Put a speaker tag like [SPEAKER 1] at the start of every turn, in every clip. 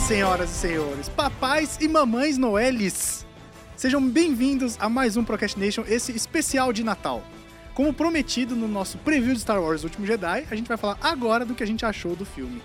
[SPEAKER 1] senhoras e senhores, papais e mamães noelis. Sejam bem-vindos a mais um Procrastination, esse especial de Natal. Como prometido no nosso preview de Star Wars Último Jedi, a gente vai falar agora do que a gente achou do filme.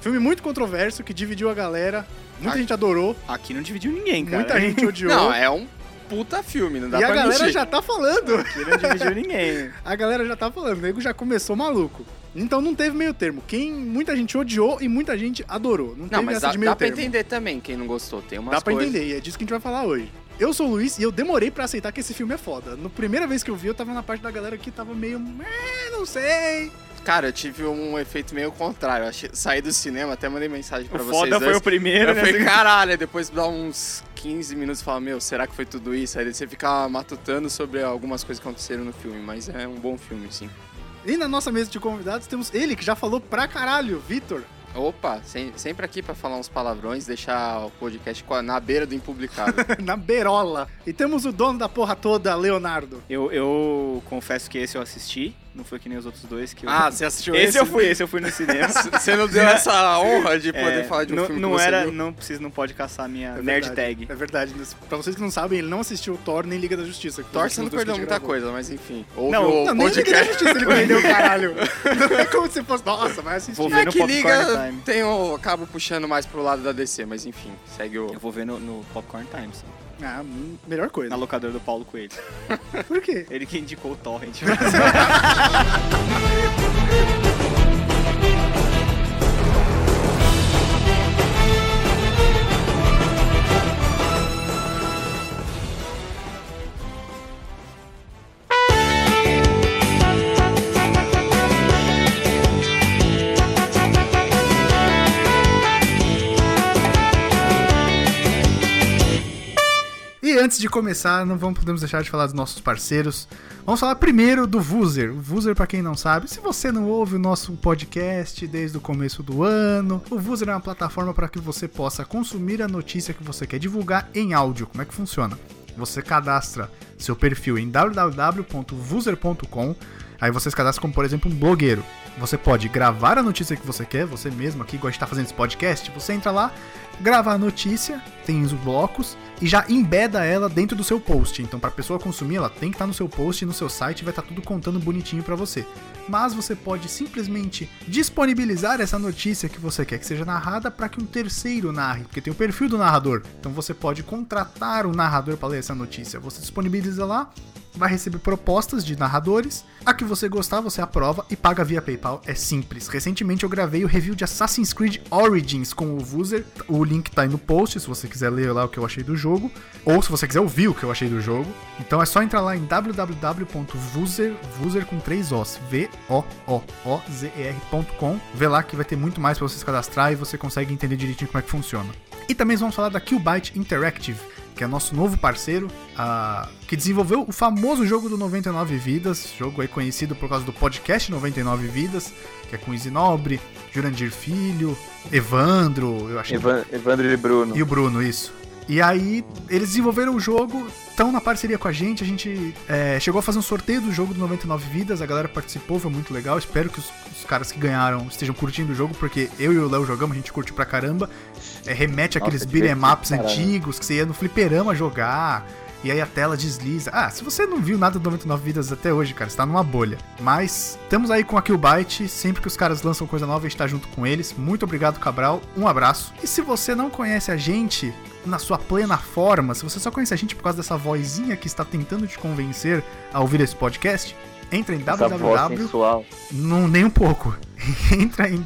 [SPEAKER 1] Filme muito controverso, que dividiu a galera, muita
[SPEAKER 2] Ah.
[SPEAKER 1] gente adorou,
[SPEAKER 3] Aqui não dividiu ninguém, cara.
[SPEAKER 1] muita gente odiou,
[SPEAKER 2] Não, é um puta filme, não dá
[SPEAKER 1] e a
[SPEAKER 2] pra
[SPEAKER 1] galera
[SPEAKER 2] mentir.
[SPEAKER 1] já tá falando.
[SPEAKER 3] Aqui não dividiu ninguém.
[SPEAKER 1] A galera já tá falando, o nego já começou maluco. Então não teve meio termo. Quem muita gente odiou e muita gente adorou. Não,
[SPEAKER 2] Não,
[SPEAKER 1] teve
[SPEAKER 2] mas
[SPEAKER 1] essa
[SPEAKER 2] dá,
[SPEAKER 1] de meio
[SPEAKER 2] dá pra
[SPEAKER 1] termo.
[SPEAKER 2] entender também quem não gostou. Tem umas
[SPEAKER 1] Dá pra
[SPEAKER 2] coisas...
[SPEAKER 1] entender, e é disso que a gente vai falar hoje. Eu sou o Luiz e eu demorei pra aceitar que esse filme é foda. Na primeira vez que eu vi, eu tava na parte da galera que tava meio. "Eh, não sei.
[SPEAKER 2] Cara, eu tive um efeito meio contrário. Eu achei- saí do cinema, até mandei mensagem pra
[SPEAKER 3] O
[SPEAKER 2] vocês
[SPEAKER 3] foda foi
[SPEAKER 2] dois.
[SPEAKER 3] o primeiro,
[SPEAKER 2] Eu
[SPEAKER 3] né?
[SPEAKER 2] falei, caralho, depois dá uns 15 minutos e fala, meu, será que foi tudo isso? Aí você fica matutando sobre algumas coisas que aconteceram no filme, mas é um bom filme, sim.
[SPEAKER 1] E na nossa mesa de convidados temos ele que já falou pra caralho, Vitor.
[SPEAKER 2] Opa, sem- sempre aqui pra falar uns palavrões, deixar o podcast com a- na beira do impublicável.
[SPEAKER 1] na berola. E temos o dono da porra toda, Leonardo.
[SPEAKER 3] Eu, eu confesso que esse eu assisti, não foi que nem os outros dois que eu...
[SPEAKER 2] ah, você assistiu
[SPEAKER 3] esse,
[SPEAKER 2] esse?
[SPEAKER 3] eu fui, esse eu fui no cinema.
[SPEAKER 2] Você não deu essa honra de poder
[SPEAKER 3] É,
[SPEAKER 2] falar de um
[SPEAKER 3] não,
[SPEAKER 2] filme
[SPEAKER 3] não
[SPEAKER 2] que você
[SPEAKER 3] era,
[SPEAKER 2] viu?
[SPEAKER 3] não precisa, não pode caçar a minha
[SPEAKER 1] É
[SPEAKER 3] nerd
[SPEAKER 1] verdade,
[SPEAKER 3] tag.
[SPEAKER 1] É verdade. Pra vocês que não sabem, ele não assistiu Thor nem Liga da Justiça. que foi os
[SPEAKER 2] Torce não
[SPEAKER 1] últimos dois que a
[SPEAKER 2] perdeu
[SPEAKER 1] gente
[SPEAKER 2] muita
[SPEAKER 1] gravou.
[SPEAKER 2] coisa, mas enfim. Ouve
[SPEAKER 3] Não,
[SPEAKER 2] o
[SPEAKER 1] Não, nem Liga da
[SPEAKER 2] podcast.
[SPEAKER 1] Justiça ele perdeu, caralho. Não é como se fosse. Nossa, vai assistir.
[SPEAKER 3] Vou
[SPEAKER 2] É
[SPEAKER 3] ver no
[SPEAKER 2] que
[SPEAKER 3] Popcorn
[SPEAKER 2] liga,
[SPEAKER 3] Time.
[SPEAKER 2] tem o, acabo puxando mais pro lado da DC, mas enfim, segue o...
[SPEAKER 3] Eu vou ver no, no Popcorn Times,
[SPEAKER 1] Ah, hum, melhor coisa.
[SPEAKER 3] na
[SPEAKER 2] Tá
[SPEAKER 3] locadora do Paulo Coelho.
[SPEAKER 1] Por quê?
[SPEAKER 3] Ele que indicou o torrent.
[SPEAKER 1] E antes de começar, não vamos, podemos deixar de falar dos nossos parceiros. Vamos falar primeiro do Vuser. O Vuser, pra quem não sabe, se você não ouve o nosso podcast desde o começo do ano, o Vuser é uma plataforma para que você possa consumir a notícia que você quer divulgar em áudio. Como é que funciona? Você cadastra seu perfil em www.vuser.com. Aí você se cadastra como, por exemplo, um blogueiro. Você pode gravar a notícia que você quer, você mesmo aqui gosta de estar tá fazendo esse podcast. Você entra lá, grava a notícia, tem os blocos e já embeda ela dentro do seu post. Então, para a pessoa consumir, ela tem que estar no seu post, no seu site, vai estar tudo contando bonitinho para você. Mas você pode simplesmente disponibilizar essa notícia que você quer que seja narrada para que um terceiro narre, porque tem o perfil do narrador. Então, você pode contratar o narrador para ler essa notícia. Você disponibiliza lá, vai receber propostas de narradores. A que você gostar, você aprova e paga via PayPal. É simples. Recentemente eu gravei o review de Assassin's Creed Origins com o Vuzer. O link tá aí no post, se você quiser ler lá o que eu achei do jogo. Ou se você quiser ouvir o que eu achei do jogo. Então é só entrar lá em www.vuzer, vuzer com 3 Os, V-O-O-O-Z-E-R.com. Vê lá que vai ter muito mais pra você se cadastrar e você consegue entender direitinho como é que funciona. E também vamos falar da Killbyte Interactive que é nosso novo parceiro, ah, que desenvolveu o famoso jogo do 99 Vidas, jogo aí conhecido por causa do podcast 99 Vidas, que é com Izzy Nobre, Jurandir Filho, Evandro, eu achei
[SPEAKER 4] Evan- Evandro e Bruno.
[SPEAKER 1] e o Bruno, isso. E aí, eles desenvolveram o jogo, estão na parceria com a gente. A gente é, chegou a fazer um sorteio do jogo do 99 Vidas, a galera participou, foi muito legal. Espero que os, os caras que ganharam estejam curtindo o jogo, porque eu e o Léo jogamos, a gente curtiu pra caramba. É, remete àqueles
[SPEAKER 4] Nossa,
[SPEAKER 1] beat'em
[SPEAKER 4] divertido,
[SPEAKER 1] ups
[SPEAKER 4] caralho.
[SPEAKER 1] antigos, que você ia no fliperama jogar. E aí a tela desliza. Ah, se você não viu nada do 99 Vidas até hoje, cara, você tá numa bolha. Mas estamos aí com a Killbyte. Sempre que os caras lançam coisa nova, a gente tá junto com eles. Muito obrigado, Cabral. Um abraço. E se você não conhece a gente na sua plena forma, se você só conhece a gente por causa dessa vozinha que está tentando te convencer a ouvir esse podcast, entra em
[SPEAKER 4] Essa voz
[SPEAKER 1] www.
[SPEAKER 4] sensual.
[SPEAKER 1] Não, nem um pouco. Entra em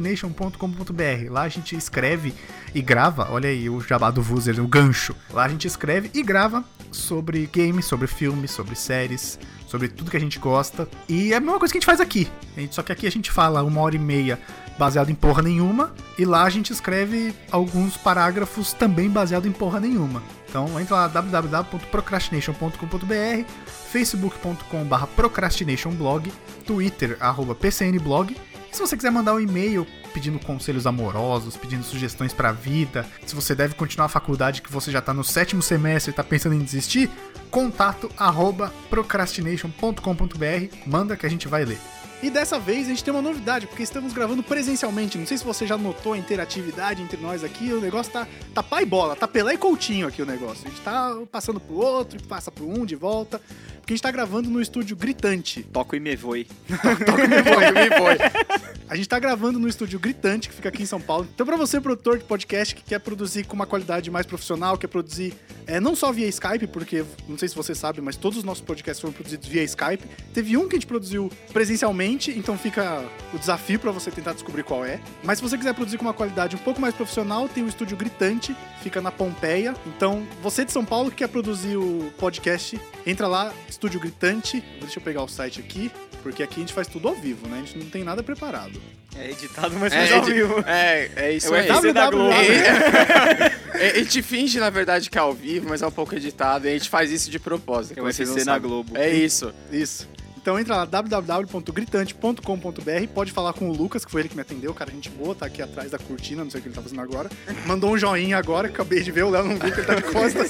[SPEAKER 1] www.procrastination.com.br. Lá a gente escreve e grava. Olha aí o jabá do Vuzer, o gancho. Lá a gente escreve e grava sobre games, sobre filmes, sobre séries, sobre tudo que a gente gosta. E é a mesma coisa que a gente faz aqui. A gente- Só que aqui a gente fala uma hora e meia baseado em porra nenhuma. E lá a gente escreve alguns parágrafos também baseado em porra nenhuma. Então entra lá www.procrastination.com.br facebook.com.br procrastinationblog, twitter, arroba pcnblog. E se você quiser mandar um e-mail pedindo conselhos amorosos, pedindo sugestões pra vida, se você deve continuar a faculdade que você já tá no sétimo semestre e tá pensando em desistir, contato arroba procrastination.com.br, manda que a gente vai ler. E dessa vez a gente tem uma novidade, porque estamos gravando presencialmente. Não sei se você já notou a interatividade entre nós aqui. O negócio tá, tá pai e bola, tá Pelé e Coutinho aqui o negócio. A gente tá passando pro outro, passa pro um de volta. Porque a gente tá gravando no estúdio Gritante.
[SPEAKER 3] Toco e me voe.
[SPEAKER 2] Me foi, me foi.
[SPEAKER 1] A gente tá gravando no estúdio Gritante, que fica aqui em São Paulo. Então, pra você, produtor de podcast, que quer produzir com uma qualidade mais profissional, quer produzir é, não só via Skype, porque não sei se você sabe, mas todos os nossos podcasts foram produzidos via Skype. Teve um que a gente produziu presencialmente, então fica o desafio pra você tentar descobrir qual é. Mas se você quiser produzir com uma qualidade um pouco mais profissional, tem o estúdio Gritante, fica na Pompeia. Então, você de São Paulo que quer produzir o podcast, entra lá, estúdio Gritante. Deixa eu pegar o site aqui, porque aqui a gente faz tudo ao vivo, né? A gente não tem nada preparado.
[SPEAKER 3] É editado, mas
[SPEAKER 2] É,
[SPEAKER 3] faz ao
[SPEAKER 2] de-
[SPEAKER 3] vivo.
[SPEAKER 2] É, é isso
[SPEAKER 3] É o
[SPEAKER 2] aí.
[SPEAKER 3] FC da Globo.
[SPEAKER 2] É, A gente finge, na verdade, que é ao vivo, mas é um pouco editado. E a gente faz isso de propósito.
[SPEAKER 3] É o
[SPEAKER 2] mas vocês
[SPEAKER 3] FC
[SPEAKER 2] não
[SPEAKER 3] na
[SPEAKER 2] sabem.
[SPEAKER 3] Globo.
[SPEAKER 2] É isso.
[SPEAKER 1] Isso. Então entra lá, www.gritante.com.br, pode falar com o Lucas, que foi ele que me atendeu, cara, gente boa, tá aqui atrás da cortina, não sei o que ele tá fazendo agora. Mandou um joinha agora, que acabei de ver, o Léo não viu que ele tá de costas.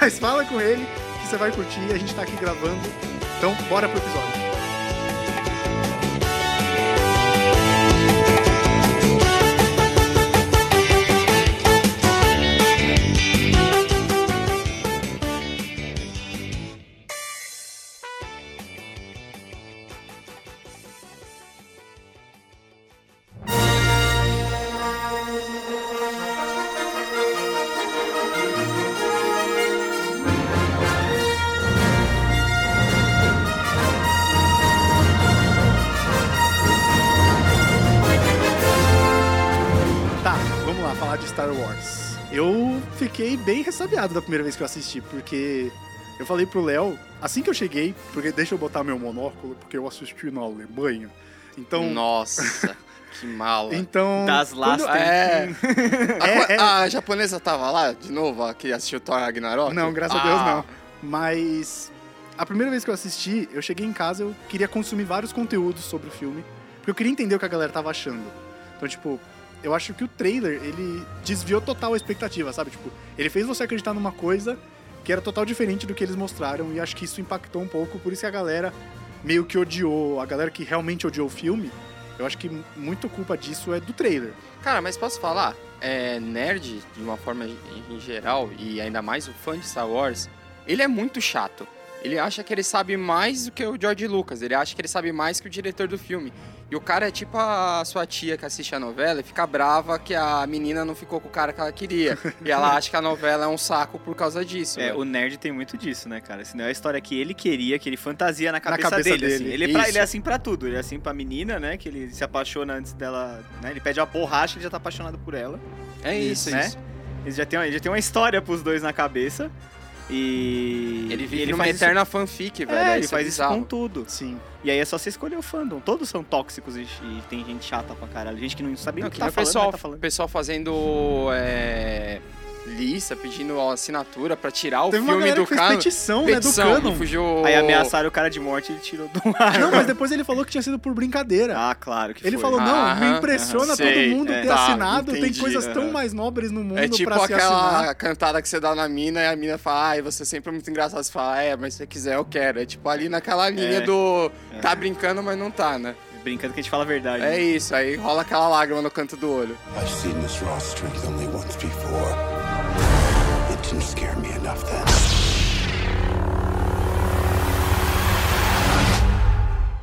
[SPEAKER 1] Mas fala com ele, que você vai curtir, a gente tá aqui gravando. Então, bora pro episódio. Tá, vamos lá, falar de Star Wars. Eu fiquei bem ressabiado da primeira vez que eu assisti, porque eu falei pro Léo, assim que eu cheguei, porque deixa eu botar meu monóculo, porque eu assisti na Alemanha. Então,
[SPEAKER 2] Nossa, que mala.
[SPEAKER 1] então
[SPEAKER 3] Das lastras.
[SPEAKER 2] um É. A,
[SPEAKER 1] É, é.
[SPEAKER 2] a japonesa tava lá de novo, a que assistiu Thor Ragnarok?
[SPEAKER 1] Não, graças
[SPEAKER 2] Ah,
[SPEAKER 1] a Deus não. Mas a primeira vez que eu assisti, eu cheguei em casa, eu queria consumir vários conteúdos sobre o filme, porque eu queria entender o que a galera tava achando. Então, tipo, eu acho que o trailer, ele desviou total a expectativa, sabe? Tipo, ele fez você acreditar numa coisa que era total diferente do que eles mostraram e acho que isso impactou um pouco, por isso que a galera meio que odiou, a galera que realmente odiou o filme, eu acho que m- muito culpa disso é do trailer.
[SPEAKER 2] Cara, mas posso falar? É, nerd, de uma forma em em geral, e ainda mais o fã de Star Wars, ele é muito chato. Ele acha que ele sabe mais do que o George Lucas, ele acha que ele sabe mais que o diretor do filme. E o cara é tipo a sua tia que assiste a novela e fica brava que a menina não ficou com o cara que ela queria. e ela acha que a novela é um saco por causa disso.
[SPEAKER 3] É,
[SPEAKER 2] velho.
[SPEAKER 3] o nerd tem muito disso, né, cara? Senão é a história que ele queria, que ele fantasia na cabeça,
[SPEAKER 1] cabeça
[SPEAKER 3] dele,
[SPEAKER 1] dele,
[SPEAKER 3] assim. Ele é, pra-
[SPEAKER 2] isso.
[SPEAKER 3] ele é assim pra tudo. Ele é assim pra menina, né? Que ele se apaixona antes dela. Né? Ele pede uma borracha, ele já tá apaixonado por ela.
[SPEAKER 2] É isso,
[SPEAKER 3] né?
[SPEAKER 2] isso.
[SPEAKER 3] Ele já tem, uma- ele já tem uma história pros dois na cabeça. E.
[SPEAKER 2] Ele
[SPEAKER 3] e
[SPEAKER 2] vive numa
[SPEAKER 3] faz isso-
[SPEAKER 2] eterna fanfic, velho.
[SPEAKER 3] É, ele
[SPEAKER 2] isso
[SPEAKER 3] faz isso
[SPEAKER 2] bizarro.
[SPEAKER 3] com tudo.
[SPEAKER 1] Sim.
[SPEAKER 3] E aí é só você escolher o fandom. Todos são tóxicos e, e tem gente chata pra caralho. Gente que não
[SPEAKER 1] né,
[SPEAKER 3] sabe
[SPEAKER 2] Não,
[SPEAKER 3] o que
[SPEAKER 2] que
[SPEAKER 3] tá
[SPEAKER 2] nem o
[SPEAKER 3] falando,
[SPEAKER 2] pessoal,
[SPEAKER 3] mas tá falando.
[SPEAKER 2] pessoal fazendo é, lista, pedindo assinatura pra tirar o
[SPEAKER 1] Teve uma
[SPEAKER 2] filme
[SPEAKER 1] galera
[SPEAKER 2] do
[SPEAKER 1] que fez
[SPEAKER 2] cano.
[SPEAKER 1] petição,
[SPEAKER 2] Petição,
[SPEAKER 1] né, do
[SPEAKER 2] que
[SPEAKER 1] canon. Ah,
[SPEAKER 2] fugiu...
[SPEAKER 3] Aí ameaçaram o cara de morte e ele tirou do ar.
[SPEAKER 1] Não, mas depois ele falou que tinha sido por brincadeira.
[SPEAKER 3] Ah, claro que
[SPEAKER 1] Ele
[SPEAKER 3] foi.
[SPEAKER 1] falou, não, me
[SPEAKER 2] Aham,
[SPEAKER 1] impressiona todo
[SPEAKER 2] aham, sei,
[SPEAKER 1] mundo
[SPEAKER 3] é,
[SPEAKER 1] ter
[SPEAKER 2] tá,
[SPEAKER 1] assinado, tem
[SPEAKER 2] entendi,
[SPEAKER 1] coisas tão
[SPEAKER 2] aham.
[SPEAKER 1] mais nobres no mundo
[SPEAKER 2] É tipo
[SPEAKER 1] pra se assinar.
[SPEAKER 2] aquela cantada que você dá na mina e a mina fala, ai, você sempre é muito engraçado. Você fala, é, mas se você quiser, eu quero. É tipo ali naquela linha
[SPEAKER 3] É.
[SPEAKER 2] do
[SPEAKER 3] É.
[SPEAKER 2] tá brincando, mas não tá, né?
[SPEAKER 3] Brincando que a gente fala a verdade. né?
[SPEAKER 2] É isso, aí rola aquela lágrima no canto do olho.
[SPEAKER 5] I've seen this raw strength only once before. It didn't scare me enough then.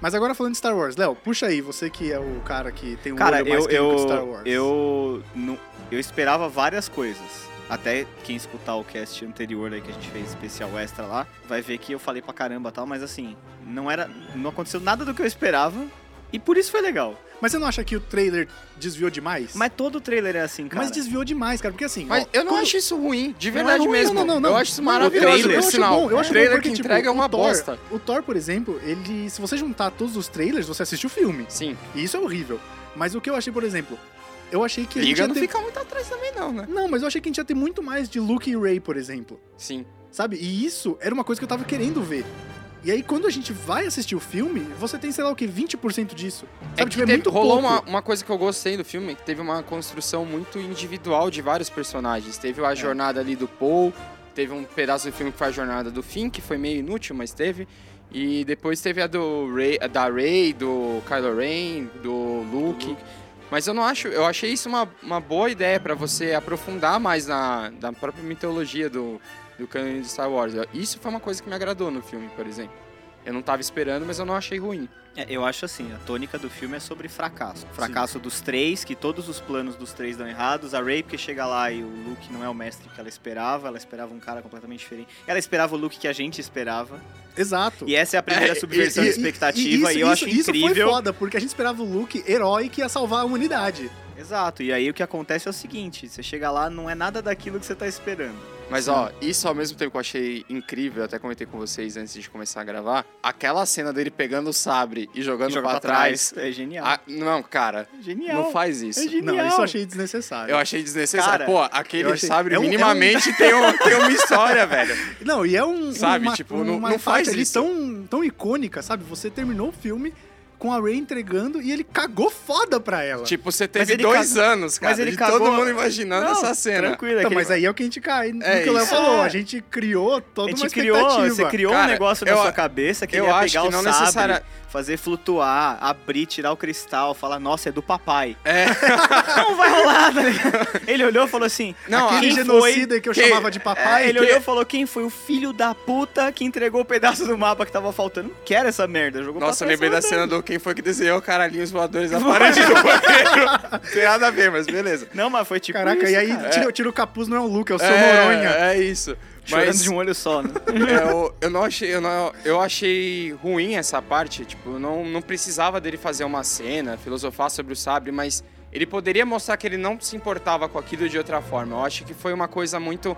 [SPEAKER 1] Mas agora falando de Star Wars, Léo, puxa aí, você que é o cara que tem um
[SPEAKER 3] Cara,
[SPEAKER 1] olho mais
[SPEAKER 3] eu
[SPEAKER 1] clínico
[SPEAKER 3] eu,
[SPEAKER 1] de Star Wars.
[SPEAKER 3] eu não- eu esperava várias coisas. Até quem escutar o cast anterior aí que a gente fez especial extra lá, vai ver que eu falei pra caramba e tal, mas assim, não era não aconteceu nada do que eu esperava e por isso foi legal.
[SPEAKER 1] Mas você não acha que o trailer desviou demais?
[SPEAKER 3] Mas todo trailer é assim, cara.
[SPEAKER 1] Mas desviou demais, cara, porque assim...
[SPEAKER 2] Mas
[SPEAKER 1] ó,
[SPEAKER 2] eu não
[SPEAKER 1] quando-
[SPEAKER 2] acho isso ruim, de
[SPEAKER 1] Não é
[SPEAKER 2] verdade
[SPEAKER 1] ruim,
[SPEAKER 2] mesmo.
[SPEAKER 1] não, não, não.
[SPEAKER 2] Eu acho isso
[SPEAKER 1] O
[SPEAKER 2] maravilhoso,
[SPEAKER 1] trailer,
[SPEAKER 2] por
[SPEAKER 1] eu acho
[SPEAKER 2] sinal.
[SPEAKER 1] bom, eu acho
[SPEAKER 2] o trailer
[SPEAKER 1] bom porque,
[SPEAKER 2] que
[SPEAKER 1] tipo,
[SPEAKER 2] entrega é uma
[SPEAKER 1] o Thor-
[SPEAKER 2] bosta.
[SPEAKER 1] O Thor, por exemplo, ele... Se você juntar todos os trailers, você assiste o filme.
[SPEAKER 2] Sim,
[SPEAKER 1] E isso é horrível. Mas o que eu achei, por exemplo... Eu achei que a gente
[SPEAKER 2] Liga
[SPEAKER 1] ia
[SPEAKER 2] não
[SPEAKER 1] ter...
[SPEAKER 2] fica muito atrás também não, né?
[SPEAKER 1] Não, mas eu achei que a gente ia ter muito mais de Luke e Ray, por exemplo.
[SPEAKER 2] Sim.
[SPEAKER 1] Sabe? E isso era uma coisa que eu tava querendo ver. E aí, quando a gente vai assistir o filme, você tem, sei lá o que, 20% disso. Sabe?
[SPEAKER 2] É que
[SPEAKER 1] tipo, é
[SPEAKER 2] teve-
[SPEAKER 1] muito
[SPEAKER 2] rolou
[SPEAKER 1] pouco.
[SPEAKER 2] uma, uma coisa que eu gostei do filme,
[SPEAKER 1] É.
[SPEAKER 2] que teve uma construção muito individual de vários personagens. Teve a jornada ali do Paul, Teve um pedaço do filme que foi a jornada do fim, que foi meio inútil, mas teve. E depois teve a do Rey, a da Rey, do Kylo Ren, do Luke. Mas eu não acho, eu achei isso uma, uma boa ideia pra você aprofundar mais na, na própria mitologia do, do cânone de Star Wars. Eu- Isso foi uma coisa que me agradou no filme, por exemplo. Eu não tava esperando, mas eu não achei ruim.
[SPEAKER 3] É, eu acho assim, a tônica do filme é sobre fracasso. Fracasso dos três, que todos os planos dos três dão errados. A Rey porque chega lá e o Luke não é o mestre que ela esperava, ela esperava um cara completamente diferente. Ela esperava o Luke que a gente esperava.
[SPEAKER 1] Exato.
[SPEAKER 3] E essa é a primeira
[SPEAKER 2] É,
[SPEAKER 3] subversão
[SPEAKER 1] E-
[SPEAKER 3] de expectativa e,
[SPEAKER 1] isso-
[SPEAKER 3] eu
[SPEAKER 1] isso-
[SPEAKER 3] acho
[SPEAKER 1] Isso foi
[SPEAKER 3] incrível.
[SPEAKER 1] foda, porque a gente esperava o Luke herói que ia salvar a humanidade.
[SPEAKER 3] Exato. E aí o que acontece é o seguinte, você chega lá, não é nada daquilo que você tá esperando.
[SPEAKER 2] Mas ó, isso ao mesmo tempo que eu achei incrível, eu até comentei com vocês antes de começar a gravar, aquela cena dele pegando o sabre e jogando
[SPEAKER 3] Joga
[SPEAKER 2] pra trás.
[SPEAKER 3] É genial.
[SPEAKER 2] Ah, não, cara,
[SPEAKER 3] genial.
[SPEAKER 2] não faz isso.
[SPEAKER 3] É genial.
[SPEAKER 1] Não, isso eu achei desnecessário.
[SPEAKER 2] Eu achei
[SPEAKER 3] Cara,
[SPEAKER 2] desnecessário. Pô, aquele
[SPEAKER 1] eu achei-
[SPEAKER 2] sabre
[SPEAKER 1] é um- é um-
[SPEAKER 2] minimamente Tem, um- tem uma história, velho.
[SPEAKER 1] Não, e é um.
[SPEAKER 2] Sabe,
[SPEAKER 1] uma,
[SPEAKER 2] tipo, não-
[SPEAKER 1] uma
[SPEAKER 2] não faz
[SPEAKER 1] parte ali
[SPEAKER 2] isso.
[SPEAKER 1] Tão, tão icônica, sabe? Você terminou o filme com a Ray entregando e ele cagou foda pra ela.
[SPEAKER 2] Tipo, você teve
[SPEAKER 3] ele
[SPEAKER 2] dois
[SPEAKER 3] cagou-
[SPEAKER 2] anos, cara,
[SPEAKER 3] mas ele
[SPEAKER 2] de todo
[SPEAKER 3] cagou-
[SPEAKER 2] mundo imaginando
[SPEAKER 3] Não,
[SPEAKER 2] essa cena.
[SPEAKER 3] Tranquilo,
[SPEAKER 1] Então,
[SPEAKER 3] aquele-
[SPEAKER 1] mas aí é o que a gente cai no
[SPEAKER 2] É
[SPEAKER 1] que o Léo
[SPEAKER 2] isso.
[SPEAKER 1] falou.
[SPEAKER 3] É.
[SPEAKER 1] A gente criou toda
[SPEAKER 3] a gente
[SPEAKER 1] uma
[SPEAKER 3] criou,
[SPEAKER 1] expectativa.
[SPEAKER 3] você criou um
[SPEAKER 2] Cara,
[SPEAKER 3] negócio na
[SPEAKER 2] eu-
[SPEAKER 3] sua cabeça que
[SPEAKER 2] eu
[SPEAKER 3] ele ia
[SPEAKER 2] acho
[SPEAKER 3] pegar
[SPEAKER 2] que
[SPEAKER 3] o
[SPEAKER 2] não
[SPEAKER 3] sabre,
[SPEAKER 2] necessária-
[SPEAKER 3] fazer flutuar, abrir, tirar o cristal, falar, nossa, é do papai.
[SPEAKER 2] É.
[SPEAKER 3] não vai rolar, tá ligado? Ele olhou e falou assim,
[SPEAKER 2] Não,
[SPEAKER 1] Aquele
[SPEAKER 3] quem
[SPEAKER 1] genocida que eu
[SPEAKER 2] que-
[SPEAKER 1] chamava de papai.
[SPEAKER 3] É, ele
[SPEAKER 2] que-
[SPEAKER 3] olhou e falou quem foi o filho da puta que entregou o pedaço do mapa que tava faltando. Não quero essa merda, jogou pra
[SPEAKER 2] Nossa, eu
[SPEAKER 3] trás,
[SPEAKER 2] lembrei da
[SPEAKER 3] mandando.
[SPEAKER 2] cena do quem foi que desenhou caralhinhos voadores na parede do banheiro. Tem nada a ver, mas beleza.
[SPEAKER 3] Não, mas foi tipo
[SPEAKER 1] Caraca,
[SPEAKER 3] isso,
[SPEAKER 1] e aí
[SPEAKER 3] cara.
[SPEAKER 1] tira, tira o capuz, não é o Luke, é o seu
[SPEAKER 2] é,
[SPEAKER 1] Noronha.
[SPEAKER 2] É isso.
[SPEAKER 3] Chorando
[SPEAKER 2] Mas
[SPEAKER 3] de um olho só, né?
[SPEAKER 2] é, eu, eu não achei, eu, não- eu achei ruim essa parte. Tipo, não, não precisava dele fazer uma cena, filosofar sobre o sabre, mas ele poderia mostrar que ele não se importava com aquilo de outra forma. Eu acho que foi uma coisa muito.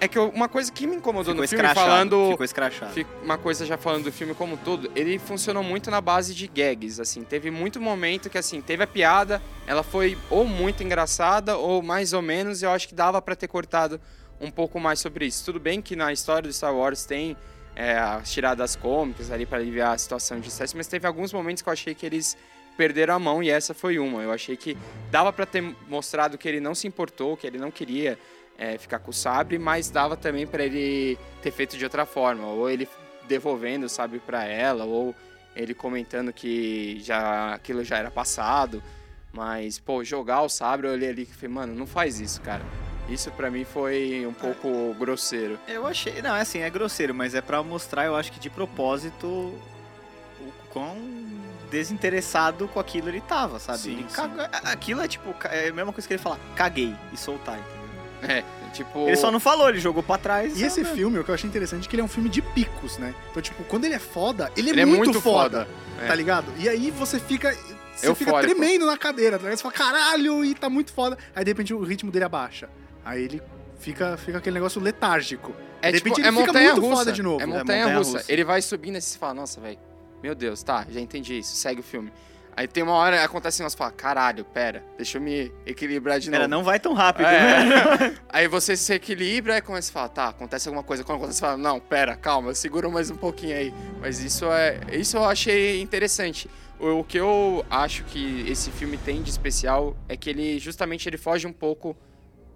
[SPEAKER 2] É que eu- uma coisa que me incomodou
[SPEAKER 3] ficou
[SPEAKER 2] no filme,
[SPEAKER 3] escrachado,
[SPEAKER 2] falando.
[SPEAKER 3] ficou escrachado.
[SPEAKER 2] Fica- Uma coisa já falando do filme como um todo, ele funcionou muito na base de gags, assim. Teve muito momento que, assim, teve a piada, ela foi ou muito engraçada, ou mais ou menos, e eu acho que dava pra ter cortado um pouco mais sobre isso. Tudo bem que na história do Star Wars tem é, as tiradas cômicas ali pra aliviar a situação de stress, mas teve alguns momentos que eu achei que eles perderam a mão e essa foi uma. Eu achei que dava pra ter mostrado que ele não se importou, que ele não queria é, ficar com o sabre, mas dava também pra ele ter feito de outra forma, ou ele devolvendo o sabre pra ela, ou ele comentando que já aquilo já era passado, mas pô, jogar o sabre, eu olhei ali e falei, mano, não faz isso, cara. Isso pra mim foi um pouco grosseiro.
[SPEAKER 3] Eu achei. Não, é assim, é grosseiro, mas é pra mostrar, eu acho que de propósito, o quão desinteressado com aquilo ele tava, sabe?
[SPEAKER 2] Sim,
[SPEAKER 3] Ele
[SPEAKER 2] sim.
[SPEAKER 3] caga- a- Aquilo é tipo, ca- é a mesma coisa que ele falar, caguei e soltar, entendeu?
[SPEAKER 2] É, tipo,
[SPEAKER 3] Ele só não falou, ele jogou pra trás. é
[SPEAKER 1] E
[SPEAKER 3] saiu
[SPEAKER 1] esse
[SPEAKER 3] andando.
[SPEAKER 1] filme, o que eu achei interessante é que ele é um filme de picos, né? Então, tipo, quando ele é foda, ele é,
[SPEAKER 2] Ele é
[SPEAKER 1] muito,
[SPEAKER 2] muito
[SPEAKER 1] foda,
[SPEAKER 2] foda, é.
[SPEAKER 1] tá ligado? E aí você fica. Você fica
[SPEAKER 2] Eufórico.
[SPEAKER 1] tremendo na cadeira, tá ligado? Você fala, caralho, e tá muito foda. Aí de repente o ritmo dele abaixa. Aí ele fica, fica aquele negócio letárgico.
[SPEAKER 2] é,
[SPEAKER 1] de
[SPEAKER 2] tipo,
[SPEAKER 1] repente
[SPEAKER 2] é
[SPEAKER 1] ele fica
[SPEAKER 2] montanha
[SPEAKER 1] muito
[SPEAKER 2] russa.
[SPEAKER 1] foda de novo.
[SPEAKER 2] É
[SPEAKER 1] É
[SPEAKER 2] montanha russa. Ele vai subindo e você fala, nossa, velho, meu Deus, tá, já entendi isso, segue o filme. Aí tem uma hora, acontece um negócio, você fala, caralho, pera, deixa eu me equilibrar de novo.
[SPEAKER 3] Pera, não vai tão rápido, né?
[SPEAKER 2] É. aí você se equilibra e começa a falar, tá, acontece alguma coisa. Quando acontece, você fala, não, pera, calma, segura mais um pouquinho aí. Mas isso é. Isso eu achei interessante. O, o que eu acho que esse filme tem de especial é que ele justamente ele foge um pouco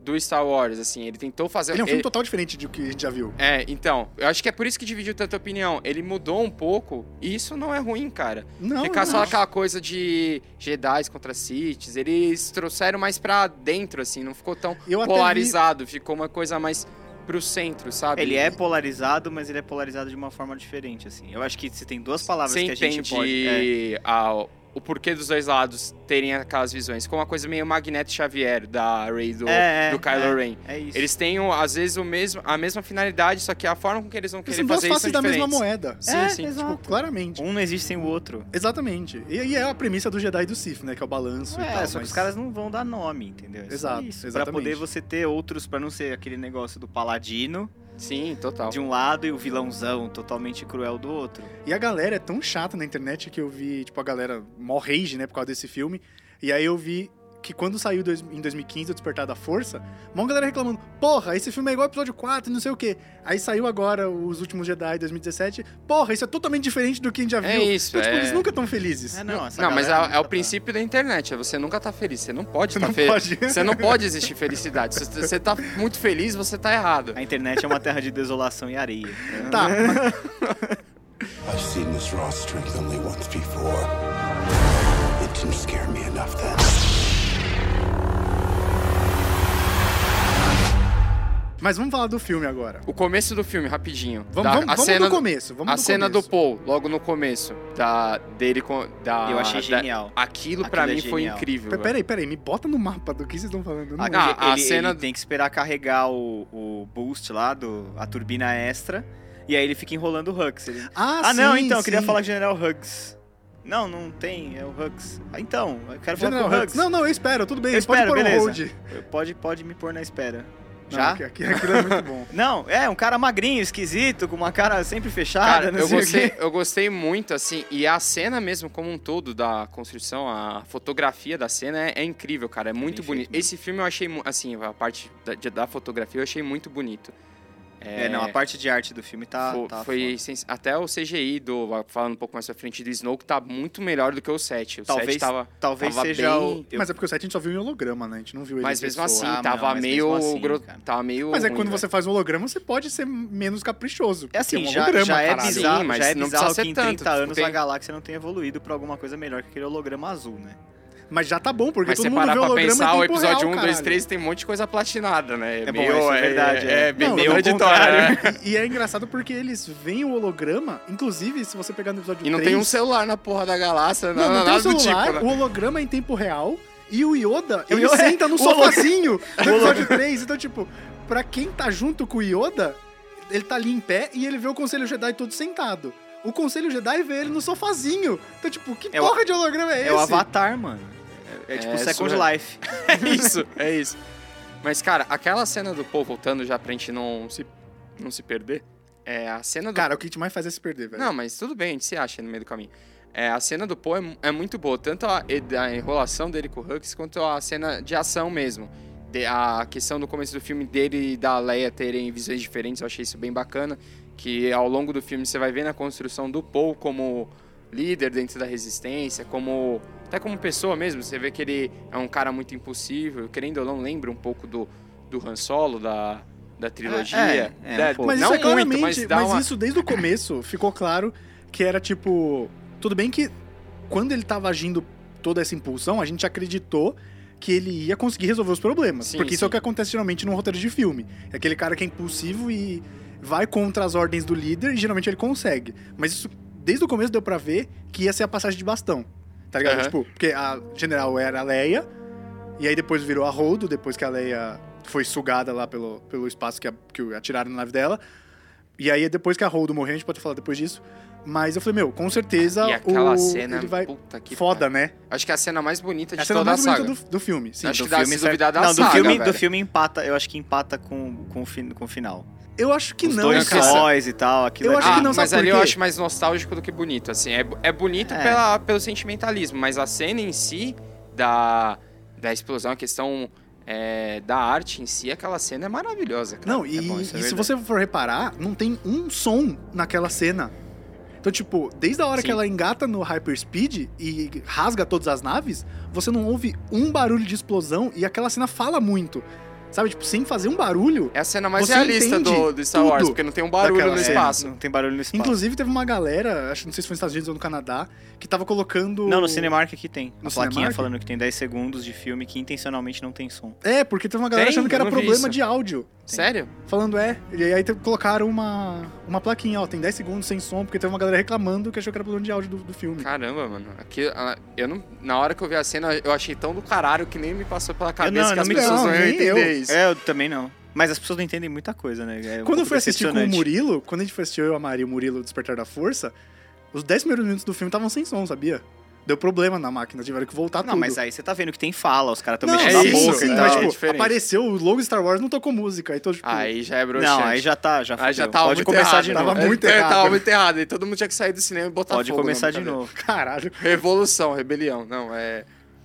[SPEAKER 2] do Star Wars, assim, ele tentou fazer.
[SPEAKER 1] Ele é um filme
[SPEAKER 2] ele-
[SPEAKER 1] total diferente do que a gente já viu.
[SPEAKER 2] é, então, eu acho que é por isso que dividiu tanta opinião. Ele mudou um pouco, e isso não é ruim, cara.
[SPEAKER 1] Não,
[SPEAKER 2] Ficar
[SPEAKER 1] não.
[SPEAKER 2] só aquela coisa de Jedi contra Siths, eles trouxeram mais pra dentro, assim, não ficou tão
[SPEAKER 1] Eu até vi-
[SPEAKER 2] polarizado, ficou uma coisa mais pro centro, sabe?
[SPEAKER 3] Ele é polarizado, mas ele é polarizado de uma forma diferente, assim. Eu acho que se tem duas palavras
[SPEAKER 2] Você
[SPEAKER 3] que a gente
[SPEAKER 2] entende
[SPEAKER 3] pode. é,
[SPEAKER 2] a- o porquê dos dois lados terem aquelas visões. Ficou uma coisa meio Magneto Xavier, da Rey do,
[SPEAKER 3] É, é,
[SPEAKER 2] do Kylo Ren.
[SPEAKER 3] é isso.
[SPEAKER 2] Eles têm, às vezes, o mesmo, a mesma finalidade, só que a forma com que eles vão
[SPEAKER 1] Porque
[SPEAKER 2] querer
[SPEAKER 1] são duas
[SPEAKER 2] fazer isso
[SPEAKER 1] faces
[SPEAKER 2] é são
[SPEAKER 1] da mesma
[SPEAKER 2] diferentes.
[SPEAKER 1] moeda.
[SPEAKER 2] Sim,
[SPEAKER 3] É,
[SPEAKER 2] sim.
[SPEAKER 3] exato.
[SPEAKER 1] Tipo, claramente.
[SPEAKER 3] Um não existe sem o outro.
[SPEAKER 1] Exatamente. E, e é a premissa do Jedi e do Sith, né? Que é o balanço e
[SPEAKER 3] É,
[SPEAKER 1] tal.
[SPEAKER 3] só que
[SPEAKER 1] mas-
[SPEAKER 3] os caras não vão dar nome, entendeu? É só
[SPEAKER 1] Exato,
[SPEAKER 3] isso.
[SPEAKER 1] exatamente.
[SPEAKER 3] Pra poder você ter outros, pra não ser aquele negócio do paladino
[SPEAKER 2] Sim, total.
[SPEAKER 3] de um lado e o vilãozão totalmente cruel do outro.
[SPEAKER 1] E a galera é tão chata na internet que eu vi, tipo, a galera mó rage, né, por causa desse filme. E aí eu vi que quando saiu dois- em 2015 o Despertar da Força, uma galera reclamando, porra, esse filme é igual ao episódio 4 e não sei o quê. Aí saiu agora Os Últimos Jedi 2017, porra, isso é totalmente diferente do que a gente já viu.
[SPEAKER 2] É isso,
[SPEAKER 1] então, tipo,
[SPEAKER 2] é.
[SPEAKER 1] eles nunca estão felizes.
[SPEAKER 3] É, não, essa
[SPEAKER 2] Não, mas é,
[SPEAKER 3] galera
[SPEAKER 2] é o
[SPEAKER 3] tá-
[SPEAKER 2] princípio da internet. é Você nunca tá feliz. Você não pode estar
[SPEAKER 1] não
[SPEAKER 2] feliz.
[SPEAKER 1] pode.
[SPEAKER 2] Você não pode existir felicidade. Se você tá muito feliz, você tá errado.
[SPEAKER 3] A internet é uma terra de desolação e areia. né?
[SPEAKER 1] Tá,
[SPEAKER 5] I've seen this raw strength only once before. It didn't scare me enough then.
[SPEAKER 1] mas vamos falar do filme agora.
[SPEAKER 2] O começo do filme, rapidinho.
[SPEAKER 1] Vamos,
[SPEAKER 2] Da-
[SPEAKER 1] vamos,
[SPEAKER 2] Tá, a
[SPEAKER 1] vamos
[SPEAKER 2] cena,
[SPEAKER 1] do começo. Vamos
[SPEAKER 2] a
[SPEAKER 1] do
[SPEAKER 2] cena
[SPEAKER 1] começo.
[SPEAKER 2] do Paul, logo no começo. Da, dele com. Da,
[SPEAKER 3] Eu achei
[SPEAKER 2] da-
[SPEAKER 3] genial.
[SPEAKER 2] aquilo pra
[SPEAKER 3] Aquilo é
[SPEAKER 2] mim foi
[SPEAKER 3] genial.
[SPEAKER 2] incrível.
[SPEAKER 1] Pe-
[SPEAKER 2] velho.
[SPEAKER 1] Peraí, peraí, me bota no mapa do que vocês estão falando. eu não
[SPEAKER 3] Aqui,
[SPEAKER 1] lembro.
[SPEAKER 2] Ah, a
[SPEAKER 3] ele,
[SPEAKER 2] cena-
[SPEAKER 3] ele tem que esperar carregar o, o boost lá, do, a turbina extra, e aí ele fica enrolando o Hux. Ele- Ah, não,
[SPEAKER 1] sim,
[SPEAKER 3] então, eu
[SPEAKER 1] sim.
[SPEAKER 3] queria falar com o General Huggs. Não, não tem, é o Huggs. Ah, então, eu quero
[SPEAKER 1] General
[SPEAKER 3] falar com o
[SPEAKER 1] Hux.
[SPEAKER 3] Huggs.
[SPEAKER 1] Não, não, eu espero, tudo bem.
[SPEAKER 3] Eu
[SPEAKER 1] pode
[SPEAKER 3] espero,
[SPEAKER 1] pôr um
[SPEAKER 3] beleza.
[SPEAKER 1] hold.
[SPEAKER 3] Pode, pode me pôr na espera.
[SPEAKER 1] Não,
[SPEAKER 3] Já?
[SPEAKER 1] aqui- aqui- aquilo é muito bom.
[SPEAKER 3] Não, é, um cara magrinho, esquisito, com uma cara sempre fechada,
[SPEAKER 2] Cara,
[SPEAKER 1] né,
[SPEAKER 3] não
[SPEAKER 2] eu
[SPEAKER 1] assim,
[SPEAKER 3] sei o
[SPEAKER 2] gostei,
[SPEAKER 3] quê.
[SPEAKER 2] eu gostei muito, assim, e a cena mesmo, como um todo, da construção, a fotografia da cena é, é incrível, cara. É muito
[SPEAKER 3] bem
[SPEAKER 2] bonito.
[SPEAKER 3] feito mesmo.
[SPEAKER 2] Esse filme eu achei, mu- assim, a parte da, de- da fotografia eu achei muito bonito.
[SPEAKER 3] É, não, a parte de arte do filme
[SPEAKER 1] Ah,
[SPEAKER 3] tá...
[SPEAKER 2] Fo-
[SPEAKER 3] tá
[SPEAKER 2] foi sens- até o CGI do falando um pouco mais pra frente do Snoke tá muito melhor do que o 7. O
[SPEAKER 3] Talvez-
[SPEAKER 2] 7 tava
[SPEAKER 3] Talvez
[SPEAKER 2] tava
[SPEAKER 3] seja
[SPEAKER 2] bem-
[SPEAKER 3] o... eu-
[SPEAKER 1] Mas é porque o 7 a gente só viu em holograma, né? A gente não viu ele
[SPEAKER 2] mas
[SPEAKER 1] em
[SPEAKER 2] mesmo assim
[SPEAKER 1] pessoa.
[SPEAKER 3] Ah, não,
[SPEAKER 2] tava
[SPEAKER 3] mas
[SPEAKER 2] meio
[SPEAKER 3] mesmo assim,
[SPEAKER 2] gro-
[SPEAKER 3] cara.
[SPEAKER 2] tava meio
[SPEAKER 1] Mas é
[SPEAKER 2] ruim, né?
[SPEAKER 1] quando
[SPEAKER 2] velho.
[SPEAKER 1] você faz holograma, você pode ser menos caprichoso.
[SPEAKER 3] É assim,
[SPEAKER 1] porque um
[SPEAKER 3] já,
[SPEAKER 1] holograma,
[SPEAKER 3] já é
[SPEAKER 1] caralho.
[SPEAKER 2] Sim,
[SPEAKER 3] bizarro,
[SPEAKER 2] mas
[SPEAKER 3] já é
[SPEAKER 2] não
[SPEAKER 3] bizarro que
[SPEAKER 2] precisa ser
[SPEAKER 3] em
[SPEAKER 2] tanto,
[SPEAKER 3] 30
[SPEAKER 2] tipo,
[SPEAKER 3] anos
[SPEAKER 2] tem-
[SPEAKER 3] a galáxia não tenha evoluído pra alguma coisa melhor que aquele holograma azul, né?
[SPEAKER 1] Mas já tá bom, porque
[SPEAKER 2] Mas
[SPEAKER 1] todo
[SPEAKER 2] você
[SPEAKER 1] mundo
[SPEAKER 2] parar
[SPEAKER 1] vê
[SPEAKER 2] pra
[SPEAKER 1] holograma
[SPEAKER 2] pensar,
[SPEAKER 1] em
[SPEAKER 2] o
[SPEAKER 1] tempo
[SPEAKER 2] episódio
[SPEAKER 1] real,
[SPEAKER 2] 1, 2,
[SPEAKER 1] caralho.
[SPEAKER 2] 3 tem um monte de coisa platinada, né?
[SPEAKER 3] É bom,
[SPEAKER 2] meio,
[SPEAKER 3] isso é verdade,
[SPEAKER 2] É,
[SPEAKER 3] é.
[SPEAKER 2] bem-
[SPEAKER 1] Não,
[SPEAKER 2] meio
[SPEAKER 1] ao
[SPEAKER 2] auditório. né?
[SPEAKER 1] contrário. E, e é engraçado porque eles veem o holograma, inclusive, se você pegar no episódio
[SPEAKER 2] E não
[SPEAKER 1] 3,
[SPEAKER 2] tem um celular na porra da galáxia,
[SPEAKER 1] Não, não
[SPEAKER 2] nada
[SPEAKER 1] tem o
[SPEAKER 2] do
[SPEAKER 1] celular,
[SPEAKER 2] tipo, né?
[SPEAKER 1] o holograma é em tempo real e o Yoda,
[SPEAKER 3] O
[SPEAKER 1] ele
[SPEAKER 3] Yoda-
[SPEAKER 1] senta no
[SPEAKER 3] o holo-
[SPEAKER 1] sofazinho do episódio 3. Então, tipo, pra quem tá junto com o Yoda, ele tá ali em pé e ele vê o Conselho Jedi todo sentado. O Conselho Jedi vê ele no sofazinho. Então, tipo, que
[SPEAKER 3] É o-
[SPEAKER 1] porra de holograma é esse?
[SPEAKER 3] É o Avatar, mano. É, é tipo
[SPEAKER 2] assim. É,
[SPEAKER 3] Second
[SPEAKER 2] surreal.
[SPEAKER 3] Life.
[SPEAKER 2] É isso, é isso. Mas, cara, aquela cena do Paul voltando já pra gente não se, não se perder, é a cena do
[SPEAKER 1] Cara, o que te mais faz é se perder, velho.
[SPEAKER 2] Não, mas tudo bem, a gente se acha no meio do caminho. É, a cena do Poe é, mu- é muito boa, tanto a, e- da enrolação dele com o Hux, quanto a cena de ação mesmo. De- a questão do começo do filme dele e da Leia terem visões diferentes, eu achei isso bem bacana. Que ao longo do filme você vai ver na construção do Poe como líder dentro da resistência, como até como pessoa mesmo. Você vê que ele é um cara muito impossível, querendo ou não, lembra um pouco do, do Han Solo, da, da trilogia.
[SPEAKER 3] é, é, um
[SPEAKER 2] Da-
[SPEAKER 3] pouco.
[SPEAKER 1] Mas isso
[SPEAKER 2] não
[SPEAKER 1] é
[SPEAKER 2] muito,
[SPEAKER 1] claramente,
[SPEAKER 2] mas
[SPEAKER 1] mas,
[SPEAKER 2] dá uma...
[SPEAKER 1] isso desde o começo ficou claro que era tipo, tudo bem que quando ele tava agindo toda essa impulsão, a gente acreditou que ele ia conseguir resolver os problemas,
[SPEAKER 2] Sim,
[SPEAKER 1] porque isso é
[SPEAKER 2] sim.
[SPEAKER 1] o que acontece geralmente num roteiro de filme. É aquele cara que é impulsivo e vai contra as ordens do líder e geralmente ele consegue. Mas isso desde o começo deu pra ver que ia ser a passagem de bastão. Tá ligado?
[SPEAKER 2] Aham.
[SPEAKER 1] Tipo, porque a general era a Leia, e aí depois virou a Holdo, depois que a Leia foi sugada lá pelo, pelo espaço que, a- que atiraram na nave dela. E aí depois que a Holdo morreu, a gente pode falar depois disso. Mas eu falei, meu, com certeza
[SPEAKER 2] E aquela
[SPEAKER 1] o,
[SPEAKER 2] cena,
[SPEAKER 1] ele vai...
[SPEAKER 2] puta que
[SPEAKER 1] Foda, né?
[SPEAKER 2] pariu. Acho que é a cena mais
[SPEAKER 1] É
[SPEAKER 2] bonita de
[SPEAKER 1] a cena
[SPEAKER 2] toda a
[SPEAKER 1] mais
[SPEAKER 2] saga.
[SPEAKER 1] bonita do, do filme, sim.
[SPEAKER 2] Acho
[SPEAKER 3] Do
[SPEAKER 2] que dá
[SPEAKER 3] filme
[SPEAKER 2] sem
[SPEAKER 3] serve-
[SPEAKER 2] duvidar da
[SPEAKER 3] Não,
[SPEAKER 2] saga,
[SPEAKER 3] do filme,
[SPEAKER 2] velho.
[SPEAKER 3] do filme empata, eu acho que empata com, com, o fin- com o final.
[SPEAKER 1] Eu acho que
[SPEAKER 3] Os
[SPEAKER 1] não,
[SPEAKER 3] dois
[SPEAKER 1] cara.
[SPEAKER 3] sóis e tal, aquilo é tipo
[SPEAKER 1] Eu
[SPEAKER 3] ali.
[SPEAKER 1] acho que
[SPEAKER 2] Ah,
[SPEAKER 1] não, sabe
[SPEAKER 2] mas
[SPEAKER 1] por
[SPEAKER 2] ali eu
[SPEAKER 1] quê?
[SPEAKER 2] acho mais nostálgico do que bonito, assim. É, é bonito
[SPEAKER 3] É.
[SPEAKER 2] Pela, pelo sentimentalismo, mas a cena em si da, da explosão, a questão é, da arte em si, aquela cena é maravilhosa, cara.
[SPEAKER 1] Não,
[SPEAKER 2] É
[SPEAKER 1] e,
[SPEAKER 2] bom,
[SPEAKER 1] e
[SPEAKER 2] isso é
[SPEAKER 1] se
[SPEAKER 2] verdade.
[SPEAKER 1] você for reparar, não tem um som naquela cena. Então, tipo, desde a hora
[SPEAKER 2] Sim.
[SPEAKER 1] que ela engata no hyperspeed e rasga todas as naves, você não ouve um barulho de explosão e aquela cena fala muito. Sabe, tipo, sem fazer um barulho.
[SPEAKER 2] É a cena mais
[SPEAKER 1] você
[SPEAKER 2] realista
[SPEAKER 1] entende
[SPEAKER 2] do, do Star Wars,
[SPEAKER 1] tudo
[SPEAKER 2] porque não tem um barulho
[SPEAKER 1] daquela
[SPEAKER 2] no
[SPEAKER 3] É,
[SPEAKER 1] cena.
[SPEAKER 2] espaço.
[SPEAKER 3] Não tem barulho no espaço.
[SPEAKER 1] Inclusive, teve uma galera, acho não sei se foi nos Estados Unidos ou no Canadá, que tava colocando.
[SPEAKER 3] Não, no Cinemark aqui tem.
[SPEAKER 1] No
[SPEAKER 3] a plaquinha
[SPEAKER 1] Cinemark?
[SPEAKER 3] falando que tem 10 segundos de filme que intencionalmente não tem som.
[SPEAKER 1] É, porque teve uma galera
[SPEAKER 2] Tem?
[SPEAKER 1] achando que
[SPEAKER 2] Eu
[SPEAKER 1] era
[SPEAKER 2] não vi
[SPEAKER 1] problema
[SPEAKER 2] isso.
[SPEAKER 1] de áudio.
[SPEAKER 2] Sério?
[SPEAKER 1] Falando, é. E aí te- colocaram uma, uma plaquinha, ó, tem 10 segundos sem som, porque teve uma galera reclamando que achou que era problema de áudio do, do filme.
[SPEAKER 2] Caramba, mano. Aqui, a- eu não, na hora que eu vi a cena, eu achei tão do caralho que nem me passou pela cabeça
[SPEAKER 3] não,
[SPEAKER 2] que as
[SPEAKER 3] não me-
[SPEAKER 2] pessoas
[SPEAKER 1] não,
[SPEAKER 2] não iam
[SPEAKER 1] nem eu.
[SPEAKER 2] entender isso.
[SPEAKER 3] É, eu também não. Mas as pessoas não entendem muita coisa, né? É um
[SPEAKER 1] Quando eu
[SPEAKER 3] pouco
[SPEAKER 1] fui assistir com o
[SPEAKER 3] decepcionante.
[SPEAKER 1] Murilo, quando a gente foi assistir eu, a Maria e o Murilo o Despertar da Força, os 10 primeiros minutos do filme estavam sem som, sabia? Deu problema na máquina, tiveram que voltar
[SPEAKER 3] Não,
[SPEAKER 1] tudo.
[SPEAKER 3] mas aí você tá vendo que tem fala, os caras estão
[SPEAKER 1] Não,
[SPEAKER 3] mexendo
[SPEAKER 2] é
[SPEAKER 3] na
[SPEAKER 2] isso,
[SPEAKER 3] boca então,
[SPEAKER 2] sim,
[SPEAKER 3] e
[SPEAKER 1] mas,
[SPEAKER 3] tal.
[SPEAKER 2] é
[SPEAKER 1] tipo,
[SPEAKER 2] diferente.
[SPEAKER 1] apareceu o logo Star Wars, não tocou música. Então, tipo,
[SPEAKER 2] Aí já é broxante.
[SPEAKER 3] não, aí já tá, já
[SPEAKER 2] Aí já
[SPEAKER 3] fudeu.
[SPEAKER 2] tava
[SPEAKER 3] Pode
[SPEAKER 2] muito
[SPEAKER 3] começar
[SPEAKER 2] errado.
[SPEAKER 3] de
[SPEAKER 1] Ah, Tava
[SPEAKER 3] novo.
[SPEAKER 2] É,
[SPEAKER 1] muito
[SPEAKER 2] é,
[SPEAKER 1] errado.
[SPEAKER 2] Tava muito errado. E todo mundo tinha que sair do cinema e botar
[SPEAKER 3] Pode
[SPEAKER 2] fogo né, na
[SPEAKER 3] começar de
[SPEAKER 2] brincadeira.
[SPEAKER 3] novo.
[SPEAKER 1] caralho.
[SPEAKER 2] Revolução, rebelião. Não, é...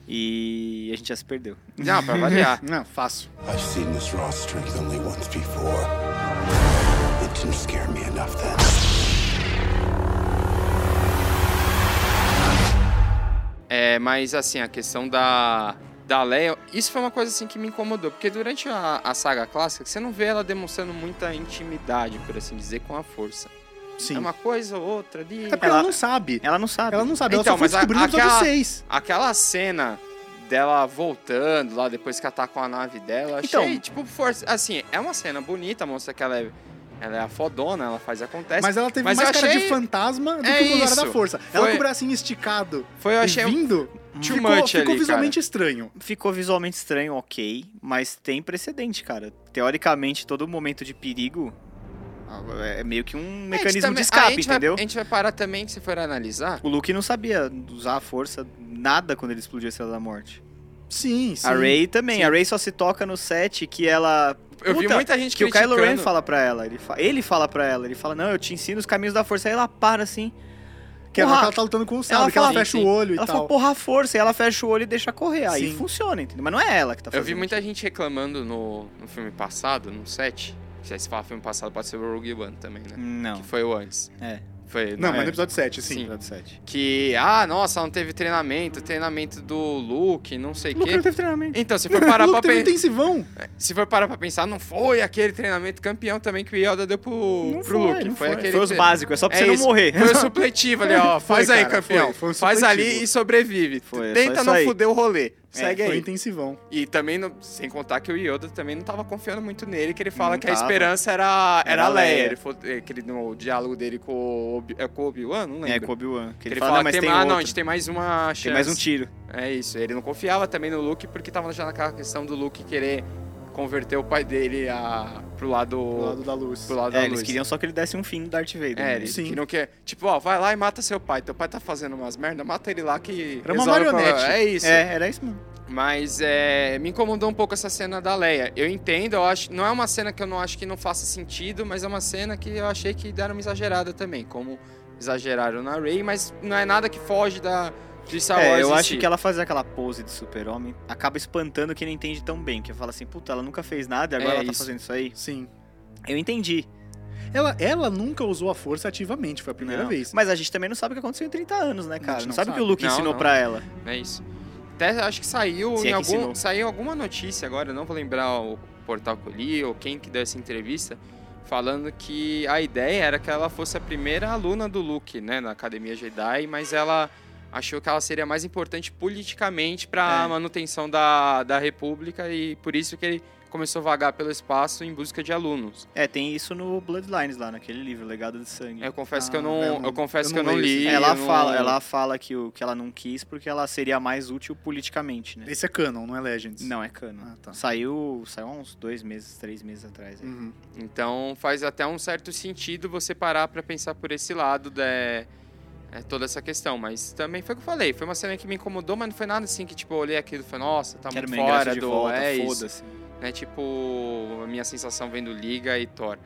[SPEAKER 3] E a gente já se perdeu.
[SPEAKER 2] Não, pra variar.
[SPEAKER 1] Não, fácil.
[SPEAKER 5] I've seen this raw strength only once before. It didn't scare me enough then.
[SPEAKER 2] É, mas assim, a questão da, da Leia, isso foi uma coisa assim que me incomodou, porque durante a, a saga clássica, você não vê ela demonstrando muita intimidade, por assim dizer, com a força.
[SPEAKER 1] Sim.
[SPEAKER 2] É uma coisa ou outra ali.
[SPEAKER 1] É porque
[SPEAKER 3] Ela-
[SPEAKER 1] ela, não sabe.
[SPEAKER 3] Ela não sabe.
[SPEAKER 1] Ela não sabe, ela
[SPEAKER 2] Então,
[SPEAKER 1] só foi
[SPEAKER 2] mas a-
[SPEAKER 1] descobrir no episódio
[SPEAKER 2] aquela-
[SPEAKER 1] 6.
[SPEAKER 2] Aquela cena dela voltando lá depois que ela tá com a nave dela, achei,
[SPEAKER 3] Então-
[SPEAKER 2] tipo, força. Assim, é uma cena bonita, mostra que ela é, ela é a fodona, ela faz e acontece.
[SPEAKER 1] Mas ela teve
[SPEAKER 2] Mas
[SPEAKER 1] mais
[SPEAKER 2] eu
[SPEAKER 1] cara de
[SPEAKER 2] achei-
[SPEAKER 1] fantasma do
[SPEAKER 2] É
[SPEAKER 1] que o usuário
[SPEAKER 2] isso.
[SPEAKER 1] da força. Ela
[SPEAKER 2] Foi-
[SPEAKER 1] com o bracinho esticado
[SPEAKER 2] Foi, eu
[SPEAKER 1] e
[SPEAKER 2] achei um
[SPEAKER 1] vindo,
[SPEAKER 2] too
[SPEAKER 1] ficou,
[SPEAKER 2] much
[SPEAKER 1] ficou
[SPEAKER 2] ali,
[SPEAKER 1] visualmente estranho.
[SPEAKER 3] Ficou visualmente estranho, ok, mas tem precedente, cara. Teoricamente, todo momento de perigo é meio que um
[SPEAKER 2] cara.
[SPEAKER 3] mecanismo
[SPEAKER 2] A gente
[SPEAKER 3] de
[SPEAKER 2] também- a
[SPEAKER 3] escape,
[SPEAKER 2] gente vai-
[SPEAKER 3] entendeu?
[SPEAKER 2] a gente vai parar também que se for analisar.
[SPEAKER 3] O Luke não sabia usar a força, nada, quando ele explodiu a Estrela da Morte.
[SPEAKER 1] Sim, sim.
[SPEAKER 3] a Rey também.
[SPEAKER 2] sim.
[SPEAKER 3] A Rey só se toca no set que ela...
[SPEAKER 2] Eu vi
[SPEAKER 3] Puta,
[SPEAKER 2] muita gente
[SPEAKER 3] Que o Kylo Ren
[SPEAKER 2] criticando.
[SPEAKER 3] fala pra ela. Ele, fa- ele fala pra ela. Ele fala, não, eu te ensino os caminhos da força. Aí ela para assim.
[SPEAKER 1] Que é
[SPEAKER 3] Porra,
[SPEAKER 1] que ela tá lutando com o sabre, que
[SPEAKER 3] fala-
[SPEAKER 1] ela fecha
[SPEAKER 2] sim,
[SPEAKER 1] o olho
[SPEAKER 3] Ela
[SPEAKER 1] e
[SPEAKER 3] fala,
[SPEAKER 1] tal.
[SPEAKER 3] porra, a força. E ela fecha o olho e deixa correr. Aí
[SPEAKER 1] Sim.
[SPEAKER 3] funciona, entendeu? Mas não é ela que tá
[SPEAKER 2] Eu
[SPEAKER 3] fazendo.
[SPEAKER 2] vi muita gente reclamando no, no filme passado, no set. Se se fala filme passado, pode ser o Rogue One também, né?
[SPEAKER 3] Não.
[SPEAKER 2] Que foi o antes.
[SPEAKER 3] É.
[SPEAKER 2] Foi,
[SPEAKER 1] Não, mas
[SPEAKER 2] é.
[SPEAKER 1] no episódio assim. 7,
[SPEAKER 2] Sim.
[SPEAKER 1] sim.
[SPEAKER 3] Episódio 7.
[SPEAKER 2] Que, ah, nossa, não teve treinamento, treinamento do Luke, não sei o
[SPEAKER 3] Luke
[SPEAKER 2] quê.
[SPEAKER 3] não teve treinamento.
[SPEAKER 2] Então, se for parar pra
[SPEAKER 1] Luke teve um
[SPEAKER 2] pensar.
[SPEAKER 1] intensivão.
[SPEAKER 2] Se for parar pra pensar, não foi aquele treinamento campeão também que o Yoda deu pro, pro Luke.
[SPEAKER 3] não
[SPEAKER 2] foi, aquele.
[SPEAKER 3] Foi os
[SPEAKER 2] tre-
[SPEAKER 3] básicos, é só pra
[SPEAKER 2] É
[SPEAKER 3] você
[SPEAKER 2] isso.
[SPEAKER 3] não morrer.
[SPEAKER 2] Foi o supletivo ali, ó.
[SPEAKER 1] Foi,
[SPEAKER 2] Faz aí,
[SPEAKER 1] cara,
[SPEAKER 2] campeão.
[SPEAKER 1] foi, foi um
[SPEAKER 2] Faz
[SPEAKER 1] supletivo.
[SPEAKER 2] ali e sobrevive.
[SPEAKER 3] Foi, é só
[SPEAKER 2] Tenta
[SPEAKER 3] isso
[SPEAKER 2] não
[SPEAKER 3] aí. É,
[SPEAKER 2] fuder o rolê. Segue
[SPEAKER 1] Foi um
[SPEAKER 2] aí.
[SPEAKER 1] intensivão.
[SPEAKER 2] E também, não- sem contar que o Yoda também não tava confiando muito nele, que ele fala
[SPEAKER 3] Não
[SPEAKER 2] que a
[SPEAKER 3] tava.
[SPEAKER 2] esperança era, era
[SPEAKER 3] Era
[SPEAKER 2] a
[SPEAKER 3] a
[SPEAKER 2] Leia.
[SPEAKER 3] Leia.
[SPEAKER 2] Ele falou, é, que ele- no diálogo dele com o Obi- é com o Obi-Wan, não lembro.
[SPEAKER 3] É, com o Obi-Wan. Que ele,
[SPEAKER 2] ele, ele
[SPEAKER 3] fala,
[SPEAKER 2] fala,
[SPEAKER 3] não, mas
[SPEAKER 2] que
[SPEAKER 3] tem, um
[SPEAKER 2] tem, ah,
[SPEAKER 3] outro.
[SPEAKER 2] não, a gente tem mais uma chance.
[SPEAKER 3] Tem mais um tiro.
[SPEAKER 2] É isso, ele não confiava também no Luke, porque tava já naquela questão do Luke querer converter o pai dele a, pro lado...
[SPEAKER 1] Do lado da luz.
[SPEAKER 2] pro lado
[SPEAKER 3] É,
[SPEAKER 2] da
[SPEAKER 3] eles
[SPEAKER 2] luz.
[SPEAKER 3] queriam só que ele desse um fim no Darth Vader.
[SPEAKER 2] É,
[SPEAKER 3] né?
[SPEAKER 2] eles
[SPEAKER 1] Sim.
[SPEAKER 2] queriam que... Tipo, ó, vai lá e mata seu pai. Teu pai tá fazendo umas merda, mata ele lá que...
[SPEAKER 1] Era uma
[SPEAKER 2] resolve o
[SPEAKER 1] marionete.
[SPEAKER 2] problema. É isso.
[SPEAKER 3] É, era isso mesmo.
[SPEAKER 2] Mas é, me incomodou um pouco essa cena da Leia. Eu entendo, eu acho, não é uma cena que eu não acho que não faça sentido, mas é uma cena que eu achei que deram uma exagerada também, como exageraram na Rey, mas não é nada que foge da de Star Wars.
[SPEAKER 3] É, eu
[SPEAKER 2] em
[SPEAKER 3] acho
[SPEAKER 2] si.
[SPEAKER 3] que ela fazer aquela pose de super-homem acaba espantando quem não entende tão bem. Que fala assim, puta, ela nunca fez nada e agora
[SPEAKER 2] É
[SPEAKER 3] ela tá
[SPEAKER 2] isso.
[SPEAKER 3] fazendo isso aí.
[SPEAKER 1] Sim.
[SPEAKER 3] Eu entendi.
[SPEAKER 1] Ela, ela nunca usou a força ativamente, foi a primeira
[SPEAKER 3] Não.
[SPEAKER 1] vez.
[SPEAKER 3] Mas a gente também não sabe o que aconteceu em 30 anos, né, cara?
[SPEAKER 1] gente
[SPEAKER 3] Não,
[SPEAKER 1] não
[SPEAKER 3] sabe o que o
[SPEAKER 1] sabe.
[SPEAKER 3] Luke
[SPEAKER 2] Não,
[SPEAKER 3] ensinou
[SPEAKER 2] não.
[SPEAKER 3] pra ela.
[SPEAKER 2] é isso. Até acho que saiu
[SPEAKER 3] Se
[SPEAKER 2] em
[SPEAKER 3] é que
[SPEAKER 2] algum,
[SPEAKER 3] ensinou.
[SPEAKER 2] saiu alguma notícia agora, eu não vou lembrar o portal que eu li ou quem que deu essa entrevista, falando que a ideia era que ela fosse a primeira aluna do Luke, né, na Academia Jedi, mas ela achou que ela seria mais importante politicamente para
[SPEAKER 3] É.
[SPEAKER 2] manutenção da, da República e por isso que ele começou a vagar pelo espaço em busca de alunos.
[SPEAKER 3] É, tem isso no Bloodlines lá, naquele livro, Legado de Sangue.
[SPEAKER 2] É, Eu confesso
[SPEAKER 1] Ah,
[SPEAKER 2] que eu não,
[SPEAKER 1] eu
[SPEAKER 2] eu,
[SPEAKER 1] não-
[SPEAKER 2] confesso
[SPEAKER 1] eu
[SPEAKER 2] que eu
[SPEAKER 1] não
[SPEAKER 2] não
[SPEAKER 1] leio
[SPEAKER 2] li.
[SPEAKER 1] isso.
[SPEAKER 3] ela,
[SPEAKER 2] eu não-
[SPEAKER 3] fala, ela fala que, o, que ela não quis porque ela seria mais útil politicamente, né?
[SPEAKER 1] Esse é canon, não é Legends.
[SPEAKER 3] Não, é cano.
[SPEAKER 1] Ah, tá.
[SPEAKER 3] Saiu, saiu há uns dois meses, três meses atrás. é. aí.
[SPEAKER 1] Uhum.
[SPEAKER 2] Então faz até um certo sentido você parar pra pensar por esse lado da é, toda essa questão, mas também foi o que eu falei, foi uma cena que me incomodou, mas não foi nada assim que tipo eu olhei aquilo e falei, nossa, tá
[SPEAKER 3] Quero
[SPEAKER 2] muito
[SPEAKER 3] meu ingresso
[SPEAKER 2] fora
[SPEAKER 3] de
[SPEAKER 2] do
[SPEAKER 3] volta,
[SPEAKER 2] é isso,
[SPEAKER 3] foda-se.
[SPEAKER 2] né? Tipo, a minha sensação vendo Liga e Thor.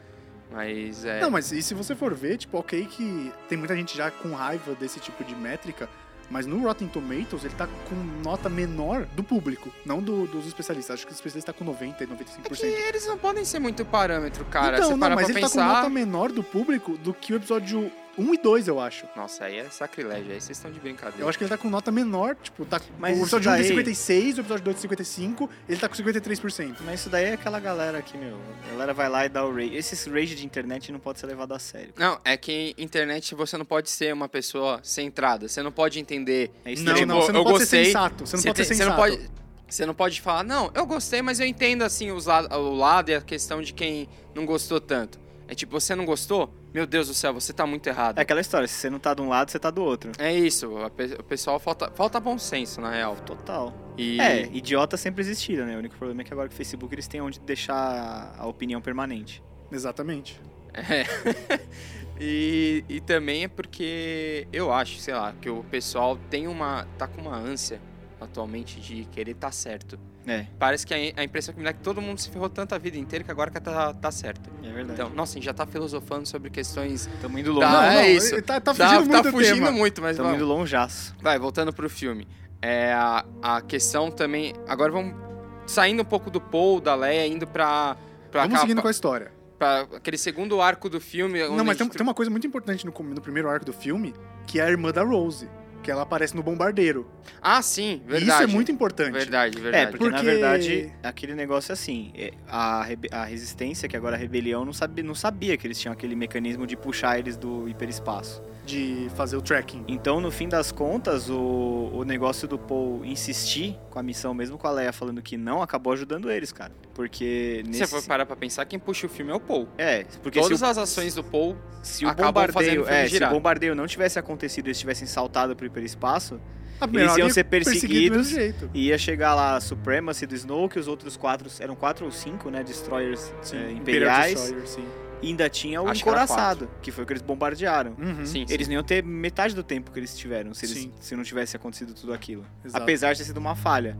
[SPEAKER 2] Mas é,
[SPEAKER 1] Não, mas e se você for ver, tipo, ok que tem muita gente já com raiva desse tipo de métrica, mas no Rotten Tomatoes ele tá com nota menor do público, não do- dos especialistas. Acho que o especialista tá com 90,
[SPEAKER 2] é que
[SPEAKER 1] 95%.
[SPEAKER 2] eles não podem ser muito parâmetro, cara.
[SPEAKER 1] então,
[SPEAKER 2] você
[SPEAKER 1] não,
[SPEAKER 2] para
[SPEAKER 1] mas
[SPEAKER 2] pra
[SPEAKER 1] ele tá com
[SPEAKER 2] pensar.
[SPEAKER 1] nota menor do público do que o episódio 1 e 2, eu acho.
[SPEAKER 2] Nossa, aí é sacrilégio, aí vocês estão de brincadeira.
[SPEAKER 1] Eu acho que ele tá com nota menor, tipo, tá
[SPEAKER 3] Mas
[SPEAKER 1] o
[SPEAKER 3] isso
[SPEAKER 1] episódio 1 tem
[SPEAKER 3] daí-
[SPEAKER 1] 56, o episódio 2 tem 55, ele tá com 53%.
[SPEAKER 3] Mas isso daí é aquela galera aqui, meu. A galera vai lá e dá o rage. Esses rage de internet não pode ser levado a sério.
[SPEAKER 2] Não, é que internet você não pode ser uma pessoa centrada. Você não pode entender
[SPEAKER 3] É
[SPEAKER 1] Não,
[SPEAKER 3] extremo.
[SPEAKER 1] não, você não
[SPEAKER 2] eu
[SPEAKER 1] pode
[SPEAKER 2] gostei.
[SPEAKER 1] ser sensato. Você não pode
[SPEAKER 2] tem-
[SPEAKER 1] ser
[SPEAKER 2] você
[SPEAKER 1] sensato.
[SPEAKER 2] não pode, você não pode falar, não, eu gostei, mas eu entendo assim os la- o lado e a questão de quem não gostou tanto. É tipo, você não gostou? Meu Deus do céu, você tá muito errado.
[SPEAKER 3] É aquela história, se você não tá de um lado, você tá do outro.
[SPEAKER 2] É isso, a pe- o pessoal falta, falta bom senso, na real.
[SPEAKER 3] Total.
[SPEAKER 2] E
[SPEAKER 3] É, idiota sempre existiram, né? O único problema é que agora que o Facebook eles têm onde deixar a opinião permanente.
[SPEAKER 1] Exatamente.
[SPEAKER 2] É. e, e também é porque eu acho, sei lá, que o pessoal tem uma. tá com uma ânsia atualmente de querer tá certo.
[SPEAKER 3] É,
[SPEAKER 2] Parece que a, a impressão que me dá é que todo mundo se ferrou tanto a vida inteira que agora que tá, tá certo.
[SPEAKER 3] é verdade.
[SPEAKER 2] Então, nossa, a gente já tá filosofando sobre questões
[SPEAKER 3] então, Tamo indo longe.
[SPEAKER 2] Tá,
[SPEAKER 1] não,
[SPEAKER 2] é
[SPEAKER 1] não,
[SPEAKER 2] isso.
[SPEAKER 1] ele Tá, tá
[SPEAKER 2] Tá-
[SPEAKER 1] fugindo
[SPEAKER 2] tá
[SPEAKER 1] muito do
[SPEAKER 2] fugindo
[SPEAKER 1] tema.
[SPEAKER 2] muito, mas
[SPEAKER 3] Tamo
[SPEAKER 2] vamos.
[SPEAKER 3] indo longeaço.
[SPEAKER 2] Vai, voltando pro filme. É a, a questão também. Agora vamos saindo um pouco do Paul, da Leia, indo pra. pra
[SPEAKER 1] Vamos
[SPEAKER 2] cá,
[SPEAKER 1] seguindo com
[SPEAKER 2] pra, um
[SPEAKER 1] a história.
[SPEAKER 2] pra aquele segundo arco do filme. onde
[SPEAKER 1] Não, mas
[SPEAKER 2] a
[SPEAKER 1] tem, um-
[SPEAKER 2] gente
[SPEAKER 1] tem uma coisa muito importante no, come- no primeiro arco do filme, que é a irmã da Rose, que ela aparece no bombardeiro.
[SPEAKER 2] Ah, sim,
[SPEAKER 1] E um- isso
[SPEAKER 2] verdade.
[SPEAKER 1] é muito importante.
[SPEAKER 2] Verdade,
[SPEAKER 3] É,
[SPEAKER 2] verdade.
[SPEAKER 3] porque, na
[SPEAKER 1] Porque-
[SPEAKER 3] verdade, aquele negócio é assim, é, a, rebe- a resistência, que agora é a rebelião, não, sabe, não sabia que eles tinham aquele mecanismo de puxar eles do hiperespaço.
[SPEAKER 1] De fazer o tracking.
[SPEAKER 3] Então, no fim das contas, o, o negócio do Paul insistir com a missão, mesmo com a Leia falando que não, acabou ajudando eles, cara. Porque
[SPEAKER 2] Se você
[SPEAKER 3] nesse...
[SPEAKER 2] for parar pra pensar, quem puxa o filme é o Paul.
[SPEAKER 3] É, porque se o
[SPEAKER 2] Todas as ações do Paul
[SPEAKER 3] Se o,
[SPEAKER 2] acabam fazendo o
[SPEAKER 3] bombardeio,
[SPEAKER 2] filme
[SPEAKER 3] é, se o
[SPEAKER 2] girar.
[SPEAKER 3] bombardeio não tivesse acontecido, eles tivessem saltado pro hiperespaço,
[SPEAKER 1] A primeira
[SPEAKER 3] Eles iam
[SPEAKER 1] hora
[SPEAKER 3] ser
[SPEAKER 1] perseguido
[SPEAKER 3] perseguidos.
[SPEAKER 1] Do mesmo jeito.
[SPEAKER 3] ia chegar lá a Supremacy do Snow, que os outros quatro, eram quatro ou cinco, né, Destroyers
[SPEAKER 1] Sim,
[SPEAKER 3] eh,
[SPEAKER 1] Imperial
[SPEAKER 3] imperiais,
[SPEAKER 1] Destroyer, sim.
[SPEAKER 3] e ainda tinha o
[SPEAKER 2] Acho que era
[SPEAKER 3] encoraçado, que, foi o que eles bombardearam.
[SPEAKER 1] Uhum,
[SPEAKER 2] Sim, sim.
[SPEAKER 3] Eles não iam ter metade do tempo que eles tiveram, se, eles-
[SPEAKER 1] Sim.
[SPEAKER 3] se não tivesse acontecido tudo aquilo.
[SPEAKER 1] exato.
[SPEAKER 3] Apesar de ter sido uma falha.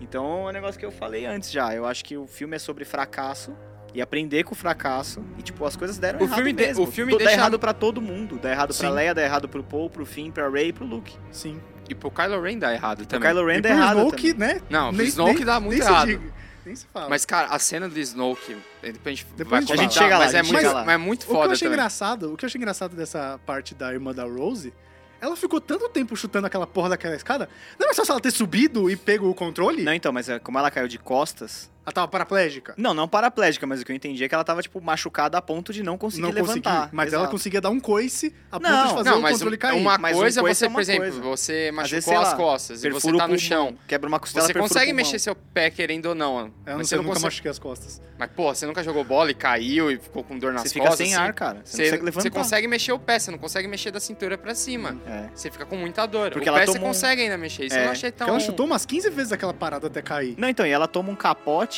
[SPEAKER 3] Então, é um negócio que eu falei antes já, eu acho que o filme é sobre fracasso, e aprender com o fracasso. E, tipo, as coisas deram
[SPEAKER 2] O
[SPEAKER 3] errado
[SPEAKER 2] filme de-
[SPEAKER 3] mesmo.
[SPEAKER 2] o filme
[SPEAKER 3] Tô- Dá
[SPEAKER 2] deixa-
[SPEAKER 3] errado pra todo mundo. Dá errado pra
[SPEAKER 1] Sim.
[SPEAKER 3] Leia, dá errado pro Paul, pro Finn, pra Rey, pro Luke.
[SPEAKER 1] Sim.
[SPEAKER 2] E pro Kylo Ren dá errado
[SPEAKER 3] O
[SPEAKER 2] também.
[SPEAKER 3] Kylo Ren
[SPEAKER 1] E
[SPEAKER 3] dá
[SPEAKER 1] pro
[SPEAKER 3] errado
[SPEAKER 1] Snoke,
[SPEAKER 3] também.
[SPEAKER 1] né?
[SPEAKER 2] Não, o
[SPEAKER 1] nem-
[SPEAKER 2] Snoke
[SPEAKER 1] nem-
[SPEAKER 2] dá muito
[SPEAKER 1] nem se
[SPEAKER 2] errado.
[SPEAKER 1] diga, nem se fala.
[SPEAKER 2] Mas, cara, a cena do Snoke, eh, depois a gente
[SPEAKER 1] Depois
[SPEAKER 2] vai
[SPEAKER 1] a gente
[SPEAKER 2] comentar,
[SPEAKER 1] fala.
[SPEAKER 3] Chega lá,
[SPEAKER 2] mas,
[SPEAKER 3] a
[SPEAKER 2] é
[SPEAKER 3] gente
[SPEAKER 2] muito,
[SPEAKER 3] chega lá.
[SPEAKER 2] mas é muito
[SPEAKER 1] o que eu
[SPEAKER 2] foda
[SPEAKER 1] achei
[SPEAKER 2] também.
[SPEAKER 1] engraçado, o que eu achei engraçado dessa parte da irmã da Rose, ela ficou tanto tempo chutando aquela porra daquela escada, não é só se ela ter subido e pego o controle?
[SPEAKER 3] Não, então, mas é, como ela caiu de costas...
[SPEAKER 1] Ela tava paraplégica.
[SPEAKER 3] Não, não paraplégica, mas o que eu entendi é que ela tava, tipo, machucada a ponto de não conseguir
[SPEAKER 1] não
[SPEAKER 3] levantar.
[SPEAKER 1] conseguiu, mas ela
[SPEAKER 3] Exato.
[SPEAKER 1] conseguia dar um coice a ponto
[SPEAKER 3] Não,
[SPEAKER 1] de fazer
[SPEAKER 2] Não,
[SPEAKER 1] o
[SPEAKER 2] mas
[SPEAKER 1] controle
[SPEAKER 2] um-
[SPEAKER 1] cair.
[SPEAKER 2] uma
[SPEAKER 3] Mas um
[SPEAKER 2] coisa é
[SPEAKER 3] coice
[SPEAKER 2] você,
[SPEAKER 3] é uma
[SPEAKER 2] por exemplo,
[SPEAKER 3] coisa.
[SPEAKER 2] você
[SPEAKER 3] vezes,
[SPEAKER 2] machucou
[SPEAKER 3] sei
[SPEAKER 2] as
[SPEAKER 3] lá,
[SPEAKER 2] costas e você
[SPEAKER 3] Perfura
[SPEAKER 2] tá
[SPEAKER 3] o
[SPEAKER 2] no
[SPEAKER 3] pulmão,
[SPEAKER 2] chão.
[SPEAKER 3] Quebra uma costela,
[SPEAKER 2] Você
[SPEAKER 3] perfura o
[SPEAKER 2] consegue
[SPEAKER 3] pulmão.
[SPEAKER 2] mexer seu pé querendo ou não.
[SPEAKER 1] Eu não
[SPEAKER 2] mas
[SPEAKER 1] sei,
[SPEAKER 2] você
[SPEAKER 1] eu
[SPEAKER 2] não
[SPEAKER 1] nunca
[SPEAKER 2] consegue.
[SPEAKER 1] machuquei as costas.
[SPEAKER 2] Mas, pô, você nunca jogou bola e caiu e ficou com dor nas
[SPEAKER 3] Você fica
[SPEAKER 2] costas.
[SPEAKER 3] sem
[SPEAKER 2] assim.
[SPEAKER 3] ar, cara. Você,
[SPEAKER 2] Você,
[SPEAKER 3] não consegue levantar.
[SPEAKER 2] você consegue mexer o pé, você não consegue mexer da cintura pra cima.
[SPEAKER 3] É.
[SPEAKER 2] Você fica com muita dor.
[SPEAKER 3] Porque
[SPEAKER 2] o
[SPEAKER 3] ela
[SPEAKER 2] pé você
[SPEAKER 3] tomou um-
[SPEAKER 2] consegue ainda mexer. Isso
[SPEAKER 3] É,
[SPEAKER 2] eu não achei tão.
[SPEAKER 1] Ela chutou umas 15 vezes aquela parada até cair.
[SPEAKER 3] Não, então, e ela toma um capote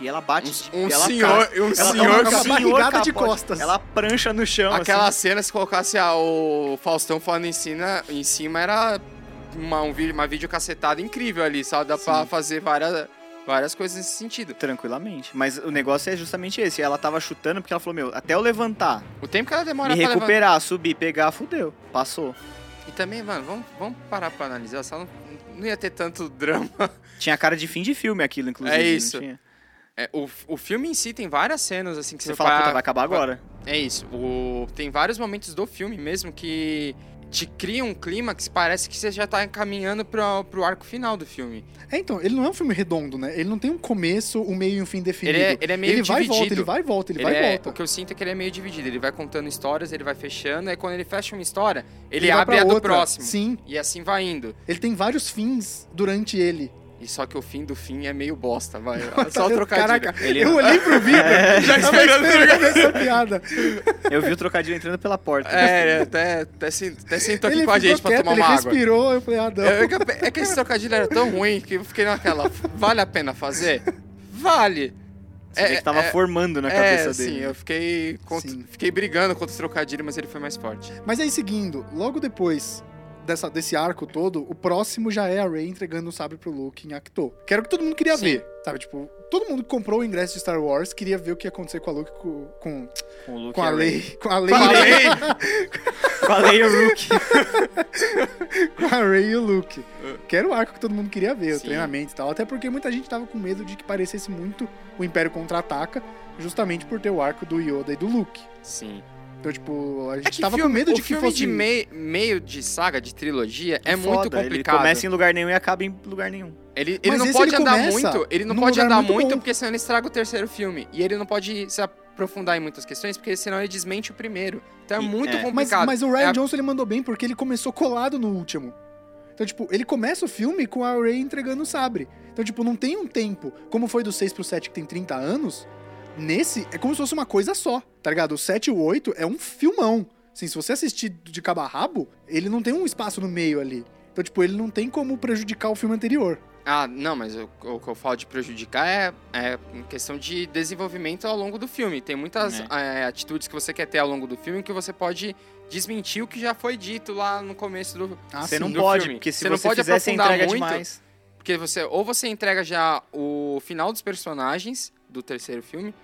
[SPEAKER 3] e ela bate...
[SPEAKER 2] Um, um
[SPEAKER 3] ela
[SPEAKER 2] senhor, um
[SPEAKER 3] Ela
[SPEAKER 1] dá
[SPEAKER 2] senhor
[SPEAKER 1] uma
[SPEAKER 3] toma
[SPEAKER 2] ca-
[SPEAKER 3] um
[SPEAKER 1] barrigada
[SPEAKER 3] senhor
[SPEAKER 1] de
[SPEAKER 3] capote.
[SPEAKER 1] costas.
[SPEAKER 3] Ela prancha no chão,
[SPEAKER 2] Aquela
[SPEAKER 3] assim.
[SPEAKER 2] cena, se colocasse ah, o Faustão falando em cima, em cima era uma, um vídeo, uma videocacetada incrível ali, sabe? Dá pra fazer várias, várias coisas nesse sentido.
[SPEAKER 3] Tranquilamente. Mas o negócio é justamente esse. Ela tava chutando porque ela falou, meu, até eu levantar,
[SPEAKER 2] O tempo que ela demora
[SPEAKER 3] me
[SPEAKER 2] pra levantar.
[SPEAKER 3] recuperar, subir, pegar, fudeu. Passou.
[SPEAKER 2] E também, mano, vamos, vamos parar pra analisar. Só não, não ia ter tanto drama.
[SPEAKER 3] Tinha cara de fim de filme aquilo, inclusive.
[SPEAKER 2] É
[SPEAKER 3] não
[SPEAKER 2] isso.
[SPEAKER 3] tinha?
[SPEAKER 2] É, o, o filme em si tem várias cenas, assim, que
[SPEAKER 3] Você
[SPEAKER 2] você
[SPEAKER 3] fala,
[SPEAKER 2] para-
[SPEAKER 3] puta, vai acabar agora.
[SPEAKER 2] É isso. O- Tem vários momentos do filme mesmo que te cria um clima que parece que você já tá encaminhando pra, pro arco final do filme.
[SPEAKER 1] É, então, ele não é um filme redondo, né? Ele não tem um começo, um meio e um fim definido.
[SPEAKER 2] Ele é, ele é meio
[SPEAKER 1] Ele vai e
[SPEAKER 2] dividido.
[SPEAKER 1] volta, ele vai e volta, ele,
[SPEAKER 2] Ele
[SPEAKER 1] vai e
[SPEAKER 2] é-
[SPEAKER 1] volta.
[SPEAKER 2] O que eu sinto é que ele é meio dividido. Ele vai contando histórias, ele vai fechando, aí quando ele fecha uma história, ele,
[SPEAKER 1] vai
[SPEAKER 2] abre
[SPEAKER 1] pra
[SPEAKER 2] a do
[SPEAKER 1] outra.
[SPEAKER 2] próximo.
[SPEAKER 1] Sim,
[SPEAKER 2] E assim vai indo.
[SPEAKER 1] ele tem vários fins durante ele.
[SPEAKER 2] E só que o fim do fim é meio bosta, vai.
[SPEAKER 1] É
[SPEAKER 2] Só o trocadilho. é,
[SPEAKER 1] Caraca,
[SPEAKER 3] Ele-
[SPEAKER 1] eu olhei pro Vitor já
[SPEAKER 2] Já
[SPEAKER 1] tava
[SPEAKER 2] esperando.
[SPEAKER 1] esperando essa piada.
[SPEAKER 3] Eu vi o trocadilho entrando pela porta.
[SPEAKER 2] É, até, até, sen- até sentou aqui
[SPEAKER 1] Ele
[SPEAKER 2] com a gente
[SPEAKER 1] ficou
[SPEAKER 2] pra
[SPEAKER 1] quieto,
[SPEAKER 2] tomar
[SPEAKER 1] ele
[SPEAKER 2] uma água.
[SPEAKER 1] respirou, eu falei, ah, não.
[SPEAKER 2] É que- É que esse trocadilho era tão ruim que eu fiquei naquela. Vale a pena fazer? Vale!
[SPEAKER 3] Você vê que tava formando na cabeça
[SPEAKER 2] é,
[SPEAKER 3] dele.
[SPEAKER 2] Sim, eu fiquei, contra-
[SPEAKER 1] Sim.
[SPEAKER 2] fiquei brigando contra o trocadilho, mas ele foi mais forte.
[SPEAKER 1] Mas aí, seguindo, logo depois dessa, desse arco todo, o próximo já é a Rey entregando o sabre pro Luke em Acto. Que era o que todo mundo queria
[SPEAKER 2] Sim.
[SPEAKER 1] ver, sabe? Tipo, todo mundo que comprou o ingresso de Star Wars queria ver o que ia acontecer com a Luke, com, com,
[SPEAKER 3] Com o Luke
[SPEAKER 1] com
[SPEAKER 3] e
[SPEAKER 1] a
[SPEAKER 3] a Rey.
[SPEAKER 1] Rey, com a Rey,
[SPEAKER 3] Com a Leia e o Luke.
[SPEAKER 2] É
[SPEAKER 1] com a Rey e o Luke. Que era o arco que todo mundo queria ver, o
[SPEAKER 2] Sim.
[SPEAKER 1] treinamento e tal. Até porque muita gente tava com medo de que parecesse muito o Império Contra-Ataca, justamente por ter o arco do Yoda e do Luke.
[SPEAKER 2] Sim.
[SPEAKER 1] Então, tipo, a gente
[SPEAKER 2] É que
[SPEAKER 1] tava
[SPEAKER 2] filme,
[SPEAKER 1] com medo
[SPEAKER 2] o
[SPEAKER 1] de que
[SPEAKER 2] filme
[SPEAKER 1] fosse...
[SPEAKER 2] de mei- meio de saga, de trilogia, é muito
[SPEAKER 3] Foda,
[SPEAKER 2] complicado.
[SPEAKER 3] Ele começa em lugar nenhum e acaba em lugar nenhum.
[SPEAKER 2] Ele, ele
[SPEAKER 1] Mas
[SPEAKER 2] não
[SPEAKER 1] esse
[SPEAKER 2] pode
[SPEAKER 1] ele
[SPEAKER 2] andar
[SPEAKER 1] começa
[SPEAKER 2] muito, ele não
[SPEAKER 1] num
[SPEAKER 2] pode
[SPEAKER 1] lugar
[SPEAKER 2] andar
[SPEAKER 1] muito
[SPEAKER 2] muito,
[SPEAKER 1] bom.
[SPEAKER 2] porque senão ele estraga o terceiro filme. E ele não pode se aprofundar em muitas questões, porque senão ele desmente o primeiro. Então é
[SPEAKER 3] E-
[SPEAKER 2] muito
[SPEAKER 3] é.
[SPEAKER 1] Mas,
[SPEAKER 2] complicado.
[SPEAKER 1] mas o Ryan
[SPEAKER 2] É a-
[SPEAKER 1] Johnson ele mandou bem porque ele começou colado no último. Então, tipo, ele começa o filme com a Ray entregando o sabre. Então, tipo, não tem um tempo. Como foi do 6 pro 7 que tem 30 anos, nesse é como se fosse uma coisa só, tá ligado? O 7 e o 8 é um filmão. Assim, se você assistir de cabo a rabo, ele não tem um espaço no meio ali. Então, tipo, ele não tem como prejudicar o filme anterior.
[SPEAKER 2] Ah, não, mas o, o que eu falo de prejudicar é, é em questão de desenvolvimento ao longo do filme. Tem muitas
[SPEAKER 3] É.
[SPEAKER 2] eh, atitudes que você quer ter ao longo do filme que você pode desmentir o que já foi dito lá no começo do.
[SPEAKER 1] Ah,
[SPEAKER 3] você
[SPEAKER 1] sim.
[SPEAKER 3] não
[SPEAKER 2] do
[SPEAKER 3] pode,
[SPEAKER 2] filme.
[SPEAKER 3] porque se você,
[SPEAKER 2] Você não pode
[SPEAKER 3] fizer, você
[SPEAKER 2] aprofundar
[SPEAKER 3] entrega
[SPEAKER 2] muito.
[SPEAKER 3] demais.
[SPEAKER 2] Porque você. Ou você entrega já o final dos personagens do terceiro filme,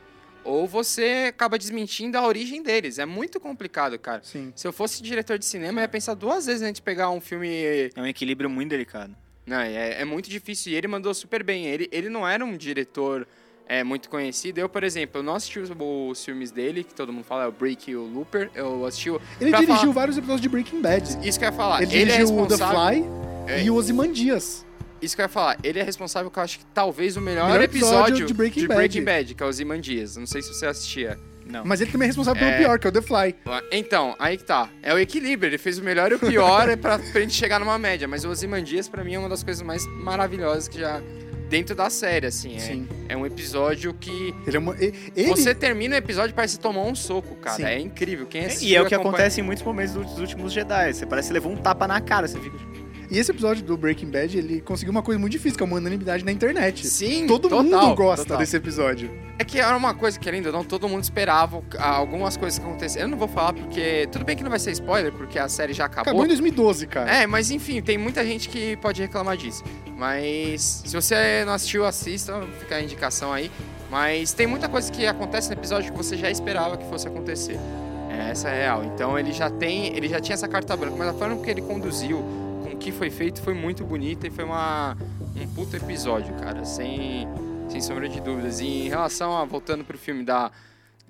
[SPEAKER 2] ou você acaba desmentindo a origem deles. É muito complicado, cara.
[SPEAKER 1] Sim.
[SPEAKER 2] Se eu fosse diretor de cinema, eu ia pensar duas vezes antes de pegar um filme
[SPEAKER 3] É um equilíbrio muito delicado.
[SPEAKER 2] Não, é, é muito difícil e ele mandou super bem. Ele, ele não era um diretor é, muito conhecido. Eu, por exemplo, eu não assisti os, os filmes dele, que todo mundo fala, é o Break e o Looper. Eu assisti o.
[SPEAKER 1] Ele
[SPEAKER 2] pra
[SPEAKER 1] dirigiu vários episódios de Breaking Bad.
[SPEAKER 2] falar- Isso que eu ia falar.
[SPEAKER 1] Ele
[SPEAKER 2] Ele, é
[SPEAKER 1] dirigiu o The
[SPEAKER 2] responsável.
[SPEAKER 1] Fly
[SPEAKER 2] É.
[SPEAKER 1] e o Ozymandias.
[SPEAKER 2] Isso que eu ia falar. Ele é responsável, que eu acho que talvez o melhor,
[SPEAKER 1] Melhor
[SPEAKER 2] episódio,
[SPEAKER 1] episódio de Breaking
[SPEAKER 2] Bad. que é o Zimandias. Não sei se você assistia.
[SPEAKER 3] Não.
[SPEAKER 1] Mas ele também é responsável pelo pior, que é o The Fly.
[SPEAKER 2] Então, aí que tá. É o equilíbrio. Ele fez o melhor e o pior é pra, pra gente chegar numa média. Mas o Ozymandias, pra mim, é uma das coisas mais maravilhosas que já... Dentro da série, assim. É,
[SPEAKER 1] Sim.
[SPEAKER 2] é um episódio que...
[SPEAKER 1] Ele é uma, e- ele-
[SPEAKER 2] Você termina o episódio e parece tomar um soco, cara.
[SPEAKER 1] Sim.
[SPEAKER 2] É incrível. Quem assistiu
[SPEAKER 3] E é o que
[SPEAKER 2] acompanha-
[SPEAKER 3] acontece em muitos momentos dos últimos Jedi. Você parece que levou um tapa na cara, você fica. tipo,
[SPEAKER 1] E esse episódio do Breaking Bad, ele conseguiu uma coisa muito difícil, que é uma unanimidade na internet.
[SPEAKER 2] Sim,
[SPEAKER 1] Todo
[SPEAKER 2] total,
[SPEAKER 1] mundo gosta
[SPEAKER 2] total.
[SPEAKER 1] desse episódio.
[SPEAKER 2] É que era uma coisa que, ainda não, todo mundo esperava ah, algumas coisas que aconteceram. Eu não vou falar porque... Tudo bem que não vai ser spoiler, porque a série já
[SPEAKER 1] Acabou, em 2012, cara.
[SPEAKER 2] É, mas enfim, tem muita gente que pode reclamar disso. Mas se você não assistiu, assista, fica a indicação aí. Mas tem muita coisa que acontece no episódio que você já esperava que fosse acontecer. É, essa é a real. Então ele já tem, ele já tinha essa carta branca, mas a forma que ele conduziu, com o que foi feito, foi muito bonita e foi uma um puto episódio, cara, sem sem sombra de dúvidas. E em relação a voltando pro filme da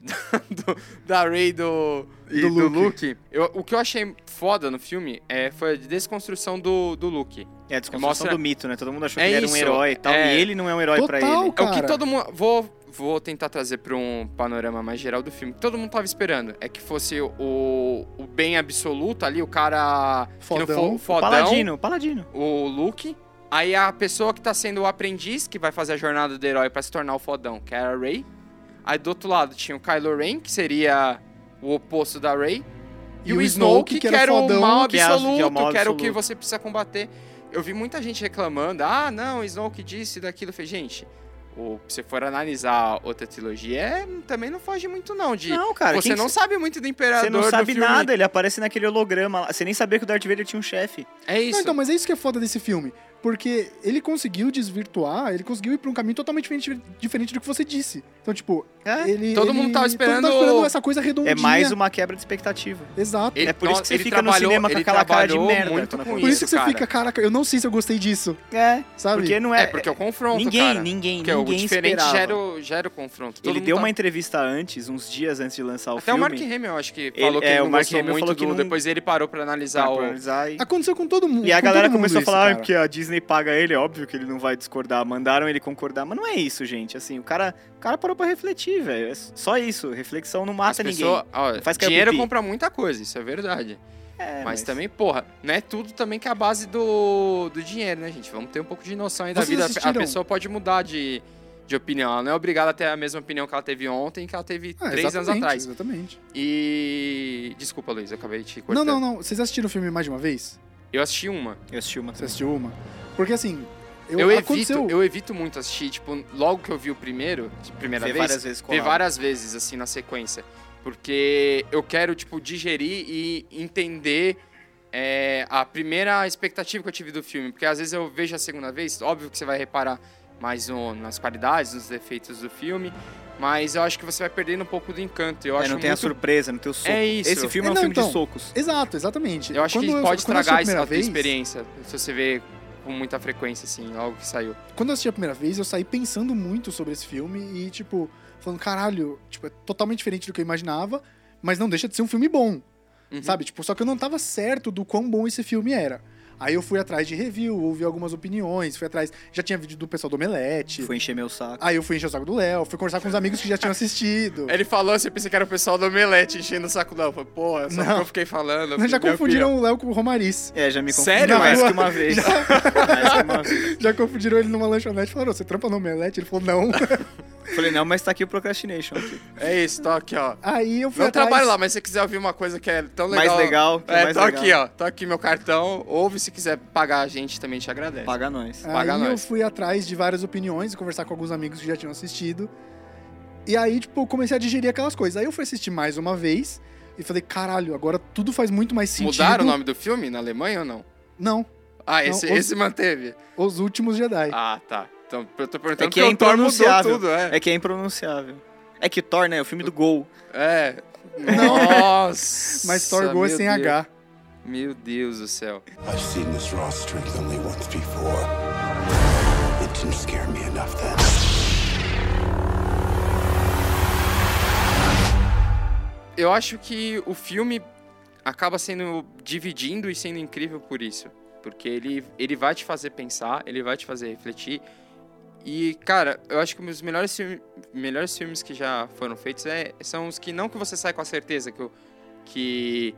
[SPEAKER 2] do- da Ray do,
[SPEAKER 1] E
[SPEAKER 2] do,
[SPEAKER 1] do
[SPEAKER 2] Luke. eu- o que eu achei foda no filme é, foi a desconstrução do, do Luke.
[SPEAKER 3] É a desconstrução
[SPEAKER 2] Mostra-
[SPEAKER 3] do mito, né? Todo mundo achou
[SPEAKER 2] É
[SPEAKER 3] que ele
[SPEAKER 2] isso,
[SPEAKER 3] era um herói e tal.
[SPEAKER 2] é.
[SPEAKER 3] E ele não é um herói pra
[SPEAKER 1] Total,
[SPEAKER 3] ele.
[SPEAKER 2] É o que
[SPEAKER 1] Cara.
[SPEAKER 2] todo mundo. Vou, vou tentar trazer pra um panorama mais geral do filme. Todo mundo tava esperando. É que fosse o, o bem absoluto ali, o cara. que não
[SPEAKER 1] Fodão.
[SPEAKER 2] for-
[SPEAKER 1] O
[SPEAKER 2] fodão
[SPEAKER 3] Paladino, paladino.
[SPEAKER 2] o Luke. Aí a pessoa que tá sendo o aprendiz, que vai fazer a jornada do herói pra se tornar o fodão, que era a Rey. Aí do outro lado tinha o Kylo Ren, que seria o oposto da Rey. E, o Snoke, que, era o
[SPEAKER 1] fodão,
[SPEAKER 2] mal
[SPEAKER 3] que é o- que é o
[SPEAKER 2] absoluto,
[SPEAKER 3] mal
[SPEAKER 2] que era o que
[SPEAKER 3] absoluto.
[SPEAKER 2] você precisa combater. Eu vi muita gente reclamando, ah, não, o Snoke disse e daquilo. Eu falei, gente, o, se for analisar outra trilogia, é, também não foge muito não de...
[SPEAKER 3] Não, cara.
[SPEAKER 2] você
[SPEAKER 3] quem-
[SPEAKER 2] não sabe muito do Imperador
[SPEAKER 3] Você não
[SPEAKER 2] É do
[SPEAKER 3] sabe
[SPEAKER 2] filme.
[SPEAKER 3] nada, ele aparece naquele holograma lá. Você nem sabia que o Darth Vader tinha um chefe.
[SPEAKER 2] É
[SPEAKER 1] Não,
[SPEAKER 2] isso.
[SPEAKER 1] então, mas é isso que é foda desse filme. Porque ele conseguiu desvirtuar, ele conseguiu ir pra um caminho totalmente diferente, diferente do que você disse. Então, tipo,
[SPEAKER 3] É.
[SPEAKER 1] ele.
[SPEAKER 2] Todo
[SPEAKER 1] ele- tá
[SPEAKER 2] mundo tava esperando- um
[SPEAKER 1] essa coisa redondinha.
[SPEAKER 3] É mais uma quebra de expectativa.
[SPEAKER 1] Exato.
[SPEAKER 2] Ele-
[SPEAKER 3] é por isso que você
[SPEAKER 2] ele
[SPEAKER 3] fica no
[SPEAKER 2] trabalhou-
[SPEAKER 3] cinema com
[SPEAKER 2] ele
[SPEAKER 3] aquela cara de
[SPEAKER 2] trabalhou
[SPEAKER 3] merda
[SPEAKER 2] muito
[SPEAKER 3] quando
[SPEAKER 2] com
[SPEAKER 1] Por isso,
[SPEAKER 2] isso,
[SPEAKER 1] que você
[SPEAKER 2] cara.
[SPEAKER 1] fica, caraca, eu não sei se eu gostei disso,
[SPEAKER 3] É.
[SPEAKER 1] sabe?
[SPEAKER 3] Porque não é.
[SPEAKER 2] É, porque é o confronto,
[SPEAKER 3] ninguém,
[SPEAKER 2] cara.
[SPEAKER 3] ninguém,
[SPEAKER 2] Porque o
[SPEAKER 3] ninguém
[SPEAKER 2] diferente
[SPEAKER 3] esperava.
[SPEAKER 2] gera o, gera o confronto. Todo
[SPEAKER 3] Ele
[SPEAKER 2] mundo
[SPEAKER 3] deu
[SPEAKER 2] tá-
[SPEAKER 3] uma entrevista antes, uns dias antes de lançar o
[SPEAKER 2] Até
[SPEAKER 3] filme.
[SPEAKER 2] o Mark Hamill, eu acho que falou que
[SPEAKER 3] é,
[SPEAKER 2] ele
[SPEAKER 3] o
[SPEAKER 2] não
[SPEAKER 3] Mark
[SPEAKER 2] gostou
[SPEAKER 3] Hamill
[SPEAKER 2] muito
[SPEAKER 3] falou que
[SPEAKER 2] do...
[SPEAKER 3] não-
[SPEAKER 2] Depois ele parou pra analisar
[SPEAKER 3] Pra
[SPEAKER 2] o... Tá
[SPEAKER 3] analisar e...
[SPEAKER 1] Aconteceu com todo mundo.
[SPEAKER 3] E a
[SPEAKER 1] com
[SPEAKER 3] galera
[SPEAKER 1] todo mundo
[SPEAKER 3] começou a
[SPEAKER 1] isso,
[SPEAKER 3] falar
[SPEAKER 1] cara.
[SPEAKER 3] que a Disney paga ele, é óbvio que ele não vai discordar. Mandaram ele concordar, mas não é isso, gente. Assim, o cara, o cara parou pra refletir, velho. É só isso, reflexão não
[SPEAKER 2] As
[SPEAKER 3] mata ninguém.
[SPEAKER 2] pessoas- ó,
[SPEAKER 3] Faz cair
[SPEAKER 2] dinheiro
[SPEAKER 3] pipi.
[SPEAKER 2] compra muita coisa, isso é verdade.
[SPEAKER 3] É,
[SPEAKER 2] mas, também, porra, não é tudo também que é a base do, do dinheiro, né, gente? Vamos ter um pouco de noção aí da
[SPEAKER 1] Vocês
[SPEAKER 2] vida. A- A
[SPEAKER 1] assistiram?
[SPEAKER 2] pessoa pode mudar de, de opinião. Ela não é obrigada a ter a mesma opinião que ela teve ontem, que ela teve
[SPEAKER 3] É,
[SPEAKER 1] Ah,
[SPEAKER 2] três anos
[SPEAKER 1] exatamente,
[SPEAKER 2] atrás.
[SPEAKER 1] Exatamente.
[SPEAKER 2] E... Desculpa, Luiz, eu acabei te
[SPEAKER 1] Não,
[SPEAKER 2] cortando.
[SPEAKER 1] não, não. Vocês assistiram o filme mais de uma vez?
[SPEAKER 2] Eu assisti uma.
[SPEAKER 3] Eu assisti uma.
[SPEAKER 1] Você assistiu uma? Porque assim. Eu,
[SPEAKER 2] Eu, evito,
[SPEAKER 1] aconteceu.
[SPEAKER 2] eu evito muito assistir, tipo, logo que eu vi o primeiro, de primeira
[SPEAKER 3] Vê
[SPEAKER 2] vez,
[SPEAKER 3] várias vezes
[SPEAKER 2] ver
[SPEAKER 3] colado.
[SPEAKER 2] várias vezes, assim, na sequência. Porque eu quero, tipo, digerir e entender é, a primeira expectativa que eu tive do filme. Porque às vezes eu vejo a segunda vez, óbvio que você vai reparar mais no- nas qualidades, nos defeitos do filme. Mas eu acho que você vai perdendo um pouco do encanto. Eu
[SPEAKER 3] É,
[SPEAKER 2] acho
[SPEAKER 3] não tem a
[SPEAKER 2] muito...
[SPEAKER 3] surpresa, não tem o soco.
[SPEAKER 2] É isso.
[SPEAKER 3] Esse filme é, um
[SPEAKER 1] É, não,
[SPEAKER 3] filme
[SPEAKER 1] então.
[SPEAKER 3] de socos.
[SPEAKER 1] Exato, exatamente.
[SPEAKER 2] Eu acho que
[SPEAKER 1] Quando
[SPEAKER 2] pode
[SPEAKER 1] quando eu assisti
[SPEAKER 2] estragar
[SPEAKER 1] primeira
[SPEAKER 2] a tua
[SPEAKER 1] vez-
[SPEAKER 2] experiência, se você vê com muita frequência, assim, algo que saiu.
[SPEAKER 1] Quando eu assisti a primeira vez, eu saí pensando muito sobre esse filme e, tipo, falando, caralho, tipo, é totalmente diferente do que eu imaginava, mas não deixa de ser um filme bom.
[SPEAKER 2] Uhum.
[SPEAKER 1] Sabe? Tipo, só que eu não tava certo do quão bom esse filme era. Aí eu fui atrás de review, ouvi algumas opiniões, fui atrás. Já tinha vídeo do pessoal do Omelete.
[SPEAKER 3] Foi encher meu saco.
[SPEAKER 1] Aí eu fui encher o saco do Léo, fui conversar com os amigos que já tinham assistido.
[SPEAKER 2] Ele falou assim, eu pensei que era o pessoal do Omelete enchendo o saco da Falei, Porra, só
[SPEAKER 1] Não.
[SPEAKER 2] porque eu fiquei falando.
[SPEAKER 1] Nós já
[SPEAKER 2] minha opinião.
[SPEAKER 1] confundiram o Léo com o Romariz.
[SPEAKER 3] É, já me confundi
[SPEAKER 2] Sério,
[SPEAKER 3] mais
[SPEAKER 1] mano?
[SPEAKER 3] que uma vez. mais que uma vez.
[SPEAKER 1] Já confundiram ele numa lanchonete e falaram, "Ô, você trampa no Omelete? Ele falou, não.
[SPEAKER 3] Falei, não, mas tá aqui o Procrastination. aqui.
[SPEAKER 2] É isso, tô aqui, ó.
[SPEAKER 1] Aí eu fui
[SPEAKER 2] Não
[SPEAKER 1] atrás...
[SPEAKER 2] trabalho lá, mas se você quiser ouvir uma coisa que é tão legal.
[SPEAKER 3] Mais legal, que é
[SPEAKER 2] É,
[SPEAKER 3] mais
[SPEAKER 2] tô
[SPEAKER 3] legal.
[SPEAKER 2] aqui, ó. Tô aqui meu cartão. Ouve se quiser pagar a gente também, te agradece.
[SPEAKER 3] Paga nós.
[SPEAKER 2] Paga
[SPEAKER 1] aí eu
[SPEAKER 2] nós.
[SPEAKER 1] fui atrás de várias opiniões e conversar com alguns amigos que já tinham assistido. E aí, tipo, eu comecei a digerir aquelas coisas. Aí eu fui assistir mais uma vez e falei, caralho, agora tudo faz muito mais sentido.
[SPEAKER 2] Mudaram o nome do filme na Alemanha ou não?
[SPEAKER 1] Não,
[SPEAKER 2] Ah, esse,
[SPEAKER 1] Não, É. os-
[SPEAKER 2] esse manteve.
[SPEAKER 1] Os Últimos Jedi.
[SPEAKER 2] Ah, tá. Então, eu tô perguntando
[SPEAKER 3] É que
[SPEAKER 2] porque
[SPEAKER 3] é
[SPEAKER 2] o Thor mudou
[SPEAKER 3] impronunciável.
[SPEAKER 2] tudo, é.
[SPEAKER 3] É que é impronunciável. É que Thor, né? É o filme do Gol.
[SPEAKER 2] É. Nossa.
[SPEAKER 1] Mas Thor Goa
[SPEAKER 2] meu
[SPEAKER 1] sem
[SPEAKER 2] Deus.
[SPEAKER 1] H.
[SPEAKER 2] Meu Deus do céu.
[SPEAKER 5] I've seen this raw strength only once before. It didn't scare me enough then.
[SPEAKER 2] Eu acho que o filme acaba sendo dividindo e sendo incrível por isso. Porque ele, ele vai te fazer pensar, ele vai te fazer refletir. E, cara, eu acho que um dos melhores, filme- melhores filmes que já foram feitos é- são os que não que você sai com a certeza que, o- que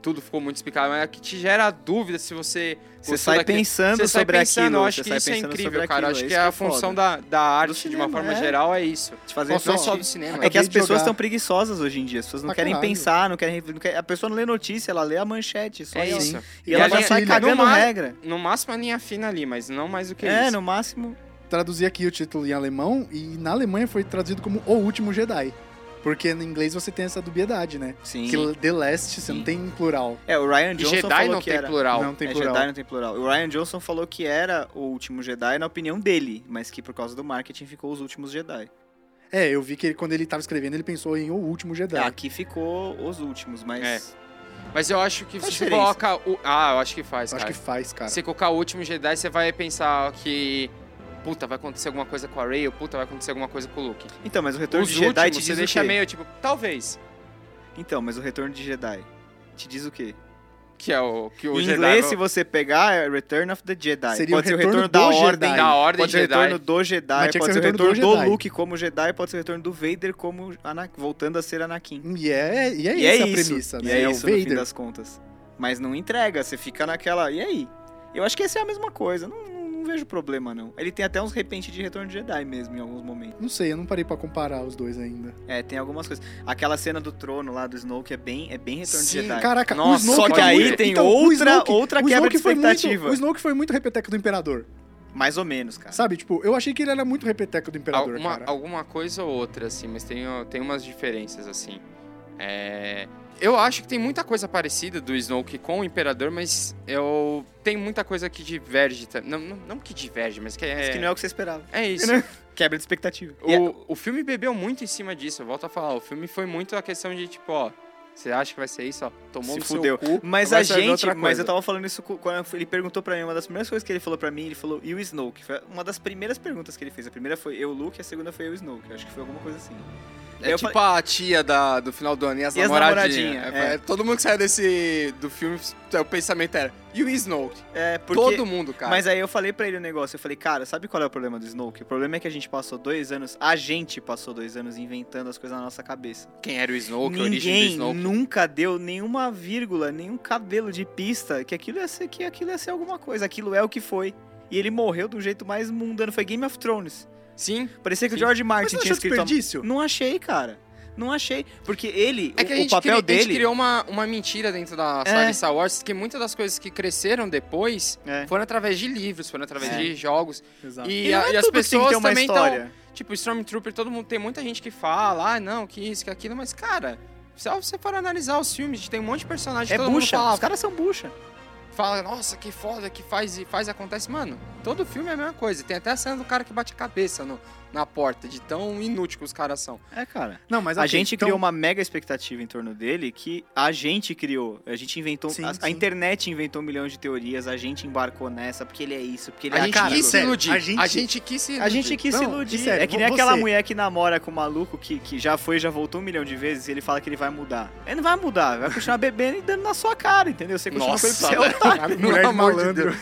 [SPEAKER 2] tudo ficou muito explicado, mas é que te gera dúvida se você.
[SPEAKER 3] Você
[SPEAKER 2] gostou
[SPEAKER 3] sai
[SPEAKER 2] daquilo.
[SPEAKER 3] pensando
[SPEAKER 2] Você sai
[SPEAKER 3] sobre
[SPEAKER 2] pensando,
[SPEAKER 3] aquilo.
[SPEAKER 2] eu acho
[SPEAKER 3] você
[SPEAKER 2] que
[SPEAKER 3] sai
[SPEAKER 2] isso é
[SPEAKER 3] pensando
[SPEAKER 2] incrível,
[SPEAKER 3] sobre
[SPEAKER 2] cara. eu
[SPEAKER 3] aquilo,
[SPEAKER 2] acho
[SPEAKER 3] é
[SPEAKER 2] que
[SPEAKER 3] isso
[SPEAKER 2] a
[SPEAKER 3] é foda.
[SPEAKER 2] função da, da arte, de uma
[SPEAKER 3] cinema,
[SPEAKER 2] forma
[SPEAKER 3] é.
[SPEAKER 2] geral, é isso.
[SPEAKER 3] De fazer
[SPEAKER 2] Não só,
[SPEAKER 3] refletir.
[SPEAKER 2] só do cinema.
[SPEAKER 3] É que as
[SPEAKER 1] Acabei de
[SPEAKER 3] pessoas
[SPEAKER 1] jogar.
[SPEAKER 3] estão preguiçosas hoje em dia. As pessoas não
[SPEAKER 1] Pra
[SPEAKER 3] querem
[SPEAKER 1] caralho.
[SPEAKER 3] pensar, não querem, não quer- A pessoa não lê notícia, ela lê a manchete só.
[SPEAKER 2] É
[SPEAKER 3] e ela-
[SPEAKER 2] isso.
[SPEAKER 3] E ela
[SPEAKER 1] E
[SPEAKER 3] já
[SPEAKER 1] ali-
[SPEAKER 3] sai
[SPEAKER 1] no
[SPEAKER 3] cagando
[SPEAKER 2] mar-
[SPEAKER 3] regra.
[SPEAKER 2] No máximo a linha fina ali, mas não mais do que
[SPEAKER 3] é,
[SPEAKER 2] isso.
[SPEAKER 3] no máximo.
[SPEAKER 1] Traduzi aqui o título em alemão e na Alemanha foi traduzido como O Último Jedi. Porque no inglês você tem essa dubiedade, né?
[SPEAKER 3] Sim.
[SPEAKER 1] Que The Last você
[SPEAKER 3] Sim.
[SPEAKER 1] não tem em plural.
[SPEAKER 3] É, o Ryan
[SPEAKER 2] E
[SPEAKER 3] Johnson
[SPEAKER 2] Jedi
[SPEAKER 3] falou
[SPEAKER 2] não
[SPEAKER 3] que
[SPEAKER 2] tem
[SPEAKER 3] era...
[SPEAKER 2] plural.
[SPEAKER 1] Não tem
[SPEAKER 3] é,
[SPEAKER 1] plural.
[SPEAKER 3] Jedi não tem plural. O Ryan Johnson falou que era o último Jedi na opinião dele, mas que por causa do marketing ficou os últimos Jedi.
[SPEAKER 1] É, eu vi que ele- quando ele tava escrevendo, ele pensou em O Último Jedi.
[SPEAKER 3] É, Aqui ficou os últimos,
[SPEAKER 2] É.
[SPEAKER 3] mas
[SPEAKER 2] Mas eu acho que
[SPEAKER 3] Faz
[SPEAKER 2] se você
[SPEAKER 3] diferença.
[SPEAKER 2] coloca o. Ah, eu acho que faz,
[SPEAKER 1] Eu acho
[SPEAKER 2] cara.
[SPEAKER 1] que faz, cara.
[SPEAKER 2] Se colocar o último Jedi, você vai pensar que. Puta, vai acontecer alguma coisa com a Rey, ou puta, vai acontecer alguma coisa com o Luke.
[SPEAKER 3] Então, mas o retorno
[SPEAKER 2] Os
[SPEAKER 3] de Jedi
[SPEAKER 2] últimos,
[SPEAKER 3] te
[SPEAKER 2] você
[SPEAKER 3] diz
[SPEAKER 2] deixa
[SPEAKER 3] o quê?
[SPEAKER 2] meio tipo, talvez.
[SPEAKER 3] Então, mas o retorno de Jedi te diz o quê?
[SPEAKER 2] Que é o que o
[SPEAKER 3] em
[SPEAKER 2] Jedi.
[SPEAKER 3] inglês, se você pegar, é Return of the Jedi.
[SPEAKER 1] Seria
[SPEAKER 3] pode
[SPEAKER 1] o
[SPEAKER 3] ser o
[SPEAKER 1] retorno
[SPEAKER 3] retorno da
[SPEAKER 1] do
[SPEAKER 3] ordem.
[SPEAKER 1] Jedi.
[SPEAKER 2] Da ordem
[SPEAKER 3] pode ser o
[SPEAKER 2] Jedi.
[SPEAKER 3] retorno do Jedi,
[SPEAKER 1] Mas tinha que ser
[SPEAKER 3] pode ser o
[SPEAKER 1] o retorno
[SPEAKER 3] retorno
[SPEAKER 1] do
[SPEAKER 3] do,
[SPEAKER 1] Jedi.
[SPEAKER 3] Luke como Jedi, pode ser o retorno do Vader como Anakin, voltando a ser Anakin.
[SPEAKER 1] E é, e é essa
[SPEAKER 3] e é
[SPEAKER 1] a
[SPEAKER 3] isso.
[SPEAKER 1] premissa,
[SPEAKER 3] e
[SPEAKER 1] né?
[SPEAKER 3] é,
[SPEAKER 1] o
[SPEAKER 3] isso no fim
[SPEAKER 1] Vader.
[SPEAKER 3] das contas. Mas não entrega, você fica naquela. E aí? Eu acho que essa é a mesma coisa. Não, não- não vejo problema, não. Ele tem até uns repente de retorno de Jedi mesmo em alguns momentos.
[SPEAKER 1] Não sei, eu não parei pra comparar os dois ainda.
[SPEAKER 3] É, tem algumas coisas. Aquela cena do trono lá do Snoke é bem, é bem retorno
[SPEAKER 2] Sim,
[SPEAKER 3] de Jedi.
[SPEAKER 1] Caraca, o
[SPEAKER 2] Nossa,
[SPEAKER 1] Snoke
[SPEAKER 3] Só que
[SPEAKER 1] tá
[SPEAKER 3] aí
[SPEAKER 1] muito-
[SPEAKER 3] tem
[SPEAKER 1] então, o
[SPEAKER 3] outra,
[SPEAKER 1] Snoke-
[SPEAKER 3] outra
[SPEAKER 1] o
[SPEAKER 3] quebra de
[SPEAKER 1] Snoke foi muito-
[SPEAKER 3] expectativa. É.
[SPEAKER 1] o Snoke foi muito repeteco do Imperador.
[SPEAKER 3] Mais ou menos, cara.
[SPEAKER 1] Sabe, tipo, eu achei que ele era muito repeteco do Imperador,
[SPEAKER 2] alguma,
[SPEAKER 1] cara.
[SPEAKER 2] alguma coisa ou outra, assim, mas tem, tem umas diferenças, assim. É, Eu acho que tem muita coisa parecida do Snoke com o Imperador, mas eu tem muita coisa que diverge. ta- Não, não, não que diverge, mas que é.
[SPEAKER 3] Mas que não é o que você esperava.
[SPEAKER 2] é isso.
[SPEAKER 3] Quebra de expectativa. é-
[SPEAKER 2] O, o filme bebeu muito em cima disso, eu volto a falar. O filme foi muito a questão de, tipo, ó, você acha que vai ser isso? Ó, tomou
[SPEAKER 3] Se
[SPEAKER 2] no
[SPEAKER 3] fudeu.
[SPEAKER 2] seu cu.
[SPEAKER 3] Mas
[SPEAKER 2] agora
[SPEAKER 3] a
[SPEAKER 2] você vai ver
[SPEAKER 3] gente,
[SPEAKER 2] outra
[SPEAKER 3] mas
[SPEAKER 2] coisa.
[SPEAKER 3] eu tava falando isso co- quando ele perguntou pra mim, uma das primeiras coisas que ele falou pra mim, ele falou, e o Snoke? Foi uma das primeiras perguntas que ele fez. A primeira foi eu, Luke, a segunda foi eu, Snoke. Eu acho que foi alguma coisa assim.
[SPEAKER 2] É
[SPEAKER 3] Eu
[SPEAKER 2] tipo
[SPEAKER 3] falei-
[SPEAKER 2] a tia da- do final do ano e as
[SPEAKER 3] E as
[SPEAKER 2] namoradinhas.
[SPEAKER 3] namoradinha,
[SPEAKER 2] É,
[SPEAKER 3] é.
[SPEAKER 2] Todo mundo que saiu desse, do filme, é, o pensamento era, e o Snoke?
[SPEAKER 3] É, porque...
[SPEAKER 2] Todo mundo, cara.
[SPEAKER 3] Mas aí eu falei pra ele um negócio, eu falei, cara, sabe qual é o problema do Snoke? O problema é que a gente passou dois anos, a gente passou dois anos inventando as coisas na nossa cabeça.
[SPEAKER 2] Quem era o Snoke, a origem do
[SPEAKER 3] Ninguém
[SPEAKER 2] Snoke.
[SPEAKER 3] nunca deu nenhuma vírgula, nenhum cabelo de pista que aquilo ia ser que aquilo ia ser alguma coisa. Aquilo é o que foi. E ele morreu do jeito mais mundano. Foi Game of Thrones.
[SPEAKER 2] Sim.
[SPEAKER 3] Parecia que
[SPEAKER 2] Sim.
[SPEAKER 3] o George
[SPEAKER 1] Mas
[SPEAKER 3] Martin
[SPEAKER 1] você
[SPEAKER 3] tinha
[SPEAKER 1] achou
[SPEAKER 3] escrito. A...
[SPEAKER 1] desperdício?
[SPEAKER 3] Não achei, cara. Não achei. Porque ele,
[SPEAKER 2] É que
[SPEAKER 3] o,
[SPEAKER 2] a
[SPEAKER 3] o
[SPEAKER 2] gente,
[SPEAKER 3] papel
[SPEAKER 2] cri- a gente
[SPEAKER 3] dele.
[SPEAKER 2] criou uma, uma mentira dentro da
[SPEAKER 3] É.
[SPEAKER 2] saga Star Wars, que muitas das coisas que cresceram depois
[SPEAKER 3] É.
[SPEAKER 2] foram através de livros, foram através
[SPEAKER 3] É.
[SPEAKER 2] de jogos.
[SPEAKER 1] Exato.
[SPEAKER 2] E,
[SPEAKER 3] E não
[SPEAKER 2] a-
[SPEAKER 3] é
[SPEAKER 2] e as
[SPEAKER 3] tudo que tem que
[SPEAKER 2] pessoas
[SPEAKER 3] ter uma
[SPEAKER 2] também estão
[SPEAKER 3] história.
[SPEAKER 2] Tipo, Stormtrooper, todo mundo tem muita gente que fala, ah, não, que isso, que aquilo, mas, cara, se você for analisar os filmes, tem um monte de personagem
[SPEAKER 3] É
[SPEAKER 2] que todo
[SPEAKER 3] bucha.
[SPEAKER 2] mundo
[SPEAKER 3] Os
[SPEAKER 2] fala,
[SPEAKER 3] caras são bucha.
[SPEAKER 2] fala, nossa, que foda, que faz e faz e acontece. Mano, todo filme é a mesma coisa. Tem até a cena do cara que bate a cabeça no- na porta, de tão inútil que os caras são.
[SPEAKER 3] É, cara.
[SPEAKER 1] Não, mas
[SPEAKER 3] a
[SPEAKER 1] ok,
[SPEAKER 3] gente
[SPEAKER 1] então-
[SPEAKER 3] criou uma mega expectativa em torno dele que a gente criou. A gente inventou.
[SPEAKER 1] Sim,
[SPEAKER 3] a, a
[SPEAKER 1] sim.
[SPEAKER 3] internet inventou um milhão de teorias, a gente embarcou nessa, porque ele é isso, porque ele é
[SPEAKER 2] A gente
[SPEAKER 3] aquilo.
[SPEAKER 2] quis se
[SPEAKER 1] sério,
[SPEAKER 2] iludir.
[SPEAKER 1] a
[SPEAKER 2] A
[SPEAKER 1] gente-
[SPEAKER 2] gente, quis se iludir.
[SPEAKER 3] A gente quis se
[SPEAKER 1] Não,
[SPEAKER 3] iludir.
[SPEAKER 1] e sério,
[SPEAKER 3] é que nem
[SPEAKER 1] vo-
[SPEAKER 3] aquela
[SPEAKER 1] você-
[SPEAKER 3] mulher que namora com o maluco que, que já foi, já voltou um milhão de vezes e ele fala que ele vai mudar. Ele não vai mudar, vai continuar bebendo e dando na sua cara, entendeu? Você continua
[SPEAKER 2] Nossa,
[SPEAKER 3] com ele pra você é otário.
[SPEAKER 1] A
[SPEAKER 2] Pelo
[SPEAKER 1] mulher de
[SPEAKER 2] amor de
[SPEAKER 1] malandro.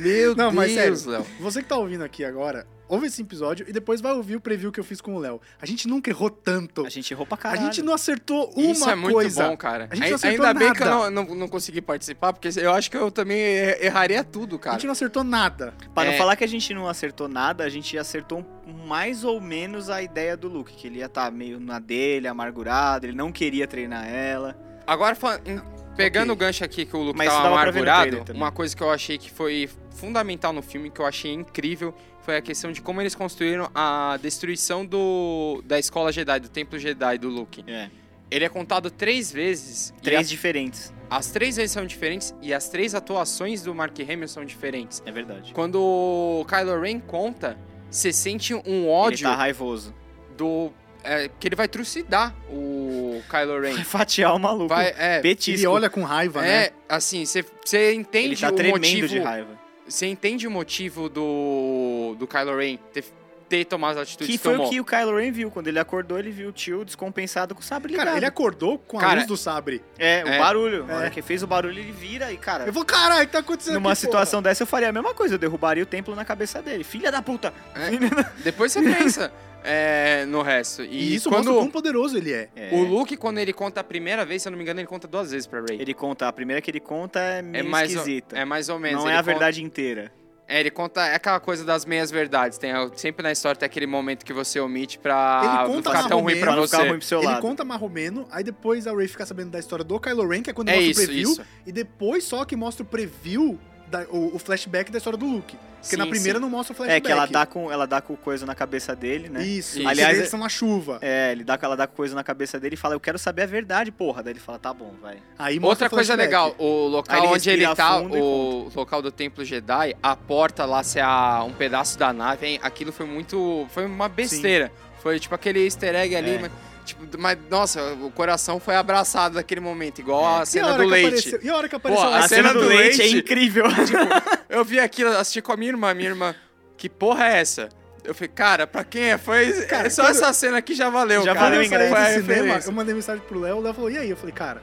[SPEAKER 2] Meu
[SPEAKER 1] Não,
[SPEAKER 2] Deus,
[SPEAKER 1] mas sério.
[SPEAKER 2] Léo.
[SPEAKER 1] Você que tá ouvindo aqui agora, ouve esse episódio e depois vai ouvir o preview que eu fiz com o Léo. A gente nunca errou tanto.
[SPEAKER 3] A gente errou pra
[SPEAKER 1] A
[SPEAKER 3] caralho.
[SPEAKER 1] gente não acertou uma
[SPEAKER 2] Isso é muito
[SPEAKER 1] coisa.
[SPEAKER 2] bom, cara.
[SPEAKER 1] A gente não
[SPEAKER 2] Ai-
[SPEAKER 1] acertou
[SPEAKER 2] Ainda bem
[SPEAKER 1] nada.
[SPEAKER 2] que eu não, não, não consegui participar, porque eu acho que eu também er- erraria tudo,
[SPEAKER 1] A
[SPEAKER 2] cara.
[SPEAKER 1] gente não acertou nada.
[SPEAKER 3] Pra
[SPEAKER 2] É.
[SPEAKER 3] não falar que a gente não acertou nada, a gente acertou mais ou menos a ideia do Luke, que ele ia estar meio na dele, amargurado, ele não queria treinar ela.
[SPEAKER 2] Agora, fa- em- pegando o gancho aqui que o Luke
[SPEAKER 3] Mas
[SPEAKER 2] tava
[SPEAKER 3] dava pra ver no
[SPEAKER 2] amargurado,
[SPEAKER 3] trailer também.
[SPEAKER 2] uma coisa que eu achei que foi fundamental no filme, que eu achei incrível, foi a questão de como eles construíram a destruição do, da escola Jedi, do templo Jedi do Luke.
[SPEAKER 3] É.
[SPEAKER 2] Ele é contado três vezes. e
[SPEAKER 3] Três
[SPEAKER 2] as-
[SPEAKER 3] diferentes.
[SPEAKER 2] as três vezes são diferentes e as três atuações do Mark Hamill são diferentes.
[SPEAKER 3] É verdade.
[SPEAKER 2] Quando o Kylo Ren conta, você sente um ódio
[SPEAKER 3] tá Ele tá raivoso.
[SPEAKER 2] do. é, que ele vai trucidar o Kylo Ren.
[SPEAKER 3] Fatiar o maluco.
[SPEAKER 2] Vai, é,
[SPEAKER 1] Ele
[SPEAKER 3] Petisco.
[SPEAKER 1] olha com raiva, né?
[SPEAKER 2] é, assim, você
[SPEAKER 3] Ele
[SPEAKER 2] entende
[SPEAKER 3] tá
[SPEAKER 2] o
[SPEAKER 3] tremendo
[SPEAKER 2] um motivo.
[SPEAKER 3] de raiva.
[SPEAKER 2] Você entende o motivo do, do Kylo Ren ter, ter tomado as atitudes
[SPEAKER 3] Que
[SPEAKER 2] que,
[SPEAKER 3] foi
[SPEAKER 2] tomou.
[SPEAKER 3] o que o Kylo Ren viu. Quando ele acordou, ele viu o tio descompensado com o sabre
[SPEAKER 1] Cara, ele
[SPEAKER 3] ligado.
[SPEAKER 1] acordou com a
[SPEAKER 2] Cara,
[SPEAKER 1] luz do sabre.
[SPEAKER 3] É, o
[SPEAKER 2] É.
[SPEAKER 3] barulho. Na
[SPEAKER 1] É.
[SPEAKER 3] hora que fez o barulho, ele vira e, cara...
[SPEAKER 1] Eu vou, caralho, o que tá acontecendo
[SPEAKER 3] Numa
[SPEAKER 1] aqui, porra?"
[SPEAKER 3] situação dessa, eu faria a mesma coisa. Eu derrubaria o templo na cabeça dele. Filha da puta!
[SPEAKER 2] É.
[SPEAKER 3] Filha da-
[SPEAKER 2] Depois você pensa é, no resto.
[SPEAKER 1] E
[SPEAKER 2] E,
[SPEAKER 1] isso
[SPEAKER 2] quando
[SPEAKER 1] mostra o quão poderoso ele é.
[SPEAKER 3] É.
[SPEAKER 2] o Luke, quando ele conta a primeira vez, se eu não me engano, ele conta duas vezes pra Ray.
[SPEAKER 3] Ele conta, a primeira que ele conta é meio
[SPEAKER 2] é mais ou-
[SPEAKER 3] esquisita.
[SPEAKER 2] é mais ou menos.
[SPEAKER 3] não é a
[SPEAKER 2] ele conta-
[SPEAKER 3] verdade inteira.
[SPEAKER 2] É, ele conta é aquela coisa das meias verdades. Tem a- sempre na história tem aquele momento que você omite pra
[SPEAKER 1] Ele
[SPEAKER 2] não
[SPEAKER 1] conta
[SPEAKER 2] ficar
[SPEAKER 1] na
[SPEAKER 2] tão ruim
[SPEAKER 1] Romênia,
[SPEAKER 2] pra
[SPEAKER 3] Pra não
[SPEAKER 2] você.
[SPEAKER 3] ficar ruim pro seu
[SPEAKER 1] ele
[SPEAKER 3] lado.
[SPEAKER 1] conta marromeno, aí depois a Ray fica sabendo da história do Kylo Ren, que é quando
[SPEAKER 2] É
[SPEAKER 1] mostra
[SPEAKER 2] isso,
[SPEAKER 1] o preview,
[SPEAKER 2] isso.
[SPEAKER 1] e depois só que mostra o preview, da- o, o flashback da história do Luke. Porque na
[SPEAKER 2] Sim,
[SPEAKER 1] primeira
[SPEAKER 2] sim.
[SPEAKER 1] não mostra o
[SPEAKER 3] É
[SPEAKER 1] flashback.
[SPEAKER 3] que ela dá, com, ela dá com coisa na cabeça dele, né?
[SPEAKER 1] Isso,
[SPEAKER 2] Isso.
[SPEAKER 1] aliás,
[SPEAKER 3] Aliás,
[SPEAKER 1] eles são na chuva.
[SPEAKER 3] É, ele dá, ela dá com coisa na cabeça dele e fala, eu quero saber a verdade, porra. Daí ele fala, tá bom, vai.
[SPEAKER 1] Aí mostra
[SPEAKER 2] Outra
[SPEAKER 1] o
[SPEAKER 2] coisa
[SPEAKER 1] flashback.
[SPEAKER 2] legal, o
[SPEAKER 3] Aí
[SPEAKER 2] local
[SPEAKER 3] ele
[SPEAKER 2] onde ele
[SPEAKER 3] respira
[SPEAKER 2] tá,
[SPEAKER 3] fundo e
[SPEAKER 2] o local do templo Jedi, a porta lá se é a- um pedaço da nave, hein? aquilo foi muito, foi uma besteira. Foi tipo aquele easter egg ali,
[SPEAKER 3] É.
[SPEAKER 2] mas, tipo, mas nossa, o coração foi abraçado naquele momento, igual a
[SPEAKER 1] E a
[SPEAKER 2] cena
[SPEAKER 1] hora
[SPEAKER 2] do
[SPEAKER 1] que
[SPEAKER 2] leite.
[SPEAKER 1] apareceu- E a hora que apareceu
[SPEAKER 2] Pô,
[SPEAKER 1] lá,
[SPEAKER 2] a cena do leite
[SPEAKER 3] é incrível.
[SPEAKER 2] Tipo, eu vi aquilo, assisti com a minha irmã, minha irmã, que porra é essa? Eu falei, cara, pra quem é? Foi
[SPEAKER 1] Cara,
[SPEAKER 2] é só
[SPEAKER 1] quando-
[SPEAKER 2] essa cena aqui já valeu,
[SPEAKER 3] Já
[SPEAKER 2] cara.
[SPEAKER 1] Quando
[SPEAKER 3] valeu
[SPEAKER 1] eu
[SPEAKER 3] o
[SPEAKER 2] Foi
[SPEAKER 1] saí
[SPEAKER 3] ingresso.
[SPEAKER 2] a
[SPEAKER 1] do cinema,
[SPEAKER 2] referência.
[SPEAKER 1] eu mandei mensagem pro Léo, o Léo falou, e aí? Eu falei, cara,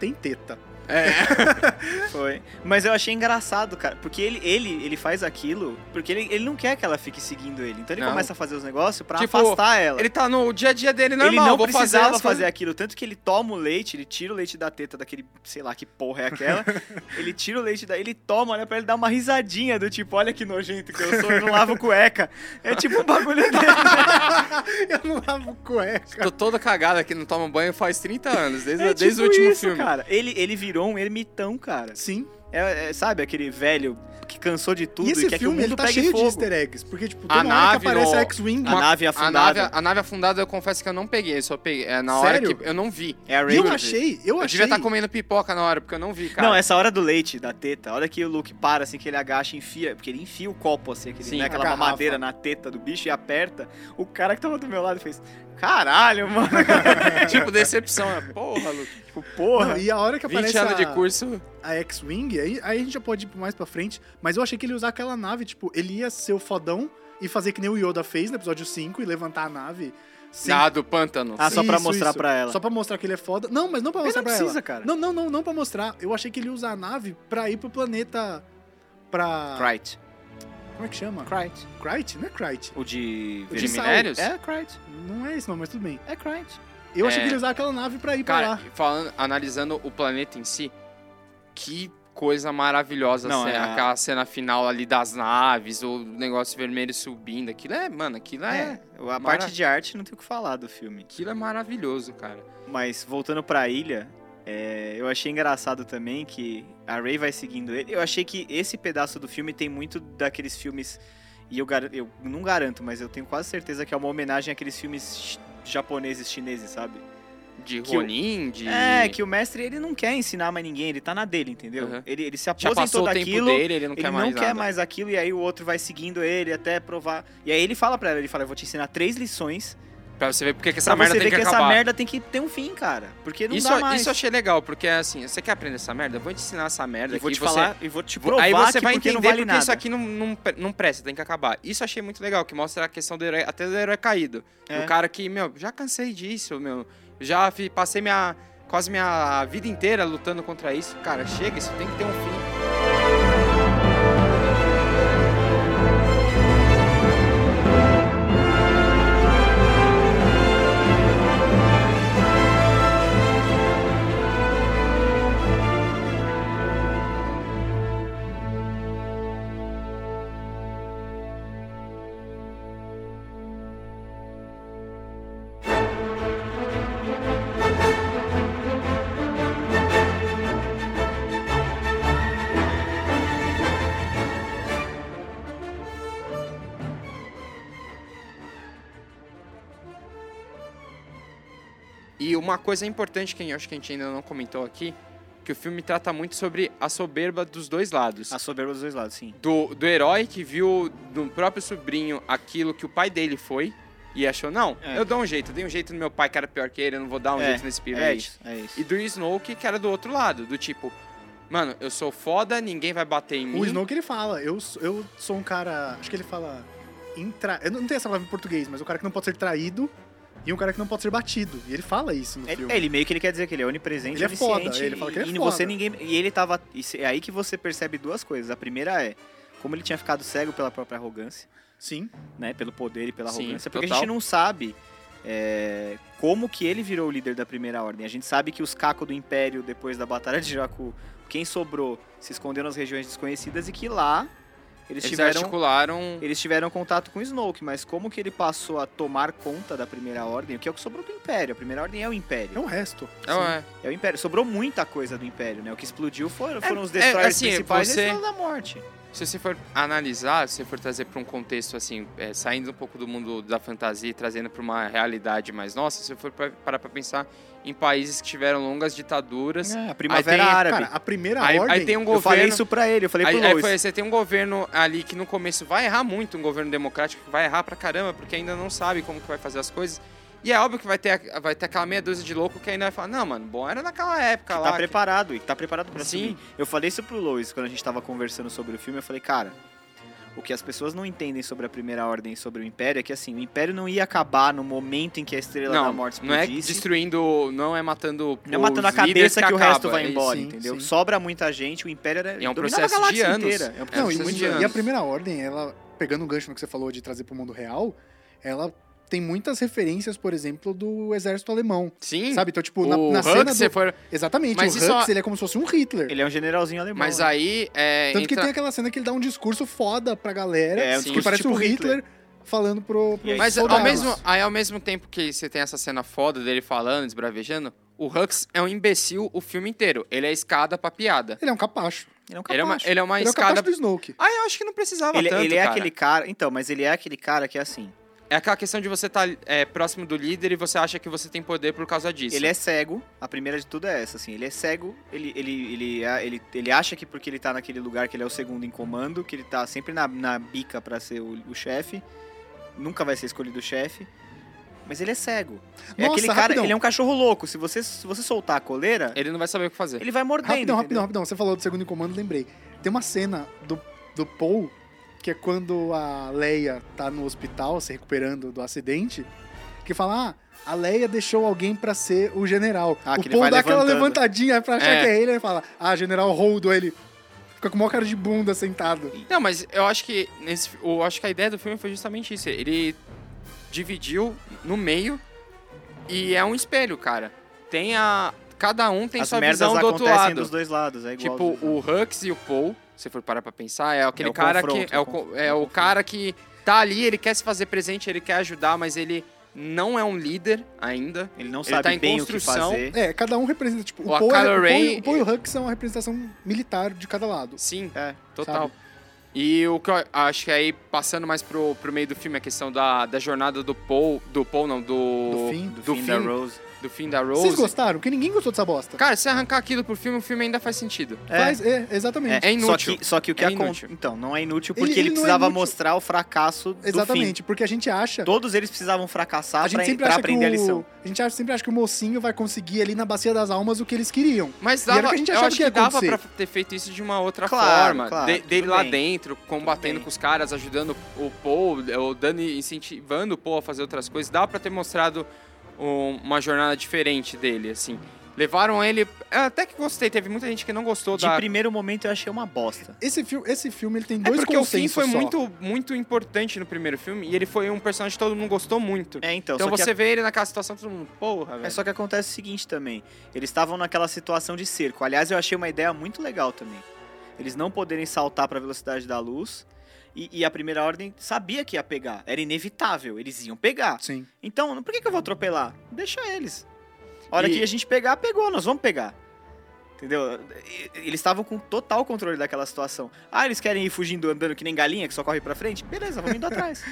[SPEAKER 1] tem teta.
[SPEAKER 2] É,
[SPEAKER 3] Foi. Mas eu achei engraçado, cara, porque ele, ele, ele faz aquilo porque ele, ele não quer que ela fique seguindo ele. Então ele
[SPEAKER 2] Não.
[SPEAKER 3] começa a fazer os negócios pra
[SPEAKER 2] Tipo,
[SPEAKER 3] afastar ela.
[SPEAKER 2] ele tá no dia a dia dele normal,
[SPEAKER 3] ele não
[SPEAKER 2] vou fazer,
[SPEAKER 3] precisava fazer,
[SPEAKER 2] as coisas-
[SPEAKER 3] aquilo. Tanto que ele toma o leite, ele tira o leite da teta daquele, sei lá que porra é aquela. ele tira o leite da. Ele toma, olha pra ele dar uma risadinha do tipo, olha que nojento que eu sou, eu não lavo cueca. É tipo um bagulho dele.
[SPEAKER 1] eu não lavo cueca.
[SPEAKER 2] Tô todo cagado aqui, não tomo banho faz 30 anos, desde,
[SPEAKER 3] É
[SPEAKER 2] desde
[SPEAKER 3] tipo
[SPEAKER 2] o último
[SPEAKER 3] isso,
[SPEAKER 2] filme.
[SPEAKER 3] cara. Ele, ele virou um ermitão, cara.
[SPEAKER 1] Sim.
[SPEAKER 3] É, é, sabe aquele velho que cansou de tudo
[SPEAKER 1] e
[SPEAKER 3] e,
[SPEAKER 1] esse
[SPEAKER 3] quer
[SPEAKER 1] filme,
[SPEAKER 3] que o
[SPEAKER 1] ele
[SPEAKER 3] mundo
[SPEAKER 1] tá
[SPEAKER 3] pegue
[SPEAKER 1] cheio de
[SPEAKER 3] fogo.
[SPEAKER 1] easter eggs. Porque, tipo, toda
[SPEAKER 2] A
[SPEAKER 1] hora que
[SPEAKER 2] nave
[SPEAKER 1] aparece
[SPEAKER 2] no-
[SPEAKER 1] a X-Wing.
[SPEAKER 3] A nave
[SPEAKER 2] A
[SPEAKER 3] afundada.
[SPEAKER 2] nave, a nave afundada eu confesso que eu não peguei, eu só peguei. É na hora
[SPEAKER 1] Sério?
[SPEAKER 2] que eu não vi.
[SPEAKER 3] É a
[SPEAKER 1] E
[SPEAKER 3] Ray
[SPEAKER 1] eu
[SPEAKER 3] Ray.
[SPEAKER 1] achei, eu
[SPEAKER 2] Eu,
[SPEAKER 1] achei...
[SPEAKER 2] devia
[SPEAKER 3] tá
[SPEAKER 2] estar comendo pipoca na hora, porque eu não vi, cara.
[SPEAKER 3] Não, essa hora do leite, da teta, a hora que o Luke para, assim, que ele agacha e enfia, porque ele enfia o copo, assim, aquele,
[SPEAKER 2] Sim,
[SPEAKER 3] né,
[SPEAKER 2] a
[SPEAKER 3] aquela
[SPEAKER 1] garrafa.
[SPEAKER 3] mamadeira na teta do bicho e aperta, o cara que tava do meu lado fez, caralho, mano,
[SPEAKER 2] tipo, decepção. é, Porra, Luke.
[SPEAKER 3] tipo, porra.
[SPEAKER 1] Não, e a hora que
[SPEAKER 2] 20
[SPEAKER 1] aparece
[SPEAKER 2] anos
[SPEAKER 1] a,
[SPEAKER 2] de curso.
[SPEAKER 1] a X-Wing, aí, aí a gente já pode ir mais pra frente. Mas eu achei que ele ia usar aquela nave, tipo, ele ia ser o fodão e fazer que nem o Yoda fez no episódio 5 e levantar a nave. sem-
[SPEAKER 2] Ah, do pântano.
[SPEAKER 3] Ah, só pra
[SPEAKER 1] Isso,
[SPEAKER 3] mostrar
[SPEAKER 1] isso.
[SPEAKER 3] pra ela.
[SPEAKER 1] Só pra mostrar que ele é foda. Não, mas não pra
[SPEAKER 3] Ele
[SPEAKER 1] mostrar
[SPEAKER 3] não
[SPEAKER 1] pra
[SPEAKER 3] precisa,
[SPEAKER 1] ela.
[SPEAKER 3] cara.
[SPEAKER 1] Não, não, não, não pra mostrar. Eu achei que ele ia usar a nave pra ir pro planeta. Pra.
[SPEAKER 3] Krite.
[SPEAKER 1] Como é que chama?
[SPEAKER 3] Krite.
[SPEAKER 1] Krite? Não é Krite.
[SPEAKER 3] O de...
[SPEAKER 1] O
[SPEAKER 2] de
[SPEAKER 1] sal.
[SPEAKER 2] minérios?
[SPEAKER 3] É, Krite.
[SPEAKER 1] Não é isso, não, mas tudo bem.
[SPEAKER 3] É Krite.
[SPEAKER 1] Eu achei
[SPEAKER 2] É.
[SPEAKER 1] que ele ia usar aquela nave pra ir pra
[SPEAKER 2] Cara,
[SPEAKER 1] lá.
[SPEAKER 2] falando, analisando o planeta em si, que coisa maravilhosa
[SPEAKER 3] Não,
[SPEAKER 2] a cena-
[SPEAKER 3] é-
[SPEAKER 2] aquela cena final ali das naves, o negócio vermelho subindo. Aquilo é, mano, aquilo é,
[SPEAKER 3] É, a
[SPEAKER 2] Mara-
[SPEAKER 3] parte de arte não tem o que falar do filme.
[SPEAKER 2] aquilo é maravilhoso, cara.
[SPEAKER 3] Mas voltando pra ilha, é, eu achei engraçado também que a Ray vai seguindo ele. Eu achei que esse pedaço do filme tem muito daqueles filmes. E eu, gar- eu não garanto, mas eu tenho quase certeza que é uma homenagem àqueles filmes chi- japoneses, chineses, sabe?
[SPEAKER 2] De
[SPEAKER 3] Que o-
[SPEAKER 2] Ronin, de.
[SPEAKER 3] É, que o mestre ele não quer ensinar mais ninguém, ele tá na dele, entendeu?
[SPEAKER 2] Uhum.
[SPEAKER 3] Ele, ele se
[SPEAKER 2] já
[SPEAKER 3] aposentou
[SPEAKER 2] passou o tempo
[SPEAKER 3] daquilo.
[SPEAKER 2] dele, ele não
[SPEAKER 3] ele
[SPEAKER 2] quer
[SPEAKER 3] não
[SPEAKER 2] mais
[SPEAKER 3] quer
[SPEAKER 2] nada.
[SPEAKER 3] mais aquilo, e aí o outro vai seguindo ele até provar. E aí ele fala pra ela, ele fala, eu vou te ensinar três lições
[SPEAKER 2] Pra você ver porque que essa
[SPEAKER 3] pra
[SPEAKER 2] merda
[SPEAKER 3] você
[SPEAKER 2] tem
[SPEAKER 3] ver
[SPEAKER 2] que,
[SPEAKER 3] que, essa
[SPEAKER 2] acabar.
[SPEAKER 3] merda tem que ter um fim, cara. Porque não
[SPEAKER 2] isso, é
[SPEAKER 3] dá mais.
[SPEAKER 2] isso eu achei legal, porque assim, você quer aprender essa merda? Eu vou te ensinar essa merda.
[SPEAKER 3] Eu vou
[SPEAKER 2] aqui,
[SPEAKER 3] te
[SPEAKER 2] você-
[SPEAKER 3] falar e vou te provar
[SPEAKER 2] aí você
[SPEAKER 3] que
[SPEAKER 2] vai
[SPEAKER 3] porque
[SPEAKER 2] entender
[SPEAKER 3] não vale
[SPEAKER 2] porque
[SPEAKER 3] nada.
[SPEAKER 2] isso aqui não, não, pre- não presta, tem que acabar. Isso eu achei muito legal, que mostra a questão do herói, até do herói caído.
[SPEAKER 3] É.
[SPEAKER 2] O cara que, meu, já cansei disso, meu. Já fi- passei minha. quase minha vida inteira lutando contra isso. Cara, chega, isso tem que ter um fim. E uma coisa importante que eu acho que a gente ainda não comentou aqui, que o filme trata muito sobre a soberba dos dois lados.
[SPEAKER 3] A soberba dos dois lados, sim.
[SPEAKER 2] do, do herói que viu do próprio sobrinho aquilo que o pai dele foi E achou, não,
[SPEAKER 3] É.
[SPEAKER 2] eu dou um jeito, eu dei um jeito no meu pai que era pior que ele, eu não vou dar um
[SPEAKER 3] É,
[SPEAKER 2] jeito nesse
[SPEAKER 3] É
[SPEAKER 2] pivete.
[SPEAKER 3] isso, é isso.
[SPEAKER 2] E do Snoke, que era do outro lado, do tipo, mano, eu sou foda, ninguém vai bater em mim.
[SPEAKER 1] O Snoke ele fala, eu, sou- eu sou um cara. Acho que ele fala. Intra... Eu não não tenho essa palavra em português, mas um cara que não pode ser traído e um cara que não pode ser batido. E ele fala isso no
[SPEAKER 3] É,
[SPEAKER 1] filme.
[SPEAKER 3] é, ele meio que ele quer dizer que ele é onipresente,
[SPEAKER 1] Ele é foda,
[SPEAKER 3] onisciente,
[SPEAKER 1] ele fala que ele é
[SPEAKER 3] e você
[SPEAKER 1] foda.
[SPEAKER 3] ninguém e ele tava e se- é aí que você percebe duas coisas. A primeira é como ele tinha ficado cego pela própria arrogância,
[SPEAKER 1] Sim.
[SPEAKER 3] né, pelo poder e pela
[SPEAKER 2] Sim,
[SPEAKER 3] arrogância, porque a
[SPEAKER 2] total.
[SPEAKER 3] gente não sabe é, como que ele virou o líder da primeira ordem. A gente sabe que os Caco do Império depois da batalha de Jakku, quem sobrou, se esconderam nas regiões desconhecidas e que lá eles,
[SPEAKER 2] Eles
[SPEAKER 3] tiveram
[SPEAKER 2] articularam
[SPEAKER 3] eles tiveram contato com o Snoke, mas como que ele passou a tomar conta da Primeira Ordem? O que é o que sobrou do Império? A Primeira Ordem é o Império.
[SPEAKER 1] É o resto.
[SPEAKER 2] É,
[SPEAKER 3] É o Império. Sobrou muita coisa do Império, né? O que explodiu foram, foram os
[SPEAKER 2] é,
[SPEAKER 3] destroyers
[SPEAKER 2] assim,
[SPEAKER 3] principais
[SPEAKER 2] você-
[SPEAKER 3] e a Estrela da Morte.
[SPEAKER 2] Se você for analisar, se você for trazer para um contexto assim, é, saindo um pouco do mundo da fantasia e trazendo para uma realidade mais nossa, se você for pra- parar para pensar em países que tiveram longas ditaduras,
[SPEAKER 3] É, a Primavera
[SPEAKER 2] Ah, tem-
[SPEAKER 3] Árabe.
[SPEAKER 1] Cara, a primeira
[SPEAKER 2] aí,
[SPEAKER 1] ordem.
[SPEAKER 2] aí tem um
[SPEAKER 3] eu falei
[SPEAKER 2] governo.
[SPEAKER 3] isso pra ele, eu falei
[SPEAKER 2] Aí,
[SPEAKER 3] pro
[SPEAKER 2] aí
[SPEAKER 3] Lois.
[SPEAKER 2] foi, você tem um governo ali que no começo vai errar muito, um governo democrático que vai errar pra caramba, porque ainda não sabe como que vai fazer as coisas. E é óbvio que vai ter, vai ter aquela meia dúzia de louco que ainda vai falar, não, mano, bom era naquela época
[SPEAKER 3] que
[SPEAKER 2] lá.
[SPEAKER 3] tá
[SPEAKER 2] que-
[SPEAKER 3] preparado, e que tá preparado pra
[SPEAKER 2] Sim.
[SPEAKER 3] assumir. Eu falei isso pro Lois quando a gente tava conversando sobre o filme, eu falei, cara, o que as pessoas não entendem sobre a Primeira Ordem e sobre o Império é que, assim, o Império não ia acabar no momento em que a Estrela da
[SPEAKER 2] não,
[SPEAKER 3] Morte
[SPEAKER 2] não é
[SPEAKER 3] explodisse.
[SPEAKER 2] destruindo, não é matando
[SPEAKER 3] Não é
[SPEAKER 2] os
[SPEAKER 3] matando a
[SPEAKER 2] líderes
[SPEAKER 3] cabeça que, o
[SPEAKER 2] acaba,
[SPEAKER 3] resto vai
[SPEAKER 2] é isso.
[SPEAKER 3] embora,
[SPEAKER 1] sim,
[SPEAKER 3] entendeu?
[SPEAKER 1] sim.
[SPEAKER 3] Sobra muita gente, o Império era,
[SPEAKER 2] E é um
[SPEAKER 3] dominava a
[SPEAKER 2] processo de
[SPEAKER 3] galáxia
[SPEAKER 2] anos.
[SPEAKER 3] inteira. É um
[SPEAKER 2] É um
[SPEAKER 1] Não, e,
[SPEAKER 2] processo
[SPEAKER 1] muito-
[SPEAKER 2] de
[SPEAKER 1] e a
[SPEAKER 2] anos.
[SPEAKER 1] primeira ordem, ela, pegando um gancho no que você falou de trazer pro mundo real, ela tem muitas referências, por exemplo, do exército alemão.
[SPEAKER 2] Sim.
[SPEAKER 1] Sabe? Então, tipo,
[SPEAKER 2] o
[SPEAKER 1] na, na
[SPEAKER 2] Hux,
[SPEAKER 1] cena.
[SPEAKER 2] você
[SPEAKER 1] Do...
[SPEAKER 2] for-
[SPEAKER 1] Exatamente,
[SPEAKER 2] Mas
[SPEAKER 1] o
[SPEAKER 2] isso é
[SPEAKER 1] Hux,
[SPEAKER 2] uma-
[SPEAKER 1] ele é como se fosse um Hitler.
[SPEAKER 3] Ele é um generalzinho alemão.
[SPEAKER 2] Mas
[SPEAKER 3] né?
[SPEAKER 2] aí. É,
[SPEAKER 1] Tanto que
[SPEAKER 2] entra-
[SPEAKER 1] tem aquela cena que ele dá um discurso foda pra galera,
[SPEAKER 3] É, um
[SPEAKER 1] que
[SPEAKER 2] discurso
[SPEAKER 1] parece
[SPEAKER 3] tipo
[SPEAKER 1] o Hitler, falando pro,
[SPEAKER 3] E
[SPEAKER 1] pros
[SPEAKER 3] aí,
[SPEAKER 2] Mas ao
[SPEAKER 1] soldados.
[SPEAKER 2] mesmo, aí, ao mesmo tempo que você tem essa cena foda dele falando, desbravejando, o Hux é um imbecil o filme inteiro. Ele é escada pra piada.
[SPEAKER 1] Ele é um capacho.
[SPEAKER 3] Ele é um
[SPEAKER 2] Ele é uma,
[SPEAKER 3] capacho.
[SPEAKER 2] ele é uma
[SPEAKER 1] ele é o
[SPEAKER 2] escada.
[SPEAKER 1] capacho do Snoke.
[SPEAKER 2] Ah, eu acho que não precisava
[SPEAKER 3] Ele,
[SPEAKER 2] tanto,
[SPEAKER 3] ele é
[SPEAKER 2] cara.
[SPEAKER 3] aquele cara. Então, mas ele é aquele cara que é assim.
[SPEAKER 2] É aquela questão de você estar próximo do líder e você acha que você tem poder por causa disso.
[SPEAKER 3] Ele é cego. A primeira de tudo é essa, assim. Ele é cego. Ele, ele, ele, é- ele, ele acha que porque ele tá naquele lugar que ele é o segundo em comando, que ele tá sempre na, na bica pra ser o, o chefe. Nunca vai ser escolhido o chefe. Mas ele é cego. é
[SPEAKER 1] Nossa,
[SPEAKER 3] aquele cara.
[SPEAKER 1] rapidão.
[SPEAKER 3] Ele é um cachorro louco. Se você, se você soltar a coleira,
[SPEAKER 2] Ele não vai saber o que fazer.
[SPEAKER 3] ele vai mordendo.
[SPEAKER 1] Rapidão, rapidão,
[SPEAKER 3] entendeu?
[SPEAKER 1] rapidão. Você falou do segundo em comando, lembrei. Tem uma cena do, do Paul, que é quando a Leia tá no hospital se recuperando do acidente, que fala, ah, a Leia deixou alguém pra ser o general.
[SPEAKER 3] Ah,
[SPEAKER 1] o
[SPEAKER 3] que ele
[SPEAKER 1] Paul
[SPEAKER 3] vai
[SPEAKER 1] dá aquela
[SPEAKER 3] levantando.
[SPEAKER 1] levantadinha pra achar
[SPEAKER 2] É.
[SPEAKER 1] que é ele, ele fala, ah, general Holdo, aí ele fica com o maior cara de bunda sentado.
[SPEAKER 2] Não, mas eu acho que nesse, fi- eu acho que a ideia do filme foi justamente isso. Ele dividiu no meio e é um espelho, cara. Tem a cada um tem
[SPEAKER 3] As
[SPEAKER 2] sua
[SPEAKER 3] merdas
[SPEAKER 2] visão do outro
[SPEAKER 3] acontecem
[SPEAKER 2] lado.
[SPEAKER 3] dos dois lados. É igual
[SPEAKER 2] Tipo,
[SPEAKER 3] aos-
[SPEAKER 2] o Hux e o Paul, se você for parar pra pensar, é aquele
[SPEAKER 3] É o
[SPEAKER 2] cara
[SPEAKER 3] confronto,
[SPEAKER 2] que. É o,
[SPEAKER 3] o
[SPEAKER 2] co-
[SPEAKER 3] confronto.
[SPEAKER 2] é o cara que tá ali, ele quer se fazer presente, ele quer ajudar, mas ele não é um líder ainda.
[SPEAKER 3] Ele não
[SPEAKER 2] ele
[SPEAKER 3] sabe
[SPEAKER 2] tá em
[SPEAKER 3] bem
[SPEAKER 2] construção.
[SPEAKER 3] o que fazer.
[SPEAKER 1] É, cada um representa, tipo, o,
[SPEAKER 2] O
[SPEAKER 1] Paul, é-
[SPEAKER 2] Kylo
[SPEAKER 1] o, Paul,
[SPEAKER 2] Ren-
[SPEAKER 1] o Paul e o Hux são uma representação militar de cada lado.
[SPEAKER 2] Sim,
[SPEAKER 3] É,
[SPEAKER 2] total.
[SPEAKER 1] sabe?
[SPEAKER 2] E o que eu acho que aí, passando mais pro, pro meio do filme, a questão da, da jornada do Paul. Do Paul, não, do.
[SPEAKER 1] Do Finn.
[SPEAKER 2] Do,
[SPEAKER 3] Do, fim da Rose.
[SPEAKER 2] do fim da
[SPEAKER 1] Vocês
[SPEAKER 2] Rose.
[SPEAKER 1] gostaram? Porque ninguém gostou dessa bosta.
[SPEAKER 2] Cara, se arrancar aquilo pro filme, o filme ainda faz sentido.
[SPEAKER 3] É.
[SPEAKER 1] Faz, é, exatamente.
[SPEAKER 2] É inútil.
[SPEAKER 3] Só que, só que o que
[SPEAKER 2] É
[SPEAKER 3] acontece.
[SPEAKER 2] inútil.
[SPEAKER 3] Então, não é inútil
[SPEAKER 1] Ele-
[SPEAKER 3] porque ele,
[SPEAKER 1] ele não é
[SPEAKER 3] precisava
[SPEAKER 1] inútil.
[SPEAKER 3] mostrar o fracasso do
[SPEAKER 1] Exatamente, porque a gente acha.
[SPEAKER 3] fim. Todos eles precisavam fracassar
[SPEAKER 1] A gente
[SPEAKER 3] pra,
[SPEAKER 1] sempre
[SPEAKER 3] pra
[SPEAKER 1] acha
[SPEAKER 3] aprender
[SPEAKER 1] que
[SPEAKER 3] a
[SPEAKER 1] o,
[SPEAKER 3] lição.
[SPEAKER 1] A gente acha- sempre acha que o mocinho vai conseguir ali na bacia das almas o que eles queriam.
[SPEAKER 2] Mas
[SPEAKER 1] E era
[SPEAKER 2] dava,
[SPEAKER 1] o que a gente
[SPEAKER 2] eu
[SPEAKER 1] achava
[SPEAKER 2] acho
[SPEAKER 1] que
[SPEAKER 2] que,
[SPEAKER 1] ia
[SPEAKER 2] dava
[SPEAKER 1] acontecer.
[SPEAKER 2] pra ter feito isso de uma outra
[SPEAKER 3] Claro,
[SPEAKER 2] forma.
[SPEAKER 3] claro,
[SPEAKER 2] De-
[SPEAKER 3] tudo
[SPEAKER 2] dele lá
[SPEAKER 3] bem.
[SPEAKER 2] dentro, combatendo
[SPEAKER 3] bem.
[SPEAKER 2] com os caras, ajudando o Paul, ou dando, incentivando o Paul a fazer outras coisas. Dava pra ter mostrado um- uma jornada diferente dele, assim. Levaram ele. Até que gostei, teve muita gente que não gostou
[SPEAKER 3] De
[SPEAKER 2] da.
[SPEAKER 3] primeiro momento eu achei uma bosta.
[SPEAKER 1] Esse filme, esse filme ele tem
[SPEAKER 2] É
[SPEAKER 1] dois
[SPEAKER 2] porque o
[SPEAKER 1] consensos
[SPEAKER 2] Finn foi
[SPEAKER 1] só.
[SPEAKER 2] muito, muito importante no primeiro filme e ele foi um personagem que todo mundo gostou muito.
[SPEAKER 3] É, então,
[SPEAKER 2] então
[SPEAKER 3] só que
[SPEAKER 2] você vê ele naquela situação, todo mundo, porra,
[SPEAKER 3] a-
[SPEAKER 2] velho.
[SPEAKER 3] é só que acontece o seguinte também. Eles estavam naquela situação de cerco. Aliás, eu achei uma ideia muito legal também. Eles não poderem saltar pra velocidade da luz. E, e a primeira ordem sabia que ia pegar. Era inevitável. Eles iam pegar.
[SPEAKER 1] Sim.
[SPEAKER 3] Então, por que, que eu vou atropelar? Deixa eles. A hora
[SPEAKER 2] E-
[SPEAKER 3] que a gente pegar, pegou, nós vamos pegar. Entendeu? E- e- Eles estavam com total controle daquela situação. Ah, eles querem ir fugindo, andando que nem galinha, que só corre pra frente? Beleza, vamos indo atrás.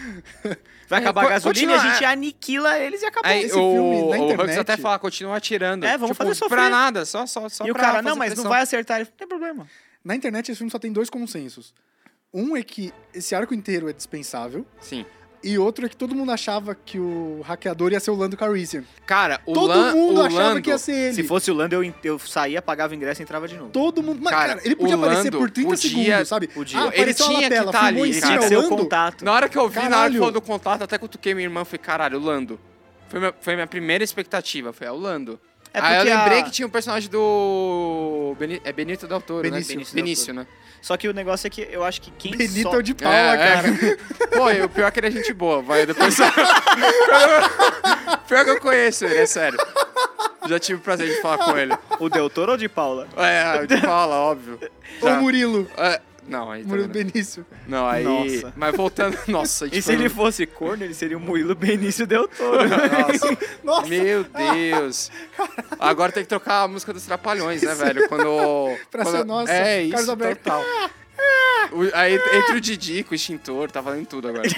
[SPEAKER 3] Vai
[SPEAKER 2] É,
[SPEAKER 3] acabar a
[SPEAKER 2] co-
[SPEAKER 3] gasolina,
[SPEAKER 2] continua, é.
[SPEAKER 3] a gente aniquila eles e acabou.
[SPEAKER 2] Aí
[SPEAKER 1] esse
[SPEAKER 2] o,
[SPEAKER 1] filme na
[SPEAKER 2] o Hux
[SPEAKER 1] internet-
[SPEAKER 2] até fala, continua atirando.
[SPEAKER 3] É, vamos
[SPEAKER 2] tipo,
[SPEAKER 3] fazer sofrer.
[SPEAKER 2] Pra nada, só, só, só
[SPEAKER 3] e o
[SPEAKER 2] pra
[SPEAKER 3] cara, não,
[SPEAKER 2] fazer
[SPEAKER 3] mas
[SPEAKER 2] pressão.
[SPEAKER 3] não vai acertar. Ele, não tem problema.
[SPEAKER 1] Na internet esse filme só tem dois consensos. Um é que esse arco inteiro é dispensável
[SPEAKER 2] Sim.
[SPEAKER 1] E outro é que todo mundo achava que o hackeador ia ser o Lando Calrissian.
[SPEAKER 2] Cara, o
[SPEAKER 1] Todo
[SPEAKER 2] Lan-
[SPEAKER 1] mundo
[SPEAKER 2] o
[SPEAKER 1] achava
[SPEAKER 2] Lando,
[SPEAKER 1] que ia ser ele.
[SPEAKER 3] Se fosse o Lando, eu, en- eu saía, pagava o ingresso e entrava de novo.
[SPEAKER 1] Todo mundo. Mas, cara,
[SPEAKER 2] Cara,
[SPEAKER 1] ele podia
[SPEAKER 2] o
[SPEAKER 1] aparecer
[SPEAKER 2] Lando
[SPEAKER 1] por 30
[SPEAKER 2] podia-
[SPEAKER 1] segundos, sabe?
[SPEAKER 3] podia.
[SPEAKER 1] Ah,
[SPEAKER 3] Ele
[SPEAKER 1] apareceu
[SPEAKER 2] tinha
[SPEAKER 1] a
[SPEAKER 2] que
[SPEAKER 1] lapela,
[SPEAKER 2] tá
[SPEAKER 1] filmou
[SPEAKER 2] ali,
[SPEAKER 1] em
[SPEAKER 3] Ele
[SPEAKER 2] cara.
[SPEAKER 1] cima
[SPEAKER 3] tinha
[SPEAKER 1] ao
[SPEAKER 3] que ser o
[SPEAKER 1] Lando.
[SPEAKER 3] contato.
[SPEAKER 2] Na hora que eu vi, na hora que
[SPEAKER 1] Caralho.
[SPEAKER 2] falou do contato, até cutuquei minha irmã, falei, caralho, o Lando. Foi minha, foi minha primeira expectativa, foi, é o Lando.
[SPEAKER 3] É
[SPEAKER 2] Aí eu
[SPEAKER 3] porque
[SPEAKER 2] lembrei
[SPEAKER 3] a-
[SPEAKER 2] que tinha um personagem do... Beni- É Benito Del Toro,
[SPEAKER 1] Benício.
[SPEAKER 2] né? Benício, né?
[SPEAKER 3] Só que o negócio é que eu acho que quem
[SPEAKER 1] Benito
[SPEAKER 3] só...
[SPEAKER 1] de pau,
[SPEAKER 2] É, é.
[SPEAKER 1] cara.
[SPEAKER 2] Pô, e o pior é que ele é gente boa, vai, depois... pior que eu conheço ele, é sério. Já tive o prazer de falar com ele.
[SPEAKER 3] O Del Toro ou de Paula?
[SPEAKER 2] É, de fala, óbvio.
[SPEAKER 1] Ou
[SPEAKER 2] Já.
[SPEAKER 1] o Murilo.
[SPEAKER 2] É, não, aí também
[SPEAKER 1] Murilo
[SPEAKER 2] não.
[SPEAKER 1] Benício.
[SPEAKER 3] Tá
[SPEAKER 2] Não, aí...
[SPEAKER 3] Nossa.
[SPEAKER 2] Mas voltando... Nossa,
[SPEAKER 3] E
[SPEAKER 2] tipo,
[SPEAKER 3] se ele fosse corno, ele seria o Murilo Benício Del Toro.
[SPEAKER 1] Nossa,
[SPEAKER 2] Meu Deus. Agora tem que trocar a música dos Trapalhões, né, velho? Quando...
[SPEAKER 1] Pra
[SPEAKER 2] quando-
[SPEAKER 1] ser nossa,
[SPEAKER 2] É
[SPEAKER 1] Carlos
[SPEAKER 2] isso,
[SPEAKER 1] Alberto.
[SPEAKER 2] total. O- aí entre o Didi com o extintor, tá valendo tudo agora.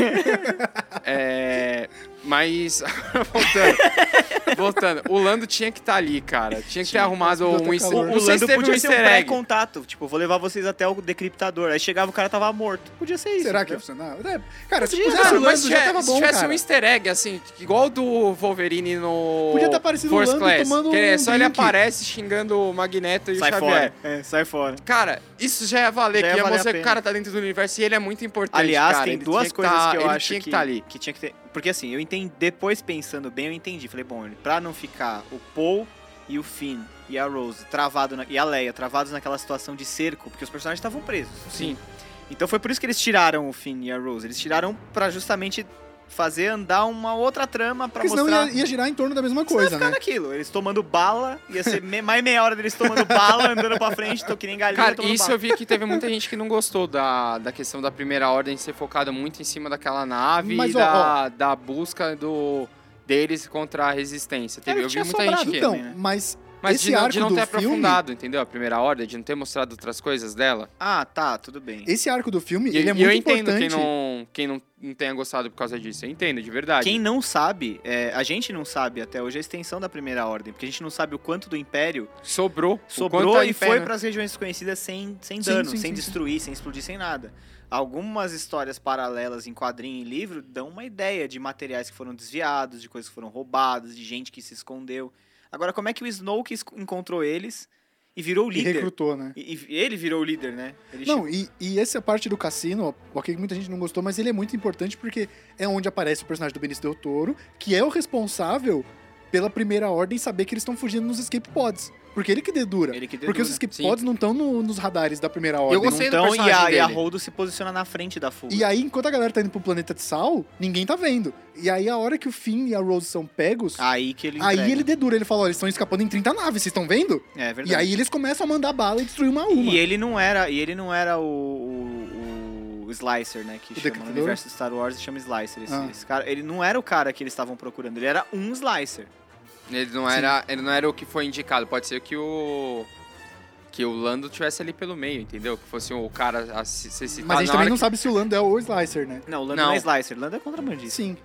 [SPEAKER 2] É, mas, voltando, voltando, o Lando tinha que estar ali, cara. Tinha que ter arrumado
[SPEAKER 1] puta
[SPEAKER 2] um easter
[SPEAKER 1] calor.
[SPEAKER 2] egg.
[SPEAKER 3] O Lando
[SPEAKER 2] teve um
[SPEAKER 3] podia ser um
[SPEAKER 2] easter egg.
[SPEAKER 3] pré-contato. Tipo, vou levar vocês até o decriptador. Aí chegava o cara tava morto. Podia ser isso.
[SPEAKER 1] Ah, será que ia
[SPEAKER 3] entendeu?
[SPEAKER 1] funcionar? É, Cara, se
[SPEAKER 3] Podia,
[SPEAKER 1] pusesse
[SPEAKER 2] Cara,
[SPEAKER 1] o
[SPEAKER 2] mas
[SPEAKER 1] Lando
[SPEAKER 2] se
[SPEAKER 1] já
[SPEAKER 2] tivesse,
[SPEAKER 1] tava
[SPEAKER 2] se
[SPEAKER 1] bom,
[SPEAKER 2] tivesse um
[SPEAKER 1] cara.
[SPEAKER 2] easter egg, assim, igual do Wolverine no.
[SPEAKER 1] Podia ter aparecido o
[SPEAKER 2] First
[SPEAKER 1] Lando
[SPEAKER 2] Class,
[SPEAKER 1] tomando
[SPEAKER 2] que é
[SPEAKER 1] um
[SPEAKER 2] Só ele
[SPEAKER 1] drink.
[SPEAKER 2] aparece xingando o Magneto e
[SPEAKER 3] Sai
[SPEAKER 2] o Xavier.
[SPEAKER 3] fora. É, sai fora.
[SPEAKER 2] Cara, isso já ia valer,
[SPEAKER 3] Já
[SPEAKER 2] que
[SPEAKER 3] ia
[SPEAKER 2] ia
[SPEAKER 3] valer a
[SPEAKER 2] mostrar que o
[SPEAKER 3] pena.
[SPEAKER 2] cara tá dentro do universo e ele é muito importante.
[SPEAKER 3] Aliás,
[SPEAKER 2] cara.
[SPEAKER 3] tem
[SPEAKER 2] Ele
[SPEAKER 3] duas
[SPEAKER 2] tinha
[SPEAKER 3] coisas
[SPEAKER 2] tá-
[SPEAKER 3] que eu
[SPEAKER 2] ele
[SPEAKER 3] acho
[SPEAKER 2] tinha
[SPEAKER 3] que,
[SPEAKER 2] que tá ali.
[SPEAKER 3] que tinha que ter. Porque assim, eu entendi. Depois pensando bem, eu entendi. Falei, bom, pra não ficar o Paul e o Finn e a Rose travado na- e a Leia travados naquela situação de cerco, porque os personagens estavam presos.
[SPEAKER 2] Sim.
[SPEAKER 3] Então foi por isso que eles tiraram o Finn e a Rose. Eles tiraram pra justamente fazer andar uma outra trama pra
[SPEAKER 1] Porque senão
[SPEAKER 3] mostrar.
[SPEAKER 1] ia, ia girar em torno da mesma
[SPEAKER 3] Senão ia
[SPEAKER 1] coisa, né?
[SPEAKER 3] ficar naquilo. Eles tomando bala, ia ser me- mais meia hora deles tomando bala, andando pra frente, tô que nem galinha
[SPEAKER 2] Cara,
[SPEAKER 3] tomando
[SPEAKER 2] isso
[SPEAKER 3] bala.
[SPEAKER 2] eu vi que teve muita gente que não gostou da, da questão da primeira ordem ser focada muito em cima daquela nave
[SPEAKER 1] Mas,
[SPEAKER 2] e
[SPEAKER 1] ó,
[SPEAKER 2] da, da busca do, deles contra a resistência. Teve,
[SPEAKER 3] É,
[SPEAKER 2] eu vi
[SPEAKER 3] tinha
[SPEAKER 2] muita
[SPEAKER 3] sobrado,
[SPEAKER 2] gente que.
[SPEAKER 1] Então,
[SPEAKER 3] também, né?
[SPEAKER 1] mas
[SPEAKER 2] Mas
[SPEAKER 1] esse
[SPEAKER 2] de, não-
[SPEAKER 1] arco
[SPEAKER 2] de não
[SPEAKER 1] do
[SPEAKER 2] ter
[SPEAKER 1] filme-
[SPEAKER 2] aprofundado, entendeu? A primeira ordem, de não ter mostrado outras coisas dela.
[SPEAKER 3] Ah, tá, tudo bem.
[SPEAKER 1] esse arco do filme,
[SPEAKER 2] E,
[SPEAKER 1] ele é
[SPEAKER 2] e
[SPEAKER 1] muito
[SPEAKER 2] eu entendo
[SPEAKER 1] importante.
[SPEAKER 2] quem, não, quem não, não tenha gostado por causa disso. Eu entendo, de verdade.
[SPEAKER 3] Quem não sabe, é, a gente não sabe até hoje a extensão da Primeira Ordem, porque a gente não sabe o quanto do Império
[SPEAKER 2] Sobrou. o quanto
[SPEAKER 3] sobrou
[SPEAKER 2] é
[SPEAKER 3] e
[SPEAKER 2] inferno.
[SPEAKER 3] foi pras regiões desconhecidas sem, sem
[SPEAKER 1] né? Sim,
[SPEAKER 3] dano,
[SPEAKER 1] sim,
[SPEAKER 3] sem
[SPEAKER 1] sim,
[SPEAKER 3] destruir, sem explodir, sem nada. Algumas histórias paralelas em quadrinho e livro dão uma ideia de materiais que foram desviados, de coisas que foram roubadas, de gente que se escondeu. Agora, como é que o Snoke es- encontrou eles e virou o
[SPEAKER 1] E
[SPEAKER 3] líder?
[SPEAKER 1] recrutou, né?
[SPEAKER 3] E, e ele virou o líder, né? Ele
[SPEAKER 1] Não, e, e essa parte do cassino, ok, que muita gente não gostou, mas ele é muito importante porque é onde aparece o personagem do Benício Del Toro, que é o responsável pela primeira ordem saber que eles estão fugindo nos escape pods. Porque ele que dedura.
[SPEAKER 3] Ele que
[SPEAKER 1] porque
[SPEAKER 3] dedura.
[SPEAKER 1] os escape
[SPEAKER 2] Sim.
[SPEAKER 1] pods não estão no- nos radares da primeira ordem.
[SPEAKER 2] Eu gostei do
[SPEAKER 3] Então, e a,
[SPEAKER 2] personagem
[SPEAKER 3] e a
[SPEAKER 2] dele.
[SPEAKER 3] Holdo se posiciona na frente da fuga.
[SPEAKER 1] E aí, enquanto a galera tá indo pro planeta de sal, ninguém tá vendo. E aí, a hora que o Finn e a Rose são pegos,
[SPEAKER 2] Ah,
[SPEAKER 3] Aí que ele
[SPEAKER 1] aí
[SPEAKER 3] entrega.
[SPEAKER 1] ele dedura. Ele fala, ó, eles estão escapando em 30 naves, vocês estão vendo?
[SPEAKER 3] É verdade.
[SPEAKER 1] E aí, eles começam a mandar bala e destruir uma a uma.
[SPEAKER 3] E ele não era, e ele não era o, o- o Slicer, né? Que chama no
[SPEAKER 1] Decapitador?
[SPEAKER 3] universo do Star Wars e chama Slicer. Esse,
[SPEAKER 1] Ah.
[SPEAKER 3] esse cara, ele não era o cara que eles estavam procurando, ele era um Slicer.
[SPEAKER 2] Ele não, era, ele não era o que foi indicado. Pode ser que o. Que o Lando tivesse ali pelo meio, entendeu? Que fosse o cara a se, ser citado.
[SPEAKER 1] Mas a gente
[SPEAKER 2] na
[SPEAKER 1] também
[SPEAKER 2] hora
[SPEAKER 1] não
[SPEAKER 2] que-
[SPEAKER 1] sabe se o Lando é o Slicer, né?
[SPEAKER 3] Não, o Lando não,
[SPEAKER 2] Não.
[SPEAKER 3] é Slicer, o Lando é contrabandista.
[SPEAKER 1] Sim.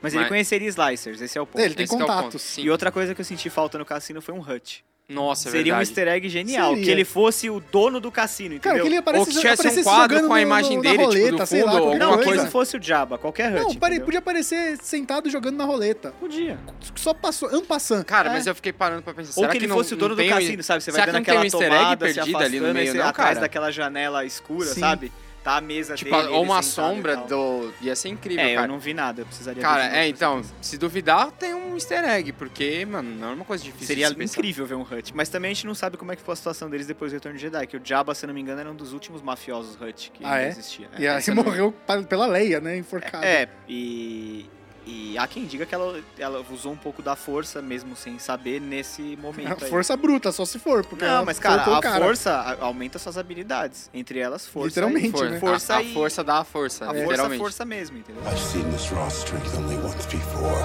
[SPEAKER 3] Mas ele
[SPEAKER 2] Mas-
[SPEAKER 3] conheceria Slicers, esse é o ponto.
[SPEAKER 1] É, ele tem
[SPEAKER 2] Esse que é o ponto,
[SPEAKER 1] contatos.
[SPEAKER 2] sim.
[SPEAKER 3] E outra coisa que eu senti falta no cassino foi um Hut.
[SPEAKER 2] Nossa, é
[SPEAKER 3] Seria um
[SPEAKER 2] verdade.
[SPEAKER 3] easter egg genial,
[SPEAKER 1] Seria.
[SPEAKER 3] que ele fosse o dono do cassino, entendeu?
[SPEAKER 1] Cara, que ele
[SPEAKER 2] Ou
[SPEAKER 1] aparece,
[SPEAKER 2] que tivesse
[SPEAKER 1] aparecesse
[SPEAKER 2] um quadro
[SPEAKER 1] jogando
[SPEAKER 2] com a
[SPEAKER 1] no-
[SPEAKER 2] imagem
[SPEAKER 1] no-
[SPEAKER 2] dele,
[SPEAKER 1] na
[SPEAKER 2] tipo, do
[SPEAKER 1] roleta, sei lá,
[SPEAKER 2] fundo,
[SPEAKER 1] qualquer
[SPEAKER 3] Não,
[SPEAKER 2] alguma
[SPEAKER 3] que
[SPEAKER 1] é coisa.
[SPEAKER 3] ele não fosse o Jabba, qualquer Hut.
[SPEAKER 1] Não, pare-
[SPEAKER 3] É, tipo, entendeu?
[SPEAKER 1] podia aparecer sentado jogando na roleta.
[SPEAKER 3] Podia.
[SPEAKER 1] Só passou, ampassando.
[SPEAKER 2] Cara,
[SPEAKER 3] É.
[SPEAKER 2] mas eu fiquei parando pra pensar.
[SPEAKER 3] Ou
[SPEAKER 2] será
[SPEAKER 3] que ele
[SPEAKER 2] não-
[SPEAKER 3] fosse o
[SPEAKER 2] não
[SPEAKER 3] dono do
[SPEAKER 2] tem um-
[SPEAKER 3] cassino, sabe? Você
[SPEAKER 2] será
[SPEAKER 3] vai
[SPEAKER 2] que
[SPEAKER 3] dando
[SPEAKER 2] não tem um
[SPEAKER 3] aquela
[SPEAKER 2] easter egg
[SPEAKER 3] tomada, se
[SPEAKER 2] perdido ali no
[SPEAKER 3] afastando, aí
[SPEAKER 2] meio,
[SPEAKER 3] você-
[SPEAKER 2] não,
[SPEAKER 3] atrás
[SPEAKER 2] cara?
[SPEAKER 3] daquela janela escura,
[SPEAKER 1] Sim.
[SPEAKER 3] sabe? Tá a mesa
[SPEAKER 2] Tipo,
[SPEAKER 3] dele.
[SPEAKER 2] ou
[SPEAKER 3] ele
[SPEAKER 2] uma
[SPEAKER 3] sentado e
[SPEAKER 2] sombra
[SPEAKER 3] tal.
[SPEAKER 2] do. Ia ser incrível,
[SPEAKER 3] É, eu
[SPEAKER 2] cara.
[SPEAKER 3] não vi nada, eu precisaria
[SPEAKER 2] Cara,
[SPEAKER 3] ver de novo,
[SPEAKER 2] é,
[SPEAKER 3] com
[SPEAKER 2] então,
[SPEAKER 3] certeza.
[SPEAKER 2] se duvidar, tem um easter egg, porque, mano, não é uma coisa difícil
[SPEAKER 3] Seria
[SPEAKER 2] de se pensar.
[SPEAKER 3] incrível ver um Hut. Mas também a gente não sabe como é que foi a situação deles depois do Retorno de Jedi, que o Jabba, se eu não me engano, era um dos últimos mafiosos Hut que
[SPEAKER 1] Ah, é?
[SPEAKER 3] existia. então,
[SPEAKER 1] E aí
[SPEAKER 2] essa não-
[SPEAKER 1] morreu pa- pela Leia, né? Enforcada.
[SPEAKER 3] É, e. E há quem diga que ela, ela usou um pouco da força, mesmo sem saber, nesse
[SPEAKER 1] A
[SPEAKER 3] momento. aí.
[SPEAKER 1] Força bruta, só se for. Porque ela
[SPEAKER 3] Não, mas cara,
[SPEAKER 1] soltou
[SPEAKER 3] a
[SPEAKER 1] o cara.
[SPEAKER 3] força a- aumenta suas habilidades. Entre elas, força.
[SPEAKER 1] Literalmente,
[SPEAKER 2] For-
[SPEAKER 1] né?
[SPEAKER 3] Força
[SPEAKER 2] a, a
[SPEAKER 3] e-
[SPEAKER 2] força dá a força,
[SPEAKER 3] A força, a
[SPEAKER 2] literalmente.
[SPEAKER 3] força mesmo, entendeu?
[SPEAKER 5] I've seen this raw strength only once before.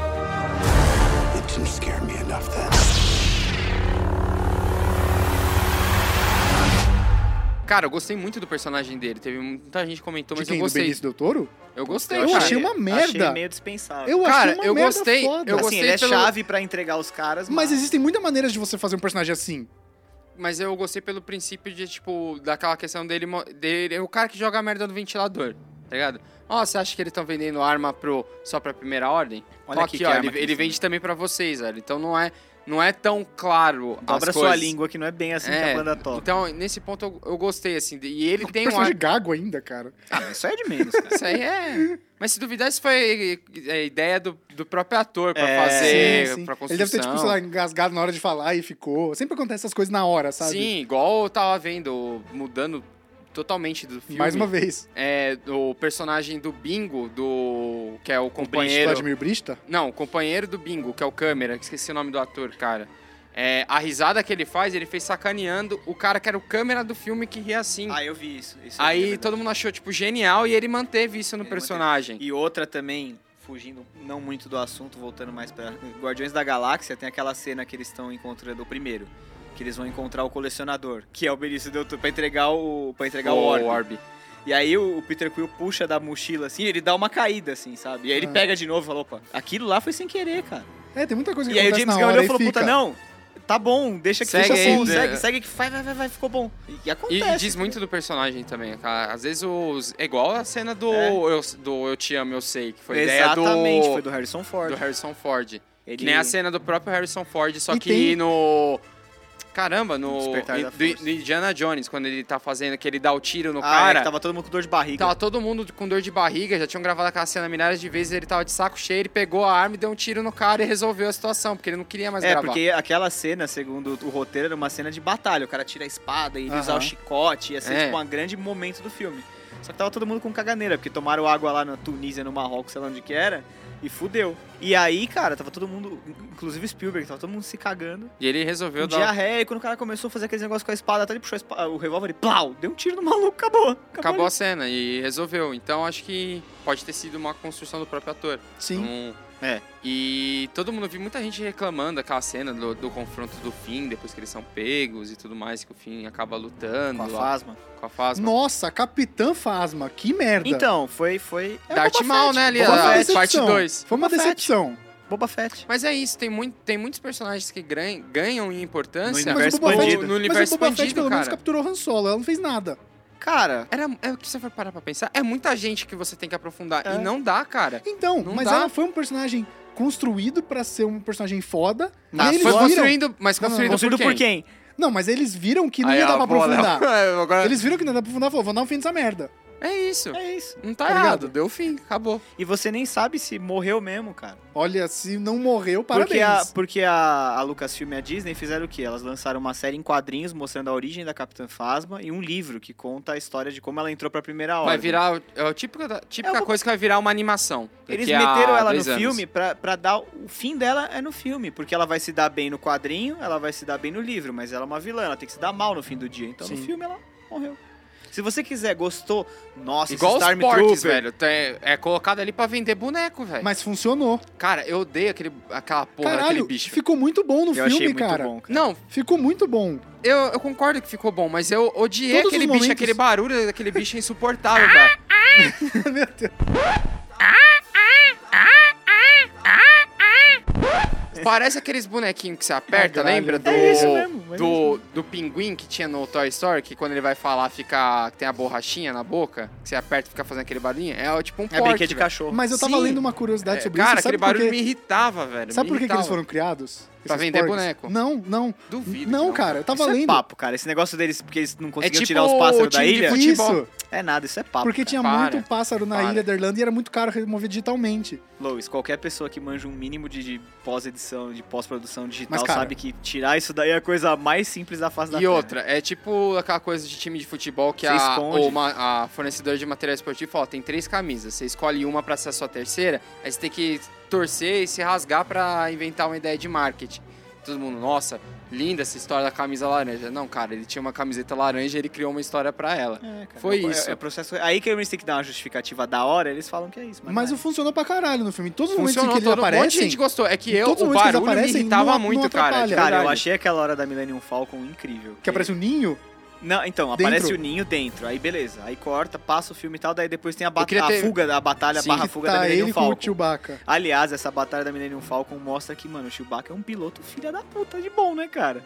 [SPEAKER 5] It didn't scare me enough then.
[SPEAKER 2] Cara, eu gostei muito do personagem dele. Teve muita gente que comentou,
[SPEAKER 1] De
[SPEAKER 2] mas
[SPEAKER 1] Tipo quem?
[SPEAKER 2] eu
[SPEAKER 1] Do
[SPEAKER 2] gostei.
[SPEAKER 1] Benício Del Toro?
[SPEAKER 2] Eu gostei,
[SPEAKER 1] Eu
[SPEAKER 2] cara.
[SPEAKER 1] achei uma merda.
[SPEAKER 3] Então, Achei um- meio dispensável.
[SPEAKER 1] Eu
[SPEAKER 2] Cara,
[SPEAKER 1] achei uma
[SPEAKER 2] eu
[SPEAKER 1] merda
[SPEAKER 2] gostei,
[SPEAKER 1] foda.
[SPEAKER 2] eu
[SPEAKER 3] assim,
[SPEAKER 2] gostei
[SPEAKER 3] ele é
[SPEAKER 2] pelo-
[SPEAKER 3] chave pra entregar os caras,
[SPEAKER 1] Mas
[SPEAKER 3] mas...
[SPEAKER 1] existem muitas maneiras de você fazer um personagem assim.
[SPEAKER 2] Mas eu gostei pelo princípio de, tipo, daquela questão dele, mo- dele. É o cara que joga a merda no ventilador. Tá ligado? Ó, você acha que eles estão vendendo arma pro, só pra primeira ordem?
[SPEAKER 3] Olha
[SPEAKER 2] Ó
[SPEAKER 3] aqui
[SPEAKER 2] aqui,
[SPEAKER 3] que
[SPEAKER 2] ó.
[SPEAKER 3] arma
[SPEAKER 2] Ele,
[SPEAKER 3] que
[SPEAKER 2] ele
[SPEAKER 3] eles
[SPEAKER 2] vende também pra vocês, velho. Então não é, não é tão claro. as
[SPEAKER 3] Dobra sua
[SPEAKER 2] coisas.
[SPEAKER 3] língua, que não é bem assim que
[SPEAKER 2] É,
[SPEAKER 3] a banda toca.
[SPEAKER 2] Então, nesse ponto eu, eu gostei, assim. de- E ele
[SPEAKER 1] O
[SPEAKER 2] tem um ar.
[SPEAKER 1] personagem gago ainda, cara.
[SPEAKER 3] Ah, isso aí é de menos, cara.
[SPEAKER 2] Isso aí é. Mas se duvidar, isso foi é, ideia do, do próprio ator pra
[SPEAKER 3] É.
[SPEAKER 2] fazer, pra construção.
[SPEAKER 1] Ele deve ter, tipo, sei lá, engasgado na hora de falar e ficou. Sempre acontece essas coisas na hora, sabe?
[SPEAKER 2] Sim, igual eu tava vendo, mudando totalmente do filme.
[SPEAKER 1] Mais uma vez.
[SPEAKER 2] É, o personagem do Bingo, do. que é o
[SPEAKER 1] O
[SPEAKER 2] companheiro.
[SPEAKER 1] Vladimir Brista?
[SPEAKER 2] Não, o companheiro do Bingo, que é o câmera, que esqueci o nome do ator, cara. É, a risada que ele faz, ele fez sacaneando o cara que era o câmera do filme que ria assim.
[SPEAKER 3] Ah, eu vi isso. isso é
[SPEAKER 2] Aí
[SPEAKER 3] verdade.
[SPEAKER 2] todo mundo achou, tipo, genial e ele manteve isso no
[SPEAKER 3] Ele
[SPEAKER 2] personagem.
[SPEAKER 3] E outra também, fugindo não muito do assunto, voltando mais pra Guardiões da Galáxia, tem aquela cena que eles estão encontrando o primeiro. Que eles vão encontrar o colecionador, que é o Benício Del Toro, pra entregar o, pra entregar o, orbe. E aí o o Peter Quill puxa da mochila, assim, ele dá uma caída, assim, sabe? E aí ele
[SPEAKER 1] Ah.
[SPEAKER 3] pega de novo e fala, opa, aquilo lá foi sem querer, cara.
[SPEAKER 1] É, tem muita coisa que
[SPEAKER 3] E aí o
[SPEAKER 1] acontece
[SPEAKER 3] James
[SPEAKER 1] na
[SPEAKER 3] Gunn
[SPEAKER 1] hora
[SPEAKER 3] olhou
[SPEAKER 1] e
[SPEAKER 3] e falou, puta,
[SPEAKER 1] fica.
[SPEAKER 3] não, tá bom, deixa que
[SPEAKER 2] Segue
[SPEAKER 3] seja
[SPEAKER 2] aí,
[SPEAKER 3] assim,
[SPEAKER 2] né?
[SPEAKER 3] segue, segue que vai, vai, vai, vai, ficou bom. E, e
[SPEAKER 2] E,
[SPEAKER 3] acontece. né?
[SPEAKER 2] diz muito do personagem também, cara. Às vezes os. É igual a cena do,
[SPEAKER 3] É.
[SPEAKER 2] eu, do Eu Te Amo, Eu Sei, que foi
[SPEAKER 3] Exatamente,
[SPEAKER 2] ideia
[SPEAKER 3] foi do
[SPEAKER 2] do,
[SPEAKER 3] Harrison Ford.
[SPEAKER 2] do Harrison Ford.
[SPEAKER 3] Ele-
[SPEAKER 2] Que nem a cena do próprio Harrison Ford, só
[SPEAKER 1] E
[SPEAKER 2] que
[SPEAKER 1] tem-
[SPEAKER 2] no. Caramba, no.
[SPEAKER 3] Despertar da
[SPEAKER 2] do-
[SPEAKER 3] Força.
[SPEAKER 2] do Indiana Jones, quando ele tá fazendo, que ele dá o tiro no
[SPEAKER 3] Ah, é
[SPEAKER 2] cara. Tá,
[SPEAKER 3] que tava todo mundo com dor de barriga.
[SPEAKER 2] Tava todo mundo com dor de barriga, já tinham gravado aquela cena milhares de vezes, ele tava de saco cheio, ele pegou a arma e deu um tiro no cara e resolveu a situação, porque ele não queria mais
[SPEAKER 3] É,
[SPEAKER 2] gravar.
[SPEAKER 3] porque aquela cena, segundo o roteiro, era uma cena de batalha. O cara tira a espada e ele
[SPEAKER 1] Aham.
[SPEAKER 3] usar o chicote. Ia ser,
[SPEAKER 2] É.
[SPEAKER 3] tipo, um grande momento do filme. Só que tava todo mundo com caganeira, porque tomaram água lá na Tunísia, no Marrocos, sei lá onde que era, e fudeu. E aí, cara, tava todo mundo, inclusive o Spielberg, tava todo mundo se cagando.
[SPEAKER 2] E ele resolveu
[SPEAKER 3] Com
[SPEAKER 2] dar.
[SPEAKER 3] diarreia, e quando o cara começou a fazer aqueles negócios com a espada, até ele puxou a espada, o revólver e plau, deu um tiro no maluco, acabou.
[SPEAKER 2] Acabou
[SPEAKER 3] ali.
[SPEAKER 2] a cena e resolveu. Então acho que pode ter sido uma construção do próprio ator.
[SPEAKER 1] Sim.
[SPEAKER 2] Não-
[SPEAKER 3] É.
[SPEAKER 2] E todo mundo, eu vi muita gente reclamando daquela cena do, do confronto do Finn, depois que eles são pegos e tudo mais, que o Finn acaba lutando
[SPEAKER 3] Com a
[SPEAKER 2] lá
[SPEAKER 3] Fasma.
[SPEAKER 2] com a Fasma.
[SPEAKER 1] Nossa, Capitã Fasma, que merda.
[SPEAKER 3] Então, foi. foi... É o
[SPEAKER 2] Darth
[SPEAKER 3] Boba
[SPEAKER 2] Maul,
[SPEAKER 3] Fett.
[SPEAKER 2] né, ali,
[SPEAKER 1] Foi
[SPEAKER 3] Boba,
[SPEAKER 1] é uma
[SPEAKER 2] a-
[SPEAKER 3] Fett.
[SPEAKER 1] decepção.
[SPEAKER 2] parte dois.
[SPEAKER 1] Foi uma
[SPEAKER 3] Boba Fett.
[SPEAKER 1] decepção.
[SPEAKER 3] Boba Fett.
[SPEAKER 2] Mas é isso, tem, muito, tem muitos personagens que gran- ganham em importância
[SPEAKER 3] No universo
[SPEAKER 1] mas o Boba
[SPEAKER 3] expandido.
[SPEAKER 2] no
[SPEAKER 1] Mas
[SPEAKER 2] universo
[SPEAKER 1] o Boba Fett
[SPEAKER 2] expandido,
[SPEAKER 1] pelo menos
[SPEAKER 2] cara.
[SPEAKER 1] capturou o Han Solo, ela não fez nada.
[SPEAKER 3] Cara,
[SPEAKER 2] Era, é o que você for parar pra pensar. É muita gente que você tem que aprofundar.
[SPEAKER 3] É.
[SPEAKER 2] E não dá, cara.
[SPEAKER 1] Então,
[SPEAKER 2] Não
[SPEAKER 1] mas
[SPEAKER 2] dá.
[SPEAKER 1] ela foi um personagem construído pra ser um personagem foda.
[SPEAKER 2] Tá,
[SPEAKER 1] e eles
[SPEAKER 2] foi
[SPEAKER 1] viram-
[SPEAKER 2] construindo, mas
[SPEAKER 1] Não, não,
[SPEAKER 2] construído,
[SPEAKER 3] Construído por
[SPEAKER 2] por quem?
[SPEAKER 3] quem?
[SPEAKER 1] Não, mas eles viram que não
[SPEAKER 2] Aí,
[SPEAKER 1] ia dar pra
[SPEAKER 2] ó, boa, Léo.
[SPEAKER 1] aprofundar.
[SPEAKER 2] É, Agora-
[SPEAKER 1] Eles viram que não ia dar pra aprofundar e falaram, vou dar um fim nessa merda.
[SPEAKER 2] É isso.
[SPEAKER 3] É isso.
[SPEAKER 2] Não tá,
[SPEAKER 1] Tá ligado?
[SPEAKER 2] errado. Deu fim, acabou.
[SPEAKER 3] E você nem sabe se morreu mesmo, cara.
[SPEAKER 1] Olha, se não morreu,
[SPEAKER 3] Porque, a,
[SPEAKER 1] parabéns.
[SPEAKER 3] porque a, a Lucasfilm e a Disney fizeram o quê? Elas lançaram uma série em quadrinhos mostrando a origem da Capitã Phasma e um livro que conta a história de como ela entrou pra primeira hora.
[SPEAKER 2] Vai virar. o- É o típico da- típica
[SPEAKER 3] É uma-
[SPEAKER 2] coisa que vai virar uma animação.
[SPEAKER 3] Eles
[SPEAKER 2] daqui a
[SPEAKER 3] meteram ela no
[SPEAKER 2] dois anos.
[SPEAKER 3] filme pra, pra dar. O fim dela é no filme. Porque ela vai se dar bem no quadrinho, ela vai se dar bem no livro, mas ela é uma vilã, ela tem que se dar mal no fim do dia. Então no
[SPEAKER 1] Sim.
[SPEAKER 3] filme ela morreu. Se você quiser, gostou, nossa,
[SPEAKER 2] Igual
[SPEAKER 3] esse
[SPEAKER 2] os porcs,
[SPEAKER 3] Stormtrooper.
[SPEAKER 2] velho. Tá- É, é colocado ali pra vender boneco, velho.
[SPEAKER 1] Mas funcionou.
[SPEAKER 2] Cara, eu odeio aquele, aquela porra daquele
[SPEAKER 1] Caralho,
[SPEAKER 2] bicho.
[SPEAKER 1] ficou muito bom no
[SPEAKER 3] Eu achei
[SPEAKER 1] filme,
[SPEAKER 3] muito
[SPEAKER 1] cara.
[SPEAKER 3] bom, cara.
[SPEAKER 2] Não,
[SPEAKER 1] Ficou muito bom.
[SPEAKER 2] eu, eu concordo que ficou bom, mas eu odiei
[SPEAKER 1] Todos os
[SPEAKER 2] aquele
[SPEAKER 1] momentos-
[SPEAKER 2] bicho, aquele barulho daquele bicho é insuportável, cara.
[SPEAKER 1] Meu Deus.
[SPEAKER 2] Parece aqueles bonequinhos que você aperta,
[SPEAKER 1] Caralho.
[SPEAKER 2] lembra? Do,
[SPEAKER 3] É isso mesmo, mas é
[SPEAKER 2] do, do pinguim que tinha no Toy Story, que quando ele vai falar, fica. tem a borrachinha na boca, que você aperta e fica fazendo aquele barulhinho. É tipo um
[SPEAKER 3] É
[SPEAKER 2] porc,
[SPEAKER 3] brinquedo de
[SPEAKER 2] velho.
[SPEAKER 3] cachorro.
[SPEAKER 1] Mas eu tava
[SPEAKER 2] Sim.
[SPEAKER 1] lendo uma curiosidade
[SPEAKER 2] É,
[SPEAKER 1] sobre
[SPEAKER 2] cara,
[SPEAKER 1] isso. Sabe
[SPEAKER 2] aquele
[SPEAKER 1] por quê?
[SPEAKER 2] barulho me irritava, velho.
[SPEAKER 1] Sabe
[SPEAKER 2] me
[SPEAKER 1] por que, que eles
[SPEAKER 2] irritava.
[SPEAKER 1] foram criados?
[SPEAKER 2] Pra
[SPEAKER 1] Esses
[SPEAKER 2] vender
[SPEAKER 1] porcos?
[SPEAKER 2] boneco.
[SPEAKER 1] Não, não.
[SPEAKER 2] Duvido. que
[SPEAKER 1] Não, cara, eu tava
[SPEAKER 3] isso é
[SPEAKER 1] lendo.
[SPEAKER 3] papo, cara. Esse negócio deles, porque eles não conseguiam
[SPEAKER 2] tipo
[SPEAKER 3] tirar os
[SPEAKER 2] o
[SPEAKER 3] pássaros da
[SPEAKER 2] time de
[SPEAKER 3] ilha.
[SPEAKER 2] futebol.
[SPEAKER 1] Isso,
[SPEAKER 3] É nada, isso é papo.
[SPEAKER 1] porque tinha
[SPEAKER 2] Para,
[SPEAKER 1] muito pássaro na
[SPEAKER 2] para.
[SPEAKER 1] ilha da Irlanda e era muito caro remover digitalmente.
[SPEAKER 3] Lois, qualquer pessoa que manja um mínimo de, de pós-edição, de pós-produção digital,
[SPEAKER 1] Mas, cara-
[SPEAKER 3] sabe que tirar isso daí é a coisa mais simples da face da
[SPEAKER 2] E
[SPEAKER 3] Terra.
[SPEAKER 2] outra, é tipo aquela coisa de time de futebol que
[SPEAKER 3] Você
[SPEAKER 2] a,
[SPEAKER 3] esconde.
[SPEAKER 2] ou uma- a fornecedora de material esportivo fala, tem três camisas, você escolhe uma pra ser a sua terceira, aí você tem que torcer e se rasgar pra inventar uma ideia de marketing. Todo mundo, nossa, linda essa história da camisa laranja. Não, cara, ele tinha uma camiseta laranja e ele criou uma história pra ela.
[SPEAKER 3] É, cara,
[SPEAKER 2] Foi
[SPEAKER 3] é-
[SPEAKER 2] isso.
[SPEAKER 3] É, é processo... Aí que eles têm que dar uma justificativa da hora, eles falam que é isso. Mas,
[SPEAKER 1] Mas
[SPEAKER 3] não
[SPEAKER 1] o funcionou pra caralho no filme. Em todos os momentos em
[SPEAKER 2] Funcionou,
[SPEAKER 1] que ele
[SPEAKER 2] todo um monte de
[SPEAKER 1] aparece.
[SPEAKER 2] gente gostou. É que
[SPEAKER 1] em
[SPEAKER 2] eu,
[SPEAKER 1] todos os
[SPEAKER 2] o
[SPEAKER 1] momentos que eles
[SPEAKER 2] barulho me
[SPEAKER 1] aparecem,
[SPEAKER 2] irritava
[SPEAKER 1] não-
[SPEAKER 2] muito,
[SPEAKER 1] não
[SPEAKER 2] cara. de
[SPEAKER 1] atrapalha.
[SPEAKER 3] é. Cara, eu
[SPEAKER 2] verdade.
[SPEAKER 3] achei aquela hora da Millennium Falcon incrível.
[SPEAKER 1] Que aparece um ninho.
[SPEAKER 3] Não, então,
[SPEAKER 1] Dentro.
[SPEAKER 3] aparece o ninho dentro. Aí beleza. Aí corta, passa o filme e tal, daí depois tem a,
[SPEAKER 2] Eu
[SPEAKER 3] bat...
[SPEAKER 2] queria
[SPEAKER 3] a
[SPEAKER 2] ter-
[SPEAKER 3] fuga, a batalha
[SPEAKER 2] Sim.
[SPEAKER 3] barra
[SPEAKER 1] que
[SPEAKER 3] fuga da
[SPEAKER 1] tá
[SPEAKER 3] Millennium
[SPEAKER 1] ele com o
[SPEAKER 3] Falcon.
[SPEAKER 1] Chewbacca.
[SPEAKER 3] é Aliás, essa batalha da Millennium Falcon mostra que, mano, o Chewbacca é um piloto filha da puta de bom, né, cara?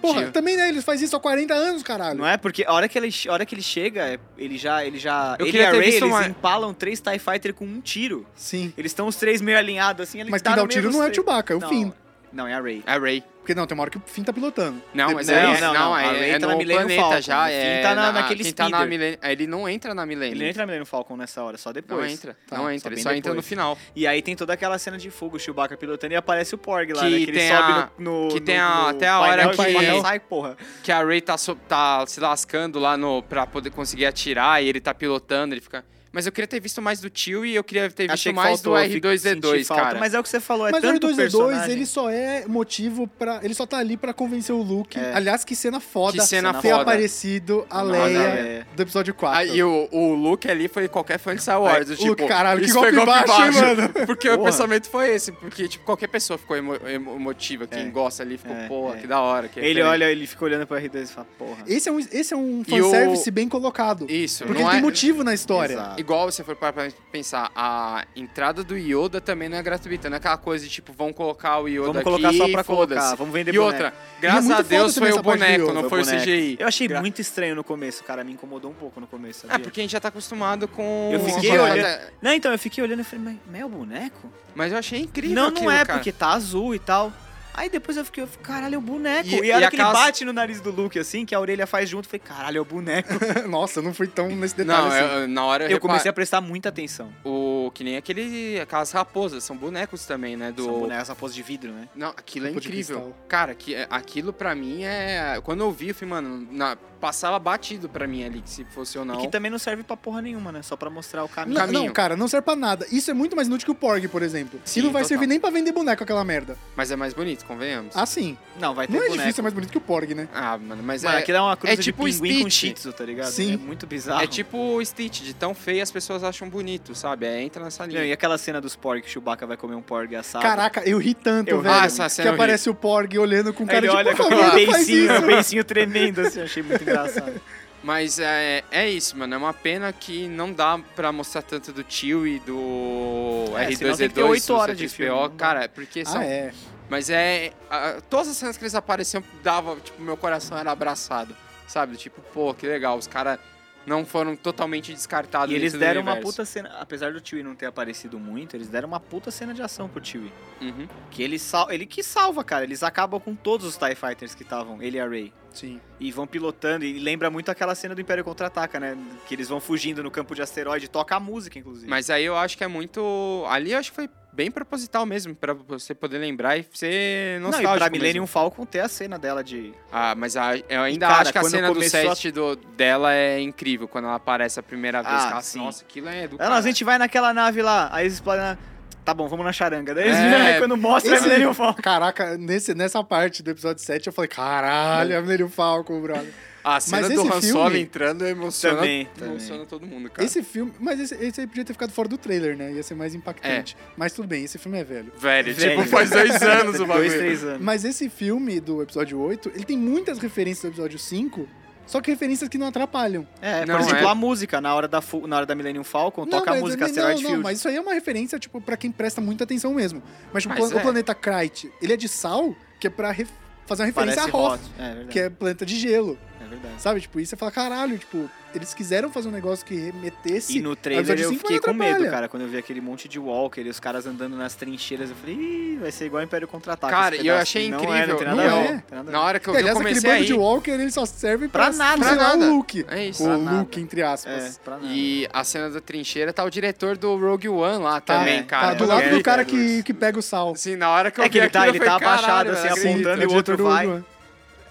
[SPEAKER 1] Porra,
[SPEAKER 2] Tio.
[SPEAKER 1] também, né? Eles fazem isso há 40 anos, caralho.
[SPEAKER 3] Não é? Porque a hora que ele, a hora que ele chega, é, ele já. Ele, já,
[SPEAKER 2] Eu
[SPEAKER 3] ele e
[SPEAKER 2] queria
[SPEAKER 3] a
[SPEAKER 2] ter
[SPEAKER 3] Ray,
[SPEAKER 2] visto
[SPEAKER 3] eles
[SPEAKER 2] uma-
[SPEAKER 3] empalam três TIE Fighter com um tiro.
[SPEAKER 2] assim
[SPEAKER 1] Sim.
[SPEAKER 3] Eles estão os três meio alinhados, assim. Ele
[SPEAKER 1] Mas
[SPEAKER 3] tá
[SPEAKER 1] quem dá
[SPEAKER 3] no
[SPEAKER 1] o
[SPEAKER 3] meio
[SPEAKER 1] tiro
[SPEAKER 3] dos
[SPEAKER 1] não é o
[SPEAKER 3] três.
[SPEAKER 1] Chewbacca, é o
[SPEAKER 3] Não,
[SPEAKER 1] Finn.
[SPEAKER 3] Não, é a Ray.
[SPEAKER 2] A Ray.
[SPEAKER 1] Porque não, tem uma hora que o Finn tá pilotando.
[SPEAKER 2] Não, mas
[SPEAKER 1] Depois-
[SPEAKER 2] é,
[SPEAKER 3] não,
[SPEAKER 2] não,
[SPEAKER 3] não, a Ray
[SPEAKER 2] é, é
[SPEAKER 3] tá na
[SPEAKER 2] no
[SPEAKER 3] Millennium
[SPEAKER 2] planeta
[SPEAKER 3] Falcon, o
[SPEAKER 2] já,
[SPEAKER 3] Finn
[SPEAKER 2] é
[SPEAKER 3] tá na-
[SPEAKER 2] na-
[SPEAKER 3] naquele
[SPEAKER 2] quem tá na
[SPEAKER 3] speeder.
[SPEAKER 2] Millennium, ele não entra na Millennium.
[SPEAKER 3] Ele não entra no Falcon nessa hora, só depois.
[SPEAKER 2] Não entra,
[SPEAKER 3] Tá,
[SPEAKER 2] não entra,
[SPEAKER 3] bem
[SPEAKER 2] ele só entra no
[SPEAKER 3] depois.
[SPEAKER 2] final.
[SPEAKER 3] E aí tem toda aquela cena de fogo, o Chewbacca pilotando e aparece o Porg lá,
[SPEAKER 2] Que
[SPEAKER 3] né? Que ele
[SPEAKER 2] tem
[SPEAKER 3] sobe
[SPEAKER 2] a-
[SPEAKER 3] no, no-
[SPEAKER 2] que
[SPEAKER 3] no-
[SPEAKER 2] tem a-
[SPEAKER 3] no
[SPEAKER 2] até
[SPEAKER 3] painel
[SPEAKER 2] a hora
[SPEAKER 3] e o Chewbacca
[SPEAKER 2] que-
[SPEAKER 3] sai, porra.
[SPEAKER 2] Que a Ray tá, so- tá se lascando lá no pra poder conseguir atirar e ele tá pilotando, ele fica. Mas eu queria ter visto mais do tio e eu queria ter visto
[SPEAKER 3] Achei que
[SPEAKER 2] mais
[SPEAKER 3] faltou,
[SPEAKER 2] do
[SPEAKER 3] fiquei- senti
[SPEAKER 2] R2D2,
[SPEAKER 3] falta,
[SPEAKER 2] cara.
[SPEAKER 3] Mas é o que você falou, é
[SPEAKER 1] Mas o
[SPEAKER 3] tanto
[SPEAKER 1] R2D2,
[SPEAKER 3] personagem.
[SPEAKER 1] ele só é motivo pra. Ele só tá ali pra convencer o Luke. Aliás, que cena foda
[SPEAKER 2] É. Que cena
[SPEAKER 1] ter
[SPEAKER 2] foda.
[SPEAKER 1] aparecido a
[SPEAKER 3] Não, mas
[SPEAKER 1] Leia
[SPEAKER 3] é-
[SPEAKER 1] do episódio 4.
[SPEAKER 2] Ah, e o, o Luke ali foi qualquer fã de Star Wars.
[SPEAKER 1] Aí,
[SPEAKER 2] tipo,
[SPEAKER 1] Luke, caralho, que
[SPEAKER 2] isso foi
[SPEAKER 1] golpe baixo, hein, mano?
[SPEAKER 2] Porque o
[SPEAKER 3] Porra.
[SPEAKER 2] pensamento foi esse. Porque, tipo, qualquer pessoa ficou emo emo- emotiva. Quem gosta ali ficou,
[SPEAKER 3] é,
[SPEAKER 2] pô,
[SPEAKER 3] é.
[SPEAKER 2] que da hora. que
[SPEAKER 3] Ele
[SPEAKER 2] referência.
[SPEAKER 3] olha, ele fica olhando pro R2 e fala, porra.
[SPEAKER 1] Esse é um, esse é um
[SPEAKER 2] E o-
[SPEAKER 1] fanservice bem colocado.
[SPEAKER 2] Isso.
[SPEAKER 1] Porque
[SPEAKER 2] não
[SPEAKER 1] ele tem
[SPEAKER 2] é-
[SPEAKER 1] motivo na história.
[SPEAKER 3] Exato.
[SPEAKER 2] Igual você for parar pra pensar, a entrada do Yoda também não é gratuita. Não é aquela coisa de, tipo, vão colocar o Yoda
[SPEAKER 3] Vamos colocar
[SPEAKER 2] aqui
[SPEAKER 3] só
[SPEAKER 2] e
[SPEAKER 3] pra
[SPEAKER 2] foda-se.
[SPEAKER 3] colocar, vamos vender é
[SPEAKER 2] E outra, graças
[SPEAKER 1] muito
[SPEAKER 2] a
[SPEAKER 1] foda
[SPEAKER 2] Deus
[SPEAKER 1] também
[SPEAKER 2] foi
[SPEAKER 1] essa
[SPEAKER 2] o
[SPEAKER 1] parte do
[SPEAKER 2] boneco,
[SPEAKER 1] Yoda,
[SPEAKER 2] não
[SPEAKER 3] Meu
[SPEAKER 2] foi o
[SPEAKER 3] boneco.
[SPEAKER 2] CGI.
[SPEAKER 3] Eu achei
[SPEAKER 2] Gra-
[SPEAKER 3] muito estranho no começo, cara. Me incomodou um pouco no começo,
[SPEAKER 2] É,
[SPEAKER 3] sabia?
[SPEAKER 2] porque a gente já tá acostumado com...
[SPEAKER 3] Eu fiquei
[SPEAKER 2] com-
[SPEAKER 3] olhando- Não, então, eu fiquei olhando e falei, mas, mas é o boneco?
[SPEAKER 2] Mas eu achei incrível
[SPEAKER 3] não, não
[SPEAKER 2] aquilo,
[SPEAKER 3] é,
[SPEAKER 2] cara.
[SPEAKER 3] porque tá azul e tal. Aí depois eu fiquei, eu falei, caralho, é o boneco.
[SPEAKER 2] E-
[SPEAKER 3] E,
[SPEAKER 2] e
[SPEAKER 3] a hora que ele
[SPEAKER 2] aquelas-
[SPEAKER 3] bate no nariz do Luke, assim, que a orelha faz junto, eu falei, caralho, é o boneco.
[SPEAKER 1] Nossa, eu não fui tão nesse detalhe
[SPEAKER 2] Não,
[SPEAKER 1] assim.
[SPEAKER 2] eu- na hora eu,
[SPEAKER 3] tá Eu comecei
[SPEAKER 2] repar-
[SPEAKER 3] a prestar muita atenção.
[SPEAKER 2] o Que nem aquele, aquelas raposas, são bonecos também, né? Do...
[SPEAKER 3] São bonecos, essa pose de vidro, né?
[SPEAKER 2] Não, aquilo é
[SPEAKER 1] Tipo de
[SPEAKER 2] incrível.
[SPEAKER 1] cristal.
[SPEAKER 2] Cara, que, é, aquilo pra mim é... Quando eu vi, eu falei, mano, na- passava batido pra mim ali, que se fosse ou não.
[SPEAKER 3] E que também não serve pra porra nenhuma, né? Só pra mostrar o caminho.
[SPEAKER 1] Não,
[SPEAKER 2] Tá caminho.
[SPEAKER 1] não, cara, não serve pra nada. Isso é muito mais inútil que o Porg, por exemplo.
[SPEAKER 2] Sim,
[SPEAKER 1] e não vai
[SPEAKER 2] total.
[SPEAKER 1] servir nem pra vender boneco aquela merda.
[SPEAKER 2] Mas é mais bonito, convenhamos.
[SPEAKER 3] Ah.
[SPEAKER 1] Assim,
[SPEAKER 3] Não, vai ter
[SPEAKER 1] não é
[SPEAKER 3] boneco.
[SPEAKER 1] difícil ser mais bonito que o Porg, né?
[SPEAKER 2] Ah, mano, mas
[SPEAKER 3] Mano,
[SPEAKER 2] é...
[SPEAKER 3] aquilo é uma cruz
[SPEAKER 2] é tipo
[SPEAKER 3] de pinguim com
[SPEAKER 2] Stitch.
[SPEAKER 3] shih tzu, tá ligado?
[SPEAKER 1] um Sim.
[SPEAKER 3] É muito bizarro.
[SPEAKER 2] É tipo o Stitch, de tão feio as pessoas acham bonito, sabe? É, entra nessa
[SPEAKER 3] Meu,
[SPEAKER 2] linha.
[SPEAKER 3] e aquela cena dos porg, que o Chewbacca vai comer um porg assado.
[SPEAKER 1] Caraca, eu ri tanto,
[SPEAKER 3] Eu ri
[SPEAKER 1] velho.
[SPEAKER 2] Ah, essa
[SPEAKER 1] que
[SPEAKER 2] cena eu ri.
[SPEAKER 1] aparece o Porg olhando com
[SPEAKER 3] Aí
[SPEAKER 1] Um cara
[SPEAKER 3] ele
[SPEAKER 1] de,
[SPEAKER 3] olha
[SPEAKER 1] por
[SPEAKER 3] com
[SPEAKER 1] favor,
[SPEAKER 3] aquele
[SPEAKER 1] não faz isso.
[SPEAKER 3] beicinho, um beicinho tremendo, assim, eu achei muito engraçado.
[SPEAKER 2] Mas é, é isso, mano. É uma pena que não dá pra mostrar tanto do tio e do
[SPEAKER 3] É, senão tem que ter
[SPEAKER 2] R2-D2,
[SPEAKER 3] oito
[SPEAKER 2] do
[SPEAKER 3] horas de filme, né? não
[SPEAKER 2] C3PO,
[SPEAKER 3] dá.
[SPEAKER 2] cara, porque são...
[SPEAKER 1] Ah, é.
[SPEAKER 2] Mas é... a- todas as cenas que eles apareciam, dava, tipo, meu coração era abraçado, sabe? Tipo, pô, que legal, os caras não foram totalmente descartados
[SPEAKER 3] E eles
[SPEAKER 2] dentro do
[SPEAKER 3] deram uma
[SPEAKER 2] universo.
[SPEAKER 3] puta cena, apesar do Chewie não ter aparecido muito, eles deram uma puta cena de ação pro Chewie.
[SPEAKER 2] Uhum.
[SPEAKER 3] Que ele, sal, ele que salva, cara, eles acabam com todos os TIE Fighters que estavam, ele e a Rey.
[SPEAKER 1] Sim.
[SPEAKER 3] E vão pilotando, e lembra muito aquela cena do Império Contra-Ataca, né? Que eles vão fugindo no campo de asteroide, toca a música, inclusive.
[SPEAKER 2] Mas aí eu acho que é muito... Ali eu acho que foi bem proposital mesmo, pra você poder lembrar e ser
[SPEAKER 3] não,
[SPEAKER 2] nostálgico
[SPEAKER 3] e pra
[SPEAKER 2] mesmo.
[SPEAKER 3] Millennium Falcon ter a cena dela de...
[SPEAKER 2] Ah, mas a- eu ainda
[SPEAKER 3] E, cara,
[SPEAKER 2] acho que a
[SPEAKER 3] quando
[SPEAKER 2] cena do
[SPEAKER 3] começou a-
[SPEAKER 2] set do, dela é incrível. Quando ela aparece a primeira vez,
[SPEAKER 3] Ah,
[SPEAKER 2] que ela,
[SPEAKER 3] sim.
[SPEAKER 2] nossa, aquilo é do
[SPEAKER 3] Ah, não, a gente vai naquela nave lá, aí eles explodem na... Tá bom, vamos na charanga. Daí eles
[SPEAKER 2] É.
[SPEAKER 3] viram, aí quando mostra
[SPEAKER 1] Esse-
[SPEAKER 3] a Millennium Falcon.
[SPEAKER 1] Caraca, nesse, nessa parte do episódio 7 eu falei, caralho, é Millennium Falcon, brother.
[SPEAKER 2] A cena
[SPEAKER 1] Mas
[SPEAKER 2] do
[SPEAKER 1] esse
[SPEAKER 2] Han Solo
[SPEAKER 1] filme-
[SPEAKER 2] entrando emociona,
[SPEAKER 3] Também,
[SPEAKER 2] emociona todo mundo, cara.
[SPEAKER 1] Esse filme... Mas esse, esse aí podia ter ficado fora do trailer, né? Ia ser mais impactante. Mas tudo bem, esse filme é velho.
[SPEAKER 2] Velho,
[SPEAKER 3] Velho,
[SPEAKER 2] tipo, faz dois anos o bagulho.
[SPEAKER 3] Dois, três anos.
[SPEAKER 1] Mas esse filme do episódio 8, ele tem muitas referências do episódio 5, só que referências que não atrapalham.
[SPEAKER 3] É,
[SPEAKER 2] Não,
[SPEAKER 3] por exemplo,
[SPEAKER 2] é.
[SPEAKER 3] a música, na hora da, fu- na hora da Millennium Falcon,
[SPEAKER 1] Não,
[SPEAKER 3] toca a
[SPEAKER 1] mas-
[SPEAKER 3] música
[SPEAKER 1] não,
[SPEAKER 3] Asteroid
[SPEAKER 1] não,
[SPEAKER 3] Field.
[SPEAKER 1] mas isso aí é uma referência, tipo, pra quem presta muita atenção mesmo. Mas, tipo,
[SPEAKER 2] Mas
[SPEAKER 1] o
[SPEAKER 2] é.
[SPEAKER 1] planeta Krite, ele é de sal, que é pra ref- fazer uma referência
[SPEAKER 3] Parece
[SPEAKER 1] a Hoth,
[SPEAKER 3] Hoth. É verdade.
[SPEAKER 1] que é planeta de gelo,
[SPEAKER 3] É verdade.
[SPEAKER 1] sabe? Tipo, isso você fala, caralho, tipo, eles quiseram fazer um negócio que remetesse...
[SPEAKER 3] E no trailer
[SPEAKER 1] episódio
[SPEAKER 3] eu
[SPEAKER 1] cinco
[SPEAKER 3] fiquei
[SPEAKER 1] não
[SPEAKER 3] com medo,
[SPEAKER 1] atrapalha.
[SPEAKER 3] cara, quando eu vi aquele monte de Walker e os caras andando nas trincheiras. Eu falei, Ih, vai ser igual Império Contra-Ataque.
[SPEAKER 2] Cara,
[SPEAKER 3] esse
[SPEAKER 2] e eu
[SPEAKER 3] pedaço."
[SPEAKER 2] achei
[SPEAKER 3] não É, não
[SPEAKER 2] incrível,
[SPEAKER 3] tem nada
[SPEAKER 1] não
[SPEAKER 3] a
[SPEAKER 1] é.
[SPEAKER 3] ver, não tem nada a
[SPEAKER 2] Na
[SPEAKER 3] ver.
[SPEAKER 2] hora que eu, vi, eu
[SPEAKER 1] Aliás, aquele
[SPEAKER 2] comecei a
[SPEAKER 1] bando de
[SPEAKER 2] ir.
[SPEAKER 1] Walker, ele só serve
[SPEAKER 3] Pra
[SPEAKER 1] pra,
[SPEAKER 3] nada,
[SPEAKER 1] fuzilar
[SPEAKER 2] pra nada.
[SPEAKER 1] o Luke.
[SPEAKER 2] É isso.
[SPEAKER 1] o
[SPEAKER 3] Pra nada.
[SPEAKER 1] Luke, entre aspas.
[SPEAKER 3] É, pra nada.
[SPEAKER 2] E a cena da trincheira tá o diretor do Rogue One lá também,
[SPEAKER 3] é,
[SPEAKER 2] cara.
[SPEAKER 1] tá do
[SPEAKER 3] eu
[SPEAKER 1] lado
[SPEAKER 3] quero
[SPEAKER 1] do cara
[SPEAKER 3] ver isso.
[SPEAKER 1] que, que pega o sal.
[SPEAKER 2] Assim, na hora que eu
[SPEAKER 3] É que
[SPEAKER 2] vi
[SPEAKER 3] ele tá-
[SPEAKER 2] aquilo,
[SPEAKER 3] ele
[SPEAKER 2] eu
[SPEAKER 3] tá
[SPEAKER 2] falei, "Caralho,
[SPEAKER 3] abaixado,
[SPEAKER 2] velho,
[SPEAKER 3] assim,
[SPEAKER 2] acredito."
[SPEAKER 3] apontando
[SPEAKER 1] É
[SPEAKER 3] e o outro
[SPEAKER 1] diretor do
[SPEAKER 3] vai.
[SPEAKER 1] Obi-Wan.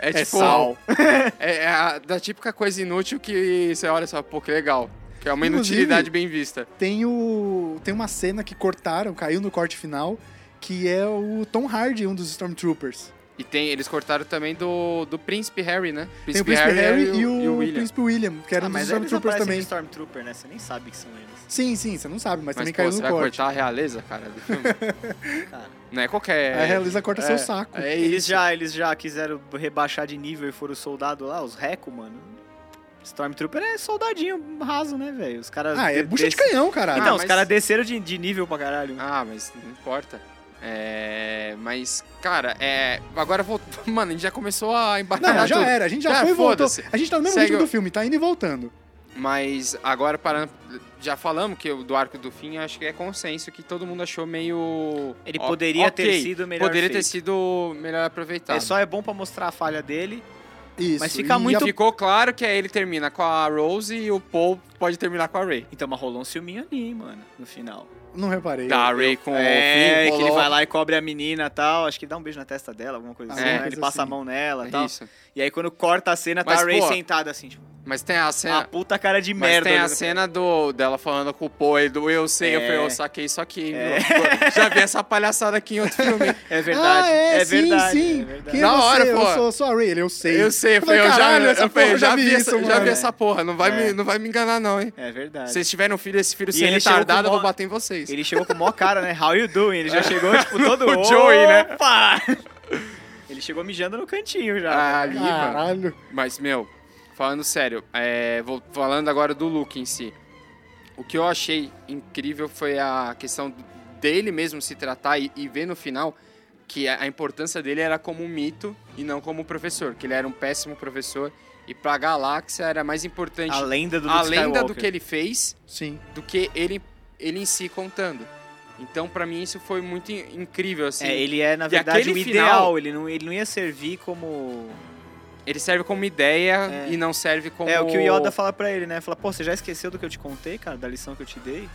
[SPEAKER 2] É
[SPEAKER 3] É
[SPEAKER 1] um
[SPEAKER 2] tipo.
[SPEAKER 3] sal.
[SPEAKER 2] É, é a- da típica coisa inútil que você olha e fala, pô, que legal. Que é uma
[SPEAKER 1] Inclusive-
[SPEAKER 2] inutilidade bem vista.
[SPEAKER 1] Tem, o, tem uma cena que cortaram, caiu no corte final, que é o Tom Hardy, um dos Stormtroopers.
[SPEAKER 2] E tem, eles cortaram também do, do Príncipe Harry, né?
[SPEAKER 1] tem o Príncipe Harry, e, o,
[SPEAKER 2] William.
[SPEAKER 1] Príncipe William, que era
[SPEAKER 3] Ah,
[SPEAKER 1] um dos
[SPEAKER 3] mas eles
[SPEAKER 1] Stormtroopers
[SPEAKER 3] aparecem
[SPEAKER 1] também.
[SPEAKER 3] de Stormtrooper, né? Você nem sabe que são eles.
[SPEAKER 1] Sim, sim, você não sabe, mas,
[SPEAKER 2] Mas,
[SPEAKER 1] também
[SPEAKER 2] pô,
[SPEAKER 1] caiu
[SPEAKER 2] você
[SPEAKER 1] no
[SPEAKER 2] vai
[SPEAKER 1] corte.
[SPEAKER 2] cortar a realeza, cara, do filme?
[SPEAKER 3] Cara.
[SPEAKER 2] Não é qualquer...
[SPEAKER 1] Aí a Realeza corta seu saco.
[SPEAKER 2] É
[SPEAKER 3] Eles
[SPEAKER 2] isso.
[SPEAKER 3] já, eles já quiseram rebaixar de nível e foram soldado lá, os Reco, mano. Stormtrooper é soldadinho raso, né, velho? Os caras.
[SPEAKER 1] Ah, é
[SPEAKER 3] de-
[SPEAKER 1] bucha de
[SPEAKER 3] desse-
[SPEAKER 1] canhão, caralho.
[SPEAKER 3] Então,
[SPEAKER 2] Ah,
[SPEAKER 3] os
[SPEAKER 2] mas-
[SPEAKER 3] caras desceram de, de nível pra caralho.
[SPEAKER 2] Ah, mas não importa. É, mas, cara, é. Agora vou. Mano, a gente já começou a embarcar.
[SPEAKER 1] Não, já era, a gente já
[SPEAKER 2] É,
[SPEAKER 1] foi e voltou.
[SPEAKER 2] foda-se.
[SPEAKER 1] A gente tá no mesmo
[SPEAKER 2] Segue
[SPEAKER 1] ritmo
[SPEAKER 2] o-
[SPEAKER 1] do filme, tá indo e voltando.
[SPEAKER 2] Mas agora parando. Já falamos que o do arco do fim, acho que é consenso que todo mundo achou meio.
[SPEAKER 3] Ele
[SPEAKER 2] o-
[SPEAKER 3] poderia
[SPEAKER 2] ok,
[SPEAKER 3] ter sido melhor
[SPEAKER 2] Poderia ter
[SPEAKER 3] feito.
[SPEAKER 2] sido melhor aproveitado.
[SPEAKER 3] É só é bom pra mostrar a falha dele.
[SPEAKER 1] Isso.
[SPEAKER 3] Mas fica muito-
[SPEAKER 2] Ficou claro que aí ele termina com a Rose e o Paul pode terminar com a Ray.
[SPEAKER 3] Então, mas rolou um ciúminho ali, hein, mano, no final.
[SPEAKER 1] Não reparei.
[SPEAKER 3] Tá,
[SPEAKER 2] Da Ah, Ray com
[SPEAKER 3] é,
[SPEAKER 2] o Finn,
[SPEAKER 3] que ele
[SPEAKER 2] rolou- Ah,
[SPEAKER 3] vai lá e cobre a menina e tal. Acho que dá um beijo na testa dela, alguma coisa
[SPEAKER 1] É,
[SPEAKER 3] assim. né?
[SPEAKER 1] coisa
[SPEAKER 3] Ele
[SPEAKER 1] assim.
[SPEAKER 3] passa a mão nela e
[SPEAKER 2] É
[SPEAKER 3] tal.
[SPEAKER 2] isso.
[SPEAKER 3] E aí quando corta a cena, tá
[SPEAKER 2] Mas,
[SPEAKER 3] a Ray
[SPEAKER 2] pô,
[SPEAKER 3] sentada assim, tipo,
[SPEAKER 2] Mas tem a
[SPEAKER 3] uma
[SPEAKER 2] cena.
[SPEAKER 3] puta cara de
[SPEAKER 2] Mas
[SPEAKER 3] merda.
[SPEAKER 2] tem a
[SPEAKER 3] olhando pra-
[SPEAKER 2] cena do, dela falando com o Paul e do eu sei, eu
[SPEAKER 3] É.
[SPEAKER 2] falei, eu saquei isso aqui.
[SPEAKER 3] É.
[SPEAKER 2] meu. Já vi essa palhaçada aqui em outro filme.
[SPEAKER 3] É verdade.
[SPEAKER 1] Ah, é,
[SPEAKER 3] é
[SPEAKER 1] sim,
[SPEAKER 3] verdade.
[SPEAKER 1] sim.
[SPEAKER 3] É verdade.
[SPEAKER 1] Quem é
[SPEAKER 2] Da
[SPEAKER 1] você?
[SPEAKER 2] hora, pô.
[SPEAKER 1] Eu sou, sou a Ray, ele, eu sei.
[SPEAKER 2] Eu sei, eu falei,
[SPEAKER 1] falei,
[SPEAKER 2] eu já,
[SPEAKER 1] "Caralho,
[SPEAKER 2] eu
[SPEAKER 1] essa
[SPEAKER 2] falei,
[SPEAKER 1] porra,
[SPEAKER 2] eu já vi essa,
[SPEAKER 1] isso,
[SPEAKER 2] já
[SPEAKER 1] mano."
[SPEAKER 2] vi essa porra, não vai,
[SPEAKER 3] É.
[SPEAKER 2] me, não vai me enganar não, hein.
[SPEAKER 3] É verdade.
[SPEAKER 2] Se vocês tiverem um filho, esse filho
[SPEAKER 3] E
[SPEAKER 2] ser
[SPEAKER 3] ele chegou
[SPEAKER 2] retardado,
[SPEAKER 3] com
[SPEAKER 2] eu vou
[SPEAKER 3] mó-
[SPEAKER 2] bater em vocês.
[SPEAKER 3] Ele chegou com o maior cara, né? How you doing? Ele já chegou, tipo, todo...
[SPEAKER 2] O Joey, né?
[SPEAKER 3] Opa! Ele chegou mijando no cantinho já.
[SPEAKER 2] Ah, ali, mano.
[SPEAKER 1] Caralho.
[SPEAKER 2] Mas, meu, falando sério, é, vou, falando agora do Luke em si. O que eu achei incrível foi a questão dele mesmo se tratar e, e ver no final que a, a importância dele era como um mito e não como professor, que ele era um péssimo professor e pra galáxia era mais importante
[SPEAKER 3] a lenda do Luke
[SPEAKER 2] a lenda do
[SPEAKER 3] Skywalker.
[SPEAKER 2] que ele fez
[SPEAKER 1] Sim.
[SPEAKER 2] do que ele, ele em si contando. Então, pra mim, isso foi muito in- incrível, assim.
[SPEAKER 3] É,
[SPEAKER 2] ele...
[SPEAKER 3] ele é, na
[SPEAKER 2] E
[SPEAKER 3] verdade,
[SPEAKER 2] aquele
[SPEAKER 3] o
[SPEAKER 2] final-
[SPEAKER 3] ideal. Ele, não, ele não ia servir como...
[SPEAKER 2] serve como ideia
[SPEAKER 3] É.
[SPEAKER 2] e não serve como...
[SPEAKER 3] É, o que o Yoda fala pra ele, né? Fala, pô, você já esqueceu do que eu te contei, cara? Da lição que eu te dei?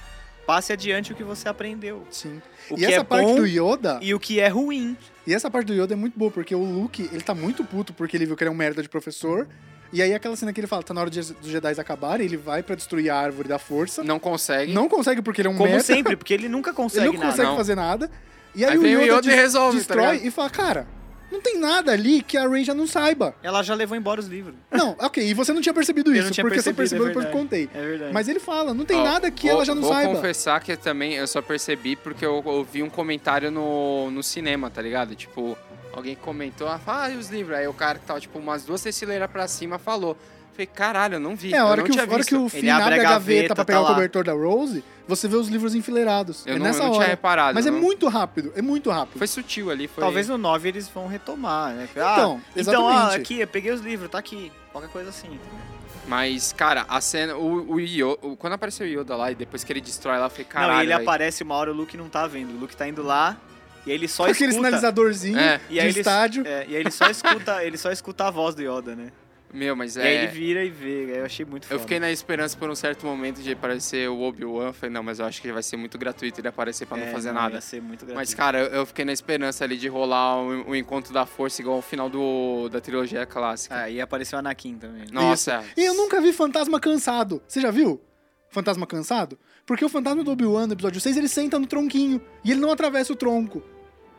[SPEAKER 3] Passe adiante o que você aprendeu.
[SPEAKER 1] Sim.
[SPEAKER 3] O
[SPEAKER 1] E
[SPEAKER 3] que
[SPEAKER 1] essa
[SPEAKER 3] é
[SPEAKER 1] parte
[SPEAKER 3] bom
[SPEAKER 1] do Yoda,
[SPEAKER 3] e o que é ruim.
[SPEAKER 1] e essa parte do Yoda é muito boa, porque o Luke, ele tá muito puto porque ele viu que ele é um merda de professor. E aí aquela cena que ele fala, tá na hora de- dos Jedi acabarem, ele vai pra destruir a árvore da força.
[SPEAKER 2] Não consegue.
[SPEAKER 1] Não consegue porque ele é um
[SPEAKER 3] Como
[SPEAKER 1] merda.
[SPEAKER 3] sempre, porque ele nunca consegue
[SPEAKER 1] ele não
[SPEAKER 3] nada.
[SPEAKER 1] consegue
[SPEAKER 2] não.
[SPEAKER 1] fazer nada. E aí,
[SPEAKER 2] Aí
[SPEAKER 1] o
[SPEAKER 2] vem o
[SPEAKER 1] Yoda,
[SPEAKER 2] Yoda e
[SPEAKER 1] des-
[SPEAKER 2] resolve, tá
[SPEAKER 1] destrói
[SPEAKER 2] ligado?
[SPEAKER 1] e fala, cara, não tem nada ali que a Ray já não saiba.
[SPEAKER 3] Ela já levou embora os livros.
[SPEAKER 1] Não, ok, e você não tinha percebido
[SPEAKER 3] Eu
[SPEAKER 1] isso,
[SPEAKER 3] não tinha
[SPEAKER 1] porque
[SPEAKER 3] percebido,
[SPEAKER 1] você percebeu
[SPEAKER 3] é
[SPEAKER 1] depois que eu contei.
[SPEAKER 3] É verdade.
[SPEAKER 1] Mas ele fala, não tem
[SPEAKER 2] Ó,
[SPEAKER 1] nada que
[SPEAKER 2] vou-
[SPEAKER 1] ela já não
[SPEAKER 2] vou
[SPEAKER 1] saiba.
[SPEAKER 2] confessar que eu também eu só percebi porque eu ouvi um comentário no, no cinema, tá ligado? Tipo, alguém comentou, ah, fala, e os livros? Aí o cara que tava, tipo, umas duas prateleiras pra cima falou. Falei, caralho, eu não vi.
[SPEAKER 1] É, a
[SPEAKER 2] eu
[SPEAKER 1] hora,
[SPEAKER 2] não
[SPEAKER 1] que o,
[SPEAKER 2] tinha
[SPEAKER 1] a hora
[SPEAKER 2] visto.
[SPEAKER 1] que o Finn abre a gaveta, pra pegar
[SPEAKER 3] tá
[SPEAKER 1] o
[SPEAKER 3] lá.
[SPEAKER 1] cobertor da Rose, você vê os livros enfileirados.
[SPEAKER 2] Eu
[SPEAKER 1] é
[SPEAKER 2] não,
[SPEAKER 1] nessa
[SPEAKER 2] eu não
[SPEAKER 1] hora.
[SPEAKER 2] tinha reparado.
[SPEAKER 1] Mas é
[SPEAKER 2] não.
[SPEAKER 1] muito rápido, é muito rápido.
[SPEAKER 2] né? Foi sutil ali, foi.
[SPEAKER 3] Talvez no 9 eles vão retomar, né?
[SPEAKER 1] Então,
[SPEAKER 3] ah, então ah,
[SPEAKER 1] exatamente.
[SPEAKER 3] aqui, eu peguei os livros, tá aqui. Qualquer coisa assim.
[SPEAKER 2] Mas, cara, a cena. O, o Yoda. Quando apareceu o Yoda lá e depois que ele destrói lá, eu falei, caralho.
[SPEAKER 3] não, e ele
[SPEAKER 2] velho.
[SPEAKER 3] aparece uma hora, o Luke não tá vendo. O Luke tá indo lá e aí ele só
[SPEAKER 1] Aquele
[SPEAKER 3] escuta.
[SPEAKER 1] sinalizadorzinho
[SPEAKER 2] É,
[SPEAKER 1] de
[SPEAKER 3] e aí ele-
[SPEAKER 1] estádio.
[SPEAKER 3] É, e aí ele só escuta, ele só escuta a voz do Yoda, né?
[SPEAKER 2] Meu, mas
[SPEAKER 3] E aí
[SPEAKER 2] é.
[SPEAKER 3] ele vira e vê. Eu achei muito foda.
[SPEAKER 2] Eu fiquei na esperança por um certo momento de aparecer o Obi-Wan. Falei, não, mas eu acho que vai ser muito gratuito ele aparecer pra
[SPEAKER 3] É,
[SPEAKER 2] não fazer
[SPEAKER 3] não,
[SPEAKER 2] nada.
[SPEAKER 3] Ia ser
[SPEAKER 1] é
[SPEAKER 3] muito
[SPEAKER 2] Mas,
[SPEAKER 3] gratuito.
[SPEAKER 2] cara, eu- eu fiquei na esperança ali de rolar um, um encontro da força igual ao final do, da trilogia clássica.
[SPEAKER 3] Ah, e apareceu o Anakin também. né?
[SPEAKER 2] Nossa.
[SPEAKER 1] É, E
[SPEAKER 2] é
[SPEAKER 1] eu nunca vi fantasma cansado. Você já viu? Fantasma cansado? Porque o fantasma do Obi-Wan no episódio 6, ele senta no tronquinho e ele não atravessa o tronco.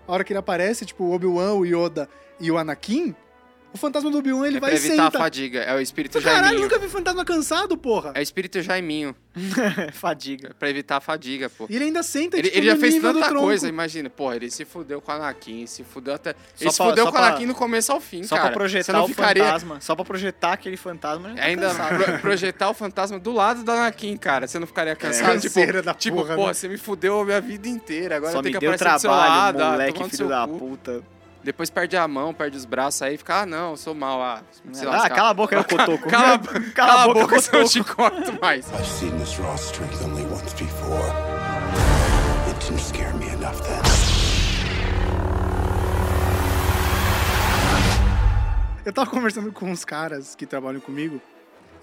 [SPEAKER 1] A hora que ele aparece, tipo, o Obi-Wan, o Yoda e o Anakin, o fantasma do Obi-Wan ele
[SPEAKER 2] é
[SPEAKER 1] vai
[SPEAKER 2] pra
[SPEAKER 1] e
[SPEAKER 2] evitar a
[SPEAKER 1] senta.
[SPEAKER 2] fadiga. É o espírito
[SPEAKER 1] Caralho, eu
[SPEAKER 2] Jaiminho.
[SPEAKER 1] nunca vi fantasma cansado, porra.
[SPEAKER 2] É o espírito Jaiminho.
[SPEAKER 3] Fadiga.
[SPEAKER 2] É pra evitar a fadiga, pô.
[SPEAKER 1] E ele ainda senta,
[SPEAKER 2] Ele,
[SPEAKER 1] tipo,
[SPEAKER 2] ele já
[SPEAKER 1] no
[SPEAKER 2] fez
[SPEAKER 1] nível do
[SPEAKER 2] tanta
[SPEAKER 1] tronco.
[SPEAKER 2] coisa, imagina. Pô, ele se fudeu com a Anakin, se fudeu até. ele se
[SPEAKER 3] pra-
[SPEAKER 2] fudeu
[SPEAKER 3] só
[SPEAKER 2] com a
[SPEAKER 3] pra-
[SPEAKER 2] Anakin no começo ao fim,
[SPEAKER 3] Só
[SPEAKER 2] cara.
[SPEAKER 3] pra
[SPEAKER 2] Você
[SPEAKER 3] projetar
[SPEAKER 2] não
[SPEAKER 3] o
[SPEAKER 2] ficaria. É,
[SPEAKER 3] fantasma. Só pra projetar aquele fantasma. já tá
[SPEAKER 2] Ainda
[SPEAKER 3] cansado.
[SPEAKER 2] pro- projetar o fantasma do lado da Anakin, cara. Você não ficaria cansado?
[SPEAKER 1] canseira
[SPEAKER 2] tipo,
[SPEAKER 1] da
[SPEAKER 2] tipo
[SPEAKER 1] porra,
[SPEAKER 2] pô,
[SPEAKER 1] né?
[SPEAKER 2] você me fudeu a minha vida inteira. Agora
[SPEAKER 3] Só
[SPEAKER 2] tem
[SPEAKER 3] me
[SPEAKER 2] que
[SPEAKER 3] deu
[SPEAKER 2] aparecer do seu
[SPEAKER 3] trabalho,
[SPEAKER 2] lado, ah,
[SPEAKER 3] moleque,
[SPEAKER 2] tomando
[SPEAKER 3] filho
[SPEAKER 2] seu
[SPEAKER 3] da
[SPEAKER 2] cu.
[SPEAKER 3] puta.
[SPEAKER 2] Depois perde a mão, perde os braços, aí fica, ah, não, sou mal, ah, sei lá,
[SPEAKER 3] Ah,
[SPEAKER 2] os
[SPEAKER 3] cala a boca, era o Cotoco.
[SPEAKER 2] Cala, a bo- cala a boca, senão eu te corto mais.
[SPEAKER 5] I've seen this raw strength only once before. It didn't scare me enough then.
[SPEAKER 1] Eu tava conversando com uns caras que trabalham comigo.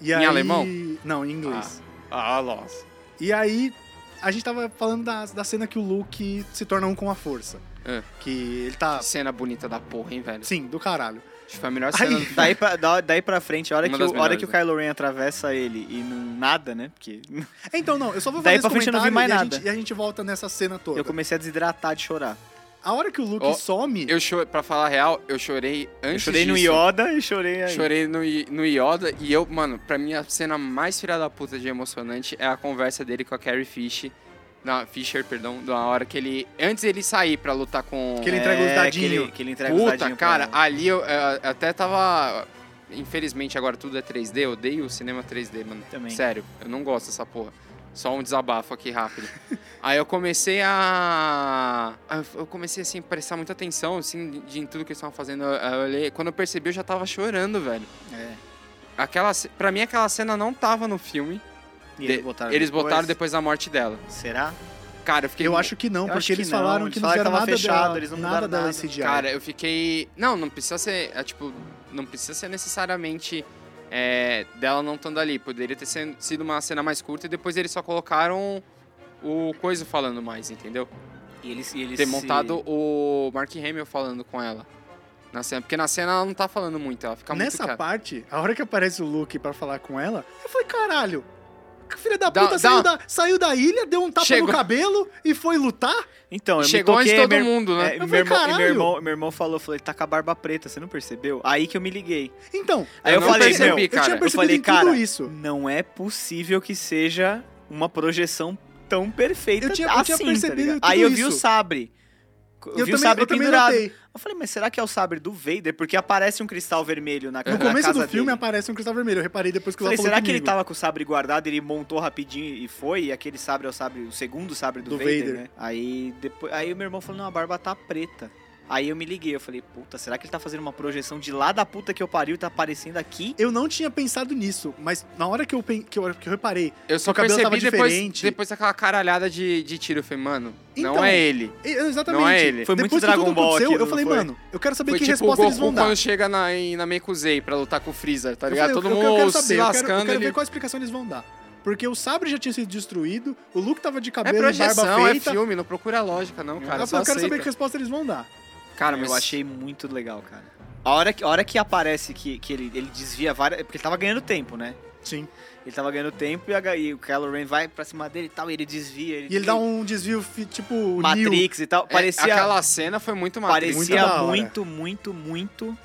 [SPEAKER 1] E
[SPEAKER 2] Em
[SPEAKER 1] aí-
[SPEAKER 2] alemão?
[SPEAKER 1] Não, em inglês.
[SPEAKER 2] Ah, nossa.
[SPEAKER 1] E aí, a gente tava falando da, da cena que o Luke se torna um com a força.
[SPEAKER 2] É.
[SPEAKER 1] Que ele tá.
[SPEAKER 2] Que cena bonita da porra, hein, velho?
[SPEAKER 1] Sim, do caralho.
[SPEAKER 2] Acho que foi a melhor cena.
[SPEAKER 1] Aí-
[SPEAKER 2] do-
[SPEAKER 3] Daí pra, da- daí pra frente, a hora, que
[SPEAKER 2] Uma das
[SPEAKER 3] o, a hora
[SPEAKER 2] melhores,
[SPEAKER 3] que o
[SPEAKER 2] né?
[SPEAKER 3] Kylo Ren atravessa ele e não nada, né? Porque
[SPEAKER 1] Então, não, eu só vou fazer
[SPEAKER 3] Daí
[SPEAKER 1] esse
[SPEAKER 3] pra frente eu não vi
[SPEAKER 1] comentário
[SPEAKER 3] mais
[SPEAKER 1] e,
[SPEAKER 3] nada.
[SPEAKER 1] A gente, e a gente volta nessa cena toda.
[SPEAKER 3] eu comecei a desidratar de chorar.
[SPEAKER 1] A hora que o Luke
[SPEAKER 2] Ó,
[SPEAKER 1] some.
[SPEAKER 2] Eu chorei, pra falar a real, eu chorei
[SPEAKER 3] Eu
[SPEAKER 2] antes
[SPEAKER 3] chorei no
[SPEAKER 2] disso.
[SPEAKER 3] Yoda e chorei aí.
[SPEAKER 2] Chorei no, I- no Yoda e eu, mano, pra mim a cena mais filha da puta de emocionante é a conversa dele com a Carrie Fish, na, Fisher, perdão, na hora que ele. Antes ele sair pra lutar com.
[SPEAKER 1] Que ele entrega os
[SPEAKER 3] É,
[SPEAKER 1] dadinhos.
[SPEAKER 3] Que ele, que ele entrega os
[SPEAKER 2] Puta,
[SPEAKER 3] dadinhos
[SPEAKER 2] cara,
[SPEAKER 3] pra ela.
[SPEAKER 2] ali eu, eh, até tava. Infelizmente agora tudo é 3D, eu odeio o cinema 3D, mano.
[SPEAKER 3] Também.
[SPEAKER 2] Sério, eu não gosto dessa porra. Só um desabafo aqui rápido. Aí eu comecei a. a- Eu comecei assim, a prestar muita atenção, assim, de- de em tudo que eles estavam fazendo. Eu- eu olhei- Quando eu percebi, eu já tava chorando, velho.
[SPEAKER 3] É.
[SPEAKER 2] Aquela, ce- pra mim, aquela cena não tava no filme.
[SPEAKER 3] E
[SPEAKER 2] De-
[SPEAKER 3] eles botaram
[SPEAKER 2] Eles botaram depois da morte dela.
[SPEAKER 3] Será?
[SPEAKER 2] Cara, eu fiquei.
[SPEAKER 1] Eu acho que não,
[SPEAKER 3] Eu acho
[SPEAKER 1] porque
[SPEAKER 3] que
[SPEAKER 1] eles
[SPEAKER 3] não,
[SPEAKER 1] falaram
[SPEAKER 3] eles
[SPEAKER 1] que não
[SPEAKER 3] falaram que
[SPEAKER 1] fizeram
[SPEAKER 3] tava
[SPEAKER 1] nada
[SPEAKER 3] fechado,
[SPEAKER 1] dela,
[SPEAKER 3] eles não
[SPEAKER 1] nada
[SPEAKER 3] mudaram
[SPEAKER 1] dela
[SPEAKER 3] nada.
[SPEAKER 1] em CGI.
[SPEAKER 2] Cara, eu fiquei. Não, não precisa ser. é, tipo, não precisa ser necessariamente é, dela não estando ali. Poderia ter sen- sido uma cena mais curta e depois eles só colocaram o Coiso falando mais, entendeu?
[SPEAKER 3] E eles, e eles
[SPEAKER 2] ter
[SPEAKER 3] se-
[SPEAKER 2] montado o Mark Hamill falando com ela. Na cena, porque na cena ela não tá falando muito, ela fica
[SPEAKER 1] Nessa
[SPEAKER 2] muito. cara-
[SPEAKER 1] parte, a hora que aparece o Luke pra falar com ela, eu falei, caralho, que filha da
[SPEAKER 2] Dá-
[SPEAKER 1] puta saiu,
[SPEAKER 2] dá-
[SPEAKER 1] da, saiu da ilha, deu um tapa
[SPEAKER 2] Chegou.
[SPEAKER 1] no cabelo e foi lutar?
[SPEAKER 3] Então, eu
[SPEAKER 2] Chegou
[SPEAKER 3] me
[SPEAKER 2] antes de
[SPEAKER 3] toquei,
[SPEAKER 2] todo
[SPEAKER 3] meu-
[SPEAKER 2] mundo, né?
[SPEAKER 3] é,
[SPEAKER 1] Eu
[SPEAKER 3] meu,
[SPEAKER 1] falei,
[SPEAKER 3] irmão, e meu,
[SPEAKER 1] "Caralho!"
[SPEAKER 3] irmão, meu irmão falou, falou, ele tá com a barba preta, você não percebeu? Aí que eu me liguei.
[SPEAKER 1] Então,
[SPEAKER 3] Aí
[SPEAKER 2] Eu
[SPEAKER 3] eu,
[SPEAKER 2] não
[SPEAKER 3] falei,
[SPEAKER 2] percebi,
[SPEAKER 3] meu,
[SPEAKER 1] eu
[SPEAKER 2] cara,
[SPEAKER 1] tinha
[SPEAKER 2] eu
[SPEAKER 1] percebido
[SPEAKER 3] falei,
[SPEAKER 1] em
[SPEAKER 3] cara,
[SPEAKER 1] tudo isso.
[SPEAKER 3] não é possível que seja uma projeção tão perfeita
[SPEAKER 1] Eu tinha- eu
[SPEAKER 3] assim,
[SPEAKER 1] tinha
[SPEAKER 3] tá
[SPEAKER 1] percebido
[SPEAKER 3] ligado?
[SPEAKER 1] tudo
[SPEAKER 3] Aí eu vi
[SPEAKER 1] isso.
[SPEAKER 3] o sabre. Eu, vi
[SPEAKER 1] também,
[SPEAKER 3] o sabre
[SPEAKER 1] eu também
[SPEAKER 3] pendurado.
[SPEAKER 1] notei.
[SPEAKER 3] Eu falei, mas será que é o sabre do Vader? Porque aparece um cristal vermelho na,
[SPEAKER 1] No
[SPEAKER 3] na
[SPEAKER 1] começo
[SPEAKER 3] casa
[SPEAKER 1] do filme
[SPEAKER 3] dele.
[SPEAKER 1] aparece um cristal vermelho, eu reparei depois que o
[SPEAKER 3] Falei,
[SPEAKER 1] Léo falou
[SPEAKER 3] será que ele
[SPEAKER 1] comigo.
[SPEAKER 3] tava com o sabre guardado, ele montou rapidinho e foi? E aquele sabre é o sabre, o segundo sabre do,
[SPEAKER 1] Do
[SPEAKER 3] Vader,
[SPEAKER 1] Vader.
[SPEAKER 3] né? Aí depois. Aí o meu irmão falou, não, a barba tá preta. Aí eu me liguei, eu falei, puta, será que ele tá fazendo uma projeção de lá da puta que eu pariu e tá aparecendo aqui?
[SPEAKER 1] Eu não tinha pensado nisso, mas na hora que eu, pen- que eu, que eu reparei,
[SPEAKER 3] É,
[SPEAKER 2] Eu só
[SPEAKER 1] O cabelo
[SPEAKER 2] percebi
[SPEAKER 1] tava
[SPEAKER 2] depois,
[SPEAKER 1] diferente.
[SPEAKER 2] depois daquela caralhada de, de tiro. Eu falei, mano, não
[SPEAKER 1] Então,
[SPEAKER 2] é ele.
[SPEAKER 1] e- exatamente.
[SPEAKER 2] Não é ele.
[SPEAKER 3] Foi muito
[SPEAKER 1] depois que
[SPEAKER 3] Dragon
[SPEAKER 1] tudo
[SPEAKER 3] Ball
[SPEAKER 1] aconteceu,
[SPEAKER 3] aquilo,
[SPEAKER 1] eu falei,
[SPEAKER 3] não foi?
[SPEAKER 1] mano, eu quero saber
[SPEAKER 2] Foi
[SPEAKER 1] que
[SPEAKER 2] tipo o
[SPEAKER 1] resposta
[SPEAKER 2] Goku
[SPEAKER 1] eles vão dar.
[SPEAKER 2] quando chega na, em Namekusei pra lutar com o Freezer, tá
[SPEAKER 1] Eu
[SPEAKER 2] ligado?
[SPEAKER 1] falei,
[SPEAKER 2] Todo
[SPEAKER 1] eu- eu
[SPEAKER 2] mundo
[SPEAKER 1] quero
[SPEAKER 2] se
[SPEAKER 1] saber, eu quero, eu
[SPEAKER 2] lascando.
[SPEAKER 1] quero
[SPEAKER 2] ele-
[SPEAKER 1] ver qual explicação eles vão dar. Porque o sabre já tinha sido destruído, o Luke tava de
[SPEAKER 2] É
[SPEAKER 1] cabelo e
[SPEAKER 2] projeção,
[SPEAKER 1] barba
[SPEAKER 2] é
[SPEAKER 1] feita.
[SPEAKER 2] filme, não procura lógica não, cara.
[SPEAKER 1] eu
[SPEAKER 2] Só
[SPEAKER 1] falei, eu quero saber
[SPEAKER 2] aceita.
[SPEAKER 1] que resposta eles vão dar.
[SPEAKER 2] Cara, mas
[SPEAKER 3] eu achei muito legal, cara. A hora que, a hora que aparece que, que ele, ele desvia várias. Porque ele tava ganhando tempo, né?
[SPEAKER 1] Sim.
[SPEAKER 3] Ele tava ganhando tempo e, a ga- e o Kylo Ren vai pra cima dele e tal, e ele desvia.
[SPEAKER 1] E ele dá um desvio, fi- tipo, o Neo.
[SPEAKER 3] Matrix e tal.
[SPEAKER 2] é,
[SPEAKER 3] parecia
[SPEAKER 2] aquela cena foi muito matriz.
[SPEAKER 1] Muito
[SPEAKER 3] parecia
[SPEAKER 1] da hora.
[SPEAKER 3] muito, muito, muito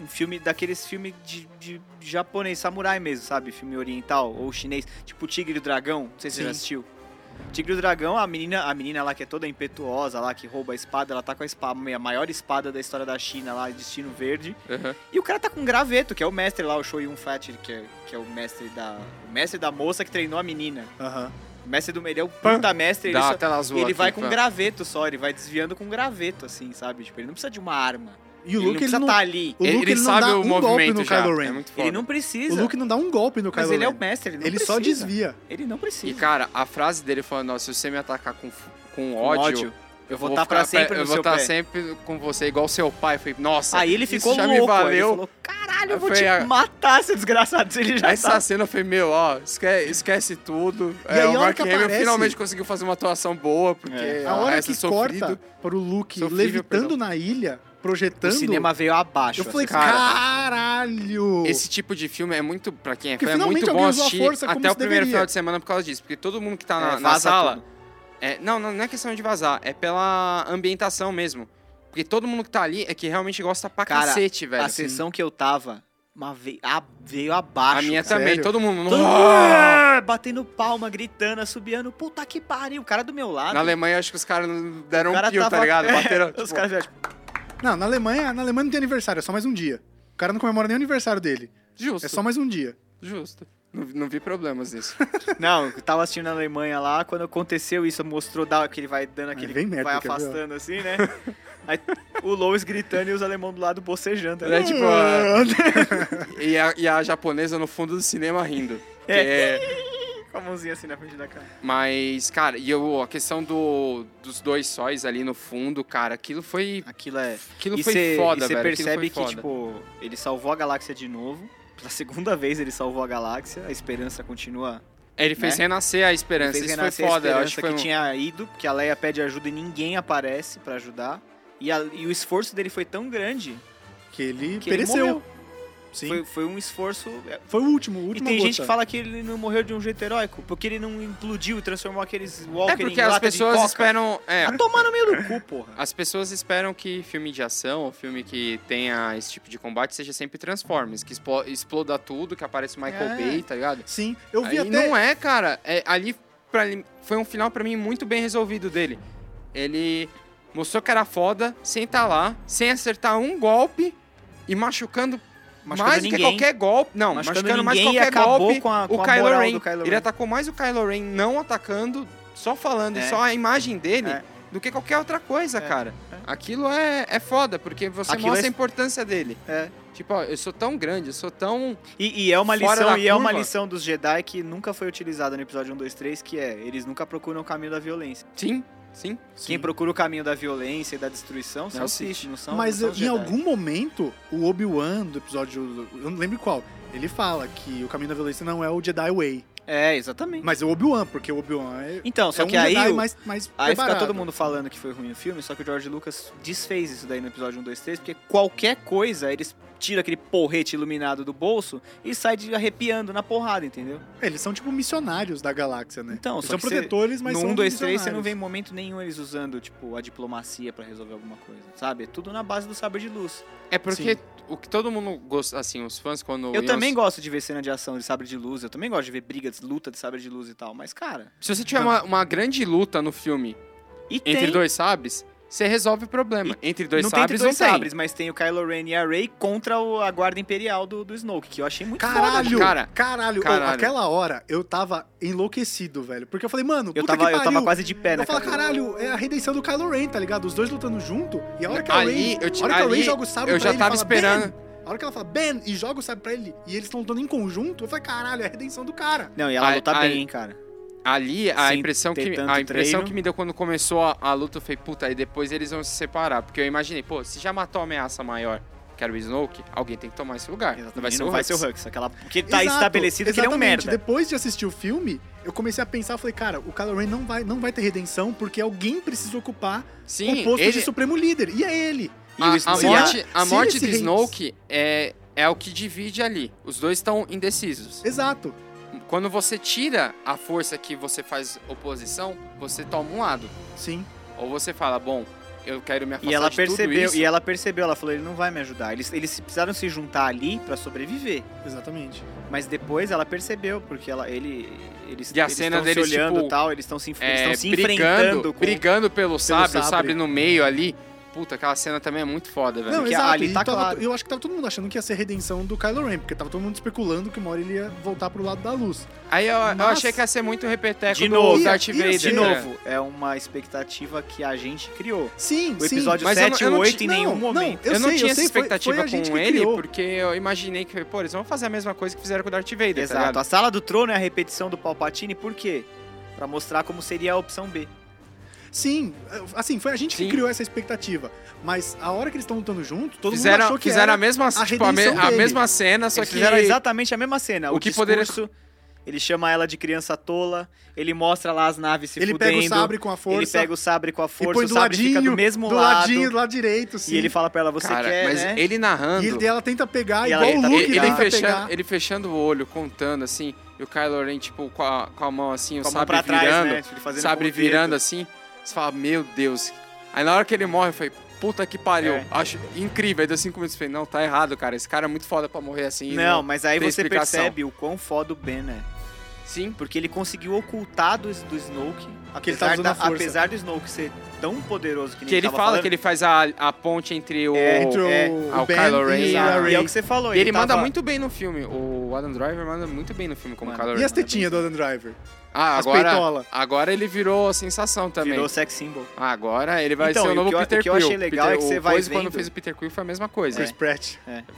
[SPEAKER 3] um filme daqueles filmes de, de japonês, samurai mesmo, sabe? Filme oriental ou chinês, tipo Tigre e o Dragão, não sei se você já
[SPEAKER 1] Sim.
[SPEAKER 3] assistiu. Tigre e o Dragão, a menina, a menina lá que é toda impetuosa lá, que rouba a espada, ela tá com a espada, a maior espada da história da China lá, Destino Verde.
[SPEAKER 2] Aham.
[SPEAKER 3] E o cara tá com um graveto, que é o mestre lá, o Shoyun Fatir, que é, que é o mestre da. O mestre da moça que treinou a menina.
[SPEAKER 1] Aham.
[SPEAKER 3] O mestre do ele é o puta mestre, ele
[SPEAKER 2] Dá
[SPEAKER 3] só-
[SPEAKER 2] uma tela azul
[SPEAKER 3] ele
[SPEAKER 2] aqui, tá?
[SPEAKER 3] vai com
[SPEAKER 2] pá.
[SPEAKER 3] graveto só, ele vai desviando com graveto, assim, sabe? Tipo, ele não precisa de uma arma.
[SPEAKER 1] E o
[SPEAKER 3] ele não
[SPEAKER 1] Luke,
[SPEAKER 3] precisa tá
[SPEAKER 1] ele não...
[SPEAKER 3] estar ali.
[SPEAKER 1] O
[SPEAKER 2] Ele-
[SPEAKER 1] Luke,
[SPEAKER 2] ele,
[SPEAKER 1] ele não
[SPEAKER 2] sabe
[SPEAKER 1] dá
[SPEAKER 2] o
[SPEAKER 1] um golpe
[SPEAKER 2] movimento
[SPEAKER 1] no
[SPEAKER 2] já.
[SPEAKER 1] Kylo
[SPEAKER 2] É
[SPEAKER 1] Ren.
[SPEAKER 2] muito foda.
[SPEAKER 3] Ele não precisa.
[SPEAKER 1] O Luke não dá um golpe no
[SPEAKER 3] mas
[SPEAKER 1] Kylo
[SPEAKER 3] ele é
[SPEAKER 1] Ren.
[SPEAKER 3] o mestre, ele não
[SPEAKER 1] Ele
[SPEAKER 3] precisa.
[SPEAKER 1] só desvia.
[SPEAKER 3] Ele não precisa.
[SPEAKER 2] E cara, a frase dele falando, ó, se você me atacar com, f- com
[SPEAKER 3] Com
[SPEAKER 2] ódio,
[SPEAKER 3] eu vou estar pra
[SPEAKER 2] ficar
[SPEAKER 3] sempre
[SPEAKER 2] pé-
[SPEAKER 3] no
[SPEAKER 2] eu vou
[SPEAKER 3] seu
[SPEAKER 2] estar
[SPEAKER 3] pé.
[SPEAKER 2] sempre com você igual seu pai. Eu falei, nossa,
[SPEAKER 3] Aí ele
[SPEAKER 2] isso
[SPEAKER 3] ficou
[SPEAKER 2] já
[SPEAKER 3] louco,
[SPEAKER 2] me
[SPEAKER 3] aí ele
[SPEAKER 2] valeu.
[SPEAKER 3] falou, caralho, eu vou
[SPEAKER 2] Foi
[SPEAKER 3] te
[SPEAKER 2] a-
[SPEAKER 3] matar, seu desgraçado. Ele já
[SPEAKER 2] Essa
[SPEAKER 3] tá...
[SPEAKER 2] cena foi meu, ó, esquece, esquece tudo.
[SPEAKER 1] E aí,
[SPEAKER 2] é,
[SPEAKER 1] a
[SPEAKER 2] o
[SPEAKER 1] hora
[SPEAKER 2] Mark
[SPEAKER 1] que
[SPEAKER 2] Hamill
[SPEAKER 1] aparece-
[SPEAKER 2] finalmente conseguiu fazer uma atuação boa, porque
[SPEAKER 3] É.
[SPEAKER 1] A hora
[SPEAKER 2] essa
[SPEAKER 1] que
[SPEAKER 2] sofrido.
[SPEAKER 1] corta para o Luke
[SPEAKER 2] Sofrível,
[SPEAKER 1] levitando
[SPEAKER 2] perdão.
[SPEAKER 1] na ilha,
[SPEAKER 3] O
[SPEAKER 1] projetando...
[SPEAKER 3] cinema veio abaixo.
[SPEAKER 1] Eu falei,
[SPEAKER 3] assim.
[SPEAKER 2] cara.
[SPEAKER 1] caralho!
[SPEAKER 2] Esse tipo de filme é muito, pra quem é
[SPEAKER 1] Porque
[SPEAKER 2] fã, é
[SPEAKER 1] finalmente
[SPEAKER 2] muito bom
[SPEAKER 1] alguém usou a
[SPEAKER 2] assistir
[SPEAKER 1] força como
[SPEAKER 2] até
[SPEAKER 1] se
[SPEAKER 2] o primeiro
[SPEAKER 1] deveria.
[SPEAKER 2] final de semana por causa disso. Porque todo mundo que tá na,
[SPEAKER 3] É,
[SPEAKER 2] na
[SPEAKER 3] vaza
[SPEAKER 2] sala.
[SPEAKER 3] tudo.
[SPEAKER 2] é, não, não, não é questão de vazar, é pela ambientação mesmo. Porque todo mundo que tá ali é que realmente gosta pra
[SPEAKER 3] Cara,
[SPEAKER 2] cacete, velho. assim.
[SPEAKER 3] A sessão que eu tava, uma ve- a- veio
[SPEAKER 2] a
[SPEAKER 3] abaixo.
[SPEAKER 2] minha
[SPEAKER 3] cara.
[SPEAKER 2] também,
[SPEAKER 1] Sério?
[SPEAKER 2] todo mundo.
[SPEAKER 3] Todo mundo
[SPEAKER 2] "Ah!"
[SPEAKER 3] ah, batendo palma, gritando, assobiando. Puta que pariu, o cara do meu lado.
[SPEAKER 2] Na Alemanha, acho que os caras não deram
[SPEAKER 3] o
[SPEAKER 2] um
[SPEAKER 3] cara
[SPEAKER 2] pio, tá
[SPEAKER 3] tava- É,
[SPEAKER 2] ligado? Bateram.
[SPEAKER 3] Os
[SPEAKER 2] tipo,
[SPEAKER 3] caras vieram,
[SPEAKER 1] Não, na Alemanha, na Alemanha não tem aniversário, é só mais um dia. O cara não comemora nem o aniversário dele.
[SPEAKER 2] Justo.
[SPEAKER 1] É só mais um dia.
[SPEAKER 2] Justo. Não, não vi problemas nisso.
[SPEAKER 3] Não, eu tava assistindo na Alemanha lá, quando aconteceu isso, mostrou da, que ele vai dando aquele.
[SPEAKER 1] vem merda,
[SPEAKER 3] vai
[SPEAKER 1] quer ver, ó?
[SPEAKER 3] afastando assim, né? Aí o Lois gritando e os alemão do lado bocejando. né?
[SPEAKER 2] É tipo. a- E a, e a japonesa no fundo do cinema rindo. Que é.
[SPEAKER 3] Com a mãozinha assim na frente da cara.
[SPEAKER 2] Mas, cara, e eu, a questão do, dos dois sóis ali no fundo, cara, aquilo foi.
[SPEAKER 3] Aquilo é.
[SPEAKER 2] Aquilo
[SPEAKER 3] e
[SPEAKER 2] foi
[SPEAKER 3] cê-
[SPEAKER 2] foda,
[SPEAKER 3] e cê
[SPEAKER 2] velho.
[SPEAKER 3] percebe
[SPEAKER 2] aquilo foi
[SPEAKER 3] que,
[SPEAKER 2] foda.
[SPEAKER 3] tipo, ele salvou a galáxia de novo. Pela segunda vez ele salvou a galáxia, a esperança continua.
[SPEAKER 2] Ele fez
[SPEAKER 3] né?
[SPEAKER 2] renascer a esperança.
[SPEAKER 3] Ele fez
[SPEAKER 2] Isso foi
[SPEAKER 3] renascer a
[SPEAKER 2] foda. Eu acho
[SPEAKER 3] esperança
[SPEAKER 2] que foi
[SPEAKER 3] que
[SPEAKER 2] um-
[SPEAKER 3] tinha ido, porque a Leia pede ajuda e ninguém aparece pra ajudar. E, a- e o esforço dele foi tão grande
[SPEAKER 1] Que ele
[SPEAKER 3] que ele
[SPEAKER 1] pereceu.
[SPEAKER 3] morreu.
[SPEAKER 1] Sim. Foi,
[SPEAKER 3] Foi, foi um esforço
[SPEAKER 1] o último, o
[SPEAKER 3] E
[SPEAKER 1] último
[SPEAKER 3] tem gente que fala que ele não morreu de um jeito heróico, porque ele não implodiu e transformou aqueles
[SPEAKER 2] É
[SPEAKER 3] Walker
[SPEAKER 2] porque
[SPEAKER 3] em
[SPEAKER 2] as
[SPEAKER 3] lata
[SPEAKER 2] pessoas
[SPEAKER 3] de coca.
[SPEAKER 2] esperam. É,
[SPEAKER 3] Ah, tomar no meio do cu, porra.
[SPEAKER 2] as pessoas esperam que filme de ação, ou filme que tenha esse tipo de combate, seja sempre Transformers, que explo- exploda tudo, que aparece o Michael
[SPEAKER 3] É.
[SPEAKER 2] Bay, tá ligado?
[SPEAKER 1] Sim, eu vi
[SPEAKER 2] Aí
[SPEAKER 1] até.
[SPEAKER 2] não é, cara. É, ali pra, mim, foi um final pra mim muito bem resolvido dele. Ele tá mostrou que era foda, sem estar lá, sem acertar um golpe e machucando
[SPEAKER 3] machucando
[SPEAKER 2] mais do que
[SPEAKER 3] ninguém.
[SPEAKER 2] qualquer golpe. Não,
[SPEAKER 3] Machucando
[SPEAKER 2] machucando, mais
[SPEAKER 3] ninguém e
[SPEAKER 2] qualquer
[SPEAKER 3] acabou
[SPEAKER 2] golpe.
[SPEAKER 3] com a- com
[SPEAKER 2] o
[SPEAKER 3] a
[SPEAKER 2] Kylo
[SPEAKER 3] moral
[SPEAKER 2] Ren.
[SPEAKER 3] do Kylo
[SPEAKER 2] Ele
[SPEAKER 3] Ren.
[SPEAKER 2] atacou mais o Kylo Ren não atacando, só falando, e
[SPEAKER 3] É.
[SPEAKER 2] só a imagem dele,
[SPEAKER 3] É.
[SPEAKER 2] do que qualquer outra coisa,
[SPEAKER 3] É.
[SPEAKER 2] cara. Aquilo é, é foda, porque você
[SPEAKER 3] Aquilo
[SPEAKER 2] mostra
[SPEAKER 3] é-
[SPEAKER 2] a importância dele.
[SPEAKER 3] É.
[SPEAKER 2] Tipo, ó, eu sou tão grande, eu sou tão.
[SPEAKER 3] E, e é uma
[SPEAKER 2] Fora
[SPEAKER 3] lição,
[SPEAKER 2] da
[SPEAKER 3] e é uma
[SPEAKER 2] curva.
[SPEAKER 3] lição dos Jedi que nunca foi utilizada no episódio 1, 2, 3, que é eles nunca procuram o caminho da violência.
[SPEAKER 2] Sim, sim.
[SPEAKER 3] Quem procura o caminho da violência e da destruição são
[SPEAKER 2] o
[SPEAKER 3] os Sith,
[SPEAKER 2] Sith.
[SPEAKER 3] não são
[SPEAKER 1] Mas
[SPEAKER 3] não
[SPEAKER 1] eu-
[SPEAKER 3] são os
[SPEAKER 1] em
[SPEAKER 3] Jedi.
[SPEAKER 1] algum momento, o Obi-Wan do episódio. Eu não lembro qual. Ele fala que o caminho da violência não é o Jedi Way.
[SPEAKER 3] É, exatamente.
[SPEAKER 1] Mas é o Obi-Wan, porque o Obi-Wan é.
[SPEAKER 3] Então, só
[SPEAKER 1] é um
[SPEAKER 3] que aí,
[SPEAKER 1] Jedi
[SPEAKER 3] o-
[SPEAKER 1] mais, mais
[SPEAKER 3] aí fica
[SPEAKER 1] preparado.
[SPEAKER 3] todo mundo falando que foi ruim o filme, só que o George Lucas desfez isso daí no episódio 1, 2, 3, porque qualquer coisa eles tiram aquele porrete iluminado do bolso e sai de arrepiando na porrada, entendeu?
[SPEAKER 1] Eles são tipo missionários da galáxia, né?
[SPEAKER 3] Então,
[SPEAKER 1] Eles
[SPEAKER 3] só
[SPEAKER 1] são
[SPEAKER 3] que você-
[SPEAKER 1] protetores, mas
[SPEAKER 3] no
[SPEAKER 1] são
[SPEAKER 3] 1, 2, 3 você não
[SPEAKER 1] missionários.
[SPEAKER 3] vê em momento nenhum eles usando, tipo, a diplomacia pra resolver alguma coisa, sabe? É tudo na base do sabre de luz.
[SPEAKER 2] É porque o que todo mundo gosta, assim, os fãs quando.
[SPEAKER 3] Eu
[SPEAKER 2] iam-
[SPEAKER 3] também gosto de ver cena de ação de sabre de luz, eu também gosto de ver briga, de luta de sabre de luz e tal, mas cara.
[SPEAKER 2] Se você tiver uma, uma grande luta no filme
[SPEAKER 3] E
[SPEAKER 2] entre
[SPEAKER 3] tem,
[SPEAKER 2] dois sabres, você resolve o problema. entre dois
[SPEAKER 3] não tem entre
[SPEAKER 2] sabres,
[SPEAKER 3] dois
[SPEAKER 2] não tem.
[SPEAKER 3] sabres, mas tem o Kylo Ren e a Rey contra o- a guarda imperial do, do Snoke, que eu achei muito foda.
[SPEAKER 1] Caralho,
[SPEAKER 2] cara.
[SPEAKER 1] caralho, Ô,
[SPEAKER 2] Caralho.
[SPEAKER 1] aquela hora eu tava enlouquecido, velho. Porque eu falei, mano,
[SPEAKER 3] Eu
[SPEAKER 1] puta
[SPEAKER 3] tava,
[SPEAKER 1] que
[SPEAKER 3] eu
[SPEAKER 1] pariu.
[SPEAKER 3] tava quase de pé né,
[SPEAKER 1] Eu
[SPEAKER 3] na
[SPEAKER 1] falo,
[SPEAKER 3] cadeira.
[SPEAKER 1] caralho, é a redenção do Kylo Ren, tá ligado? Os dois lutando junto. E a hora que a
[SPEAKER 2] Ali,
[SPEAKER 1] Ren,
[SPEAKER 2] eu te-
[SPEAKER 1] a hora que a Ren
[SPEAKER 2] ali,
[SPEAKER 1] joga o sabre
[SPEAKER 2] eu
[SPEAKER 1] pra
[SPEAKER 2] já
[SPEAKER 1] ele,
[SPEAKER 2] tava
[SPEAKER 1] fala,
[SPEAKER 2] esperando.
[SPEAKER 1] "Ben!" A hora que ela fala Ben e joga o sabre pra ele e eles estão lutando em conjunto, eu falei, caralho, é a redenção do cara.
[SPEAKER 3] Não, e ela
[SPEAKER 2] Ai,
[SPEAKER 3] luta
[SPEAKER 2] ai.
[SPEAKER 3] bem, hein, cara.
[SPEAKER 2] Ali, a
[SPEAKER 3] Sem
[SPEAKER 2] impressão,
[SPEAKER 3] ter
[SPEAKER 2] que,
[SPEAKER 3] tanto
[SPEAKER 2] a impressão
[SPEAKER 3] treino.
[SPEAKER 2] que me deu quando começou a, a luta, eu falei, puta, aí depois eles vão se separar. Porque eu imaginei, pô, se já matou a ameaça maior, que era o Snoke, alguém tem que tomar esse lugar. Não vai
[SPEAKER 3] E
[SPEAKER 2] ser
[SPEAKER 3] não
[SPEAKER 2] o
[SPEAKER 3] vai ser o
[SPEAKER 2] Hux.
[SPEAKER 3] Hux. Aquela, porque tá
[SPEAKER 1] Exato,
[SPEAKER 3] estabelecido que ele é um
[SPEAKER 1] exatamente.
[SPEAKER 3] merda.
[SPEAKER 1] Depois de assistir o filme, eu comecei a pensar, eu falei, cara, o Kylo Ren não vai, não vai ter redenção porque alguém precisa ocupar
[SPEAKER 2] Sim,
[SPEAKER 1] o posto
[SPEAKER 2] ele-
[SPEAKER 1] de Supremo Líder. E é ele.
[SPEAKER 3] E
[SPEAKER 2] a,
[SPEAKER 3] o
[SPEAKER 2] a
[SPEAKER 3] Snoke-
[SPEAKER 2] morte, a
[SPEAKER 1] se
[SPEAKER 2] morte
[SPEAKER 1] esse
[SPEAKER 2] do
[SPEAKER 1] rei-
[SPEAKER 2] Snoke é, é o que divide ali. Os dois estão indecisos.
[SPEAKER 1] Exato.
[SPEAKER 2] Quando você tira a força que você faz oposição, você toma um lado.
[SPEAKER 1] Sim.
[SPEAKER 2] Ou você fala, bom, eu quero me afastar
[SPEAKER 3] E ela
[SPEAKER 2] de tudo
[SPEAKER 3] percebeu,
[SPEAKER 2] isso.
[SPEAKER 3] e ela percebeu, ela falou, ele não vai me ajudar. Eles, eles precisaram se juntar ali pra sobreviver.
[SPEAKER 1] Exatamente.
[SPEAKER 3] Mas depois ela percebeu, porque ela, ele, eles,
[SPEAKER 2] E a
[SPEAKER 3] eles
[SPEAKER 2] cena
[SPEAKER 3] tão
[SPEAKER 2] deles,
[SPEAKER 3] se olhando
[SPEAKER 2] tipo,
[SPEAKER 3] e tal, eles estão se, enf- eles
[SPEAKER 2] é,
[SPEAKER 3] tão se
[SPEAKER 2] brigando,
[SPEAKER 3] enfrentando com...
[SPEAKER 2] brigando pelo, sabre, o
[SPEAKER 1] sabre.
[SPEAKER 2] sabre no meio ali. Puta, aquela cena também é muito foda, velho.
[SPEAKER 1] Não,
[SPEAKER 3] Porque
[SPEAKER 1] exato.
[SPEAKER 3] ali
[SPEAKER 1] e
[SPEAKER 3] tá
[SPEAKER 1] tava-
[SPEAKER 3] claro.
[SPEAKER 1] Eu acho que tava todo mundo achando que ia ser redenção do Kylo Ren, porque tava todo mundo especulando que uma hora ele ia voltar pro lado da luz.
[SPEAKER 2] Aí eu, eu
[SPEAKER 1] Mas-
[SPEAKER 2] achei que ia ser muito repeteco
[SPEAKER 3] De
[SPEAKER 2] do
[SPEAKER 3] novo,
[SPEAKER 2] Darth
[SPEAKER 1] ia- ia
[SPEAKER 2] Vader.
[SPEAKER 1] ser
[SPEAKER 3] De
[SPEAKER 1] Sim,
[SPEAKER 2] cara.
[SPEAKER 3] novo, é uma expectativa que a gente criou.
[SPEAKER 1] Sim,
[SPEAKER 3] O
[SPEAKER 1] sim.
[SPEAKER 3] episódio
[SPEAKER 2] Mas eu não-
[SPEAKER 3] 7 e
[SPEAKER 2] eu não
[SPEAKER 3] 8
[SPEAKER 2] ti-
[SPEAKER 3] em
[SPEAKER 1] não,
[SPEAKER 3] nenhum
[SPEAKER 1] não,
[SPEAKER 3] momento.
[SPEAKER 2] Eu, não
[SPEAKER 1] sei,
[SPEAKER 2] tinha
[SPEAKER 1] eu
[SPEAKER 2] essa
[SPEAKER 1] sei, foi-
[SPEAKER 2] expectativa
[SPEAKER 1] foi a gente
[SPEAKER 2] com
[SPEAKER 1] que
[SPEAKER 2] ele,
[SPEAKER 1] criou.
[SPEAKER 2] porque eu imaginei que, pô, eles vão fazer a mesma coisa que fizeram com o Darth Vader, tá
[SPEAKER 3] Exato.
[SPEAKER 2] ligado?
[SPEAKER 3] a Sala do Trono é a repetição do Palpatine, por quê? Pra mostrar como seria a opção B.
[SPEAKER 1] Sim, assim, foi a gente
[SPEAKER 2] Sim.
[SPEAKER 1] que criou essa expectativa. Mas a hora que eles estão lutando junto, todo mundo
[SPEAKER 2] fizeram
[SPEAKER 1] achou que
[SPEAKER 2] fizeram a
[SPEAKER 1] era...
[SPEAKER 2] mesma,
[SPEAKER 1] a
[SPEAKER 2] tipo, a, me-
[SPEAKER 1] redenção
[SPEAKER 2] a
[SPEAKER 1] dele.
[SPEAKER 2] mesma cena, só
[SPEAKER 3] Eles
[SPEAKER 2] que
[SPEAKER 3] fizeram exatamente a mesma cena.
[SPEAKER 2] O
[SPEAKER 3] O,
[SPEAKER 2] que
[SPEAKER 3] que
[SPEAKER 2] poderia-
[SPEAKER 3] discurso, ele chama ela de criança tola, ele mostra lá as naves se
[SPEAKER 1] Ele
[SPEAKER 3] fudendo,
[SPEAKER 1] pega o sabre com a força
[SPEAKER 3] ele pega o sabre com a
[SPEAKER 1] e
[SPEAKER 3] força,
[SPEAKER 1] põe
[SPEAKER 3] o
[SPEAKER 1] do
[SPEAKER 3] sabre
[SPEAKER 1] ladinho,
[SPEAKER 3] fica do mesmo
[SPEAKER 1] do
[SPEAKER 3] lado,
[SPEAKER 1] ladinho, do lado direito, sim.
[SPEAKER 3] e ele fala pra ela, você
[SPEAKER 2] cara,
[SPEAKER 3] quer,
[SPEAKER 2] mas
[SPEAKER 3] né?
[SPEAKER 2] ele
[SPEAKER 1] E
[SPEAKER 2] narrando,
[SPEAKER 1] ele- ela tenta pegar,
[SPEAKER 3] E
[SPEAKER 1] igual
[SPEAKER 3] ela-
[SPEAKER 1] o
[SPEAKER 3] ele tá-
[SPEAKER 1] Luke
[SPEAKER 2] ele,
[SPEAKER 3] ele
[SPEAKER 2] ele
[SPEAKER 1] tenta
[SPEAKER 2] fecha-
[SPEAKER 1] pegar.
[SPEAKER 2] ele fechando o olho, contando assim, e o Kylo Ren, tipo, com a, com a mão assim, o
[SPEAKER 3] Com a mão
[SPEAKER 2] sabre
[SPEAKER 3] pra trás,
[SPEAKER 2] virando,
[SPEAKER 3] né? Tipo, ele fazendo com
[SPEAKER 2] sabre
[SPEAKER 3] o dedo.
[SPEAKER 2] virando assim, você fala, meu Deus. Aí na hora que ele morre, eu falei, puta que pariu,
[SPEAKER 3] É.
[SPEAKER 2] acho incrível. Aí deu cinco minutos, eu falei, não, tá errado, cara, esse cara é muito foda pra morrer assim.
[SPEAKER 3] Não, mas aí
[SPEAKER 2] tem
[SPEAKER 3] você
[SPEAKER 2] explicação.
[SPEAKER 3] percebe o quão foda o Ben é.
[SPEAKER 2] Sim,
[SPEAKER 3] Porque ele conseguiu ocultar do, do Snoke,
[SPEAKER 1] Que ele tava
[SPEAKER 3] apesar,
[SPEAKER 1] usando
[SPEAKER 3] da-
[SPEAKER 1] a força.
[SPEAKER 3] apesar do Snoke ser tão poderoso que, nem
[SPEAKER 2] que ele
[SPEAKER 3] tava
[SPEAKER 2] fala
[SPEAKER 3] falando,
[SPEAKER 2] que ele faz a, a ponte entre o...
[SPEAKER 3] É,
[SPEAKER 1] Entre o,
[SPEAKER 3] é,
[SPEAKER 2] ah, o
[SPEAKER 1] Ben
[SPEAKER 2] Kylo Ren
[SPEAKER 1] e a
[SPEAKER 2] lá.
[SPEAKER 3] E é o
[SPEAKER 1] Rey.
[SPEAKER 3] que você falou,
[SPEAKER 2] E ele manda
[SPEAKER 3] tava-
[SPEAKER 2] muito bem no filme. O Adam Driver manda muito bem no filme como
[SPEAKER 3] Mano,
[SPEAKER 2] Kylo
[SPEAKER 1] E
[SPEAKER 2] Ren.
[SPEAKER 1] as tetinhas do Adam Driver?
[SPEAKER 2] Ah,
[SPEAKER 1] as
[SPEAKER 2] agora,
[SPEAKER 1] peitola.
[SPEAKER 2] agora ele virou sensação também.
[SPEAKER 3] Virou sex symbol.
[SPEAKER 2] Agora ele vai
[SPEAKER 3] Então,
[SPEAKER 2] ser
[SPEAKER 3] e
[SPEAKER 2] o
[SPEAKER 3] o
[SPEAKER 2] novo
[SPEAKER 3] que eu-
[SPEAKER 2] Peter
[SPEAKER 3] o que eu
[SPEAKER 2] Quill.
[SPEAKER 3] achei legal
[SPEAKER 2] Peter-
[SPEAKER 3] é que
[SPEAKER 2] o
[SPEAKER 3] você vai
[SPEAKER 2] Coisa, quando
[SPEAKER 3] vendo.
[SPEAKER 2] fez o Peter Quill foi a mesma coisa.
[SPEAKER 3] É.
[SPEAKER 1] Chris Pratt.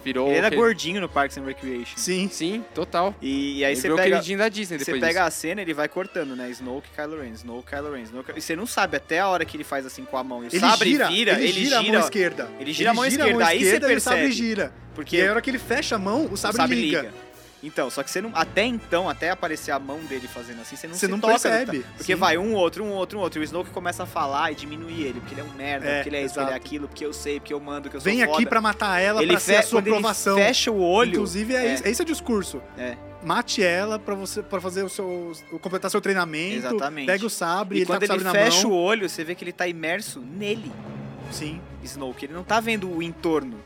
[SPEAKER 2] Virou...
[SPEAKER 3] Ele é era
[SPEAKER 2] aquele-
[SPEAKER 3] gordinho no Parks and Recreation.
[SPEAKER 1] Sim.
[SPEAKER 2] Sim, total.
[SPEAKER 3] E, e aí
[SPEAKER 2] ele
[SPEAKER 3] você
[SPEAKER 2] virou
[SPEAKER 3] pega,
[SPEAKER 2] queridinho da Disney
[SPEAKER 3] você
[SPEAKER 2] depois
[SPEAKER 3] pega a cena, ele vai cortando, né? Snoke, Kylo Ren, Snoke, Kylo Ren, Snoke... E você não sabe até a hora que ele faz assim com a mão. E o
[SPEAKER 1] Ele
[SPEAKER 3] sabre
[SPEAKER 1] gira,
[SPEAKER 3] vira,
[SPEAKER 1] ele gira a mão esquerda.
[SPEAKER 3] Ele gira a mão esquerda, aí você
[SPEAKER 1] e o sabre
[SPEAKER 3] percebe.
[SPEAKER 1] gira.
[SPEAKER 3] porque
[SPEAKER 1] E aí, a hora que ele fecha a mão, o
[SPEAKER 3] o
[SPEAKER 1] sabre,
[SPEAKER 3] sabre
[SPEAKER 1] liga.
[SPEAKER 3] Então, só que você não... Até então, até aparecer a mão dele fazendo assim, você não
[SPEAKER 1] Você
[SPEAKER 3] se
[SPEAKER 1] não
[SPEAKER 3] toca.
[SPEAKER 1] percebe,
[SPEAKER 3] do- Porque
[SPEAKER 1] sim.
[SPEAKER 3] vai um, outro, um, outro, um, outro. E o Snoke começa a falar e diminuir ele, porque ele é um merda,
[SPEAKER 1] É,
[SPEAKER 3] porque ele é isso, porque ele é
[SPEAKER 1] exato.
[SPEAKER 3] aquilo, porque eu sei, porque eu mando, que eu sou
[SPEAKER 1] Vem
[SPEAKER 3] foda.
[SPEAKER 1] aqui pra matar ela,
[SPEAKER 3] ele
[SPEAKER 1] pra ser a
[SPEAKER 3] fe-
[SPEAKER 1] sua
[SPEAKER 3] quando ele
[SPEAKER 1] aprovação.
[SPEAKER 3] fecha o olho...
[SPEAKER 1] Inclusive, é,
[SPEAKER 3] É.
[SPEAKER 1] Esse, é esse o discurso.
[SPEAKER 3] É.
[SPEAKER 1] Mate ela pra você pra fazer o seu. completar seu treinamento.
[SPEAKER 3] Exatamente.
[SPEAKER 1] Pega o sabre,
[SPEAKER 3] E
[SPEAKER 1] ele tá
[SPEAKER 3] quando
[SPEAKER 1] com o
[SPEAKER 3] ele
[SPEAKER 1] sabre
[SPEAKER 3] fecha
[SPEAKER 1] na
[SPEAKER 3] o
[SPEAKER 1] mão.
[SPEAKER 3] olho, você vê que ele tá imerso nele,
[SPEAKER 1] Sim.
[SPEAKER 3] Snoke. Ele não tá vendo o entorno.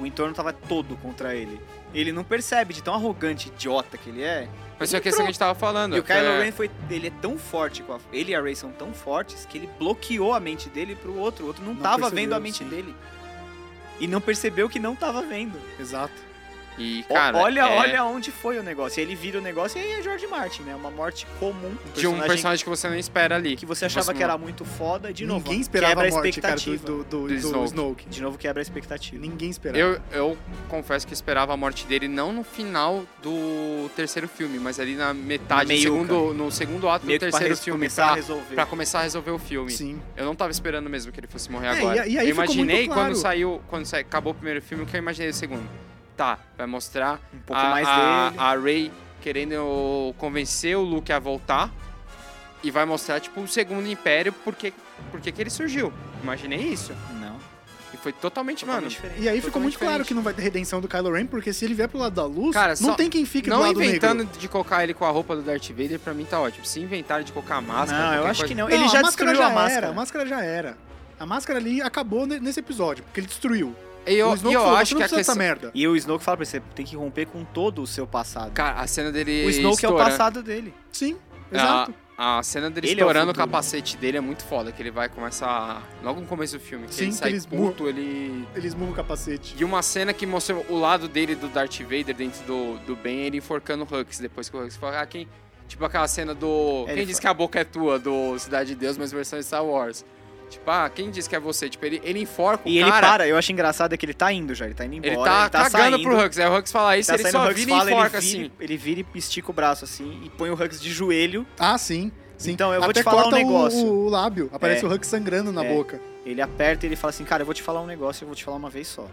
[SPEAKER 3] O entorno tava todo contra ele. Ele não percebe de tão arrogante, idiota que ele é.
[SPEAKER 2] Mas é a questão que a gente tava falando.
[SPEAKER 3] E o
[SPEAKER 2] foi-
[SPEAKER 3] Kylo Ren foi. Ele é tão forte com a. Ele e a Rey são tão fortes que ele bloqueou a mente dele pro outro. O outro não,
[SPEAKER 1] Não
[SPEAKER 3] tava
[SPEAKER 1] percebeu,
[SPEAKER 3] vendo a mente
[SPEAKER 1] sim.
[SPEAKER 3] dele. E não percebeu que não tava vendo.
[SPEAKER 1] Exato.
[SPEAKER 2] E,
[SPEAKER 3] O-
[SPEAKER 2] cara.
[SPEAKER 3] olha,
[SPEAKER 2] é
[SPEAKER 3] olha onde foi o negócio. E Ele vira o negócio e aí é George Martin, né? Uma morte comum. Um
[SPEAKER 2] De um
[SPEAKER 3] personagem
[SPEAKER 2] personagem que você não espera ali.
[SPEAKER 3] que você achava
[SPEAKER 2] Próximo.
[SPEAKER 3] que era muito foda e de novo
[SPEAKER 1] Ninguém esperava
[SPEAKER 3] quebra
[SPEAKER 1] a morte, cara, um do, do,
[SPEAKER 3] expectativa.
[SPEAKER 1] do,
[SPEAKER 2] Do
[SPEAKER 1] do
[SPEAKER 2] Snoke.
[SPEAKER 1] Snoke.
[SPEAKER 3] De novo quebra a expectativa.
[SPEAKER 1] Ninguém esperava.
[SPEAKER 2] Eu, eu confesso que esperava a morte dele não no final do terceiro filme, mas ali na metade,
[SPEAKER 3] Na
[SPEAKER 2] no
[SPEAKER 3] meiuca.
[SPEAKER 2] segundo, no segundo ato
[SPEAKER 3] Meio
[SPEAKER 2] do
[SPEAKER 3] que pra
[SPEAKER 2] terceiro
[SPEAKER 3] res-
[SPEAKER 2] filme,
[SPEAKER 3] começar a
[SPEAKER 2] pra,
[SPEAKER 3] resolver.
[SPEAKER 2] pra começar a resolver o filme.
[SPEAKER 1] Sim.
[SPEAKER 2] Eu não tava esperando mesmo que ele fosse morrer
[SPEAKER 1] É,
[SPEAKER 2] agora.
[SPEAKER 1] e- e aí
[SPEAKER 2] eu
[SPEAKER 1] ficou muito
[SPEAKER 2] imaginei
[SPEAKER 1] claro.
[SPEAKER 2] quando saiu, quando sa- acabou o primeiro filme, o que eu imaginei do segundo. Tá, vai mostrar
[SPEAKER 3] Um pouco
[SPEAKER 2] a,
[SPEAKER 3] mais
[SPEAKER 2] a,
[SPEAKER 3] dele.
[SPEAKER 2] a Rey querendo convencer o Luke a voltar e vai mostrar tipo o segundo império porque porque que ele surgiu. Imaginei isso.
[SPEAKER 3] Não.
[SPEAKER 2] E foi totalmente,
[SPEAKER 3] totalmente
[SPEAKER 2] mano.
[SPEAKER 3] diferente.
[SPEAKER 1] E aí
[SPEAKER 2] Totalmente
[SPEAKER 1] ficou muito claro
[SPEAKER 2] diferente.
[SPEAKER 1] que não vai ter redenção do Kylo Ren, porque se ele vier pro lado da luz,
[SPEAKER 2] Cara,
[SPEAKER 1] não
[SPEAKER 2] só-
[SPEAKER 1] tem quem fique do
[SPEAKER 2] não
[SPEAKER 1] lado
[SPEAKER 2] inventando
[SPEAKER 1] negro.
[SPEAKER 2] de colocar ele com a roupa do Darth Vader, pra mim tá ótimo. Se inventaram de colocar a máscara.
[SPEAKER 3] não, eu
[SPEAKER 2] qualquer
[SPEAKER 3] acho
[SPEAKER 2] coisa-
[SPEAKER 3] que não.
[SPEAKER 1] Não,
[SPEAKER 3] Ele já
[SPEAKER 1] máscara
[SPEAKER 3] destruiu a
[SPEAKER 1] Era,
[SPEAKER 3] máscara.
[SPEAKER 1] a máscara já era. A máscara ali acabou ne- nesse episódio, porque ele destruiu.
[SPEAKER 2] E eu,
[SPEAKER 1] o
[SPEAKER 2] e
[SPEAKER 1] Snoke
[SPEAKER 2] eu
[SPEAKER 1] falou, "Você
[SPEAKER 2] acho
[SPEAKER 1] não
[SPEAKER 2] que a
[SPEAKER 1] precisa dessa
[SPEAKER 2] questão.
[SPEAKER 1] merda.
[SPEAKER 3] E o Snoke fala pra ele, você tem que romper com todo o seu passado.
[SPEAKER 2] Cara, a cena dele.
[SPEAKER 3] o Snoke é o
[SPEAKER 2] estourando-
[SPEAKER 3] passado dele.
[SPEAKER 1] Sim,
[SPEAKER 2] a-
[SPEAKER 1] exato.
[SPEAKER 2] A, cena dele
[SPEAKER 3] Ele é o
[SPEAKER 2] estourando o
[SPEAKER 3] futuro.
[SPEAKER 2] capacete dele é muito foda, que ele vai começar. Logo no começo do filme, que
[SPEAKER 1] Sim,
[SPEAKER 2] ele
[SPEAKER 1] que
[SPEAKER 2] sai
[SPEAKER 1] eles
[SPEAKER 2] puto, ele.
[SPEAKER 1] Ele esmurra o capacete.
[SPEAKER 2] E uma cena que mostrou o lado dele do Darth Vader dentro do, do Ben, ele enforcando o Hux, depois que o Hux fala, ah, quem. Tipo aquela cena do.
[SPEAKER 3] Ele
[SPEAKER 2] quem disse
[SPEAKER 3] foi-
[SPEAKER 2] que a boca é tua, do Cidade de Deus, mas versão de Star Wars. Tipo, ah, quem disse que é você? Tipo, ele, ele enforca o
[SPEAKER 3] E ele
[SPEAKER 2] cara.
[SPEAKER 3] para, eu acho engraçado é que ele tá indo já, ele tá indo embora.
[SPEAKER 2] Ele tá, cagando
[SPEAKER 3] saindo,
[SPEAKER 2] pro Hux. Aí o Hux fala isso,
[SPEAKER 3] tá
[SPEAKER 2] ele
[SPEAKER 3] saindo, o
[SPEAKER 2] só
[SPEAKER 3] Hux
[SPEAKER 2] vira
[SPEAKER 3] fala,
[SPEAKER 2] e enforca
[SPEAKER 3] ele vira,
[SPEAKER 2] assim.
[SPEAKER 3] Ele vira e estica o braço assim e põe o Hux de joelho.
[SPEAKER 1] Ah, sim. Sim.
[SPEAKER 3] Então, eu vou
[SPEAKER 1] Até
[SPEAKER 3] te falar um
[SPEAKER 1] corta o-
[SPEAKER 3] negócio.
[SPEAKER 1] O, o lábio, aparece
[SPEAKER 3] É.
[SPEAKER 1] o Huck sangrando na
[SPEAKER 3] É.
[SPEAKER 1] boca.
[SPEAKER 3] Ele aperta e ele fala assim, cara, eu vou te falar um negócio, eu vou te falar uma vez só.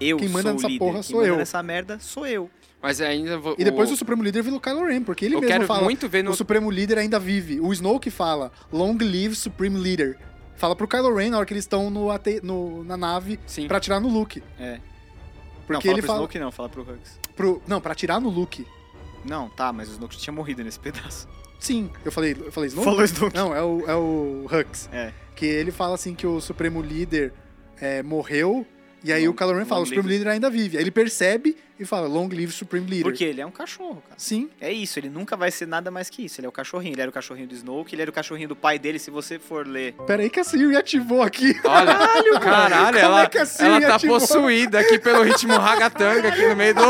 [SPEAKER 3] Eu
[SPEAKER 1] Quem manda
[SPEAKER 3] sou o
[SPEAKER 1] nessa
[SPEAKER 3] líder.
[SPEAKER 1] porra
[SPEAKER 3] Quem
[SPEAKER 1] sou
[SPEAKER 3] manda
[SPEAKER 1] eu.
[SPEAKER 3] nessa merda sou eu.
[SPEAKER 2] Mas ainda vou.
[SPEAKER 1] E depois o Supremo Líder vira o Kylo Ren, porque ele
[SPEAKER 2] Eu
[SPEAKER 1] mesmo
[SPEAKER 2] quero
[SPEAKER 1] fala,
[SPEAKER 2] muito ver no.
[SPEAKER 1] o Supremo Líder ainda vive. O Snoke fala, long live Supreme Leader. Fala pro Kylo Ren na hora que eles estão no ate- no- na nave
[SPEAKER 2] Sim.
[SPEAKER 1] pra atirar no Luke.
[SPEAKER 3] É.
[SPEAKER 1] Porque
[SPEAKER 3] não, fala
[SPEAKER 1] ele
[SPEAKER 3] pro
[SPEAKER 1] fala...
[SPEAKER 3] Snoke não, fala pro Hux.
[SPEAKER 1] Pro, não, pra atirar no Luke.
[SPEAKER 3] Não, tá, mas o Snoke tinha morrido nesse pedaço.
[SPEAKER 1] Sim, eu falei, eu falei Snoke?
[SPEAKER 3] Falou Snoke.
[SPEAKER 1] Não, é o, é o Hux.
[SPEAKER 3] É.
[SPEAKER 1] Que ele fala assim que o Supremo Líder é, morreu, e aí
[SPEAKER 3] Long-
[SPEAKER 1] o Kylo Ren fala,
[SPEAKER 3] long
[SPEAKER 1] o Supremo
[SPEAKER 3] live-
[SPEAKER 1] Líder ainda vive. Aí ele percebe e fala, long live Supreme Leader.
[SPEAKER 3] Porque ele é um cachorro, cara.
[SPEAKER 1] Sim,
[SPEAKER 3] É isso, ele nunca vai ser nada mais que isso. Ele é o cachorrinho. Ele era o cachorrinho do Snoke, ele era o cachorrinho do pai dele, se você for ler.
[SPEAKER 1] peraí que a Siri ativou aqui.
[SPEAKER 2] Olha, caralho,
[SPEAKER 1] Como
[SPEAKER 2] ela,
[SPEAKER 1] é que a Siri
[SPEAKER 2] ela tá
[SPEAKER 1] ativou?
[SPEAKER 2] possuída aqui pelo ritmo ragatanga aqui no meio do.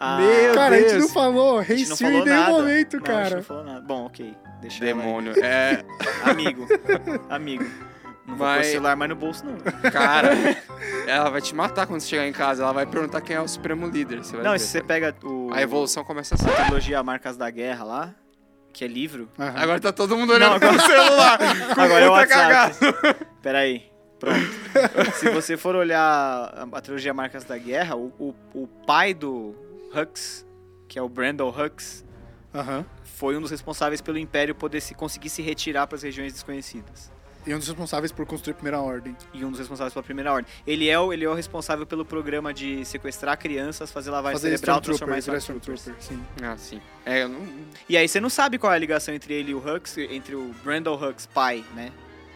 [SPEAKER 3] Ah,
[SPEAKER 2] Meu
[SPEAKER 1] cara, a gente
[SPEAKER 2] Deus.
[SPEAKER 1] não falou
[SPEAKER 3] a
[SPEAKER 1] Rei
[SPEAKER 3] gente não
[SPEAKER 1] Siri em
[SPEAKER 3] falou
[SPEAKER 1] nenhum
[SPEAKER 3] nada.
[SPEAKER 1] momento,
[SPEAKER 3] Não, A gente
[SPEAKER 1] cara.
[SPEAKER 3] não falou nada. Bom, ok. Deixa ela aí.
[SPEAKER 2] Demônio. É,
[SPEAKER 3] Amigo, amigo. Não vou pôr
[SPEAKER 2] Mas-
[SPEAKER 3] o celular mais no bolso, não.
[SPEAKER 2] cara. Ela vai te matar quando você chegar em casa. Ela vai perguntar quem é o Supremo Líder. Você vai
[SPEAKER 3] Não,
[SPEAKER 2] ver.
[SPEAKER 3] se você pega o.
[SPEAKER 2] A evolução começa assim.
[SPEAKER 3] a trilogia Marcas da Guerra lá, que é livro.
[SPEAKER 1] Aham.
[SPEAKER 2] Agora tá todo mundo
[SPEAKER 3] Não,
[SPEAKER 2] olhando pro celular. Com
[SPEAKER 3] Agora é o
[SPEAKER 2] puta
[SPEAKER 3] WhatsApp.
[SPEAKER 2] cagada.
[SPEAKER 3] Pera aí. Pronto. Se você for olhar a, a trilogia Marcas da Guerra, o, o, o pai do Hux, que é o Brandon Hux,
[SPEAKER 1] Aham.
[SPEAKER 3] foi um dos responsáveis pelo Império poder se conseguir se retirar para as regiões desconhecidas.
[SPEAKER 1] E um dos responsáveis por construir a primeira ordem.
[SPEAKER 3] E um dos responsáveis pela Primeira Ordem. Ele é o, ele é o responsável pelo programa de sequestrar crianças, fazer lavagem
[SPEAKER 1] Fazer
[SPEAKER 3] cerebral, transformar em
[SPEAKER 1] Stormtrooper,
[SPEAKER 3] Stormtroopers.
[SPEAKER 1] Stormtrooper, sim.
[SPEAKER 2] Ah, sim. É, eu não.
[SPEAKER 3] E aí você não sabe qual é a ligação entre ele e o Hux, entre o Brandon Hux, pai, né?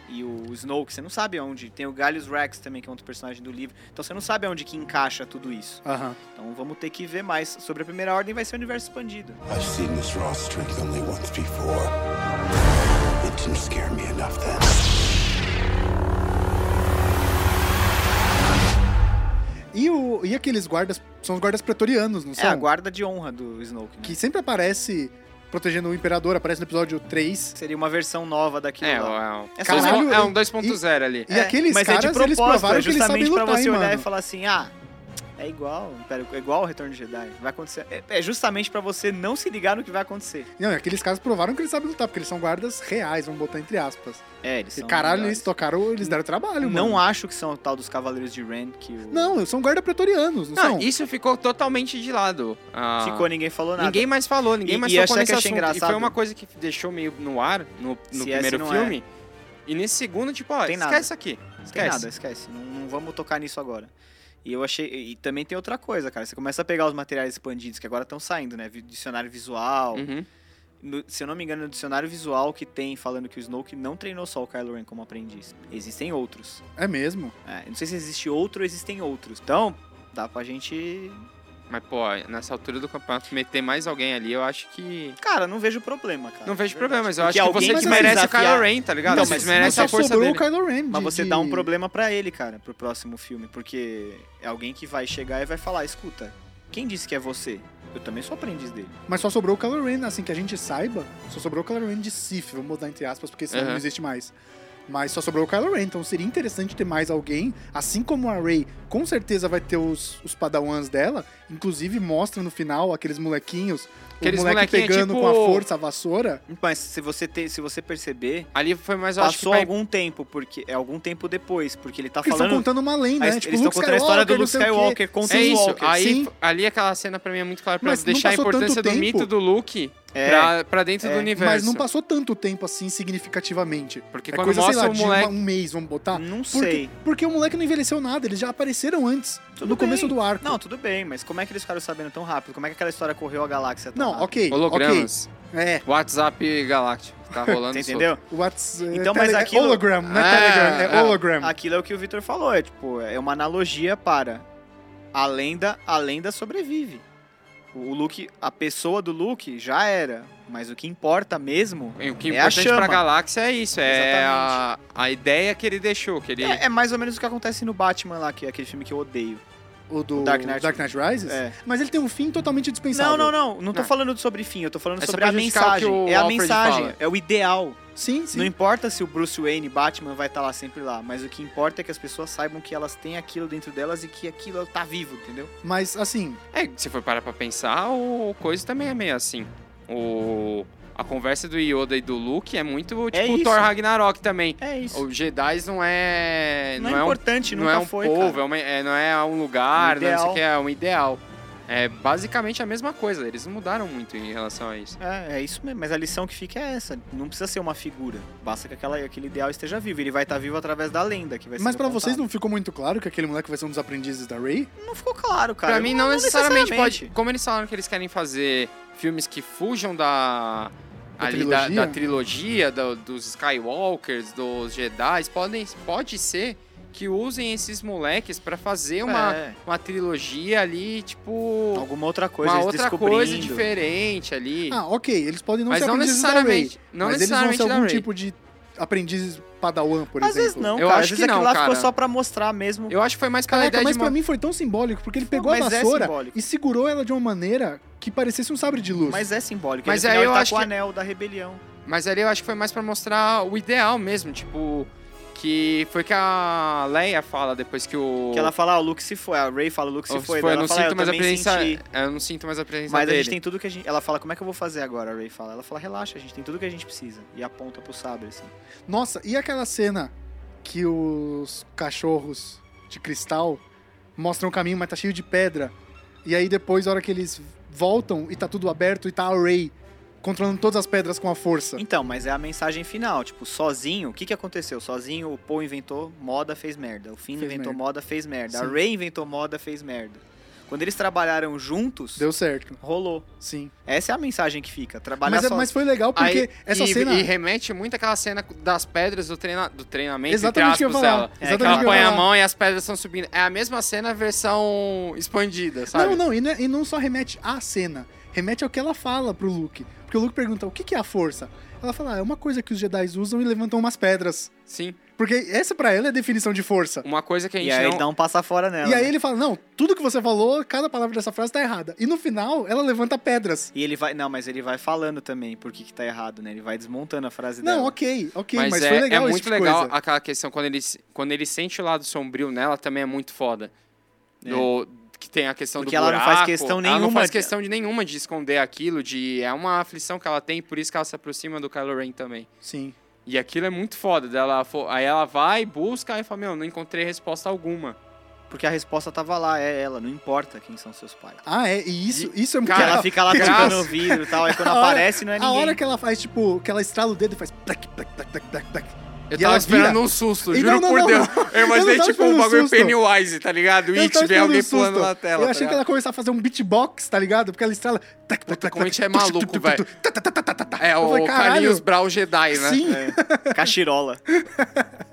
[SPEAKER 3] E o Snoke, você não sabe onde. Tem o Gallius Rex também, que é outro personagem do livro. Então você não sabe aonde que encaixa tudo isso.
[SPEAKER 1] Aham.
[SPEAKER 3] Então vamos ter que ver mais. Sobre a primeira ordem vai ser o universo expandido.
[SPEAKER 5] I've seen this raw strength only once before. It didn't scare me enough then.
[SPEAKER 1] E, o, e aqueles guardas, são os guardas pretorianos, não
[SPEAKER 3] É
[SPEAKER 1] são?
[SPEAKER 3] a guarda de honra do Snoke. né?
[SPEAKER 1] Que sempre aparece protegendo o imperador, aparece no episódio 3.
[SPEAKER 3] Seria uma versão nova daquilo
[SPEAKER 2] É,
[SPEAKER 3] lá.
[SPEAKER 2] ó, é,
[SPEAKER 3] É
[SPEAKER 2] um-
[SPEAKER 1] caralho,
[SPEAKER 2] dois pon- é um
[SPEAKER 1] e-
[SPEAKER 2] 2.0 ali.
[SPEAKER 1] E aqueles
[SPEAKER 3] mas
[SPEAKER 1] caras,
[SPEAKER 3] é de propósito,
[SPEAKER 1] eles provaram
[SPEAKER 3] é
[SPEAKER 1] que eles sabem
[SPEAKER 3] justamente pra
[SPEAKER 1] lutar,
[SPEAKER 3] você
[SPEAKER 1] hein,
[SPEAKER 3] olhar
[SPEAKER 1] mano.
[SPEAKER 3] e falar assim, ah, é igual, Império- é igual o Retorno de Jedi. Vai acontecer. É, é justamente pra você não se ligar no que vai acontecer.
[SPEAKER 1] Não, e aqueles caras provaram que eles sabem lutar, porque eles são guardas reais, vamos botar entre aspas.
[SPEAKER 3] É, eles
[SPEAKER 1] E
[SPEAKER 3] são
[SPEAKER 1] caralho,
[SPEAKER 3] legais.
[SPEAKER 1] eles tocaram, eles deram trabalho,
[SPEAKER 3] Não
[SPEAKER 1] mano.
[SPEAKER 3] acho que são o tal dos Cavaleiros de Ren que o...
[SPEAKER 1] Não, são guardas pretorianos, não,
[SPEAKER 3] Ah,
[SPEAKER 2] Não,
[SPEAKER 1] são?
[SPEAKER 2] isso ficou totalmente de lado. Ah,
[SPEAKER 3] ficou, ninguém falou nada.
[SPEAKER 2] Ninguém mais falou, ninguém
[SPEAKER 3] E-
[SPEAKER 2] mais
[SPEAKER 3] e
[SPEAKER 2] tocou
[SPEAKER 3] essa que
[SPEAKER 2] nesse
[SPEAKER 3] eu
[SPEAKER 2] assunto.
[SPEAKER 3] achei
[SPEAKER 2] E foi
[SPEAKER 3] engraçado.
[SPEAKER 2] uma coisa que deixou meio no ar no, no
[SPEAKER 3] Se essa
[SPEAKER 2] primeiro
[SPEAKER 3] não é.
[SPEAKER 2] filme. E nesse segundo, tipo, ó,
[SPEAKER 3] Tem
[SPEAKER 2] esquece
[SPEAKER 3] nada.
[SPEAKER 2] isso aqui.
[SPEAKER 3] Tem
[SPEAKER 2] Esquece.
[SPEAKER 3] nada, esquece. Não, não vamos tocar nisso agora. E eu achei. E também tem outra coisa, cara. Você começa a pegar os materiais expandidos que agora estão saindo, né? Vi- Dicionário visual.
[SPEAKER 2] Uhum.
[SPEAKER 3] No- se eu não me engano, no dicionário visual que tem falando que o Snoke não treinou só o Kylo Ren como aprendiz. Existem outros.
[SPEAKER 1] É mesmo.
[SPEAKER 3] É, eu não sei se existe outro ou existem outros. Então, dá pra gente
[SPEAKER 2] Mas, pô, nessa altura do campeonato, meter mais alguém ali, eu acho que.
[SPEAKER 3] Cara, não vejo problema, cara.
[SPEAKER 2] Não vejo
[SPEAKER 3] É Verdade.
[SPEAKER 2] problema, mas eu
[SPEAKER 3] Porque
[SPEAKER 2] acho que
[SPEAKER 3] alguém
[SPEAKER 2] você que
[SPEAKER 3] precisa
[SPEAKER 2] merece o
[SPEAKER 3] desafiar.
[SPEAKER 2] Kylo Ren, tá ligado?
[SPEAKER 3] Então,
[SPEAKER 2] Vocês
[SPEAKER 3] mas
[SPEAKER 2] merecem a
[SPEAKER 6] Mas
[SPEAKER 2] força dele.
[SPEAKER 6] sobrou o Kylo Ren. de-
[SPEAKER 3] Mas você dá um
[SPEAKER 6] de-
[SPEAKER 3] problema pra ele, cara, pro próximo filme, porque é alguém que vai chegar e vai falar, escuta, quem disse que é você? Eu também sou aprendiz dele.
[SPEAKER 1] Mas só sobrou o Kylo Ren, assim, que a gente saiba, só sobrou o Kylo Ren de Sif, vamos botar entre aspas, porque senão
[SPEAKER 2] Aham.
[SPEAKER 1] não existe mais. Mas só sobrou o Kylo Ren, então seria interessante ter mais alguém, assim como a Rey, com certeza vai ter os, os padawans dela, inclusive mostra no final aqueles molequinhos,
[SPEAKER 2] Aqueles
[SPEAKER 1] o moleque
[SPEAKER 2] molequinho é
[SPEAKER 1] pegando
[SPEAKER 2] tipo-
[SPEAKER 1] com a força a vassoura.
[SPEAKER 3] Mas se você, te, se você perceber,
[SPEAKER 2] Ali foi mais, eu acho que.
[SPEAKER 3] passou
[SPEAKER 2] pra-
[SPEAKER 3] algum tempo, porque é algum tempo depois, porque ele tá
[SPEAKER 1] Eles estão
[SPEAKER 3] falando...
[SPEAKER 1] contando uma lenda,
[SPEAKER 3] a-
[SPEAKER 1] né?
[SPEAKER 3] eles
[SPEAKER 1] Tipo,
[SPEAKER 3] estão
[SPEAKER 1] Luke
[SPEAKER 3] contando a história do
[SPEAKER 1] Skywalker, não sei o
[SPEAKER 3] Luke
[SPEAKER 1] quê.
[SPEAKER 3] Skywalker com o
[SPEAKER 2] É
[SPEAKER 3] Luke
[SPEAKER 2] isso.
[SPEAKER 3] Walker.
[SPEAKER 2] Aí,
[SPEAKER 1] sim.
[SPEAKER 2] f- ali aquela cena pra mim é muito clara pra
[SPEAKER 1] Mas não
[SPEAKER 2] deixar a
[SPEAKER 1] passou
[SPEAKER 2] importância
[SPEAKER 1] tanto
[SPEAKER 2] do mito
[SPEAKER 1] tempo.
[SPEAKER 2] do Luke
[SPEAKER 3] É,
[SPEAKER 2] pra, pra dentro
[SPEAKER 3] é.
[SPEAKER 2] do
[SPEAKER 3] Mas
[SPEAKER 2] universo.
[SPEAKER 1] Mas não passou tanto tempo assim significativamente.
[SPEAKER 2] Porque
[SPEAKER 1] é
[SPEAKER 2] quando
[SPEAKER 1] coisa, sei
[SPEAKER 2] mostra
[SPEAKER 1] lá,
[SPEAKER 2] o
[SPEAKER 1] de uma-
[SPEAKER 2] moleque.
[SPEAKER 1] um mês, vamos botar.
[SPEAKER 3] não
[SPEAKER 1] Porque-
[SPEAKER 3] sei.
[SPEAKER 1] Porque o moleque não envelheceu nada, eles já apareceram antes,
[SPEAKER 3] Tudo
[SPEAKER 1] no começo
[SPEAKER 3] bem.
[SPEAKER 1] do arco.
[SPEAKER 3] Não, tudo bem, mas como é que eles ficaram sabendo tão rápido? Como é que aquela história correu a galáxia tão
[SPEAKER 1] Não,
[SPEAKER 3] rápido?
[SPEAKER 1] ok. ok.
[SPEAKER 2] Hologramas.
[SPEAKER 1] É,
[SPEAKER 2] WhatsApp Galáctico. Tá rolando
[SPEAKER 3] Você
[SPEAKER 2] solto.
[SPEAKER 3] entendeu?
[SPEAKER 1] what's,
[SPEAKER 3] Então, mas aquilo-
[SPEAKER 1] Hologram, não é
[SPEAKER 2] Ah,
[SPEAKER 1] Telegram, é
[SPEAKER 2] ah,
[SPEAKER 1] hologram.
[SPEAKER 3] Aquilo é o que o Victor falou, é tipo, é uma analogia para a lenda, a lenda sobrevive. O Luke, a pessoa do Luke já era, mas o que importa mesmo
[SPEAKER 2] E O que é
[SPEAKER 3] É a
[SPEAKER 2] importante
[SPEAKER 3] chama.
[SPEAKER 2] pra galáxia é isso, é a, a ideia que ele deixou, que ele...
[SPEAKER 3] é, é mais ou menos o que acontece no Batman lá, que é aquele filme que eu odeio.
[SPEAKER 1] o do
[SPEAKER 3] o
[SPEAKER 1] Dark
[SPEAKER 3] Dark
[SPEAKER 1] Knight,
[SPEAKER 3] Knight-
[SPEAKER 1] Rises?
[SPEAKER 3] É.
[SPEAKER 1] Mas ele tem um fim totalmente
[SPEAKER 3] Não,
[SPEAKER 1] dispensável.
[SPEAKER 3] não, não, não tô
[SPEAKER 2] Não.
[SPEAKER 3] falando sobre fim, eu tô falando
[SPEAKER 2] Ah. É só
[SPEAKER 3] sobre
[SPEAKER 2] pra
[SPEAKER 3] a
[SPEAKER 2] justificar o que
[SPEAKER 3] mensagem.
[SPEAKER 2] o
[SPEAKER 3] É a
[SPEAKER 2] Alfred
[SPEAKER 3] mensagem,
[SPEAKER 2] fala.
[SPEAKER 3] é o ideal.
[SPEAKER 1] Sim, sim.
[SPEAKER 3] Não importa se o Bruce Wayne, Batman vai estar lá sempre lá, mas o que importa é que as pessoas saibam que elas têm aquilo dentro delas e que aquilo tá vivo, entendeu?
[SPEAKER 1] Mas, assim,
[SPEAKER 2] É, se for parar pra pensar, o coisa também é meio assim. O... A conversa do Yoda e do Luke é muito
[SPEAKER 3] É
[SPEAKER 2] tipo o
[SPEAKER 3] isso.
[SPEAKER 2] Thor Ragnarok também.
[SPEAKER 3] É isso.
[SPEAKER 2] O Jedi não é...
[SPEAKER 3] Não,
[SPEAKER 2] é
[SPEAKER 3] é
[SPEAKER 2] um,
[SPEAKER 3] importante,
[SPEAKER 2] não
[SPEAKER 3] nunca
[SPEAKER 2] é um
[SPEAKER 3] foi, cara.
[SPEAKER 2] povo, é uma- é- não é um lugar,
[SPEAKER 3] Um
[SPEAKER 2] não sei o
[SPEAKER 3] ideal.
[SPEAKER 2] que, é um ideal. É basicamente a mesma coisa, eles não mudaram muito em relação a isso.
[SPEAKER 3] É, é isso mesmo. Mas a lição que fica é essa. Não precisa ser uma figura. Basta que aquela, aquele ideal esteja vivo. Ele vai estar vivo através da lenda que vai
[SPEAKER 1] mas
[SPEAKER 3] ser
[SPEAKER 1] pra
[SPEAKER 3] contada.
[SPEAKER 1] vocês não ficou muito claro que aquele moleque vai ser um dos aprendizes da Rey?
[SPEAKER 3] não ficou claro, cara.
[SPEAKER 2] pra mim, Tá, não, necessariamente, pode. Como eles falaram que eles querem fazer filmes que fujam da.
[SPEAKER 1] Da
[SPEAKER 2] ali da-
[SPEAKER 1] trilogia?
[SPEAKER 2] da, trilogia, da- dos Skywalkers, dos Jedi, podem, pode ser que usem esses moleques pra fazer uma,
[SPEAKER 3] É.
[SPEAKER 2] uma trilogia ali, tipo.
[SPEAKER 3] Alguma outra coisa.
[SPEAKER 2] uma
[SPEAKER 3] eles
[SPEAKER 2] outra
[SPEAKER 3] descobrindo.
[SPEAKER 2] coisa diferente ali.
[SPEAKER 1] Ah, ok, eles podem não
[SPEAKER 2] mas
[SPEAKER 1] ser
[SPEAKER 2] não
[SPEAKER 1] aprendizes da Rey.
[SPEAKER 2] necessariamente. Não
[SPEAKER 1] mas eles vão
[SPEAKER 2] necessariamente
[SPEAKER 1] ser algum
[SPEAKER 2] da Rey.
[SPEAKER 1] tipo de aprendizes padawan, por
[SPEAKER 3] Às vezes
[SPEAKER 1] exemplo.
[SPEAKER 3] não,
[SPEAKER 2] Eu
[SPEAKER 3] cara.
[SPEAKER 2] acho
[SPEAKER 3] Às
[SPEAKER 2] que
[SPEAKER 3] vezes aquilo
[SPEAKER 2] não,
[SPEAKER 3] lá
[SPEAKER 2] cara.
[SPEAKER 3] ficou só pra mostrar mesmo.
[SPEAKER 2] Eu acho que foi mais pela
[SPEAKER 1] Caraca,
[SPEAKER 2] ideia
[SPEAKER 1] mas
[SPEAKER 2] de.
[SPEAKER 1] pra
[SPEAKER 2] mo-
[SPEAKER 1] mim foi tão simbólico, porque ele pegou
[SPEAKER 3] mas
[SPEAKER 1] a
[SPEAKER 3] é
[SPEAKER 1] vassoura
[SPEAKER 3] simbólico.
[SPEAKER 1] e segurou ela de uma maneira que parecesse um sabre de luz.
[SPEAKER 3] Mas é simbólico.
[SPEAKER 2] Mas
[SPEAKER 3] Ele,
[SPEAKER 2] aí
[SPEAKER 3] afinal,
[SPEAKER 2] eu
[SPEAKER 3] ele tá
[SPEAKER 2] acho
[SPEAKER 3] com o
[SPEAKER 2] que-
[SPEAKER 3] anel da rebelião.
[SPEAKER 2] Mas ali eu acho que foi mais pra mostrar o ideal mesmo, tipo. Que foi que a Leia fala depois que o.
[SPEAKER 3] Que ela fala, ah, o Luke se foi. A Ray fala, o Luke se
[SPEAKER 2] Eu
[SPEAKER 3] foi.
[SPEAKER 2] foi,
[SPEAKER 3] Daí
[SPEAKER 2] eu não
[SPEAKER 3] ela fala, "Ah,
[SPEAKER 2] sinto
[SPEAKER 3] eu
[SPEAKER 2] mais a
[SPEAKER 3] também
[SPEAKER 2] presença.
[SPEAKER 3] senti.
[SPEAKER 2] é, Eu não sinto mais a presença
[SPEAKER 3] Mas a
[SPEAKER 2] dele.
[SPEAKER 3] gente tem tudo que a gente. Ela fala, como é que eu vou fazer agora? A Ray fala. Ela fala, relaxa, a gente tem tudo que a gente precisa. E aponta pro sabre, assim.
[SPEAKER 1] Nossa, e aquela cena que os cachorros de cristal mostram o caminho, mas tá cheio de pedra. E aí depois, a hora que eles voltam e tá tudo aberto e tá a Ray controlando todas as pedras com a força.
[SPEAKER 3] Então, mas é a mensagem final, tipo, sozinho, o que que aconteceu? Sozinho o Paul inventou moda, fez merda. O Finn
[SPEAKER 1] Fez
[SPEAKER 3] inventou
[SPEAKER 1] merda.
[SPEAKER 3] moda, fez merda.
[SPEAKER 1] Sim.
[SPEAKER 3] A Rey inventou moda, fez merda. Quando eles trabalharam juntos,
[SPEAKER 1] Deu certo,
[SPEAKER 3] rolou.
[SPEAKER 1] sim.
[SPEAKER 3] Essa é a mensagem que fica, trabalhar
[SPEAKER 1] Mas, é-
[SPEAKER 3] sozinho.
[SPEAKER 1] mas foi legal porque
[SPEAKER 2] Aí-
[SPEAKER 1] essa
[SPEAKER 2] e,
[SPEAKER 1] cena.
[SPEAKER 2] e remete muito àquela cena das pedras do, treina, do treinamento,
[SPEAKER 1] Exatamente o que
[SPEAKER 2] entre
[SPEAKER 1] eu ia
[SPEAKER 2] aspas,
[SPEAKER 1] falar.
[SPEAKER 2] dela.
[SPEAKER 3] É,
[SPEAKER 1] Exatamente
[SPEAKER 2] Que ela
[SPEAKER 1] o que eu
[SPEAKER 2] põe
[SPEAKER 1] ia
[SPEAKER 2] a
[SPEAKER 1] falar.
[SPEAKER 2] mão e as pedras estão subindo. É a mesma cena, versão expandida, sabe?
[SPEAKER 1] Não, não, e, não é- e não só remete à cena, remete ao que ela fala pro Luke. Porque o Luke pergunta o que, que é a força? Ela fala, ah, é uma coisa que os Jedi usam e levantam umas pedras.
[SPEAKER 2] Sim.
[SPEAKER 1] Porque essa pra ela é a definição de força.
[SPEAKER 2] Uma coisa que a gente
[SPEAKER 3] E aí
[SPEAKER 2] não.
[SPEAKER 3] dá um passa fora
[SPEAKER 2] É,
[SPEAKER 3] nela.
[SPEAKER 1] E aí
[SPEAKER 3] né?
[SPEAKER 1] ele fala, não, tudo que você falou, cada palavra dessa frase tá errada. E no final, ela levanta pedras.
[SPEAKER 3] E ele vai, não, mas ele vai falando também por que que tá errado, né? Ele vai desmontando a frase
[SPEAKER 1] Não,
[SPEAKER 3] dela.
[SPEAKER 1] ok, ok, mas,
[SPEAKER 2] Mas, é,
[SPEAKER 1] foi legal
[SPEAKER 2] é
[SPEAKER 1] esse
[SPEAKER 2] muito
[SPEAKER 1] tipo de
[SPEAKER 2] legal
[SPEAKER 1] coisa.
[SPEAKER 2] aquela questão, quando ele, se- quando ele sente o lado sombrio nela, também é muito foda.
[SPEAKER 3] É.
[SPEAKER 2] Do- que tem a questão
[SPEAKER 3] Porque
[SPEAKER 2] do
[SPEAKER 3] ela não
[SPEAKER 2] buraco.
[SPEAKER 3] faz questão
[SPEAKER 2] Ela não
[SPEAKER 3] nenhuma
[SPEAKER 2] faz
[SPEAKER 3] de-
[SPEAKER 2] questão de nenhuma de esconder aquilo, de é uma aflição que ela tem, por isso que ela se aproxima do Kylo Ren também.
[SPEAKER 1] Sim.
[SPEAKER 2] E aquilo é muito foda. Dela, fo- aí ela vai, busca e fala: Meu, não encontrei resposta alguma.
[SPEAKER 3] Porque a resposta tava lá, é ela, não importa quem são seus pais.
[SPEAKER 1] Ah, é, e isso, isso é muito
[SPEAKER 2] Cara,
[SPEAKER 3] que
[SPEAKER 1] legal.
[SPEAKER 3] ela fica lá
[SPEAKER 2] graça.
[SPEAKER 3] tocando o vidro e tal, aí quando
[SPEAKER 1] A hora-
[SPEAKER 3] aparece não é
[SPEAKER 1] A
[SPEAKER 3] ninguém.
[SPEAKER 1] hora que ela faz, tipo, que ela estrala o dedo e faz... Plac, plac, plac, plac, plac, plac.
[SPEAKER 2] Eu
[SPEAKER 1] E
[SPEAKER 2] tava
[SPEAKER 1] ela
[SPEAKER 2] esperando
[SPEAKER 1] vira.
[SPEAKER 2] um susto,
[SPEAKER 1] E não,
[SPEAKER 2] juro
[SPEAKER 1] não,
[SPEAKER 2] por
[SPEAKER 1] não,
[SPEAKER 2] Deus.
[SPEAKER 1] não.
[SPEAKER 2] Eu
[SPEAKER 1] Eu
[SPEAKER 2] imaginei
[SPEAKER 1] não tava
[SPEAKER 2] tipo um
[SPEAKER 1] esperando
[SPEAKER 2] bagulho
[SPEAKER 1] susto.
[SPEAKER 2] Pennywise, tá ligado?
[SPEAKER 1] Eu tava
[SPEAKER 2] It, vem
[SPEAKER 1] esperando um
[SPEAKER 2] alguém
[SPEAKER 1] susto.
[SPEAKER 2] pulando na tela.
[SPEAKER 1] Eu achei
[SPEAKER 2] tá
[SPEAKER 1] que ela começava a fazer um beatbox, tá ligado? Porque ela estrala... Tac, tac,
[SPEAKER 2] Puta,
[SPEAKER 1] tac,
[SPEAKER 2] como a
[SPEAKER 1] tac,
[SPEAKER 2] gente é maluco, velho. É
[SPEAKER 1] Eu
[SPEAKER 2] o
[SPEAKER 1] falei, caralho.
[SPEAKER 2] Carlinhos Brown Jedi, né?
[SPEAKER 1] Sim,
[SPEAKER 3] É. Cachirola.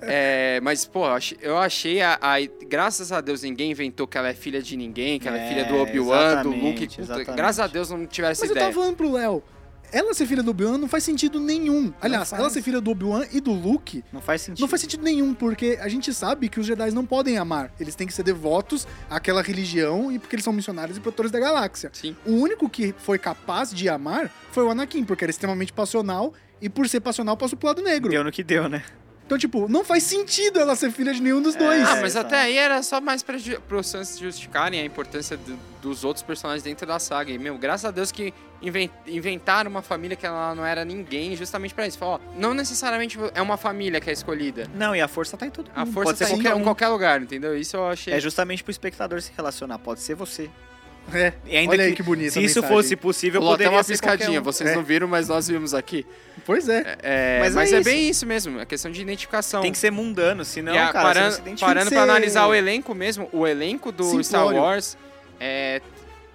[SPEAKER 2] É, mas, pô, eu achei- eu achei a, a- Graças a Deus ninguém inventou que ela é filha de ninguém, que ela é
[SPEAKER 3] É,
[SPEAKER 2] filha do Obi-Wan, do Luke.
[SPEAKER 3] exatamente,
[SPEAKER 2] puta,
[SPEAKER 3] exatamente.
[SPEAKER 2] Graças a Deus não tiveram essa
[SPEAKER 1] Mas eu
[SPEAKER 2] ideia.
[SPEAKER 1] tava falando pro Léo. Ela ser filha do Obi-Wan não faz sentido nenhum. Aliás,
[SPEAKER 3] faz.
[SPEAKER 1] ela ser filha do Obi-Wan e do Luke
[SPEAKER 3] Não faz sentido.
[SPEAKER 1] não faz sentido nenhum, porque a gente sabe que os Jedi não podem amar. Eles têm que ser devotos àquela religião e porque eles são missionários e protetores da galáxia.
[SPEAKER 2] Sim.
[SPEAKER 1] O único que foi capaz de amar foi o Anakin, porque era extremamente passional e por ser passional passou pro lado negro.
[SPEAKER 3] Deu no que deu, né?
[SPEAKER 1] Então, tipo, não faz sentido ela ser filha de nenhum dos dois.
[SPEAKER 2] Ah,
[SPEAKER 3] É,
[SPEAKER 2] mas
[SPEAKER 3] exato.
[SPEAKER 2] até aí era só mais pra ju- pros fãs justificarem a importância do- dos outros personagens dentro da saga. E, meu, graças a Deus que inven- inventaram uma família que ela não era ninguém justamente pra isso. Falou, ó, não necessariamente é uma família que é escolhida.
[SPEAKER 3] Não, e a força tá em todo mundo.
[SPEAKER 2] A força
[SPEAKER 3] Pode
[SPEAKER 2] tá
[SPEAKER 3] ser
[SPEAKER 2] em
[SPEAKER 3] qualquer
[SPEAKER 2] qualquer, em qualquer lugar, entendeu? Isso eu achei.
[SPEAKER 3] É justamente pro espectador se relacionar. Pode ser você.
[SPEAKER 1] É.
[SPEAKER 3] E ainda
[SPEAKER 1] Olha aí
[SPEAKER 3] que,
[SPEAKER 1] que bonita
[SPEAKER 3] se
[SPEAKER 1] a
[SPEAKER 3] isso
[SPEAKER 1] mensagem.
[SPEAKER 3] fosse possível,
[SPEAKER 2] Rolou até
[SPEAKER 3] poderia
[SPEAKER 2] uma
[SPEAKER 3] ser qualquer
[SPEAKER 2] piscadinha,
[SPEAKER 3] um.
[SPEAKER 2] vocês não viram, mas nós vimos aqui.
[SPEAKER 1] Pois é.
[SPEAKER 2] É, mas
[SPEAKER 3] Mas
[SPEAKER 2] é,
[SPEAKER 3] é isso.
[SPEAKER 2] bem isso mesmo, a questão de identificação.
[SPEAKER 3] Tem que ser mundano, senão,
[SPEAKER 2] E a-
[SPEAKER 3] cara, você não se
[SPEAKER 2] parando,
[SPEAKER 3] identifica.
[SPEAKER 2] parando
[SPEAKER 1] Tem
[SPEAKER 2] pra
[SPEAKER 1] que ser-
[SPEAKER 2] analisar o elenco mesmo, o elenco do Star
[SPEAKER 1] Simplório.
[SPEAKER 2] Wars, é,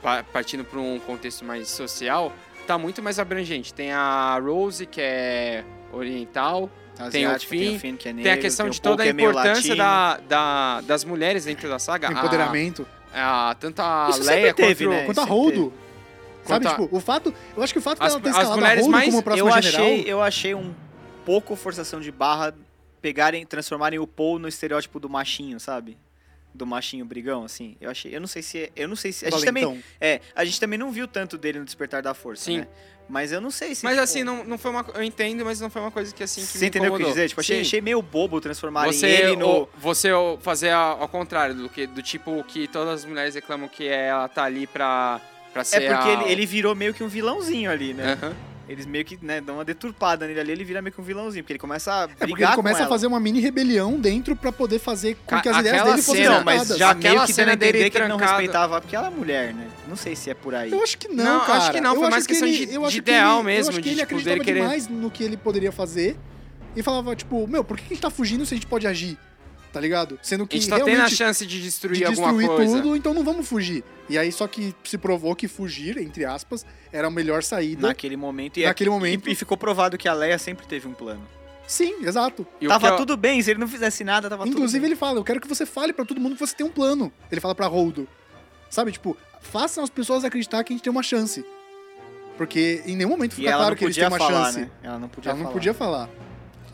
[SPEAKER 2] pa- partindo pra um contexto mais social, tá muito mais abrangente. Tem a Rose, que é oriental, Tem o
[SPEAKER 3] Asiático,
[SPEAKER 2] Finn,
[SPEAKER 3] Finn, que é
[SPEAKER 2] tem a
[SPEAKER 3] negro,
[SPEAKER 2] questão
[SPEAKER 3] tem o
[SPEAKER 2] de
[SPEAKER 3] Poe,
[SPEAKER 2] toda a
[SPEAKER 3] que é meio
[SPEAKER 2] importância
[SPEAKER 3] latino.
[SPEAKER 2] da, da- das mulheres dentro da saga. A-
[SPEAKER 1] Empoderamento.
[SPEAKER 2] a- tanto a
[SPEAKER 3] Isso sempre
[SPEAKER 2] Leia
[SPEAKER 3] teve,
[SPEAKER 2] quanto,
[SPEAKER 3] né?
[SPEAKER 1] Quanto a
[SPEAKER 3] sempre
[SPEAKER 1] Holdo. Sabe,
[SPEAKER 2] Ah, é, Quanto a-
[SPEAKER 1] tipo, o fato. Eu acho que o fato
[SPEAKER 2] As-
[SPEAKER 1] dela ter
[SPEAKER 2] as
[SPEAKER 1] escalado a
[SPEAKER 2] mulheres
[SPEAKER 1] Holdo
[SPEAKER 2] mais-
[SPEAKER 1] como próxima
[SPEAKER 3] eu
[SPEAKER 1] general.
[SPEAKER 3] achei, eu achei um pouco forçação de barra pegarem, transformarem o Paul no estereótipo do machinho, sabe? Do machinho brigão, assim. Eu achei, eu não sei se, é- eu não sei se a gente também,
[SPEAKER 1] valentão.
[SPEAKER 3] é, a gente também não viu tanto dele no Despertar da Força,
[SPEAKER 2] Sim.
[SPEAKER 3] né? Mas eu não sei se
[SPEAKER 2] Mas
[SPEAKER 3] tipo,
[SPEAKER 2] assim, não, não foi uma. co- Eu entendo, mas não foi uma coisa que assim. Que
[SPEAKER 3] você
[SPEAKER 2] me
[SPEAKER 3] entendeu o que eu
[SPEAKER 2] incomodou.
[SPEAKER 3] quis dizer? Tipo, achei,
[SPEAKER 2] Sim.
[SPEAKER 3] achei meio bobo transformarem
[SPEAKER 2] Você,
[SPEAKER 3] ele no
[SPEAKER 2] o- você o- fazer a- ao contrário do que do tipo que todas as mulheres reclamam que ela tá ali pra, pra ser
[SPEAKER 3] É porque
[SPEAKER 2] a-
[SPEAKER 3] ele, ele virou meio que um vilãozinho ali, né?
[SPEAKER 2] Aham.
[SPEAKER 3] Eles meio que né, dão uma deturpada nele ali, ele vira meio que um vilãozinho, porque ele começa a
[SPEAKER 1] É
[SPEAKER 3] brigar
[SPEAKER 1] porque ele
[SPEAKER 3] com
[SPEAKER 1] começa a
[SPEAKER 3] ela.
[SPEAKER 1] fazer uma mini rebelião dentro pra poder fazer com
[SPEAKER 2] Ca-
[SPEAKER 1] que as ideias
[SPEAKER 2] aquela
[SPEAKER 1] dele fossem
[SPEAKER 2] cena-
[SPEAKER 3] Não,
[SPEAKER 1] tratadas.
[SPEAKER 3] mas já
[SPEAKER 2] Aquela
[SPEAKER 3] meio que dando
[SPEAKER 2] cena
[SPEAKER 3] a entender
[SPEAKER 2] dele
[SPEAKER 3] que ele não
[SPEAKER 2] trancado.
[SPEAKER 3] respeitava porque ela é mulher, né? Não sei se é por aí.
[SPEAKER 1] Eu acho que não,
[SPEAKER 2] Não, eu
[SPEAKER 1] cara.
[SPEAKER 2] acho que não, foi
[SPEAKER 1] acho
[SPEAKER 2] mais
[SPEAKER 1] que
[SPEAKER 2] questão
[SPEAKER 1] ele-
[SPEAKER 2] de-
[SPEAKER 1] eu acho
[SPEAKER 2] de
[SPEAKER 1] que ele-
[SPEAKER 2] ideal
[SPEAKER 1] Eu
[SPEAKER 2] mesmo,
[SPEAKER 1] acho que
[SPEAKER 2] de,
[SPEAKER 1] ele
[SPEAKER 2] tipo, dele
[SPEAKER 1] acreditava
[SPEAKER 2] querer-
[SPEAKER 1] demais no que ele poderia fazer e falava, tipo, meu, por que que a gente tá fugindo se a gente pode agir? Tá ligado? Sendo
[SPEAKER 2] A
[SPEAKER 1] que
[SPEAKER 2] gente tá
[SPEAKER 1] realmente
[SPEAKER 2] tendo a chance de destruir,
[SPEAKER 1] de
[SPEAKER 2] alguma
[SPEAKER 1] destruir
[SPEAKER 2] coisa.
[SPEAKER 1] tudo, então não vamos fugir. E aí só que se provou que fugir, entre aspas, era a melhor saída.
[SPEAKER 3] Naquele momento. E,
[SPEAKER 1] Naquele momento.
[SPEAKER 3] E, e ficou provado que a Leia sempre teve um plano.
[SPEAKER 1] Sim, exato.
[SPEAKER 2] E o
[SPEAKER 3] tava
[SPEAKER 2] que eu-
[SPEAKER 3] tudo bem, se ele não fizesse nada, tava
[SPEAKER 1] Inclusive
[SPEAKER 3] tudo
[SPEAKER 1] ele fala, eu quero que você fale pra todo mundo que você tem um plano. Ele fala pra Holdo. Sabe, tipo, façam as pessoas acreditar que a gente tem uma chance. Porque em nenhum momento
[SPEAKER 3] bem. E
[SPEAKER 1] fica
[SPEAKER 3] ela
[SPEAKER 1] claro
[SPEAKER 3] não
[SPEAKER 1] que eles
[SPEAKER 3] podia
[SPEAKER 1] têm uma
[SPEAKER 3] falar,
[SPEAKER 1] chance.
[SPEAKER 3] né? Ela não podia
[SPEAKER 1] Ela não
[SPEAKER 3] falar.
[SPEAKER 1] podia falar.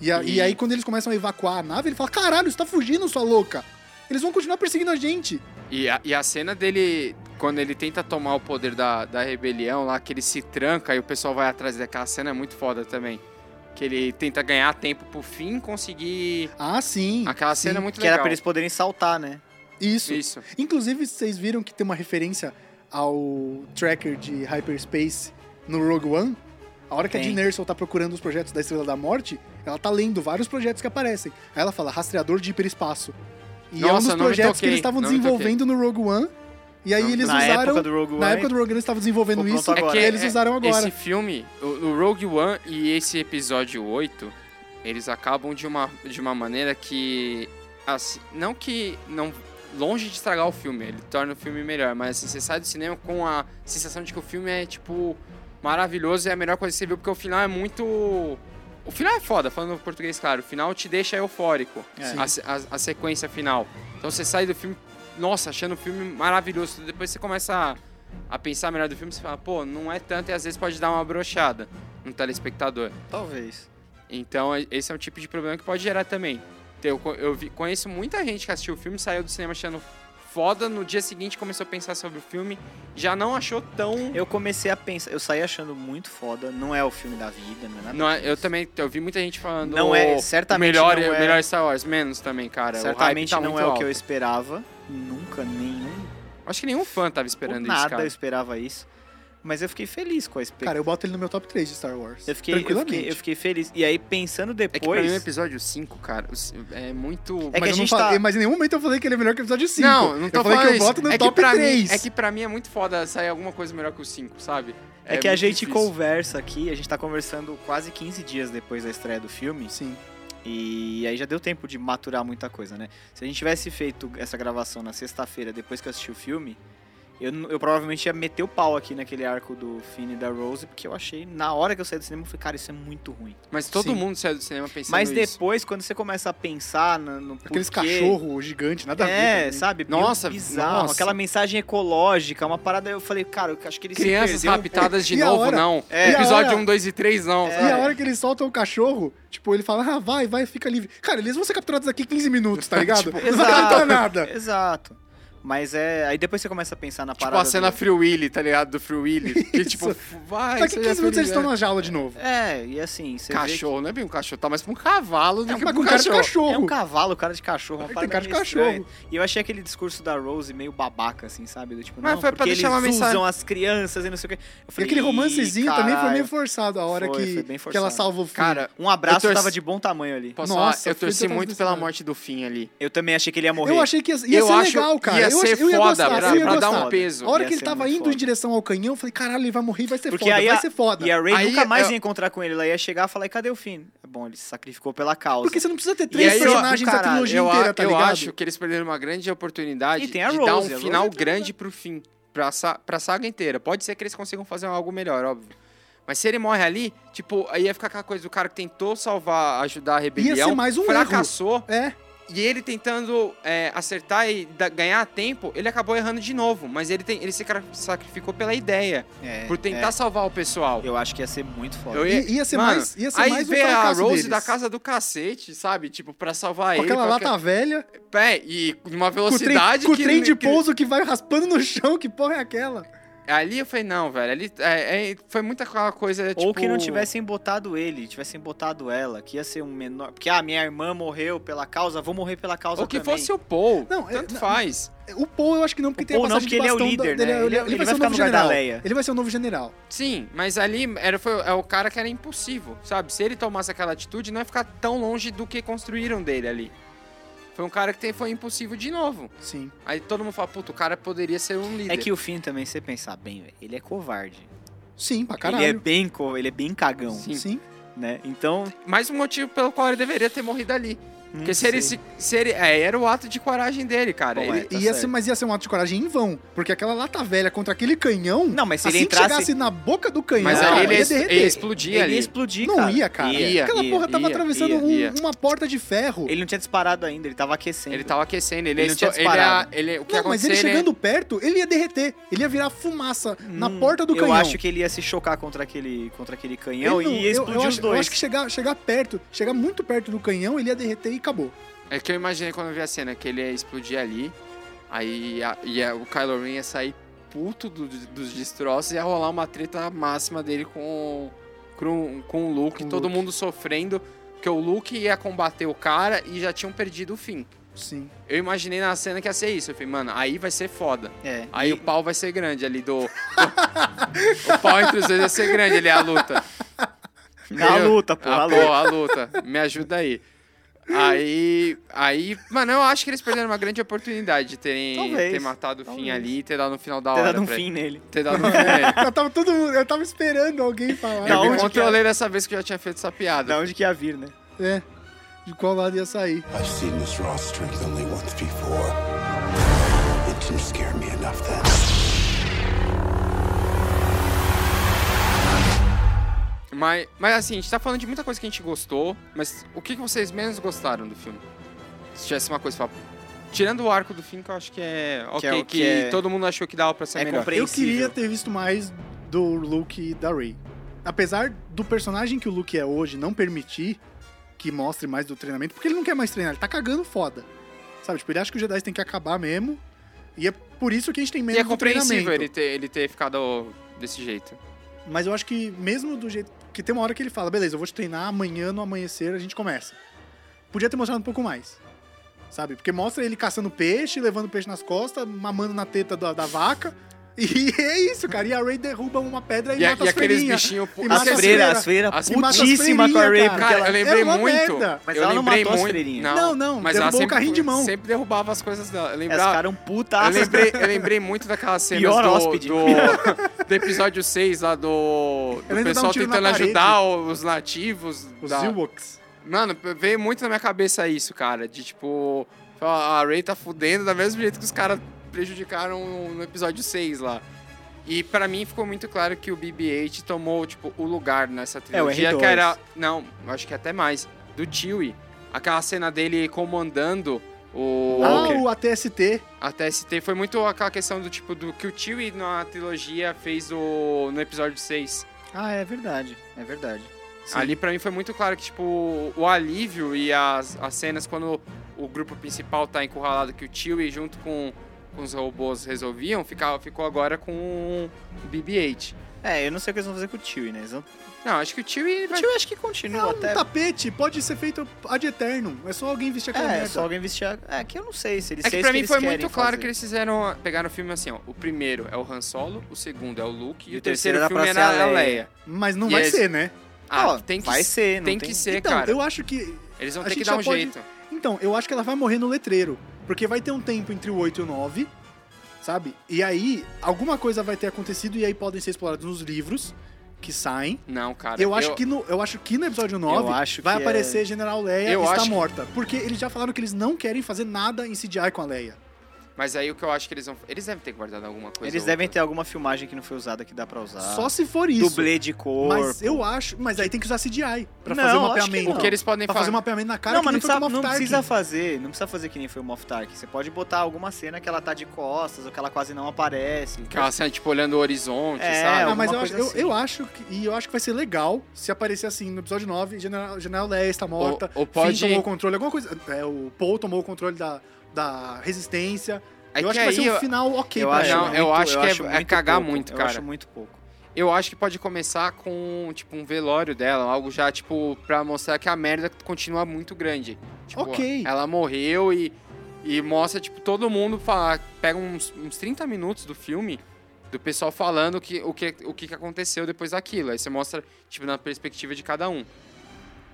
[SPEAKER 1] E, a- e aí, quando eles começam a evacuar a nave, ele fala: Caralho, você tá fugindo, sua louca! Eles vão continuar perseguindo a gente.
[SPEAKER 2] E a, e a cena dele, quando ele tenta tomar o poder da, da rebelião lá, que ele se tranca e o pessoal vai atrás daquela cena é muito foda também. Que ele tenta ganhar tempo pro fim conseguir.
[SPEAKER 1] Ah, sim.
[SPEAKER 2] Aquela
[SPEAKER 1] sim.
[SPEAKER 2] cena é muito
[SPEAKER 3] Que era
[SPEAKER 2] legal.
[SPEAKER 3] pra eles poderem saltar, né?
[SPEAKER 1] Isso.
[SPEAKER 2] Isso.
[SPEAKER 1] Inclusive, vocês viram que tem uma referência ao tracker de hyperspace no Rogue One? A hora que a
[SPEAKER 3] Tem.
[SPEAKER 1] Jean Erso tá procurando os projetos da Estrela da Morte, ela tá lendo vários projetos que aparecem. Aí ela fala rastreador de hiperespaço. E é um
[SPEAKER 2] Nossa,
[SPEAKER 1] dos
[SPEAKER 2] não me
[SPEAKER 1] projetos que
[SPEAKER 2] toquei,
[SPEAKER 1] eles estavam
[SPEAKER 2] não me
[SPEAKER 1] desenvolvendo no Rogue One. E aí eles
[SPEAKER 3] Na
[SPEAKER 1] usaram.
[SPEAKER 3] época do Rogue One.
[SPEAKER 1] Na época do Rogue One eles estavam desenvolvendo
[SPEAKER 3] Ficou pronto
[SPEAKER 1] isso.
[SPEAKER 3] agora.
[SPEAKER 1] e aí eles
[SPEAKER 2] é-
[SPEAKER 1] usaram agora.
[SPEAKER 2] Esse filme, o, o Rogue One e esse episódio 8, eles acabam de uma, de uma maneira que. assim, não que. não Longe de estragar o filme, ele torna o filme melhor, mas assim, você sai do cinema com a sensação de que o filme é, tipo, maravilhoso e é a melhor coisa que você viu, porque o final é muito. O final é foda, falando em português, claro. O final te deixa eufórico,
[SPEAKER 3] É.
[SPEAKER 2] a se- a, a sequência final. Então você sai do filme, nossa, achando o filme maravilhoso. Depois você começa a a pensar melhor do filme, você fala, pô, não é tanto e às vezes pode dar uma brochada no telespectador.
[SPEAKER 3] Talvez.
[SPEAKER 2] Então, é- esse é um tipo de problema que pode gerar também. Então, Eu, co- eu vi- conheço muita gente que assistiu o filme, saiu do cinema achando foda, no dia seguinte começou a pensar sobre o filme, já não achou tão.
[SPEAKER 3] Eu comecei a pensar. Eu saí achando muito foda. Não é o filme da vida, não é nada.
[SPEAKER 2] Não é- eu
[SPEAKER 3] disso.
[SPEAKER 2] também eu vi muita gente falando.
[SPEAKER 3] Não é,
[SPEAKER 2] "Oh,
[SPEAKER 3] certamente
[SPEAKER 2] Melhor,
[SPEAKER 3] não é-
[SPEAKER 2] melhor Star Wars, menos também, cara.
[SPEAKER 3] Certamente
[SPEAKER 2] o hype tá
[SPEAKER 3] não
[SPEAKER 2] muito
[SPEAKER 3] é o
[SPEAKER 2] alto.
[SPEAKER 3] que eu esperava. Nunca, nenhum
[SPEAKER 2] Acho que nenhum fã tava esperando
[SPEAKER 3] Por
[SPEAKER 2] isso,
[SPEAKER 3] nada
[SPEAKER 2] cara.
[SPEAKER 3] eu esperava isso. Mas eu fiquei feliz com a expectativa.
[SPEAKER 1] Cara, eu boto ele no meu top 3 de Star Wars.
[SPEAKER 3] eu, fiquei, eu,
[SPEAKER 1] tranquilamente.
[SPEAKER 3] fiquei, eu fiquei feliz. E aí, pensando
[SPEAKER 2] É que pra mim o
[SPEAKER 3] depois.
[SPEAKER 2] episódio 5, cara, os- é muito.
[SPEAKER 3] É que
[SPEAKER 1] mas,
[SPEAKER 3] a
[SPEAKER 1] eu não
[SPEAKER 3] gente
[SPEAKER 1] falei-
[SPEAKER 3] tá-
[SPEAKER 1] mas em nenhum momento eu falei que ele é melhor que o episódio 5.
[SPEAKER 2] Não, não tô
[SPEAKER 1] eu falei
[SPEAKER 2] falando
[SPEAKER 1] que eu
[SPEAKER 2] isso.
[SPEAKER 1] boto no
[SPEAKER 2] é
[SPEAKER 1] top
[SPEAKER 2] que pra
[SPEAKER 1] 3.
[SPEAKER 2] Mim, é que pra mim é muito foda sair alguma coisa melhor que o 5, sabe?
[SPEAKER 3] é que a
[SPEAKER 2] muito
[SPEAKER 3] gente
[SPEAKER 2] difícil.
[SPEAKER 3] conversa aqui, a gente tá conversando quase 15 dias depois da estreia do filme.
[SPEAKER 1] Sim.
[SPEAKER 3] E aí já deu tempo de maturar muita coisa, né? Se a gente tivesse feito essa gravação na sexta-feira, depois que eu assisti o filme, Eu, n- eu provavelmente ia meter o pau aqui naquele arco do Finn e da Rose, porque eu achei, na hora que eu saí do cinema, eu falei, cara, isso é muito ruim.
[SPEAKER 2] Mas todo
[SPEAKER 6] Sim.
[SPEAKER 2] mundo saiu do cinema pensando
[SPEAKER 3] Mas
[SPEAKER 2] isso. é
[SPEAKER 3] depois, quando você começa a pensar no, no
[SPEAKER 1] Aqueles
[SPEAKER 3] porquê-
[SPEAKER 1] cachorros gigantes, nada a ver.
[SPEAKER 3] É,
[SPEAKER 1] também.
[SPEAKER 3] sabe? Bi-
[SPEAKER 2] né? Nossa,
[SPEAKER 3] bizarro.
[SPEAKER 2] nossa.
[SPEAKER 3] Aquela mensagem ecológica, uma parada. Eu falei, cara, eu acho que eles
[SPEAKER 2] Crianças
[SPEAKER 3] se perdeu.
[SPEAKER 2] raptadas de
[SPEAKER 1] E a
[SPEAKER 2] novo,
[SPEAKER 1] hora?
[SPEAKER 2] não.
[SPEAKER 3] É.
[SPEAKER 1] E a
[SPEAKER 2] Episódio
[SPEAKER 1] hora? É.
[SPEAKER 2] 1, 2 e 3, não.
[SPEAKER 1] E a
[SPEAKER 2] sabe?
[SPEAKER 1] hora que eles soltam o cachorro, tipo, ele fala, ah, vai, vai, fica livre. Cara, eles vão ser capturados daqui 15 minutos, tá ligado?
[SPEAKER 3] Tipo,
[SPEAKER 1] não vai adiantar
[SPEAKER 3] exato.
[SPEAKER 1] nada.
[SPEAKER 3] Exato. Mas é. Aí depois você começa a pensar na
[SPEAKER 2] Tipo
[SPEAKER 3] parada.
[SPEAKER 2] a cena
[SPEAKER 3] do-
[SPEAKER 2] Free Willy, tá ligado? Do Free Willy. Que tipo, vai,
[SPEAKER 1] Daqui
[SPEAKER 2] seja
[SPEAKER 1] 15 minutos eles
[SPEAKER 2] feliz,
[SPEAKER 1] estão
[SPEAKER 2] né?
[SPEAKER 1] na jaula de novo.
[SPEAKER 3] É, e assim, você
[SPEAKER 2] Cachorro, não é bem um cachorro, tá mais pra um cavalo do
[SPEAKER 1] É
[SPEAKER 2] que
[SPEAKER 1] uma
[SPEAKER 2] pra um
[SPEAKER 1] com cara de
[SPEAKER 2] cachorro.
[SPEAKER 3] vê que É
[SPEAKER 1] cachorro.
[SPEAKER 3] um cavalo, cara de cachorro. uma
[SPEAKER 1] Tem
[SPEAKER 3] parada
[SPEAKER 1] cara de
[SPEAKER 3] meio
[SPEAKER 1] cachorro.
[SPEAKER 3] estranha. E eu achei aquele discurso da Rose meio babaca, assim, sabe? Do tipo,
[SPEAKER 2] Mas
[SPEAKER 3] não,
[SPEAKER 2] foi pra
[SPEAKER 3] porque
[SPEAKER 2] deixar uma
[SPEAKER 3] eles
[SPEAKER 2] mensagem.
[SPEAKER 3] usam as crianças e não sei o quê. Eu
[SPEAKER 1] E
[SPEAKER 3] falei,
[SPEAKER 1] aquele
[SPEAKER 3] "Ih,
[SPEAKER 1] romancezinho também foi
[SPEAKER 3] caralho."
[SPEAKER 1] meio forçado, a hora
[SPEAKER 3] Foi,
[SPEAKER 1] que,
[SPEAKER 3] foi bem
[SPEAKER 1] que ela
[SPEAKER 3] forçado.
[SPEAKER 1] salva o filho.
[SPEAKER 2] Cara,
[SPEAKER 3] Um abraço
[SPEAKER 2] Eu torci-
[SPEAKER 3] tava de bom tamanho ali.
[SPEAKER 2] posso
[SPEAKER 1] Nossa,
[SPEAKER 2] falar? Eu
[SPEAKER 1] fui
[SPEAKER 2] torci
[SPEAKER 1] atrás
[SPEAKER 2] muito
[SPEAKER 1] desse
[SPEAKER 2] pela
[SPEAKER 1] cara.
[SPEAKER 2] morte do Finn ali.
[SPEAKER 3] Eu também achei que ele ia morrer.
[SPEAKER 1] Eu achei que ia, ia
[SPEAKER 2] eu
[SPEAKER 1] ser
[SPEAKER 2] acho
[SPEAKER 1] legal, cara.
[SPEAKER 2] ia
[SPEAKER 1] eu,
[SPEAKER 2] ser
[SPEAKER 1] ach- eu ia
[SPEAKER 2] foda,
[SPEAKER 1] gostar,
[SPEAKER 2] pra-
[SPEAKER 1] eu ia
[SPEAKER 2] pra dar um
[SPEAKER 1] gostar.
[SPEAKER 2] peso.
[SPEAKER 1] A hora
[SPEAKER 3] Ia
[SPEAKER 1] que ele
[SPEAKER 3] ser
[SPEAKER 1] tava
[SPEAKER 3] muito
[SPEAKER 1] indo
[SPEAKER 3] foda.
[SPEAKER 1] em direção ao canhão, eu falei, caralho, ele vai morrer, vai ser
[SPEAKER 3] Porque
[SPEAKER 1] foda,
[SPEAKER 3] aí
[SPEAKER 1] vai
[SPEAKER 3] a-
[SPEAKER 1] ser foda.
[SPEAKER 3] E a Ray
[SPEAKER 2] Aí
[SPEAKER 1] é-
[SPEAKER 3] nunca mais
[SPEAKER 2] eu-
[SPEAKER 3] ia encontrar com ele. Ela ia chegar e falar, cadê o Finn? É Bom, ele se sacrificou pela causa.
[SPEAKER 1] Porque você não precisa ter
[SPEAKER 2] E aí,
[SPEAKER 1] três
[SPEAKER 2] eu-
[SPEAKER 1] personagens da
[SPEAKER 3] caralho,
[SPEAKER 1] trilogia
[SPEAKER 2] eu, a-
[SPEAKER 1] inteira, tá
[SPEAKER 2] eu
[SPEAKER 1] ligado?
[SPEAKER 2] acho que eles perderam uma grande oportunidade
[SPEAKER 3] E tem a
[SPEAKER 2] de
[SPEAKER 3] Rose,
[SPEAKER 2] dar
[SPEAKER 3] a Rose é
[SPEAKER 2] um final
[SPEAKER 3] entrou
[SPEAKER 2] grande pro fim, pra, sa pra saga inteira. Pode ser que eles consigam fazer um algo melhor, óbvio. Mas se ele morre ali, tipo, aí ia ficar aquela coisa do cara que tentou salvar, ajudar a rebelião,
[SPEAKER 1] ser mais um erro.
[SPEAKER 2] fracassou,
[SPEAKER 1] É.
[SPEAKER 2] e ele tentando é, acertar e da- ganhar tempo, ele acabou errando de novo. Mas ele, tem- ele se cara- sacrificou pela ideia,
[SPEAKER 3] É,
[SPEAKER 2] por tentar salvar o pessoal.
[SPEAKER 3] Eu acho que ia ser muito foda.
[SPEAKER 2] Eu
[SPEAKER 1] I- ia ser
[SPEAKER 2] Mano,
[SPEAKER 1] mais, ia ser
[SPEAKER 2] Aí
[SPEAKER 1] mais um
[SPEAKER 2] vê a
[SPEAKER 1] fracasso
[SPEAKER 2] Rose
[SPEAKER 1] deles.
[SPEAKER 2] da casa do cacete, sabe? Tipo, pra salvar
[SPEAKER 1] com
[SPEAKER 2] ele.
[SPEAKER 1] aquela
[SPEAKER 2] com
[SPEAKER 1] lata velha,
[SPEAKER 2] Pé, e numa
[SPEAKER 1] com o trem,
[SPEAKER 2] velocidade
[SPEAKER 1] com o
[SPEAKER 2] que...
[SPEAKER 1] trem de
[SPEAKER 2] que-
[SPEAKER 1] pouso que vai raspando no chão, que porra é aquela?
[SPEAKER 2] Ali eu falei, não, velho, ali é, é- foi muita aquela coisa, tipo...
[SPEAKER 3] Ou que não tivessem botado ele, tivessem botado ela, que ia ser um menor. Porque a minha irmã morreu pela causa, vou morrer pela causa
[SPEAKER 2] Ou que
[SPEAKER 3] também.
[SPEAKER 2] fosse o Paul,
[SPEAKER 1] Não, é-
[SPEAKER 2] tanto
[SPEAKER 1] não-
[SPEAKER 2] faz.
[SPEAKER 1] O Paul eu acho que não, porque
[SPEAKER 3] O
[SPEAKER 1] tem a
[SPEAKER 3] Paul não,
[SPEAKER 1] passagem de
[SPEAKER 3] porque ele é o
[SPEAKER 1] bastão
[SPEAKER 3] líder,
[SPEAKER 1] da-
[SPEAKER 3] né?
[SPEAKER 1] ele,
[SPEAKER 3] Ele-
[SPEAKER 1] ele
[SPEAKER 3] ele
[SPEAKER 1] vai
[SPEAKER 3] vai
[SPEAKER 1] ser o
[SPEAKER 3] ficar
[SPEAKER 1] novo
[SPEAKER 3] no lugar da
[SPEAKER 1] general.
[SPEAKER 3] Leia.
[SPEAKER 1] Ele vai ser o novo general.
[SPEAKER 2] Sim, mas ali era, foi, é o cara que era impulsivo, sabe? Se ele tomasse aquela atitude, não ia ficar tão longe do que construíram dele ali. Foi um cara que tem- foi impulsivo de novo.
[SPEAKER 1] Sim.
[SPEAKER 2] Aí todo mundo fala, puta, o cara poderia ser um líder.
[SPEAKER 3] É que o Finn também, se você pensar bem, velho, ele é covarde.
[SPEAKER 1] Sim, pra
[SPEAKER 3] Ele é
[SPEAKER 1] caralho.
[SPEAKER 3] bem, co- ele é bem cagão,
[SPEAKER 2] Sim.
[SPEAKER 1] Sim.
[SPEAKER 3] né? Então.
[SPEAKER 2] Mais um motivo pelo qual ele deveria ter morrido ali.
[SPEAKER 3] não
[SPEAKER 2] Porque se ele,
[SPEAKER 3] sei.
[SPEAKER 2] se, se ele... É, era o ato de coragem dele, cara.
[SPEAKER 3] Bom,
[SPEAKER 2] ele,
[SPEAKER 3] é.
[SPEAKER 1] E
[SPEAKER 3] tá
[SPEAKER 1] ia
[SPEAKER 3] certo.
[SPEAKER 1] ser, mas ia ser um ato de coragem em vão, porque aquela lata velha contra aquele canhão,
[SPEAKER 3] Não, mas se
[SPEAKER 1] assim
[SPEAKER 3] ele
[SPEAKER 1] que
[SPEAKER 3] entrasse.
[SPEAKER 1] chegasse na boca do canhão,
[SPEAKER 2] Mas
[SPEAKER 3] Não,
[SPEAKER 2] ali
[SPEAKER 1] cara,
[SPEAKER 2] ele,
[SPEAKER 1] ia
[SPEAKER 2] es- ele
[SPEAKER 1] derreter.
[SPEAKER 2] explodia
[SPEAKER 3] Ele
[SPEAKER 2] ali.
[SPEAKER 3] ia explodir,
[SPEAKER 1] Não
[SPEAKER 3] cara.
[SPEAKER 1] ia, cara.
[SPEAKER 2] Ia,
[SPEAKER 1] Aquela
[SPEAKER 2] ia,
[SPEAKER 1] porra tava
[SPEAKER 2] ia,
[SPEAKER 1] atravessando
[SPEAKER 2] ia,
[SPEAKER 1] um-
[SPEAKER 2] ia.
[SPEAKER 1] uma porta de ferro.
[SPEAKER 3] Ele não tinha disparado ainda, ele tava aquecendo.
[SPEAKER 2] Ele tava aquecendo, ele,
[SPEAKER 3] Ele não
[SPEAKER 2] esto-
[SPEAKER 3] tinha
[SPEAKER 2] ele
[SPEAKER 3] disparado.
[SPEAKER 2] é- ele- o que
[SPEAKER 1] Não, mas
[SPEAKER 2] aconteceu,
[SPEAKER 1] ele
[SPEAKER 3] né?
[SPEAKER 1] chegando perto, ele ia derreter. Ele ia virar fumaça na
[SPEAKER 3] Hum,
[SPEAKER 1] porta do
[SPEAKER 3] eu
[SPEAKER 1] canhão.
[SPEAKER 3] acho que ele ia se chocar contra aquele, contra aquele
[SPEAKER 1] Ele
[SPEAKER 3] canhão
[SPEAKER 1] não-
[SPEAKER 3] e ia
[SPEAKER 1] eu,
[SPEAKER 3] explodir
[SPEAKER 1] eu
[SPEAKER 3] os
[SPEAKER 1] acho, eu
[SPEAKER 3] dois.
[SPEAKER 1] acho que chegar, chegar perto, chegar muito perto do canhão, ele ia derreter e acabou.
[SPEAKER 2] É que eu imaginei quando eu vi a cena que ele ia explodir ali, aí ia- ia- o Kylo Ren ia sair puto do- dos destroços e ia rolar uma treta máxima dele com, com, com o Luke,
[SPEAKER 1] Com o
[SPEAKER 2] todo
[SPEAKER 1] Luke.
[SPEAKER 2] mundo sofrendo, porque o Luke ia combater o cara e já tinham perdido o fim.
[SPEAKER 1] Sim.
[SPEAKER 2] Eu imaginei na cena que ia ser isso, eu falei, mano, aí vai ser foda.
[SPEAKER 3] É.
[SPEAKER 2] Aí o pau vai ser grande ali do... do- o pau entre os dois vai ser grande ali, a luta.
[SPEAKER 3] Na
[SPEAKER 2] Meu-
[SPEAKER 3] luta, pô,
[SPEAKER 2] Ah,
[SPEAKER 3] na
[SPEAKER 2] pô,
[SPEAKER 3] luta.
[SPEAKER 2] a luta. Me ajuda aí. Aí, aí, mano, eu acho que eles perderam uma grande oportunidade de terem
[SPEAKER 3] Talvez,
[SPEAKER 2] ter matado o fim
[SPEAKER 3] talvez.
[SPEAKER 2] ali e ter dado um final da
[SPEAKER 3] Ter
[SPEAKER 2] hora.
[SPEAKER 3] dado um
[SPEAKER 2] pra ele.
[SPEAKER 3] fim nele.
[SPEAKER 2] Ter dado um fim nele.
[SPEAKER 1] Eu tava todo mundo- eu tava esperando alguém falar.
[SPEAKER 3] Da
[SPEAKER 2] Eu me
[SPEAKER 3] onde que é?
[SPEAKER 2] controlei dessa vez que eu já tinha feito essa
[SPEAKER 3] Da
[SPEAKER 2] piada.
[SPEAKER 3] onde que ia vir, né?
[SPEAKER 1] É. De qual lado ia sair.
[SPEAKER 5] I've seen this raw strength only once before. It didn't scare me enough then.
[SPEAKER 2] Mas, mas assim, a gente tá falando de muita coisa que a gente gostou, mas o que, que vocês menos gostaram do filme? Se tivesse uma coisa pra... Tirando o arco do fim, que eu acho que é
[SPEAKER 3] Que
[SPEAKER 2] ok, que,
[SPEAKER 3] é o que é-
[SPEAKER 2] todo mundo achou que dava pra ser
[SPEAKER 3] É
[SPEAKER 2] melhor.
[SPEAKER 1] Eu queria
[SPEAKER 3] compreensível.
[SPEAKER 1] ter visto mais do Luke e da Rey. Apesar do personagem que o Luke é hoje não permitir que mostre mais do treinamento, porque ele não quer mais treinar, ele tá cagando foda. Sabe, tipo, ele acha que os Jedi tem que acabar mesmo, e é por isso que a gente tem
[SPEAKER 2] E
[SPEAKER 1] menos
[SPEAKER 2] é
[SPEAKER 1] do
[SPEAKER 2] compreensível
[SPEAKER 1] treinamento.
[SPEAKER 2] ele ter, ele ter ficado desse jeito.
[SPEAKER 1] Mas eu acho que mesmo do jeito. Que tem uma hora que ele fala, beleza, eu vou te treinar amanhã no amanhecer, a gente começa. Podia ter mostrado um pouco mais. Sabe? Porque mostra ele caçando peixe, levando peixe nas costas, mamando na teta da, da vaca. E é isso, cara. E a Ray derruba uma pedra e,
[SPEAKER 2] E, a-
[SPEAKER 1] mata
[SPEAKER 2] e
[SPEAKER 1] as
[SPEAKER 2] aqueles
[SPEAKER 1] freirinhas.
[SPEAKER 2] bichinhos...
[SPEAKER 1] E
[SPEAKER 3] As
[SPEAKER 1] mata as
[SPEAKER 3] freiras, as freiras
[SPEAKER 2] As-
[SPEAKER 1] E mata as
[SPEAKER 3] putíssima com a Ray,
[SPEAKER 1] freirinhas,
[SPEAKER 3] porque
[SPEAKER 1] cara.
[SPEAKER 2] Cara, eu lembrei
[SPEAKER 1] Era uma
[SPEAKER 2] muito.
[SPEAKER 1] merda.
[SPEAKER 3] Mas
[SPEAKER 2] eu
[SPEAKER 3] ela não
[SPEAKER 2] lembrei
[SPEAKER 3] matou as
[SPEAKER 2] muito.
[SPEAKER 3] freirinhas.
[SPEAKER 1] Não, não,
[SPEAKER 2] Mas ela
[SPEAKER 1] derrubou o
[SPEAKER 2] sempre,
[SPEAKER 1] carrinho de mão.
[SPEAKER 2] Sempre derrubava as coisas dela. Eu
[SPEAKER 3] Elas
[SPEAKER 2] lembrava.
[SPEAKER 3] ficaram
[SPEAKER 2] Eu
[SPEAKER 3] é putaças.
[SPEAKER 2] lembrei, eu lembrei muito daquelas cenas
[SPEAKER 3] tá Pior
[SPEAKER 2] do,
[SPEAKER 3] hóspede.
[SPEAKER 2] do, do episódio 6 lá do,
[SPEAKER 1] Ela
[SPEAKER 2] do
[SPEAKER 1] ainda dá
[SPEAKER 2] pessoal
[SPEAKER 1] um tiro na
[SPEAKER 2] tentando
[SPEAKER 1] parede.
[SPEAKER 2] ajudar os nativos.
[SPEAKER 1] Os
[SPEAKER 2] da-
[SPEAKER 1] Ewoks.
[SPEAKER 2] Mano, veio "Ah, muito na minha cabeça isso, cara. De tipo, a Ray tá fudendo do mesmo jeito que os caras prejudicaram no episódio 6 lá. E pra mim ficou muito claro que o BB-8 tomou, tipo, o lugar nessa
[SPEAKER 3] o
[SPEAKER 2] trilogia.
[SPEAKER 3] R2.
[SPEAKER 2] que era. Não, eu acho que é até mais. Do Chewie. Aquela cena dele comandando o.
[SPEAKER 1] Ah,
[SPEAKER 3] Walker.
[SPEAKER 1] o ATST.
[SPEAKER 2] A TST foi muito aquela questão do tipo do que o Chewie na trilogia fez o, no episódio 6.
[SPEAKER 3] Ah, é verdade. É verdade. Sim.
[SPEAKER 2] Ali pra mim foi muito claro que, tipo, o alívio e as, as cenas quando o grupo principal tá encurralado que o Chewie junto com, com os robôs resolviam, ficava, ficou agora com o BB-8.
[SPEAKER 3] É, eu não sei o que eles vão fazer com o Chewie, né? Eles vão-
[SPEAKER 2] Não, acho que o Chewie
[SPEAKER 3] O
[SPEAKER 2] vai...
[SPEAKER 3] Chewie acho que
[SPEAKER 1] É
[SPEAKER 3] continua
[SPEAKER 1] um
[SPEAKER 3] até...
[SPEAKER 1] tapete, pode ser feito ad eterno. É só alguém vestir aquela
[SPEAKER 3] É,
[SPEAKER 1] merda.
[SPEAKER 3] só alguém vestir a... É que eu não sei se eles
[SPEAKER 2] É que
[SPEAKER 3] se
[SPEAKER 2] pra
[SPEAKER 3] isso
[SPEAKER 2] mim foi
[SPEAKER 3] eles querem
[SPEAKER 2] muito claro
[SPEAKER 3] fazer.
[SPEAKER 2] que eles fizeram, pegaram o filme assim, ó, o primeiro é o Han Solo, o segundo é o Luke e,
[SPEAKER 3] E
[SPEAKER 2] o terceiro,
[SPEAKER 3] era pra
[SPEAKER 2] filme
[SPEAKER 3] ser
[SPEAKER 2] era
[SPEAKER 3] a
[SPEAKER 2] a
[SPEAKER 3] Leia.
[SPEAKER 2] Leia.
[SPEAKER 1] Mas não
[SPEAKER 2] E
[SPEAKER 1] vai
[SPEAKER 2] esse-
[SPEAKER 1] ser, né?
[SPEAKER 2] Ah,
[SPEAKER 3] Ó,
[SPEAKER 2] tem que
[SPEAKER 3] vai ser, não
[SPEAKER 2] tem,
[SPEAKER 3] tem-
[SPEAKER 2] que ser,
[SPEAKER 1] então,
[SPEAKER 2] cara.
[SPEAKER 1] eu acho que.
[SPEAKER 2] Eles vão
[SPEAKER 1] a
[SPEAKER 2] ter que
[SPEAKER 1] gente
[SPEAKER 2] dar
[SPEAKER 1] já
[SPEAKER 2] um
[SPEAKER 1] pode-
[SPEAKER 2] jeito.
[SPEAKER 1] Então, eu acho que ela vai morrer no letreiro. Porque vai ter um tempo entre o 8 e o 9, sabe? E aí, alguma coisa vai ter acontecido e aí podem ser explorados nos livros que saem.
[SPEAKER 2] Não, cara.
[SPEAKER 1] eu, acho que no, eu acho que no episódio 9
[SPEAKER 3] Eu acho
[SPEAKER 1] vai
[SPEAKER 3] que
[SPEAKER 1] aparecer General Leia
[SPEAKER 2] é Eu
[SPEAKER 1] está
[SPEAKER 2] acho que-
[SPEAKER 1] morta. Porque eles já falaram que eles não querem fazer nada em CGI com a Leia.
[SPEAKER 2] Mas aí o que eu acho que eles vão. Eles devem ter guardado alguma coisa.
[SPEAKER 3] Eles
[SPEAKER 2] ou outra.
[SPEAKER 3] devem ter alguma filmagem que não foi usada que dá pra
[SPEAKER 2] Ah.
[SPEAKER 3] usar.
[SPEAKER 1] Só se for isso.
[SPEAKER 3] dublê de cor.
[SPEAKER 1] Mas eu acho. Mas aí tem que usar CGI pra
[SPEAKER 3] Não,
[SPEAKER 1] fazer o
[SPEAKER 3] acho que
[SPEAKER 1] mapeamento.
[SPEAKER 2] O que eles podem
[SPEAKER 1] Pra
[SPEAKER 2] fazer.
[SPEAKER 1] fazer um mapeamento na cara
[SPEAKER 3] não,
[SPEAKER 1] que
[SPEAKER 3] mas
[SPEAKER 1] nem
[SPEAKER 3] não
[SPEAKER 1] foi com
[SPEAKER 3] precisa,
[SPEAKER 1] o Moff
[SPEAKER 3] não
[SPEAKER 1] Tarkin.
[SPEAKER 3] precisa fazer, não precisa fazer que nem foi o Moff Tark. Você pode botar alguma cena que ela tá de costas ou que ela quase não aparece.
[SPEAKER 2] Aquela cena, tipo, olhando o horizonte,
[SPEAKER 3] É,
[SPEAKER 2] sabe?
[SPEAKER 1] Ah, mas eu
[SPEAKER 3] alguma
[SPEAKER 1] acho,
[SPEAKER 3] coisa
[SPEAKER 1] eu, eu acho que, e eu acho que vai ser legal se aparecer assim no episódio 9, General, General Leia está é morta,
[SPEAKER 2] Ou- ou
[SPEAKER 1] Finn
[SPEAKER 2] pode-
[SPEAKER 1] tomou o controle, alguma coisa. É, o Paul tomou o controle da, da resistência.
[SPEAKER 2] É
[SPEAKER 1] eu acho que,
[SPEAKER 2] aí
[SPEAKER 1] vai ser um
[SPEAKER 2] eu-
[SPEAKER 1] final ok
[SPEAKER 3] Eu
[SPEAKER 1] pra
[SPEAKER 3] acho,
[SPEAKER 1] ela.
[SPEAKER 2] Não, eu
[SPEAKER 3] muito-
[SPEAKER 2] acho que é- é
[SPEAKER 3] muito
[SPEAKER 2] cagar
[SPEAKER 3] pouco,
[SPEAKER 2] muito,
[SPEAKER 3] Eu
[SPEAKER 2] cara.
[SPEAKER 3] acho muito pouco.
[SPEAKER 2] eu acho que pode começar com, tipo, um velório dela, algo já, tipo, pra mostrar que a merda continua muito grande. Tipo,
[SPEAKER 1] Ok.
[SPEAKER 2] ela morreu e, e mostra, tipo, todo mundo fala, pega uns, uns 30 minutos do filme do pessoal falando que, o, que, o que que aconteceu depois daquilo. Aí você mostra, tipo, na perspectiva de cada
[SPEAKER 1] É
[SPEAKER 2] um.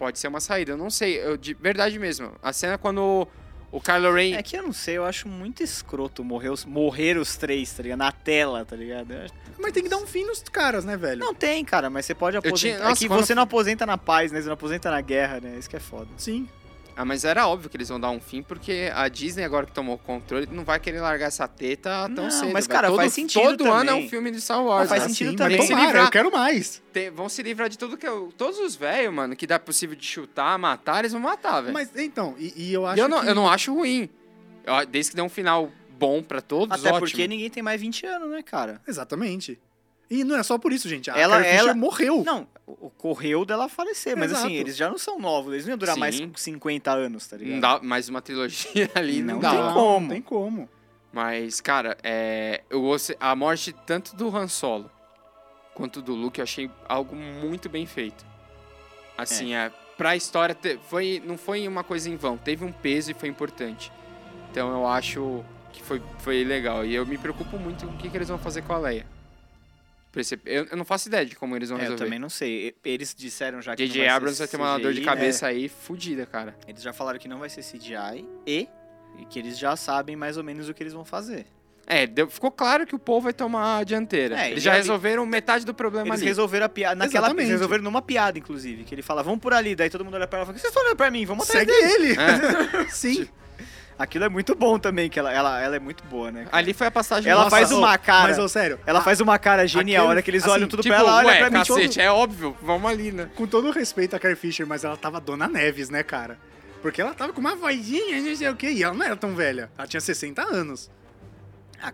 [SPEAKER 2] Pode ser uma saída, eu não sei, eu, de verdade mesmo. A cena quando o Kylo Ren...
[SPEAKER 3] É que eu não sei, eu acho muito escroto morrer os, morrer os três, tá ligado? Na tela, tá ligado? Eu acho-
[SPEAKER 1] Mas tem que dar um fim nos caras, né, velho?
[SPEAKER 3] Não tem, cara, mas você pode
[SPEAKER 2] tinha-
[SPEAKER 3] aposentar. é
[SPEAKER 2] nossa,
[SPEAKER 3] que
[SPEAKER 2] quando-
[SPEAKER 3] você não aposenta na paz, né? Você não aposenta na guerra, né? Isso que é foda.
[SPEAKER 1] Sim.
[SPEAKER 2] Ah, mas era óbvio que eles vão dar um fim, porque a Disney, agora que tomou o controle, não vai querer largar essa teta tão
[SPEAKER 3] Não,
[SPEAKER 2] cedo.
[SPEAKER 3] mas,
[SPEAKER 2] velho.
[SPEAKER 3] cara,
[SPEAKER 2] todo,
[SPEAKER 3] faz sentido
[SPEAKER 2] Todo ano é
[SPEAKER 3] também.
[SPEAKER 2] um filme de Star Wars.
[SPEAKER 3] Não, faz
[SPEAKER 2] né?
[SPEAKER 3] sentido
[SPEAKER 1] Sim,
[SPEAKER 3] também.
[SPEAKER 1] Mas
[SPEAKER 2] Tem que se
[SPEAKER 1] tomara,
[SPEAKER 2] livrar.
[SPEAKER 1] eu quero mais.
[SPEAKER 2] Tem- vão se livrar de tudo que eu. Todos os velhos, mano, que dá possível de chutar, matar, eles vão
[SPEAKER 3] É.
[SPEAKER 2] matar, velho.
[SPEAKER 1] Mas então, e, e eu acho
[SPEAKER 2] E eu não,
[SPEAKER 1] que...
[SPEAKER 2] eu não acho ruim. Eu- desde que dê um final bom pra todos,
[SPEAKER 3] Até
[SPEAKER 2] ótimo.
[SPEAKER 3] porque ninguém tem mais 20 anos, né, cara?
[SPEAKER 1] Exatamente. E não é só por isso, gente. A
[SPEAKER 3] Ela-
[SPEAKER 1] ela,
[SPEAKER 3] ela-
[SPEAKER 1] morreu.
[SPEAKER 3] Não, o- ocorreu dela falecer, mas
[SPEAKER 1] Exato.
[SPEAKER 3] assim, eles já não são novos, eles não iam durar
[SPEAKER 2] Sim.
[SPEAKER 3] mais 50 anos, tá ligado?
[SPEAKER 2] Não dá mais uma trilogia ali, não,
[SPEAKER 3] Não
[SPEAKER 2] dá.
[SPEAKER 3] tem como.
[SPEAKER 1] Não tem como.
[SPEAKER 2] Mas, cara, é, eu gost- a morte tanto do Han Solo quanto do Luke eu achei algo muito bem feito. Assim, é. pra história, te- foi, não foi uma coisa em vão, teve um peso e foi importante. Então eu acho que foi, foi legal. E eu me preocupo muito com o que, que eles vão fazer com a Leia. Por esse- Eu, eu não faço ideia de como eles vão
[SPEAKER 3] É, eu
[SPEAKER 2] resolver.
[SPEAKER 3] também não sei. E- Eles disseram já que. não
[SPEAKER 2] DJ
[SPEAKER 3] ser
[SPEAKER 2] Abrams vai ter uma
[SPEAKER 3] CGI,
[SPEAKER 2] dor de
[SPEAKER 3] né?
[SPEAKER 2] cabeça aí fudida, cara.
[SPEAKER 3] É, Eles já falaram que não vai ser CGI e, e que eles já sabem mais ou menos o que eles vão fazer.
[SPEAKER 2] É, deu- ficou claro que o povo vai tomar a dianteira.
[SPEAKER 3] É,
[SPEAKER 2] eles
[SPEAKER 3] e
[SPEAKER 2] já
[SPEAKER 3] ali-
[SPEAKER 2] resolveram metade do problema
[SPEAKER 3] Eles
[SPEAKER 2] ali.
[SPEAKER 3] resolveram a piada. Naquela eles
[SPEAKER 1] É Exatamente.
[SPEAKER 3] resolveram numa piada, inclusive, que ele fala, vamos por ali, daí todo mundo olha pra ela e fala, vocês estão olhando pra mim, vamos atrás
[SPEAKER 1] Segue
[SPEAKER 3] dele.
[SPEAKER 1] ele.
[SPEAKER 2] É.
[SPEAKER 1] Sim.
[SPEAKER 3] Aquilo é muito bom também, que ela, ela, ela é muito boa, né? cara?
[SPEAKER 2] Ali foi a passagem
[SPEAKER 3] Ela
[SPEAKER 2] do
[SPEAKER 3] faz
[SPEAKER 1] ô,
[SPEAKER 3] uma cara.
[SPEAKER 1] Mas, ô, sério.
[SPEAKER 3] Ela faz uma cara genial, a
[SPEAKER 1] aquele-
[SPEAKER 3] hora que eles
[SPEAKER 1] assim,
[SPEAKER 3] olham tudo
[SPEAKER 2] Tipo,
[SPEAKER 3] pra ela, olha
[SPEAKER 2] ué,
[SPEAKER 3] pra mim todo-
[SPEAKER 2] cacete, é óbvio, vamos ali, né?
[SPEAKER 1] Com todo o respeito a Carrie Fisher, mas ela tava Dona Neves, né, cara? Porque ela tava com uma vozinha, não sei o quê, e ela não era tão velha. Ela tinha 60 anos.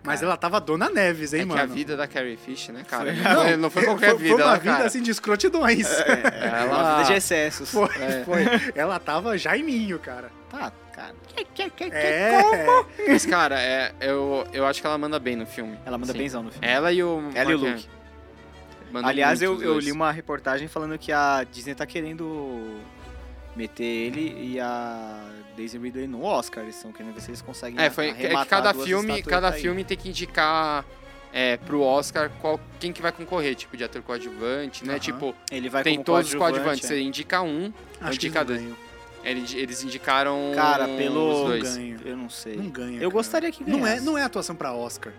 [SPEAKER 1] Mas ela tava Dona Neves, hein,
[SPEAKER 2] Ah, é
[SPEAKER 1] mano?
[SPEAKER 2] que a vida da Carrie Fish, né, cara?
[SPEAKER 3] Foi-
[SPEAKER 2] Não, foi- não foi qualquer
[SPEAKER 1] foi,
[SPEAKER 2] vida,
[SPEAKER 1] Foi uma
[SPEAKER 2] ela,
[SPEAKER 1] vida,
[SPEAKER 2] cara.
[SPEAKER 1] assim, de escrotidões.
[SPEAKER 3] É uma
[SPEAKER 2] Ela-
[SPEAKER 3] vida de excessos.
[SPEAKER 1] Foi, foi. Ela tava Jaiminho, cara.
[SPEAKER 3] Tá, cara.
[SPEAKER 1] É.
[SPEAKER 2] Mas, cara, é, eu, eu acho que ela manda bem no filme.
[SPEAKER 3] Ela manda
[SPEAKER 2] Sim. É,
[SPEAKER 3] benzão no filme.
[SPEAKER 2] Ela e o...
[SPEAKER 3] Ela e o Luke.
[SPEAKER 2] Mark Hamill. Mandam
[SPEAKER 3] Aliás,
[SPEAKER 2] é? muito
[SPEAKER 3] eu,
[SPEAKER 2] os
[SPEAKER 3] eu
[SPEAKER 2] dois.
[SPEAKER 3] li uma reportagem falando que a Disney tá querendo meter ele e a Daisy Ridley no Oscar. Eles estão querendo ver se eles conseguem
[SPEAKER 2] É, foi é que
[SPEAKER 3] arrematar
[SPEAKER 2] cada
[SPEAKER 3] duas
[SPEAKER 2] filme,
[SPEAKER 3] estatuetas
[SPEAKER 2] cada
[SPEAKER 3] aí.
[SPEAKER 2] filme tem que indicar é, pro Oscar qual, quem que vai concorrer, tipo, de ator coadjuvante, né?
[SPEAKER 1] Aham.
[SPEAKER 2] Tipo,
[SPEAKER 3] Ele vai
[SPEAKER 2] tem
[SPEAKER 3] como
[SPEAKER 2] todos os
[SPEAKER 3] coadjuvante, é.
[SPEAKER 2] coadjuvantes, você indica um,
[SPEAKER 1] Acho que
[SPEAKER 2] indicador.
[SPEAKER 1] eles não ganham.
[SPEAKER 2] eles, eles indicaram
[SPEAKER 3] é. Cara,
[SPEAKER 2] os
[SPEAKER 3] pelo
[SPEAKER 2] dois.
[SPEAKER 3] ganho, eu não sei.
[SPEAKER 1] Não ganha.
[SPEAKER 3] eu
[SPEAKER 1] cara.
[SPEAKER 3] gostaria que
[SPEAKER 1] Não é,
[SPEAKER 3] ganhasse.
[SPEAKER 1] não é atuação pra Oscar.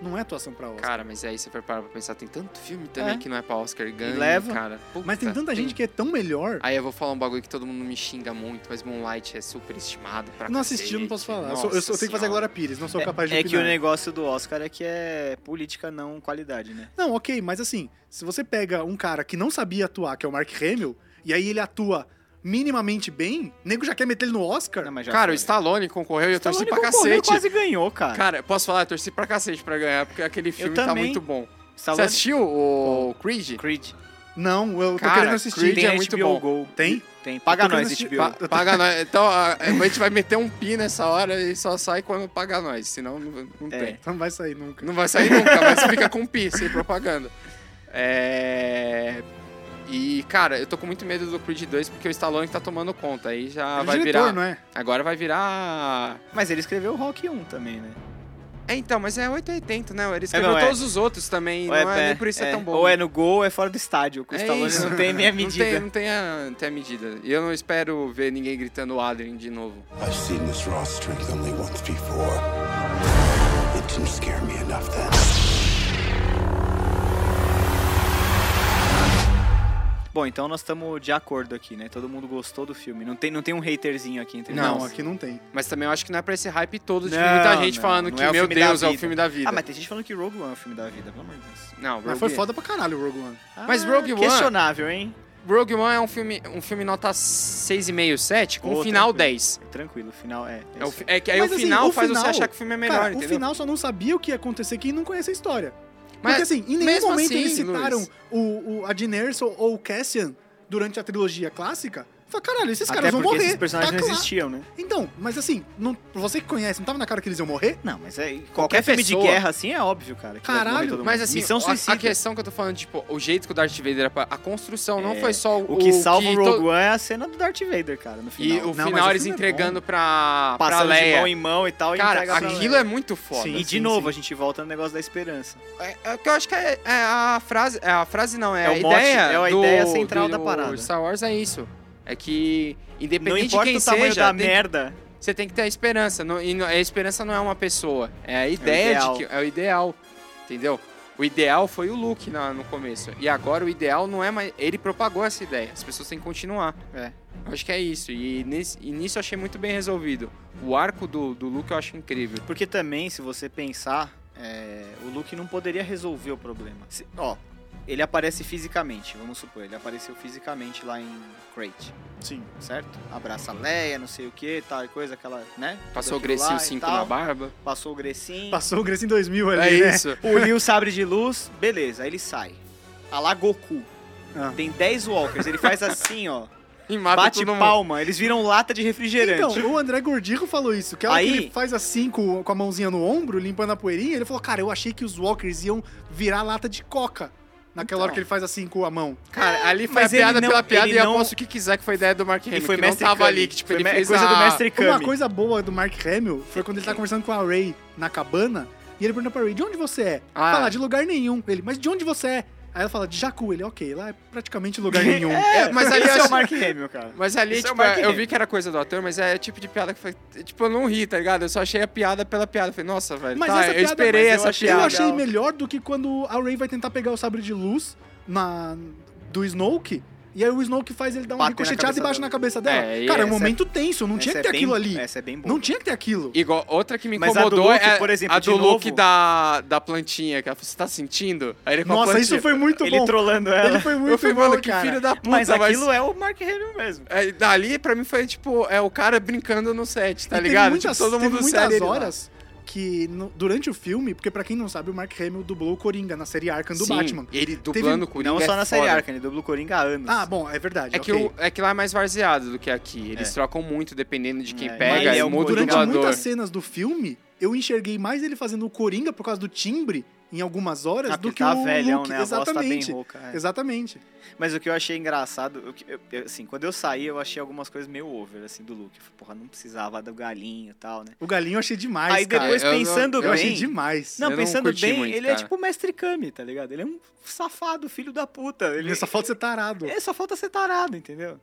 [SPEAKER 1] Não é atuação pra Oscar.
[SPEAKER 2] Cara, mas aí você for parar pra pensar, tem tanto filme também
[SPEAKER 1] É.
[SPEAKER 2] que não é pra Oscar e ganha,
[SPEAKER 3] leva.
[SPEAKER 2] cara. Puta,
[SPEAKER 1] mas tem tanta gente que é tão melhor.
[SPEAKER 2] Aí eu vou falar um bagulho que todo mundo me xinga muito, mas Moonlight é super estimado pra
[SPEAKER 1] Não assisti, eu não posso falar. Eu, sou- eu sou- eu tenho que fazer a Glória Pires, não sou capaz de
[SPEAKER 3] É que
[SPEAKER 1] opinar.
[SPEAKER 3] o negócio do Oscar é que é política, não qualidade, né?
[SPEAKER 1] Não, ok, mas assim, se você pega um cara que não sabia atuar, que é o Mark Hamill, e aí ele atua minimamente bem, o nego já quer meter ele no Oscar.
[SPEAKER 3] Não, mas já
[SPEAKER 2] Cara, o
[SPEAKER 3] foi.
[SPEAKER 2] Stallone concorreu e eu torci
[SPEAKER 3] Stallone
[SPEAKER 2] pra
[SPEAKER 3] concorreu,
[SPEAKER 2] cacete.
[SPEAKER 3] quase ganhou, cara.
[SPEAKER 2] Cara, posso falar? Eu torci pra cacete pra ganhar, porque aquele filme tá
[SPEAKER 3] também.
[SPEAKER 2] muito bom. Você
[SPEAKER 3] Stallone-
[SPEAKER 2] assistiu o Creed?
[SPEAKER 3] Creed.
[SPEAKER 1] Não, eu tô
[SPEAKER 2] Cara,
[SPEAKER 1] querendo assistir.
[SPEAKER 2] Creed é muito bom.
[SPEAKER 3] Go.
[SPEAKER 1] Tem?
[SPEAKER 3] Tem. Paga
[SPEAKER 1] Tô querendo
[SPEAKER 3] nós,
[SPEAKER 1] assistir-
[SPEAKER 3] HBO.
[SPEAKER 2] Pa- paga nós. Então, a, a gente vai meter um pi nessa hora e só sai quando paga nós, senão não, não
[SPEAKER 3] É.
[SPEAKER 2] tem.
[SPEAKER 1] Não vai sair nunca.
[SPEAKER 2] Não vai sair nunca, mas fica com pi, sem propaganda. É... E, cara, eu tô com muito medo do Creed 2 porque o Stallone tá tomando conta. Aí já
[SPEAKER 1] Ele é
[SPEAKER 2] Ah, vai
[SPEAKER 1] diretor,
[SPEAKER 2] virar.
[SPEAKER 1] não é?
[SPEAKER 2] Agora vai virar.
[SPEAKER 3] Mas ele escreveu o Rock 1 também, né?
[SPEAKER 2] É, então, mas é 880, né? Ele escreveu
[SPEAKER 3] não, é.
[SPEAKER 2] todos os outros também. não é, nem por isso é, tão bom.
[SPEAKER 3] Ou é no gol ou é fora do estádio, que o
[SPEAKER 2] É
[SPEAKER 3] Stallone
[SPEAKER 2] isso.
[SPEAKER 3] não tem nem a
[SPEAKER 2] Não tem,
[SPEAKER 3] medida.
[SPEAKER 2] não tem a, não tem a medida. E eu não espero ver ninguém gritando Adrien de novo.
[SPEAKER 5] I've seen this raw strength only once before. It didn't scare me enough then.
[SPEAKER 3] Bom, então nós estamos de acordo aqui, né? Todo mundo gostou do filme. Não tem, não tem um haterzinho aqui entre
[SPEAKER 2] Não,
[SPEAKER 1] Não,
[SPEAKER 3] nós.
[SPEAKER 1] aqui não tem.
[SPEAKER 2] Mas também eu acho que não é pra esse hype todo de
[SPEAKER 3] Não,
[SPEAKER 2] muita gente
[SPEAKER 3] não,
[SPEAKER 2] falando
[SPEAKER 3] não
[SPEAKER 2] que,
[SPEAKER 3] é o
[SPEAKER 2] meu
[SPEAKER 3] filme da
[SPEAKER 2] Deus, é o
[SPEAKER 3] vida.
[SPEAKER 2] filme da vida.
[SPEAKER 3] Ah, mas tem gente falando que Rogue One é o filme da vida, pelo amor de Deus.
[SPEAKER 2] Não,
[SPEAKER 1] Mas
[SPEAKER 2] Rogue é.
[SPEAKER 1] foi
[SPEAKER 2] One-
[SPEAKER 1] foda pra caralho o Rogue One.
[SPEAKER 2] Mas Rogue One-
[SPEAKER 3] Questionável, hein?
[SPEAKER 2] Rogue One é um filme, um filme nota 6,5, 7, com
[SPEAKER 3] Pô,
[SPEAKER 2] um final
[SPEAKER 3] tranquilo.
[SPEAKER 2] 10.
[SPEAKER 3] Tranquilo, o final é.
[SPEAKER 2] É, o
[SPEAKER 3] isso
[SPEAKER 2] fi- é que aí
[SPEAKER 1] Mas,
[SPEAKER 2] o
[SPEAKER 1] assim,
[SPEAKER 2] final
[SPEAKER 1] o
[SPEAKER 2] faz você
[SPEAKER 1] final-
[SPEAKER 2] achar que o filme é melhor,
[SPEAKER 1] Cara,
[SPEAKER 2] entendeu?
[SPEAKER 1] o final só não sabia o que ia acontecer quem não conhece a história.
[SPEAKER 2] Mas-
[SPEAKER 1] Porque assim, em nenhum
[SPEAKER 2] mesmo
[SPEAKER 1] momento
[SPEAKER 2] assim,
[SPEAKER 1] eles citaram
[SPEAKER 2] Luiz.
[SPEAKER 1] o, o, a Jyn Erso ou o Cassian durante a trilogia clássica. Fala, caralho, esses
[SPEAKER 3] Até
[SPEAKER 1] caras vão
[SPEAKER 3] porque
[SPEAKER 1] morrer.
[SPEAKER 3] esses personagens
[SPEAKER 1] tá
[SPEAKER 3] não
[SPEAKER 1] claro.
[SPEAKER 3] existiam, né?
[SPEAKER 1] Então, mas assim, não, pra você que conhece, não tava na cara que eles iam morrer?
[SPEAKER 3] Não, mas é, qualquer, filme de
[SPEAKER 2] pessoa-
[SPEAKER 3] guerra assim é óbvio, cara. que vai
[SPEAKER 1] Caralho,
[SPEAKER 3] morrer todo mundo.
[SPEAKER 2] Mas assim,
[SPEAKER 3] Missão
[SPEAKER 2] a,
[SPEAKER 3] Suicida.
[SPEAKER 2] a questão que eu tô falando, tipo, o jeito que o Darth Vader... apa- A construção não
[SPEAKER 3] É,
[SPEAKER 2] foi só o...
[SPEAKER 3] O que salva o
[SPEAKER 2] to-
[SPEAKER 3] Rogue One é a cena do Darth Vader, cara, no
[SPEAKER 2] E
[SPEAKER 3] final.
[SPEAKER 2] o
[SPEAKER 1] Não, mas
[SPEAKER 2] final
[SPEAKER 1] o
[SPEAKER 2] eles
[SPEAKER 1] filme é
[SPEAKER 2] entregando pra, pra
[SPEAKER 3] Passando de
[SPEAKER 2] Leia.
[SPEAKER 3] mão em mão e tal. e
[SPEAKER 2] Cara,
[SPEAKER 3] entrega pra
[SPEAKER 2] aquilo
[SPEAKER 3] Leia.
[SPEAKER 2] é muito foda.
[SPEAKER 3] E de novo, a gente volta no negócio da esperança.
[SPEAKER 2] É, é o que eu acho que é, é a frase. É a frase não, é,
[SPEAKER 3] É o
[SPEAKER 2] a
[SPEAKER 3] mote,
[SPEAKER 2] ideia.
[SPEAKER 3] é a
[SPEAKER 2] do-
[SPEAKER 3] ideia central da
[SPEAKER 2] do
[SPEAKER 3] parada.
[SPEAKER 2] Star Wars é isso. É que,
[SPEAKER 3] Não
[SPEAKER 2] independente de
[SPEAKER 3] importa
[SPEAKER 2] quem
[SPEAKER 3] o tamanho
[SPEAKER 2] seja,
[SPEAKER 3] da
[SPEAKER 2] tem-
[SPEAKER 3] merda.
[SPEAKER 2] você tem que ter a esperança. Não- e não- a esperança não é uma pessoa. É a ideia
[SPEAKER 3] ideal.
[SPEAKER 2] de que. É o ideal. Entendeu? O ideal foi o Luke na- no começo. E agora o ideal não é mais. Ele propagou essa ideia. As pessoas têm que continuar.
[SPEAKER 3] É.
[SPEAKER 2] Eu acho que é isso. E, nesse- e nisso eu achei muito bem resolvido. O arco do, do Luke eu acho incrível.
[SPEAKER 3] Porque também, se você pensar, é, o Luke não poderia resolver o problema. Se- ó, ele aparece fisicamente, vamos supor, ele apareceu fisicamente lá em Crate.
[SPEAKER 1] Sim.
[SPEAKER 3] Certo? Abraça a Leia, não sei o que, tal e coisa, aquela, né? Tudo
[SPEAKER 2] Passou o
[SPEAKER 3] aquilo lá
[SPEAKER 2] Grecinho
[SPEAKER 3] e
[SPEAKER 2] 5
[SPEAKER 3] tal.
[SPEAKER 2] na barba.
[SPEAKER 3] Passou o Grecinho.
[SPEAKER 1] Passou o Grace em 2000 ali,
[SPEAKER 2] É
[SPEAKER 1] né?
[SPEAKER 2] isso.
[SPEAKER 3] Puliu o sabre de luz, beleza, aí ele sai. A lá Goku.
[SPEAKER 1] Ah.
[SPEAKER 3] Tem 10 walkers, ele faz assim, ó.
[SPEAKER 2] E mata
[SPEAKER 3] Bate
[SPEAKER 2] todo mundo.
[SPEAKER 3] palma, eles viram lata de refrigerante.
[SPEAKER 1] Então, o André Gordirro falou isso, que a hora
[SPEAKER 3] Aí-
[SPEAKER 1] que ele faz assim com, com a mãozinha no ombro, limpando a poeirinha, ele falou, cara, eu achei que os Walkers iam virar lata de coca. Naquela
[SPEAKER 3] Então.
[SPEAKER 1] hora que ele faz assim com a mão.
[SPEAKER 2] Cara, ali foi
[SPEAKER 3] Mas
[SPEAKER 2] a piada
[SPEAKER 3] ele não-
[SPEAKER 2] pela piada
[SPEAKER 3] ele
[SPEAKER 2] e
[SPEAKER 3] não-
[SPEAKER 2] aposto o que quiser que foi ideia do Mark Hamill,
[SPEAKER 3] e foi
[SPEAKER 2] que não
[SPEAKER 3] mestre
[SPEAKER 2] tava
[SPEAKER 3] Kami.
[SPEAKER 2] ali, que tipo,
[SPEAKER 3] foi
[SPEAKER 2] ele
[SPEAKER 3] me-
[SPEAKER 2] fez
[SPEAKER 3] coisa
[SPEAKER 2] a...
[SPEAKER 3] do mestre Kami.
[SPEAKER 1] Uma coisa boa do Mark Hamill foi quando ele tá conversando com a Ray na cabana, e ele pergunta pra Ray, de onde você é?
[SPEAKER 2] Ah.
[SPEAKER 1] Fala, de lugar nenhum. Ele, mas de onde você é? Aí ela fala, de Jacu. Ele, ok, lá é praticamente lugar nenhum.
[SPEAKER 2] É, mas ali,
[SPEAKER 3] Esse
[SPEAKER 2] eu
[SPEAKER 3] é
[SPEAKER 2] acho-
[SPEAKER 3] o Mark Hamill, cara.
[SPEAKER 2] mas ali
[SPEAKER 3] Esse é o
[SPEAKER 2] tipo,
[SPEAKER 3] Mark
[SPEAKER 2] eu
[SPEAKER 3] Hamill.
[SPEAKER 2] vi que era coisa do ator, mas é o tipo de piada que foi... Tipo, eu não ri, tá ligado? Eu só achei a piada pela piada. Falei, nossa, velho,
[SPEAKER 1] Mas
[SPEAKER 2] tá,
[SPEAKER 1] essa
[SPEAKER 2] eu
[SPEAKER 1] piada-
[SPEAKER 2] esperei
[SPEAKER 1] mas eu
[SPEAKER 2] essa
[SPEAKER 1] achei-
[SPEAKER 2] piada.
[SPEAKER 1] Eu achei melhor do que quando a Ray vai tentar pegar o sabre de luz na, do Snoke. E aí o Snoke faz ele dar um
[SPEAKER 3] Bate na
[SPEAKER 1] ricocheteado e
[SPEAKER 3] cabeça
[SPEAKER 1] bate na
[SPEAKER 3] dela.
[SPEAKER 1] cabeça dela.
[SPEAKER 2] É, e
[SPEAKER 1] Cara, é um
[SPEAKER 3] essa é-
[SPEAKER 1] momento tenso, não tinha
[SPEAKER 3] Essa
[SPEAKER 1] que ter
[SPEAKER 3] é bem-
[SPEAKER 1] aquilo ali.
[SPEAKER 3] Essa é bem boa.
[SPEAKER 1] Não tinha que ter aquilo.
[SPEAKER 2] Igual, outra que me
[SPEAKER 3] Mas a do
[SPEAKER 2] incomodou
[SPEAKER 3] Luke,
[SPEAKER 2] é
[SPEAKER 3] por exemplo,
[SPEAKER 2] a do
[SPEAKER 3] de
[SPEAKER 2] Luke
[SPEAKER 3] novo-
[SPEAKER 2] da, da plantinha, que ela falou, você tá sentindo? Aí ele com a
[SPEAKER 1] Nossa,
[SPEAKER 2] plantinha.
[SPEAKER 1] isso foi muito
[SPEAKER 3] Ele
[SPEAKER 1] bom.
[SPEAKER 3] trollando ela.
[SPEAKER 1] Ele foi muito
[SPEAKER 2] Eu falei,
[SPEAKER 1] bom,
[SPEAKER 2] mano, que
[SPEAKER 1] cara.
[SPEAKER 2] filho da puta,
[SPEAKER 3] mas aquilo é o Mark Hamill mesmo.
[SPEAKER 2] É, dali, pra mim, foi tipo, é o cara brincando no set, tá
[SPEAKER 1] E teve
[SPEAKER 2] ligado?
[SPEAKER 1] Muitas,
[SPEAKER 2] tipo, todo
[SPEAKER 1] teve
[SPEAKER 2] mundo
[SPEAKER 1] muitas
[SPEAKER 2] sério. ele lá.
[SPEAKER 1] horas que no- durante o filme, porque pra quem não sabe, o Mark Hamill dublou o Coringa na série Arkham do
[SPEAKER 2] Sim, é
[SPEAKER 1] Batman.
[SPEAKER 2] Ele dublando o Coringa.
[SPEAKER 3] Não só
[SPEAKER 2] é
[SPEAKER 3] na série
[SPEAKER 2] foda.
[SPEAKER 3] Arkham, ele dubla o Coringa há anos.
[SPEAKER 1] Ah, bom, é verdade.
[SPEAKER 2] É que,
[SPEAKER 1] ok. É.
[SPEAKER 2] o- é que lá é mais varzeado do que aqui. Eles trocam muito dependendo de quem
[SPEAKER 3] É,
[SPEAKER 2] pega
[SPEAKER 3] mas
[SPEAKER 2] e
[SPEAKER 3] é o
[SPEAKER 2] muda o
[SPEAKER 1] um Durante
[SPEAKER 2] dublador.
[SPEAKER 1] muitas cenas do filme, eu enxerguei mais ele fazendo o Coringa por causa do timbre em algumas horas
[SPEAKER 3] Ah,
[SPEAKER 1] do
[SPEAKER 3] porque
[SPEAKER 1] que
[SPEAKER 3] tá
[SPEAKER 1] o
[SPEAKER 3] velhão,
[SPEAKER 1] Luke.
[SPEAKER 3] né? A voz tá bem
[SPEAKER 1] Exatamente.
[SPEAKER 3] rouca. é.
[SPEAKER 1] Exatamente.
[SPEAKER 3] Mas o que eu achei engraçado, o que- eu- eu- assim, quando eu saí, eu achei algumas coisas meio over, assim, do Luke. Eu falei, porra, não precisava do galinho e tal, né?
[SPEAKER 1] O Galinho eu achei demais,
[SPEAKER 3] Aí
[SPEAKER 1] cara.
[SPEAKER 3] depois,
[SPEAKER 2] eu não-
[SPEAKER 3] pensando
[SPEAKER 1] eu
[SPEAKER 3] bem...
[SPEAKER 1] achei demais.
[SPEAKER 3] Não,
[SPEAKER 2] Eu não
[SPEAKER 3] pensando
[SPEAKER 2] curti
[SPEAKER 3] bem,
[SPEAKER 2] muito,
[SPEAKER 3] ele
[SPEAKER 2] cara.
[SPEAKER 3] é tipo o Mestre Kami, tá ligado? Ele é um safado, filho da puta. Ele
[SPEAKER 2] é
[SPEAKER 1] Ele só falta ser tarado.
[SPEAKER 3] É, só falta ser tarado, entendeu?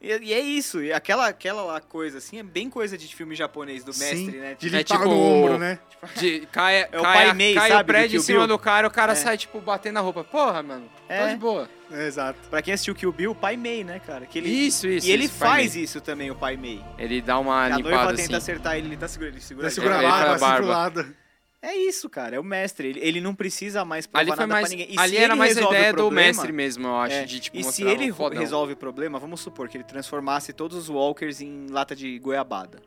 [SPEAKER 3] E, e é isso, e aquela, aquela lá coisa assim é bem coisa de filme japonês do mestre,
[SPEAKER 6] Sim.
[SPEAKER 3] né?
[SPEAKER 1] De
[SPEAKER 3] Tipo,
[SPEAKER 2] É
[SPEAKER 1] limpar
[SPEAKER 2] tipo-
[SPEAKER 1] no ombro, né?
[SPEAKER 2] De, cai
[SPEAKER 3] É
[SPEAKER 2] cai,
[SPEAKER 3] o pai Mei,
[SPEAKER 2] cai
[SPEAKER 3] sabe,
[SPEAKER 2] o
[SPEAKER 3] do
[SPEAKER 2] prédio
[SPEAKER 3] Kill
[SPEAKER 2] em cima
[SPEAKER 3] Bill?
[SPEAKER 2] do cara, o cara
[SPEAKER 3] É.
[SPEAKER 2] sai, tipo, batendo a roupa. Porra, mano, tá
[SPEAKER 3] É.
[SPEAKER 2] de boa.
[SPEAKER 1] É, exato.
[SPEAKER 3] Tipo, pra quem assistiu Kill Bill, o Pai Mei, né, cara? Que ele-
[SPEAKER 2] Isso, isso.
[SPEAKER 3] e ele
[SPEAKER 2] isso, pai
[SPEAKER 3] faz
[SPEAKER 2] Mei.
[SPEAKER 3] isso também, o Pai Mei.
[SPEAKER 2] Ele dá uma
[SPEAKER 3] a noiva
[SPEAKER 2] limpada
[SPEAKER 3] tenta
[SPEAKER 2] assim.
[SPEAKER 3] acertar ele, ele tá segurando, ele segura
[SPEAKER 1] Ele
[SPEAKER 3] ele.
[SPEAKER 1] segura
[SPEAKER 2] ele
[SPEAKER 1] lá,
[SPEAKER 2] faz a
[SPEAKER 1] vai assim pro
[SPEAKER 2] barba.
[SPEAKER 1] lado.
[SPEAKER 3] É isso, cara, é o mestre. Ele, ele não precisa mais provar
[SPEAKER 2] Ali foi
[SPEAKER 3] nada
[SPEAKER 2] mais.
[SPEAKER 3] pra ninguém. E
[SPEAKER 2] Ali
[SPEAKER 3] se
[SPEAKER 2] era
[SPEAKER 3] ele
[SPEAKER 2] mais a
[SPEAKER 3] resolve o
[SPEAKER 2] ideia do
[SPEAKER 3] problema-
[SPEAKER 2] mestre mesmo, eu acho.
[SPEAKER 3] É,
[SPEAKER 2] De, tipo,
[SPEAKER 3] e
[SPEAKER 1] um
[SPEAKER 3] se
[SPEAKER 2] mostrar
[SPEAKER 3] ele
[SPEAKER 2] o
[SPEAKER 3] ro-
[SPEAKER 2] fodão.
[SPEAKER 3] resolve o problema, vamos supor que ele transformasse todos os walkers em lata de goiabada.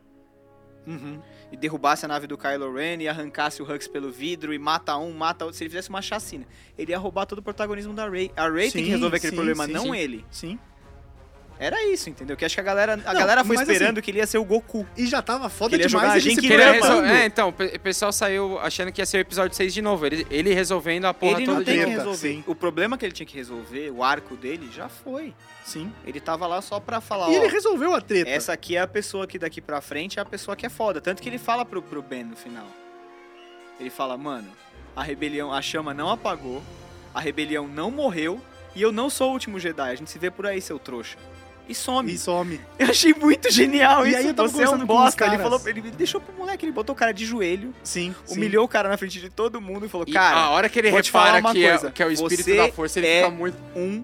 [SPEAKER 1] Uhum.
[SPEAKER 3] E derrubasse a nave do Kylo Ren e arrancasse o Hux pelo vidro e mata um, mata outro. Se ele fizesse uma chacina, ele ia roubar todo o protagonismo da Rey. A Rey
[SPEAKER 1] Sim,
[SPEAKER 3] tem que resolver aquele
[SPEAKER 1] sim,
[SPEAKER 3] problema,
[SPEAKER 1] sim,
[SPEAKER 3] não
[SPEAKER 1] sim.
[SPEAKER 3] ele.
[SPEAKER 1] Sim.
[SPEAKER 3] Era isso, entendeu? Que acho que a galera, a galera foi
[SPEAKER 1] mas assim,
[SPEAKER 3] esperando que ele ia ser o Goku.
[SPEAKER 1] E já tava foda
[SPEAKER 3] Queria jogar
[SPEAKER 1] demais
[SPEAKER 3] a
[SPEAKER 1] ele
[SPEAKER 3] Genki
[SPEAKER 1] se
[SPEAKER 2] Queria
[SPEAKER 3] Dama.
[SPEAKER 1] preparando.
[SPEAKER 2] resol- É, então, o pe- o pessoal saiu achando que ia ser o episódio 6 de novo. Ele, ele resolvendo a porra
[SPEAKER 3] ele
[SPEAKER 2] toda
[SPEAKER 3] não tem
[SPEAKER 2] de
[SPEAKER 3] que
[SPEAKER 2] novo.
[SPEAKER 1] Treta,
[SPEAKER 3] resolver.
[SPEAKER 1] sim.
[SPEAKER 3] O problema que ele tinha que resolver, o arco dele, já foi.
[SPEAKER 1] um- Sim.
[SPEAKER 3] Ele tava lá só pra falar,
[SPEAKER 1] E
[SPEAKER 3] ó,
[SPEAKER 1] ele resolveu a treta.
[SPEAKER 3] essa aqui é a pessoa que daqui pra frente é a pessoa que é foda. Tanto que ele fala pro, pro Ben no final. Ele fala, mano, a rebelião, a chama não apagou, a rebelião não morreu, e eu não sou o último Jedi. A gente se vê por aí, seu trouxa. E some.
[SPEAKER 1] E some.
[SPEAKER 3] Eu achei muito genial
[SPEAKER 1] E
[SPEAKER 3] isso.
[SPEAKER 1] aí eu tava
[SPEAKER 3] Você é um
[SPEAKER 1] conversando com
[SPEAKER 3] bosta.
[SPEAKER 1] os
[SPEAKER 3] Ele
[SPEAKER 1] caras.
[SPEAKER 3] falou, ele deixou pro moleque, ele botou o cara de joelho,
[SPEAKER 1] Sim. sim.
[SPEAKER 3] humilhou o cara na frente de todo mundo e falou,
[SPEAKER 2] E
[SPEAKER 3] cara,
[SPEAKER 2] a hora que ele
[SPEAKER 3] vou te falar
[SPEAKER 2] repara
[SPEAKER 3] uma
[SPEAKER 2] que é,
[SPEAKER 3] coisa.
[SPEAKER 2] que é o espírito
[SPEAKER 3] Você
[SPEAKER 2] da força, ele
[SPEAKER 3] é
[SPEAKER 2] fica muito.
[SPEAKER 3] um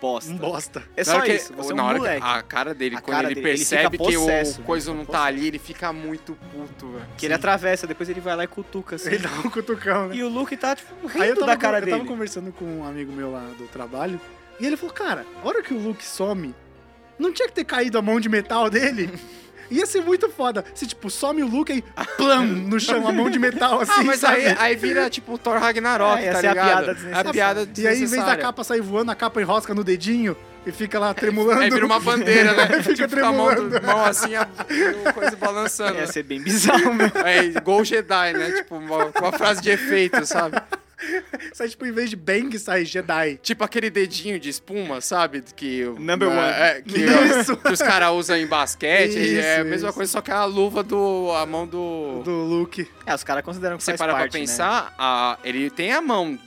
[SPEAKER 3] bosta.
[SPEAKER 1] Um bosta.
[SPEAKER 3] É
[SPEAKER 2] Na
[SPEAKER 3] só
[SPEAKER 2] hora que-
[SPEAKER 3] isso, você é um
[SPEAKER 2] na hora que-
[SPEAKER 3] moleque.
[SPEAKER 1] Ah,
[SPEAKER 2] a cara dele,
[SPEAKER 3] A
[SPEAKER 2] quando
[SPEAKER 3] cara
[SPEAKER 2] ele
[SPEAKER 3] dele, ele
[SPEAKER 2] percebe
[SPEAKER 3] fica
[SPEAKER 2] que
[SPEAKER 3] possesso,
[SPEAKER 2] o coisa
[SPEAKER 3] ele
[SPEAKER 2] não
[SPEAKER 3] fica
[SPEAKER 2] tá
[SPEAKER 3] possesso.
[SPEAKER 2] ali, ele fica muito puto, velho.
[SPEAKER 3] Que ele atravessa, depois ele vai lá e cutuca assim.
[SPEAKER 1] Ele dá um cutucão, né?
[SPEAKER 3] E o Luke tá, tipo,
[SPEAKER 1] Aí eu
[SPEAKER 3] rindo
[SPEAKER 1] tava,
[SPEAKER 3] da
[SPEAKER 1] con-
[SPEAKER 3] cara
[SPEAKER 1] eu
[SPEAKER 3] dele.
[SPEAKER 1] tava conversando com um amigo meu lá do trabalho, e ele falou, cara, a hora que o Luke some, não tinha que ter caído a mão de metal dele? Ia ser muito foda. Se, tipo, some o Luke aí, plam, no chão, a mão de metal, assim,
[SPEAKER 2] Ah, mas aí,
[SPEAKER 1] sabe?
[SPEAKER 2] aí vira tipo o Thor Ragnarok,
[SPEAKER 3] É,
[SPEAKER 2] tá
[SPEAKER 3] essa é a
[SPEAKER 2] ligado?
[SPEAKER 3] piada desnecessária.
[SPEAKER 2] a piada
[SPEAKER 1] E aí, em vez da
[SPEAKER 2] desnecessária.
[SPEAKER 1] capa sair voando, a capa enrosca no dedinho e fica lá tremulando.
[SPEAKER 2] Aí vira uma bandeira, né?
[SPEAKER 1] Fica
[SPEAKER 2] tipo, fica a mão, do-
[SPEAKER 1] tremulando.
[SPEAKER 2] mão assim, a e o coisa balançando.
[SPEAKER 3] Ia ser bem bizarro, meu.
[SPEAKER 2] É, igual o Jedi, né? Tipo, uma, uma frase de efeito, sabe?
[SPEAKER 1] Sai, tipo, em vez de bang, sai Jedi.
[SPEAKER 2] Tipo aquele dedinho de espuma, sabe? Que, o-
[SPEAKER 3] Number one.
[SPEAKER 2] É, que,
[SPEAKER 1] Isso.
[SPEAKER 2] que os caras usam em basquete. é a
[SPEAKER 1] Isso,
[SPEAKER 2] mesma
[SPEAKER 1] isso.
[SPEAKER 2] coisa, só que é a luva do... A mão do...
[SPEAKER 1] Do Luke.
[SPEAKER 3] É, os caras consideram que
[SPEAKER 2] Você
[SPEAKER 3] faz
[SPEAKER 2] para
[SPEAKER 3] parte,
[SPEAKER 2] pra
[SPEAKER 3] né?
[SPEAKER 2] pensar, a- ele tem a mão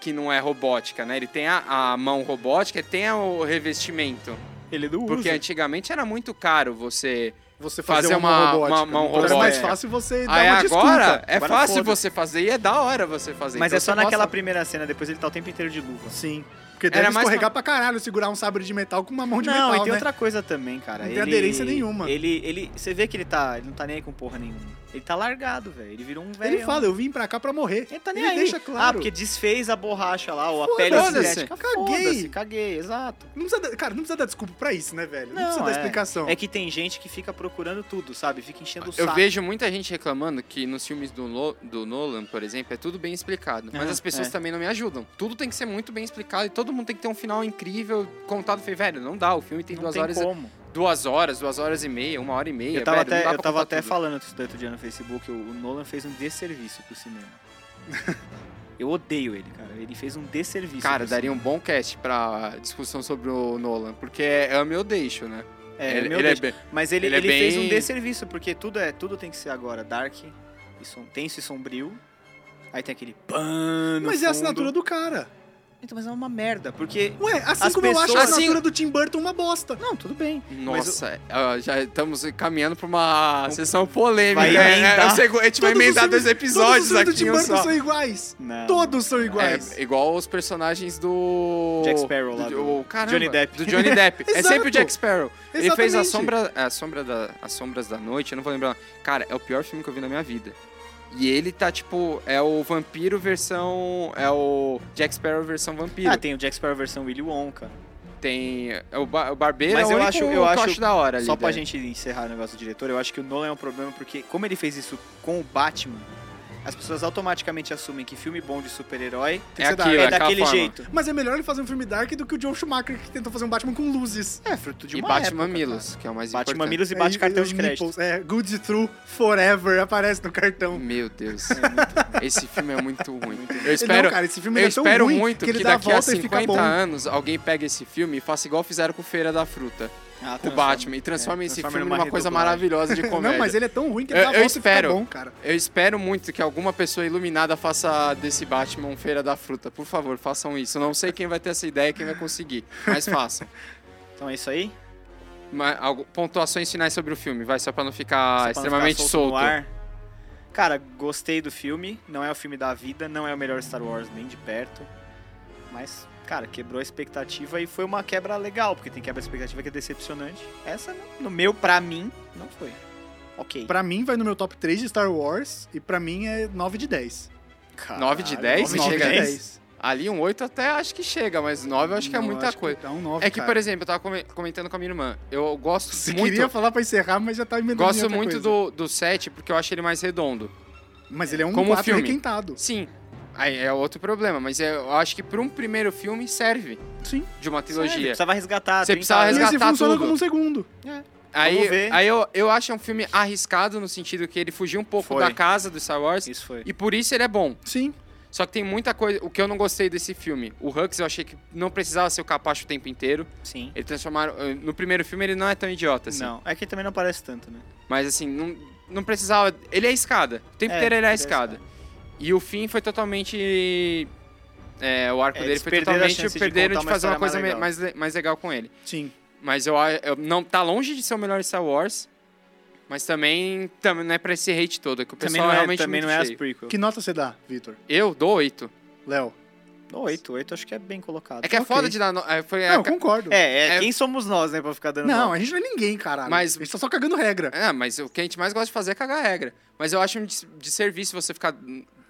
[SPEAKER 2] que não é robótica, né? Ele tem a, a mão robótica e tem o revestimento.
[SPEAKER 3] Ele do
[SPEAKER 2] Porque antigamente era muito caro você...
[SPEAKER 1] Você
[SPEAKER 2] Fazer
[SPEAKER 1] fazer, uma,
[SPEAKER 2] uma-
[SPEAKER 1] mão robótica.
[SPEAKER 2] uma mão
[SPEAKER 1] Agora é mais
[SPEAKER 2] robótica.
[SPEAKER 1] fácil você dar
[SPEAKER 2] Aí
[SPEAKER 1] uma desculpa.
[SPEAKER 2] agora é
[SPEAKER 1] Agora
[SPEAKER 2] fácil
[SPEAKER 1] foda-se.
[SPEAKER 2] você fazer e é da hora você fazer.
[SPEAKER 3] Mas
[SPEAKER 2] Então
[SPEAKER 3] é só
[SPEAKER 2] você
[SPEAKER 3] naquela
[SPEAKER 2] possa-
[SPEAKER 3] primeira cena, depois ele tá o tempo inteiro de luva.
[SPEAKER 1] Sim. Porque deve
[SPEAKER 2] Era mais
[SPEAKER 1] escorregar pra caralho segurar um sabre de metal com uma mão de
[SPEAKER 3] não,
[SPEAKER 1] metal,
[SPEAKER 3] e tem
[SPEAKER 1] né?
[SPEAKER 3] outra coisa também, cara.
[SPEAKER 1] Não tem aderência nenhuma.
[SPEAKER 3] Ele, ele, você vê que ele tá, ele não tá nem aí com porra nenhuma. Ele tá largado, velho. Ele virou um velho.
[SPEAKER 1] Ele fala, eu vim pra cá pra morrer.
[SPEAKER 3] Ele tá nem
[SPEAKER 1] Ele
[SPEAKER 3] aí.
[SPEAKER 1] deixa claro.
[SPEAKER 3] Ah, porque desfez a borracha lá, ou a
[SPEAKER 1] Foda-se.
[SPEAKER 3] pele sintética.
[SPEAKER 1] Caguei.
[SPEAKER 3] Foda-se, caguei, exato.
[SPEAKER 1] Não precisa dar- cara, não precisa dar desculpa pra isso, né, velho? Não,
[SPEAKER 3] Não,
[SPEAKER 1] precisa
[SPEAKER 3] é.
[SPEAKER 1] dar explicação.
[SPEAKER 3] É que tem gente que fica procurando tudo, sabe? Fica enchendo o
[SPEAKER 2] Eu
[SPEAKER 3] saco.
[SPEAKER 2] vejo muita gente reclamando que nos filmes do, Lo- do Nolan, por exemplo, é tudo bem explicado. Mas
[SPEAKER 3] Aham,
[SPEAKER 2] as pessoas
[SPEAKER 3] é.
[SPEAKER 2] também não me ajudam. Tudo tem que ser muito bem explicado e todo mundo tem que ter um final incrível contado. Falei, velho, não dá. O filme tem
[SPEAKER 3] Não
[SPEAKER 2] duas
[SPEAKER 3] tem
[SPEAKER 2] horas,
[SPEAKER 3] como.
[SPEAKER 2] duas horas, duas horas e meia, uma hora e meia.
[SPEAKER 3] Eu tava
[SPEAKER 2] velho, não dá
[SPEAKER 3] até, eu
[SPEAKER 2] pra
[SPEAKER 3] tava
[SPEAKER 2] contar
[SPEAKER 3] até
[SPEAKER 2] tudo.
[SPEAKER 3] falando isso outro dia no Facebook, o o Nolan fez um desserviço pro cinema. eu odeio ele, cara. Ele fez um desserviço.
[SPEAKER 2] Cara,
[SPEAKER 3] pro
[SPEAKER 2] daria um bom cast pra discussão sobre o Nolan, porque é ama eu deixo, né?
[SPEAKER 3] cinema. É,
[SPEAKER 2] ele,
[SPEAKER 3] meu
[SPEAKER 2] ele é
[SPEAKER 3] Deus.
[SPEAKER 2] bem-
[SPEAKER 3] Mas ele,
[SPEAKER 2] ele é
[SPEAKER 3] ele fez um
[SPEAKER 2] bem-
[SPEAKER 3] desserviço, porque tudo é tudo tem que ser agora dark, e som, tenso e sombrio. Aí tem aquele pano.
[SPEAKER 1] Mas é a assinatura do cara.
[SPEAKER 3] Então, mas é uma merda, porque.
[SPEAKER 1] Ué, assim
[SPEAKER 3] As
[SPEAKER 1] como eu acho a
[SPEAKER 3] pessoas-
[SPEAKER 1] assinatura do Tim Burton uma bosta.
[SPEAKER 3] Não, tudo bem. Mas
[SPEAKER 2] Nossa, ah, já estamos caminhando pra uma sessão polêmica.
[SPEAKER 3] Vai
[SPEAKER 2] né?
[SPEAKER 3] emendar.
[SPEAKER 2] É o segu- a gente vai
[SPEAKER 1] Todos os
[SPEAKER 2] emendar
[SPEAKER 1] filmes-
[SPEAKER 2] dois
[SPEAKER 1] Todos os
[SPEAKER 2] episódios
[SPEAKER 1] filmes
[SPEAKER 2] aqui.
[SPEAKER 1] do Tim
[SPEAKER 2] em um
[SPEAKER 1] Burton
[SPEAKER 2] só.
[SPEAKER 1] são iguais.
[SPEAKER 3] Não.
[SPEAKER 1] Todos são iguais.
[SPEAKER 2] É, igual os personagens do.
[SPEAKER 3] Jack Sparrow lá,
[SPEAKER 2] Do,
[SPEAKER 3] do-
[SPEAKER 2] o- caramba,
[SPEAKER 3] Johnny Depp.
[SPEAKER 2] Do Johnny Depp. é
[SPEAKER 1] Exato.
[SPEAKER 2] sempre o Jack Sparrow. Ele fez a
[SPEAKER 1] Exatamente.
[SPEAKER 2] sombra, a sombra da, As Sombras da Noite, eu não vou lembrar. Cara, é o pior filme que eu vi na minha vida. E ele tá tipo. É o vampiro versão. É o Jack Sparrow versão vampiro.
[SPEAKER 3] Ah, tem o Jack Sparrow versão Willy Wonka.
[SPEAKER 2] tem. é o, ba- o Barbeiro
[SPEAKER 3] Mas
[SPEAKER 2] é o
[SPEAKER 3] eu
[SPEAKER 2] único
[SPEAKER 3] acho- eu
[SPEAKER 2] que eu
[SPEAKER 3] acho-
[SPEAKER 2] acho da hora ali.
[SPEAKER 3] Só pra
[SPEAKER 2] né?
[SPEAKER 3] gente encerrar o negócio do diretor, eu acho que o Nolan é um problema porque, como ele fez isso com o Batman, as pessoas automaticamente assumem que filme bom de super-herói
[SPEAKER 2] É
[SPEAKER 1] ser da-
[SPEAKER 2] aquilo,
[SPEAKER 3] é,
[SPEAKER 2] aquela
[SPEAKER 3] daquele
[SPEAKER 2] forma.
[SPEAKER 3] jeito.
[SPEAKER 1] Mas é melhor ele fazer um filme dark do que o Joe Schumacher que tentou fazer um Batman com luzes.
[SPEAKER 3] É, fruto de
[SPEAKER 2] E
[SPEAKER 3] uma
[SPEAKER 2] Batman
[SPEAKER 3] época, um
[SPEAKER 2] Milos, que é o mais
[SPEAKER 3] cara. Batman
[SPEAKER 2] importante.
[SPEAKER 3] Milos e bate
[SPEAKER 1] É,
[SPEAKER 3] cartão
[SPEAKER 1] os
[SPEAKER 3] de crédito.
[SPEAKER 1] nipples, É, good through forever aparece no cartão.
[SPEAKER 2] Meu Deus.
[SPEAKER 3] É muito ruim.
[SPEAKER 2] Esse filme é muito ruim. Eu espero,
[SPEAKER 1] Não, cara, esse filme
[SPEAKER 2] Eu
[SPEAKER 1] é tão
[SPEAKER 2] espero
[SPEAKER 1] ruim
[SPEAKER 2] muito que,
[SPEAKER 1] que ele dá a
[SPEAKER 2] daqui a
[SPEAKER 1] volta e fica
[SPEAKER 2] 50
[SPEAKER 1] bom.
[SPEAKER 2] anos alguém pegue esse filme e faça igual fizeram com Feira da Fruta,
[SPEAKER 3] Ah,
[SPEAKER 2] com o
[SPEAKER 3] transforma.
[SPEAKER 2] Batman, e transforme
[SPEAKER 3] É,
[SPEAKER 2] esse
[SPEAKER 3] transforma
[SPEAKER 2] filme
[SPEAKER 3] numa
[SPEAKER 2] numa coisa
[SPEAKER 3] redublagem.
[SPEAKER 2] maravilhosa de comédia.
[SPEAKER 1] Não, mas ele é tão ruim que ele
[SPEAKER 2] Eu-
[SPEAKER 1] dá a
[SPEAKER 2] eu
[SPEAKER 1] volta e fica
[SPEAKER 2] espero.
[SPEAKER 1] bom, cara.
[SPEAKER 2] Eu espero muito que alguma pessoa iluminada faça desse Batman um Feira da Fruta. Por favor, façam isso. Eu Não sei quem vai ter essa ideia, quem vai conseguir, mas façam.
[SPEAKER 3] Então é isso aí.
[SPEAKER 2] Mas, algu- pontuações finais sobre o filme, vai, só pra não
[SPEAKER 3] Só
[SPEAKER 2] ficar
[SPEAKER 3] pra não
[SPEAKER 2] extremamente
[SPEAKER 3] ficar
[SPEAKER 2] solto.
[SPEAKER 3] tá no ar. Cara, gostei do filme. Não é o filme da vida, não é o melhor Star Wars nem de perto. Mas, cara, quebrou a expectativa e foi uma quebra legal, porque tem quebra de expectativa que é decepcionante. Essa, não- no meu, pra mim, não foi. Ok.
[SPEAKER 1] Pra mim, vai no meu top 3 de Star Wars e pra mim é 9 de 10.
[SPEAKER 3] Caralho,
[SPEAKER 2] 9 de 10?
[SPEAKER 3] nove de
[SPEAKER 2] Chega.
[SPEAKER 3] 10?
[SPEAKER 2] Ali um 8 até acho que chega, mas 9 eu acho que é
[SPEAKER 1] Não,
[SPEAKER 2] muita
[SPEAKER 1] acho
[SPEAKER 2] coisa.
[SPEAKER 1] dá um 9,
[SPEAKER 2] É que,
[SPEAKER 1] cara.
[SPEAKER 2] por exemplo, eu tava come- comentando com a minha irmã, eu gosto
[SPEAKER 1] Você
[SPEAKER 2] muito...
[SPEAKER 1] queria falar pra encerrar, mas já tá emendando em
[SPEAKER 2] Gosto
[SPEAKER 1] outra
[SPEAKER 2] muito
[SPEAKER 1] coisa.
[SPEAKER 2] do, do 7 porque eu acho ele mais redondo.
[SPEAKER 1] Mas ele é um
[SPEAKER 2] como
[SPEAKER 1] 4
[SPEAKER 2] filme.
[SPEAKER 1] requentado.
[SPEAKER 2] Sim, aí é outro problema, mas é- eu acho que pra um primeiro filme serve.
[SPEAKER 1] Sim.
[SPEAKER 2] De uma
[SPEAKER 3] Sério,
[SPEAKER 2] trilogia.
[SPEAKER 3] precisava resgatar.
[SPEAKER 2] Você
[SPEAKER 3] 30
[SPEAKER 2] precisava
[SPEAKER 1] E
[SPEAKER 3] anos.
[SPEAKER 1] esse
[SPEAKER 2] resgatar
[SPEAKER 1] funciona
[SPEAKER 2] tudo.
[SPEAKER 1] como um segundo.
[SPEAKER 2] Aí,
[SPEAKER 3] Vamos ver.
[SPEAKER 2] aí eu, eu acho um filme arriscado no sentido que ele fugiu um pouco
[SPEAKER 3] Foi.
[SPEAKER 2] da casa do Star Wars
[SPEAKER 3] Isso foi.
[SPEAKER 2] e por isso ele é bom.
[SPEAKER 1] Sim.
[SPEAKER 2] Só que tem muita coisa. O que eu não gostei desse filme, o Hux eu achei que não precisava ser o capacho o tempo inteiro.
[SPEAKER 3] Sim.
[SPEAKER 2] Ele transformaram. eh, No primeiro filme ele não é tão idiota assim.
[SPEAKER 3] Não, é que também não parece tanto, né?
[SPEAKER 2] Mas assim, não, não precisava. Ele é escada. O tempo
[SPEAKER 3] É,
[SPEAKER 2] inteiro ele é
[SPEAKER 3] ele é
[SPEAKER 2] escada. E o fim foi totalmente. é, o arco
[SPEAKER 3] É,
[SPEAKER 2] dele
[SPEAKER 3] eles
[SPEAKER 2] foi
[SPEAKER 3] perderam a
[SPEAKER 2] totalmente.
[SPEAKER 3] chance de
[SPEAKER 2] perderam de,
[SPEAKER 3] contar uma
[SPEAKER 2] fazer uma
[SPEAKER 3] história mais
[SPEAKER 2] coisa me-
[SPEAKER 3] legal.
[SPEAKER 2] mais, le- mais legal com ele.
[SPEAKER 1] Sim.
[SPEAKER 2] Mas eu, a- eu- não tá longe de ser o melhor Star Wars. Mas também, também não é pra esse hate todo, é que o
[SPEAKER 3] Também
[SPEAKER 2] pessoal
[SPEAKER 3] não é,
[SPEAKER 2] realmente
[SPEAKER 3] também não
[SPEAKER 2] muito
[SPEAKER 3] é Ah, as
[SPEAKER 2] cheio.
[SPEAKER 3] prequels.
[SPEAKER 1] Que nota você dá, Vitor?
[SPEAKER 2] Eu dou oito.
[SPEAKER 1] Léo?
[SPEAKER 3] 8, 8 acho que é bem colocado.
[SPEAKER 2] É que é foda de dar. No... é, foi a
[SPEAKER 1] Não, eu
[SPEAKER 2] ca-
[SPEAKER 1] concordo.
[SPEAKER 3] É, é,
[SPEAKER 2] É-
[SPEAKER 3] quem somos nós, né, pra ficar dando
[SPEAKER 1] Não,
[SPEAKER 3] nota.
[SPEAKER 1] a gente não é ninguém, caralho.
[SPEAKER 2] Mas-
[SPEAKER 1] A gente tá só cagando regra.
[SPEAKER 2] É, mas o que a gente mais gosta de fazer é cagar regra. Mas eu acho um des- de serviço você ficar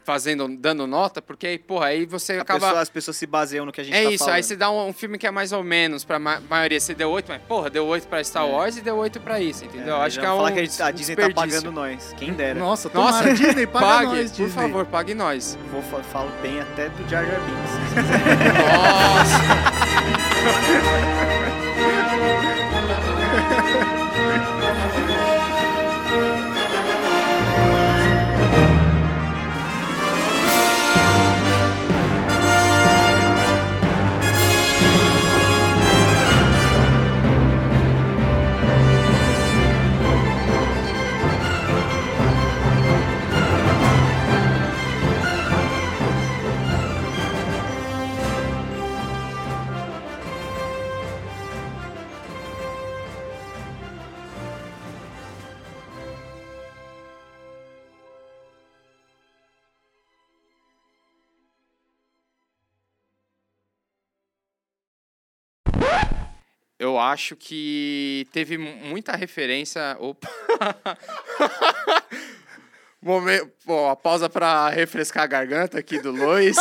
[SPEAKER 2] fazendo, dando nota, porque, aí, porra, aí você
[SPEAKER 3] A
[SPEAKER 2] acaba.
[SPEAKER 3] pessoa- as pessoas se baseiam no que a gente
[SPEAKER 2] É
[SPEAKER 3] tá
[SPEAKER 2] isso,
[SPEAKER 3] falando.
[SPEAKER 2] aí você dá um, um filme que é mais ou menos pra ma maioria. Você deu 8, mas porra, deu 8 pra
[SPEAKER 3] É.
[SPEAKER 2] Star Wars e deu 8 pra isso, entendeu? Eu Acho
[SPEAKER 3] já
[SPEAKER 2] que é
[SPEAKER 3] vão
[SPEAKER 2] um.
[SPEAKER 3] falar que a gente- a Disney tá
[SPEAKER 2] desperdício.
[SPEAKER 3] pagando nós. Quem dera.
[SPEAKER 1] Nossa,
[SPEAKER 2] É. Nossa,
[SPEAKER 1] tomara, Disney, paga
[SPEAKER 2] pague,
[SPEAKER 1] nós,
[SPEAKER 2] por
[SPEAKER 1] Disney.
[SPEAKER 2] favor, pague nós.
[SPEAKER 3] Vou fa- falo bem até do Jar Jar Binks.
[SPEAKER 2] Nossa! Eu acho que teve mu- muita referência. Opa! Momento, pô, a pausa pra refrescar a garganta aqui do Lois.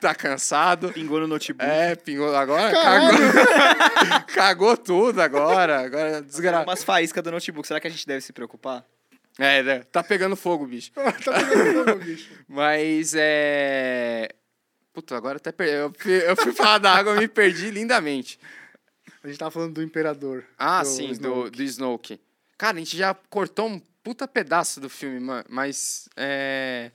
[SPEAKER 2] tá cansado.
[SPEAKER 3] Pingou no notebook.
[SPEAKER 2] É, pingou agora. Cagou, cagou tudo agora. Agora é desgraçado.
[SPEAKER 3] Umas faíscas do notebook. Será que a gente deve se preocupar?
[SPEAKER 2] É, né? tá pegando fogo, bicho.
[SPEAKER 1] Tá
[SPEAKER 2] Mas é. Puta, agora até perdi. Eu fui, eu fui falar da água e me perdi lindamente.
[SPEAKER 1] A gente tava falando do Imperador.
[SPEAKER 2] Ah,
[SPEAKER 1] do
[SPEAKER 2] sim,
[SPEAKER 1] Snoke.
[SPEAKER 2] do, do Snoke. Cara, a gente já cortou um puta pedaço do filme, ma- mas. É.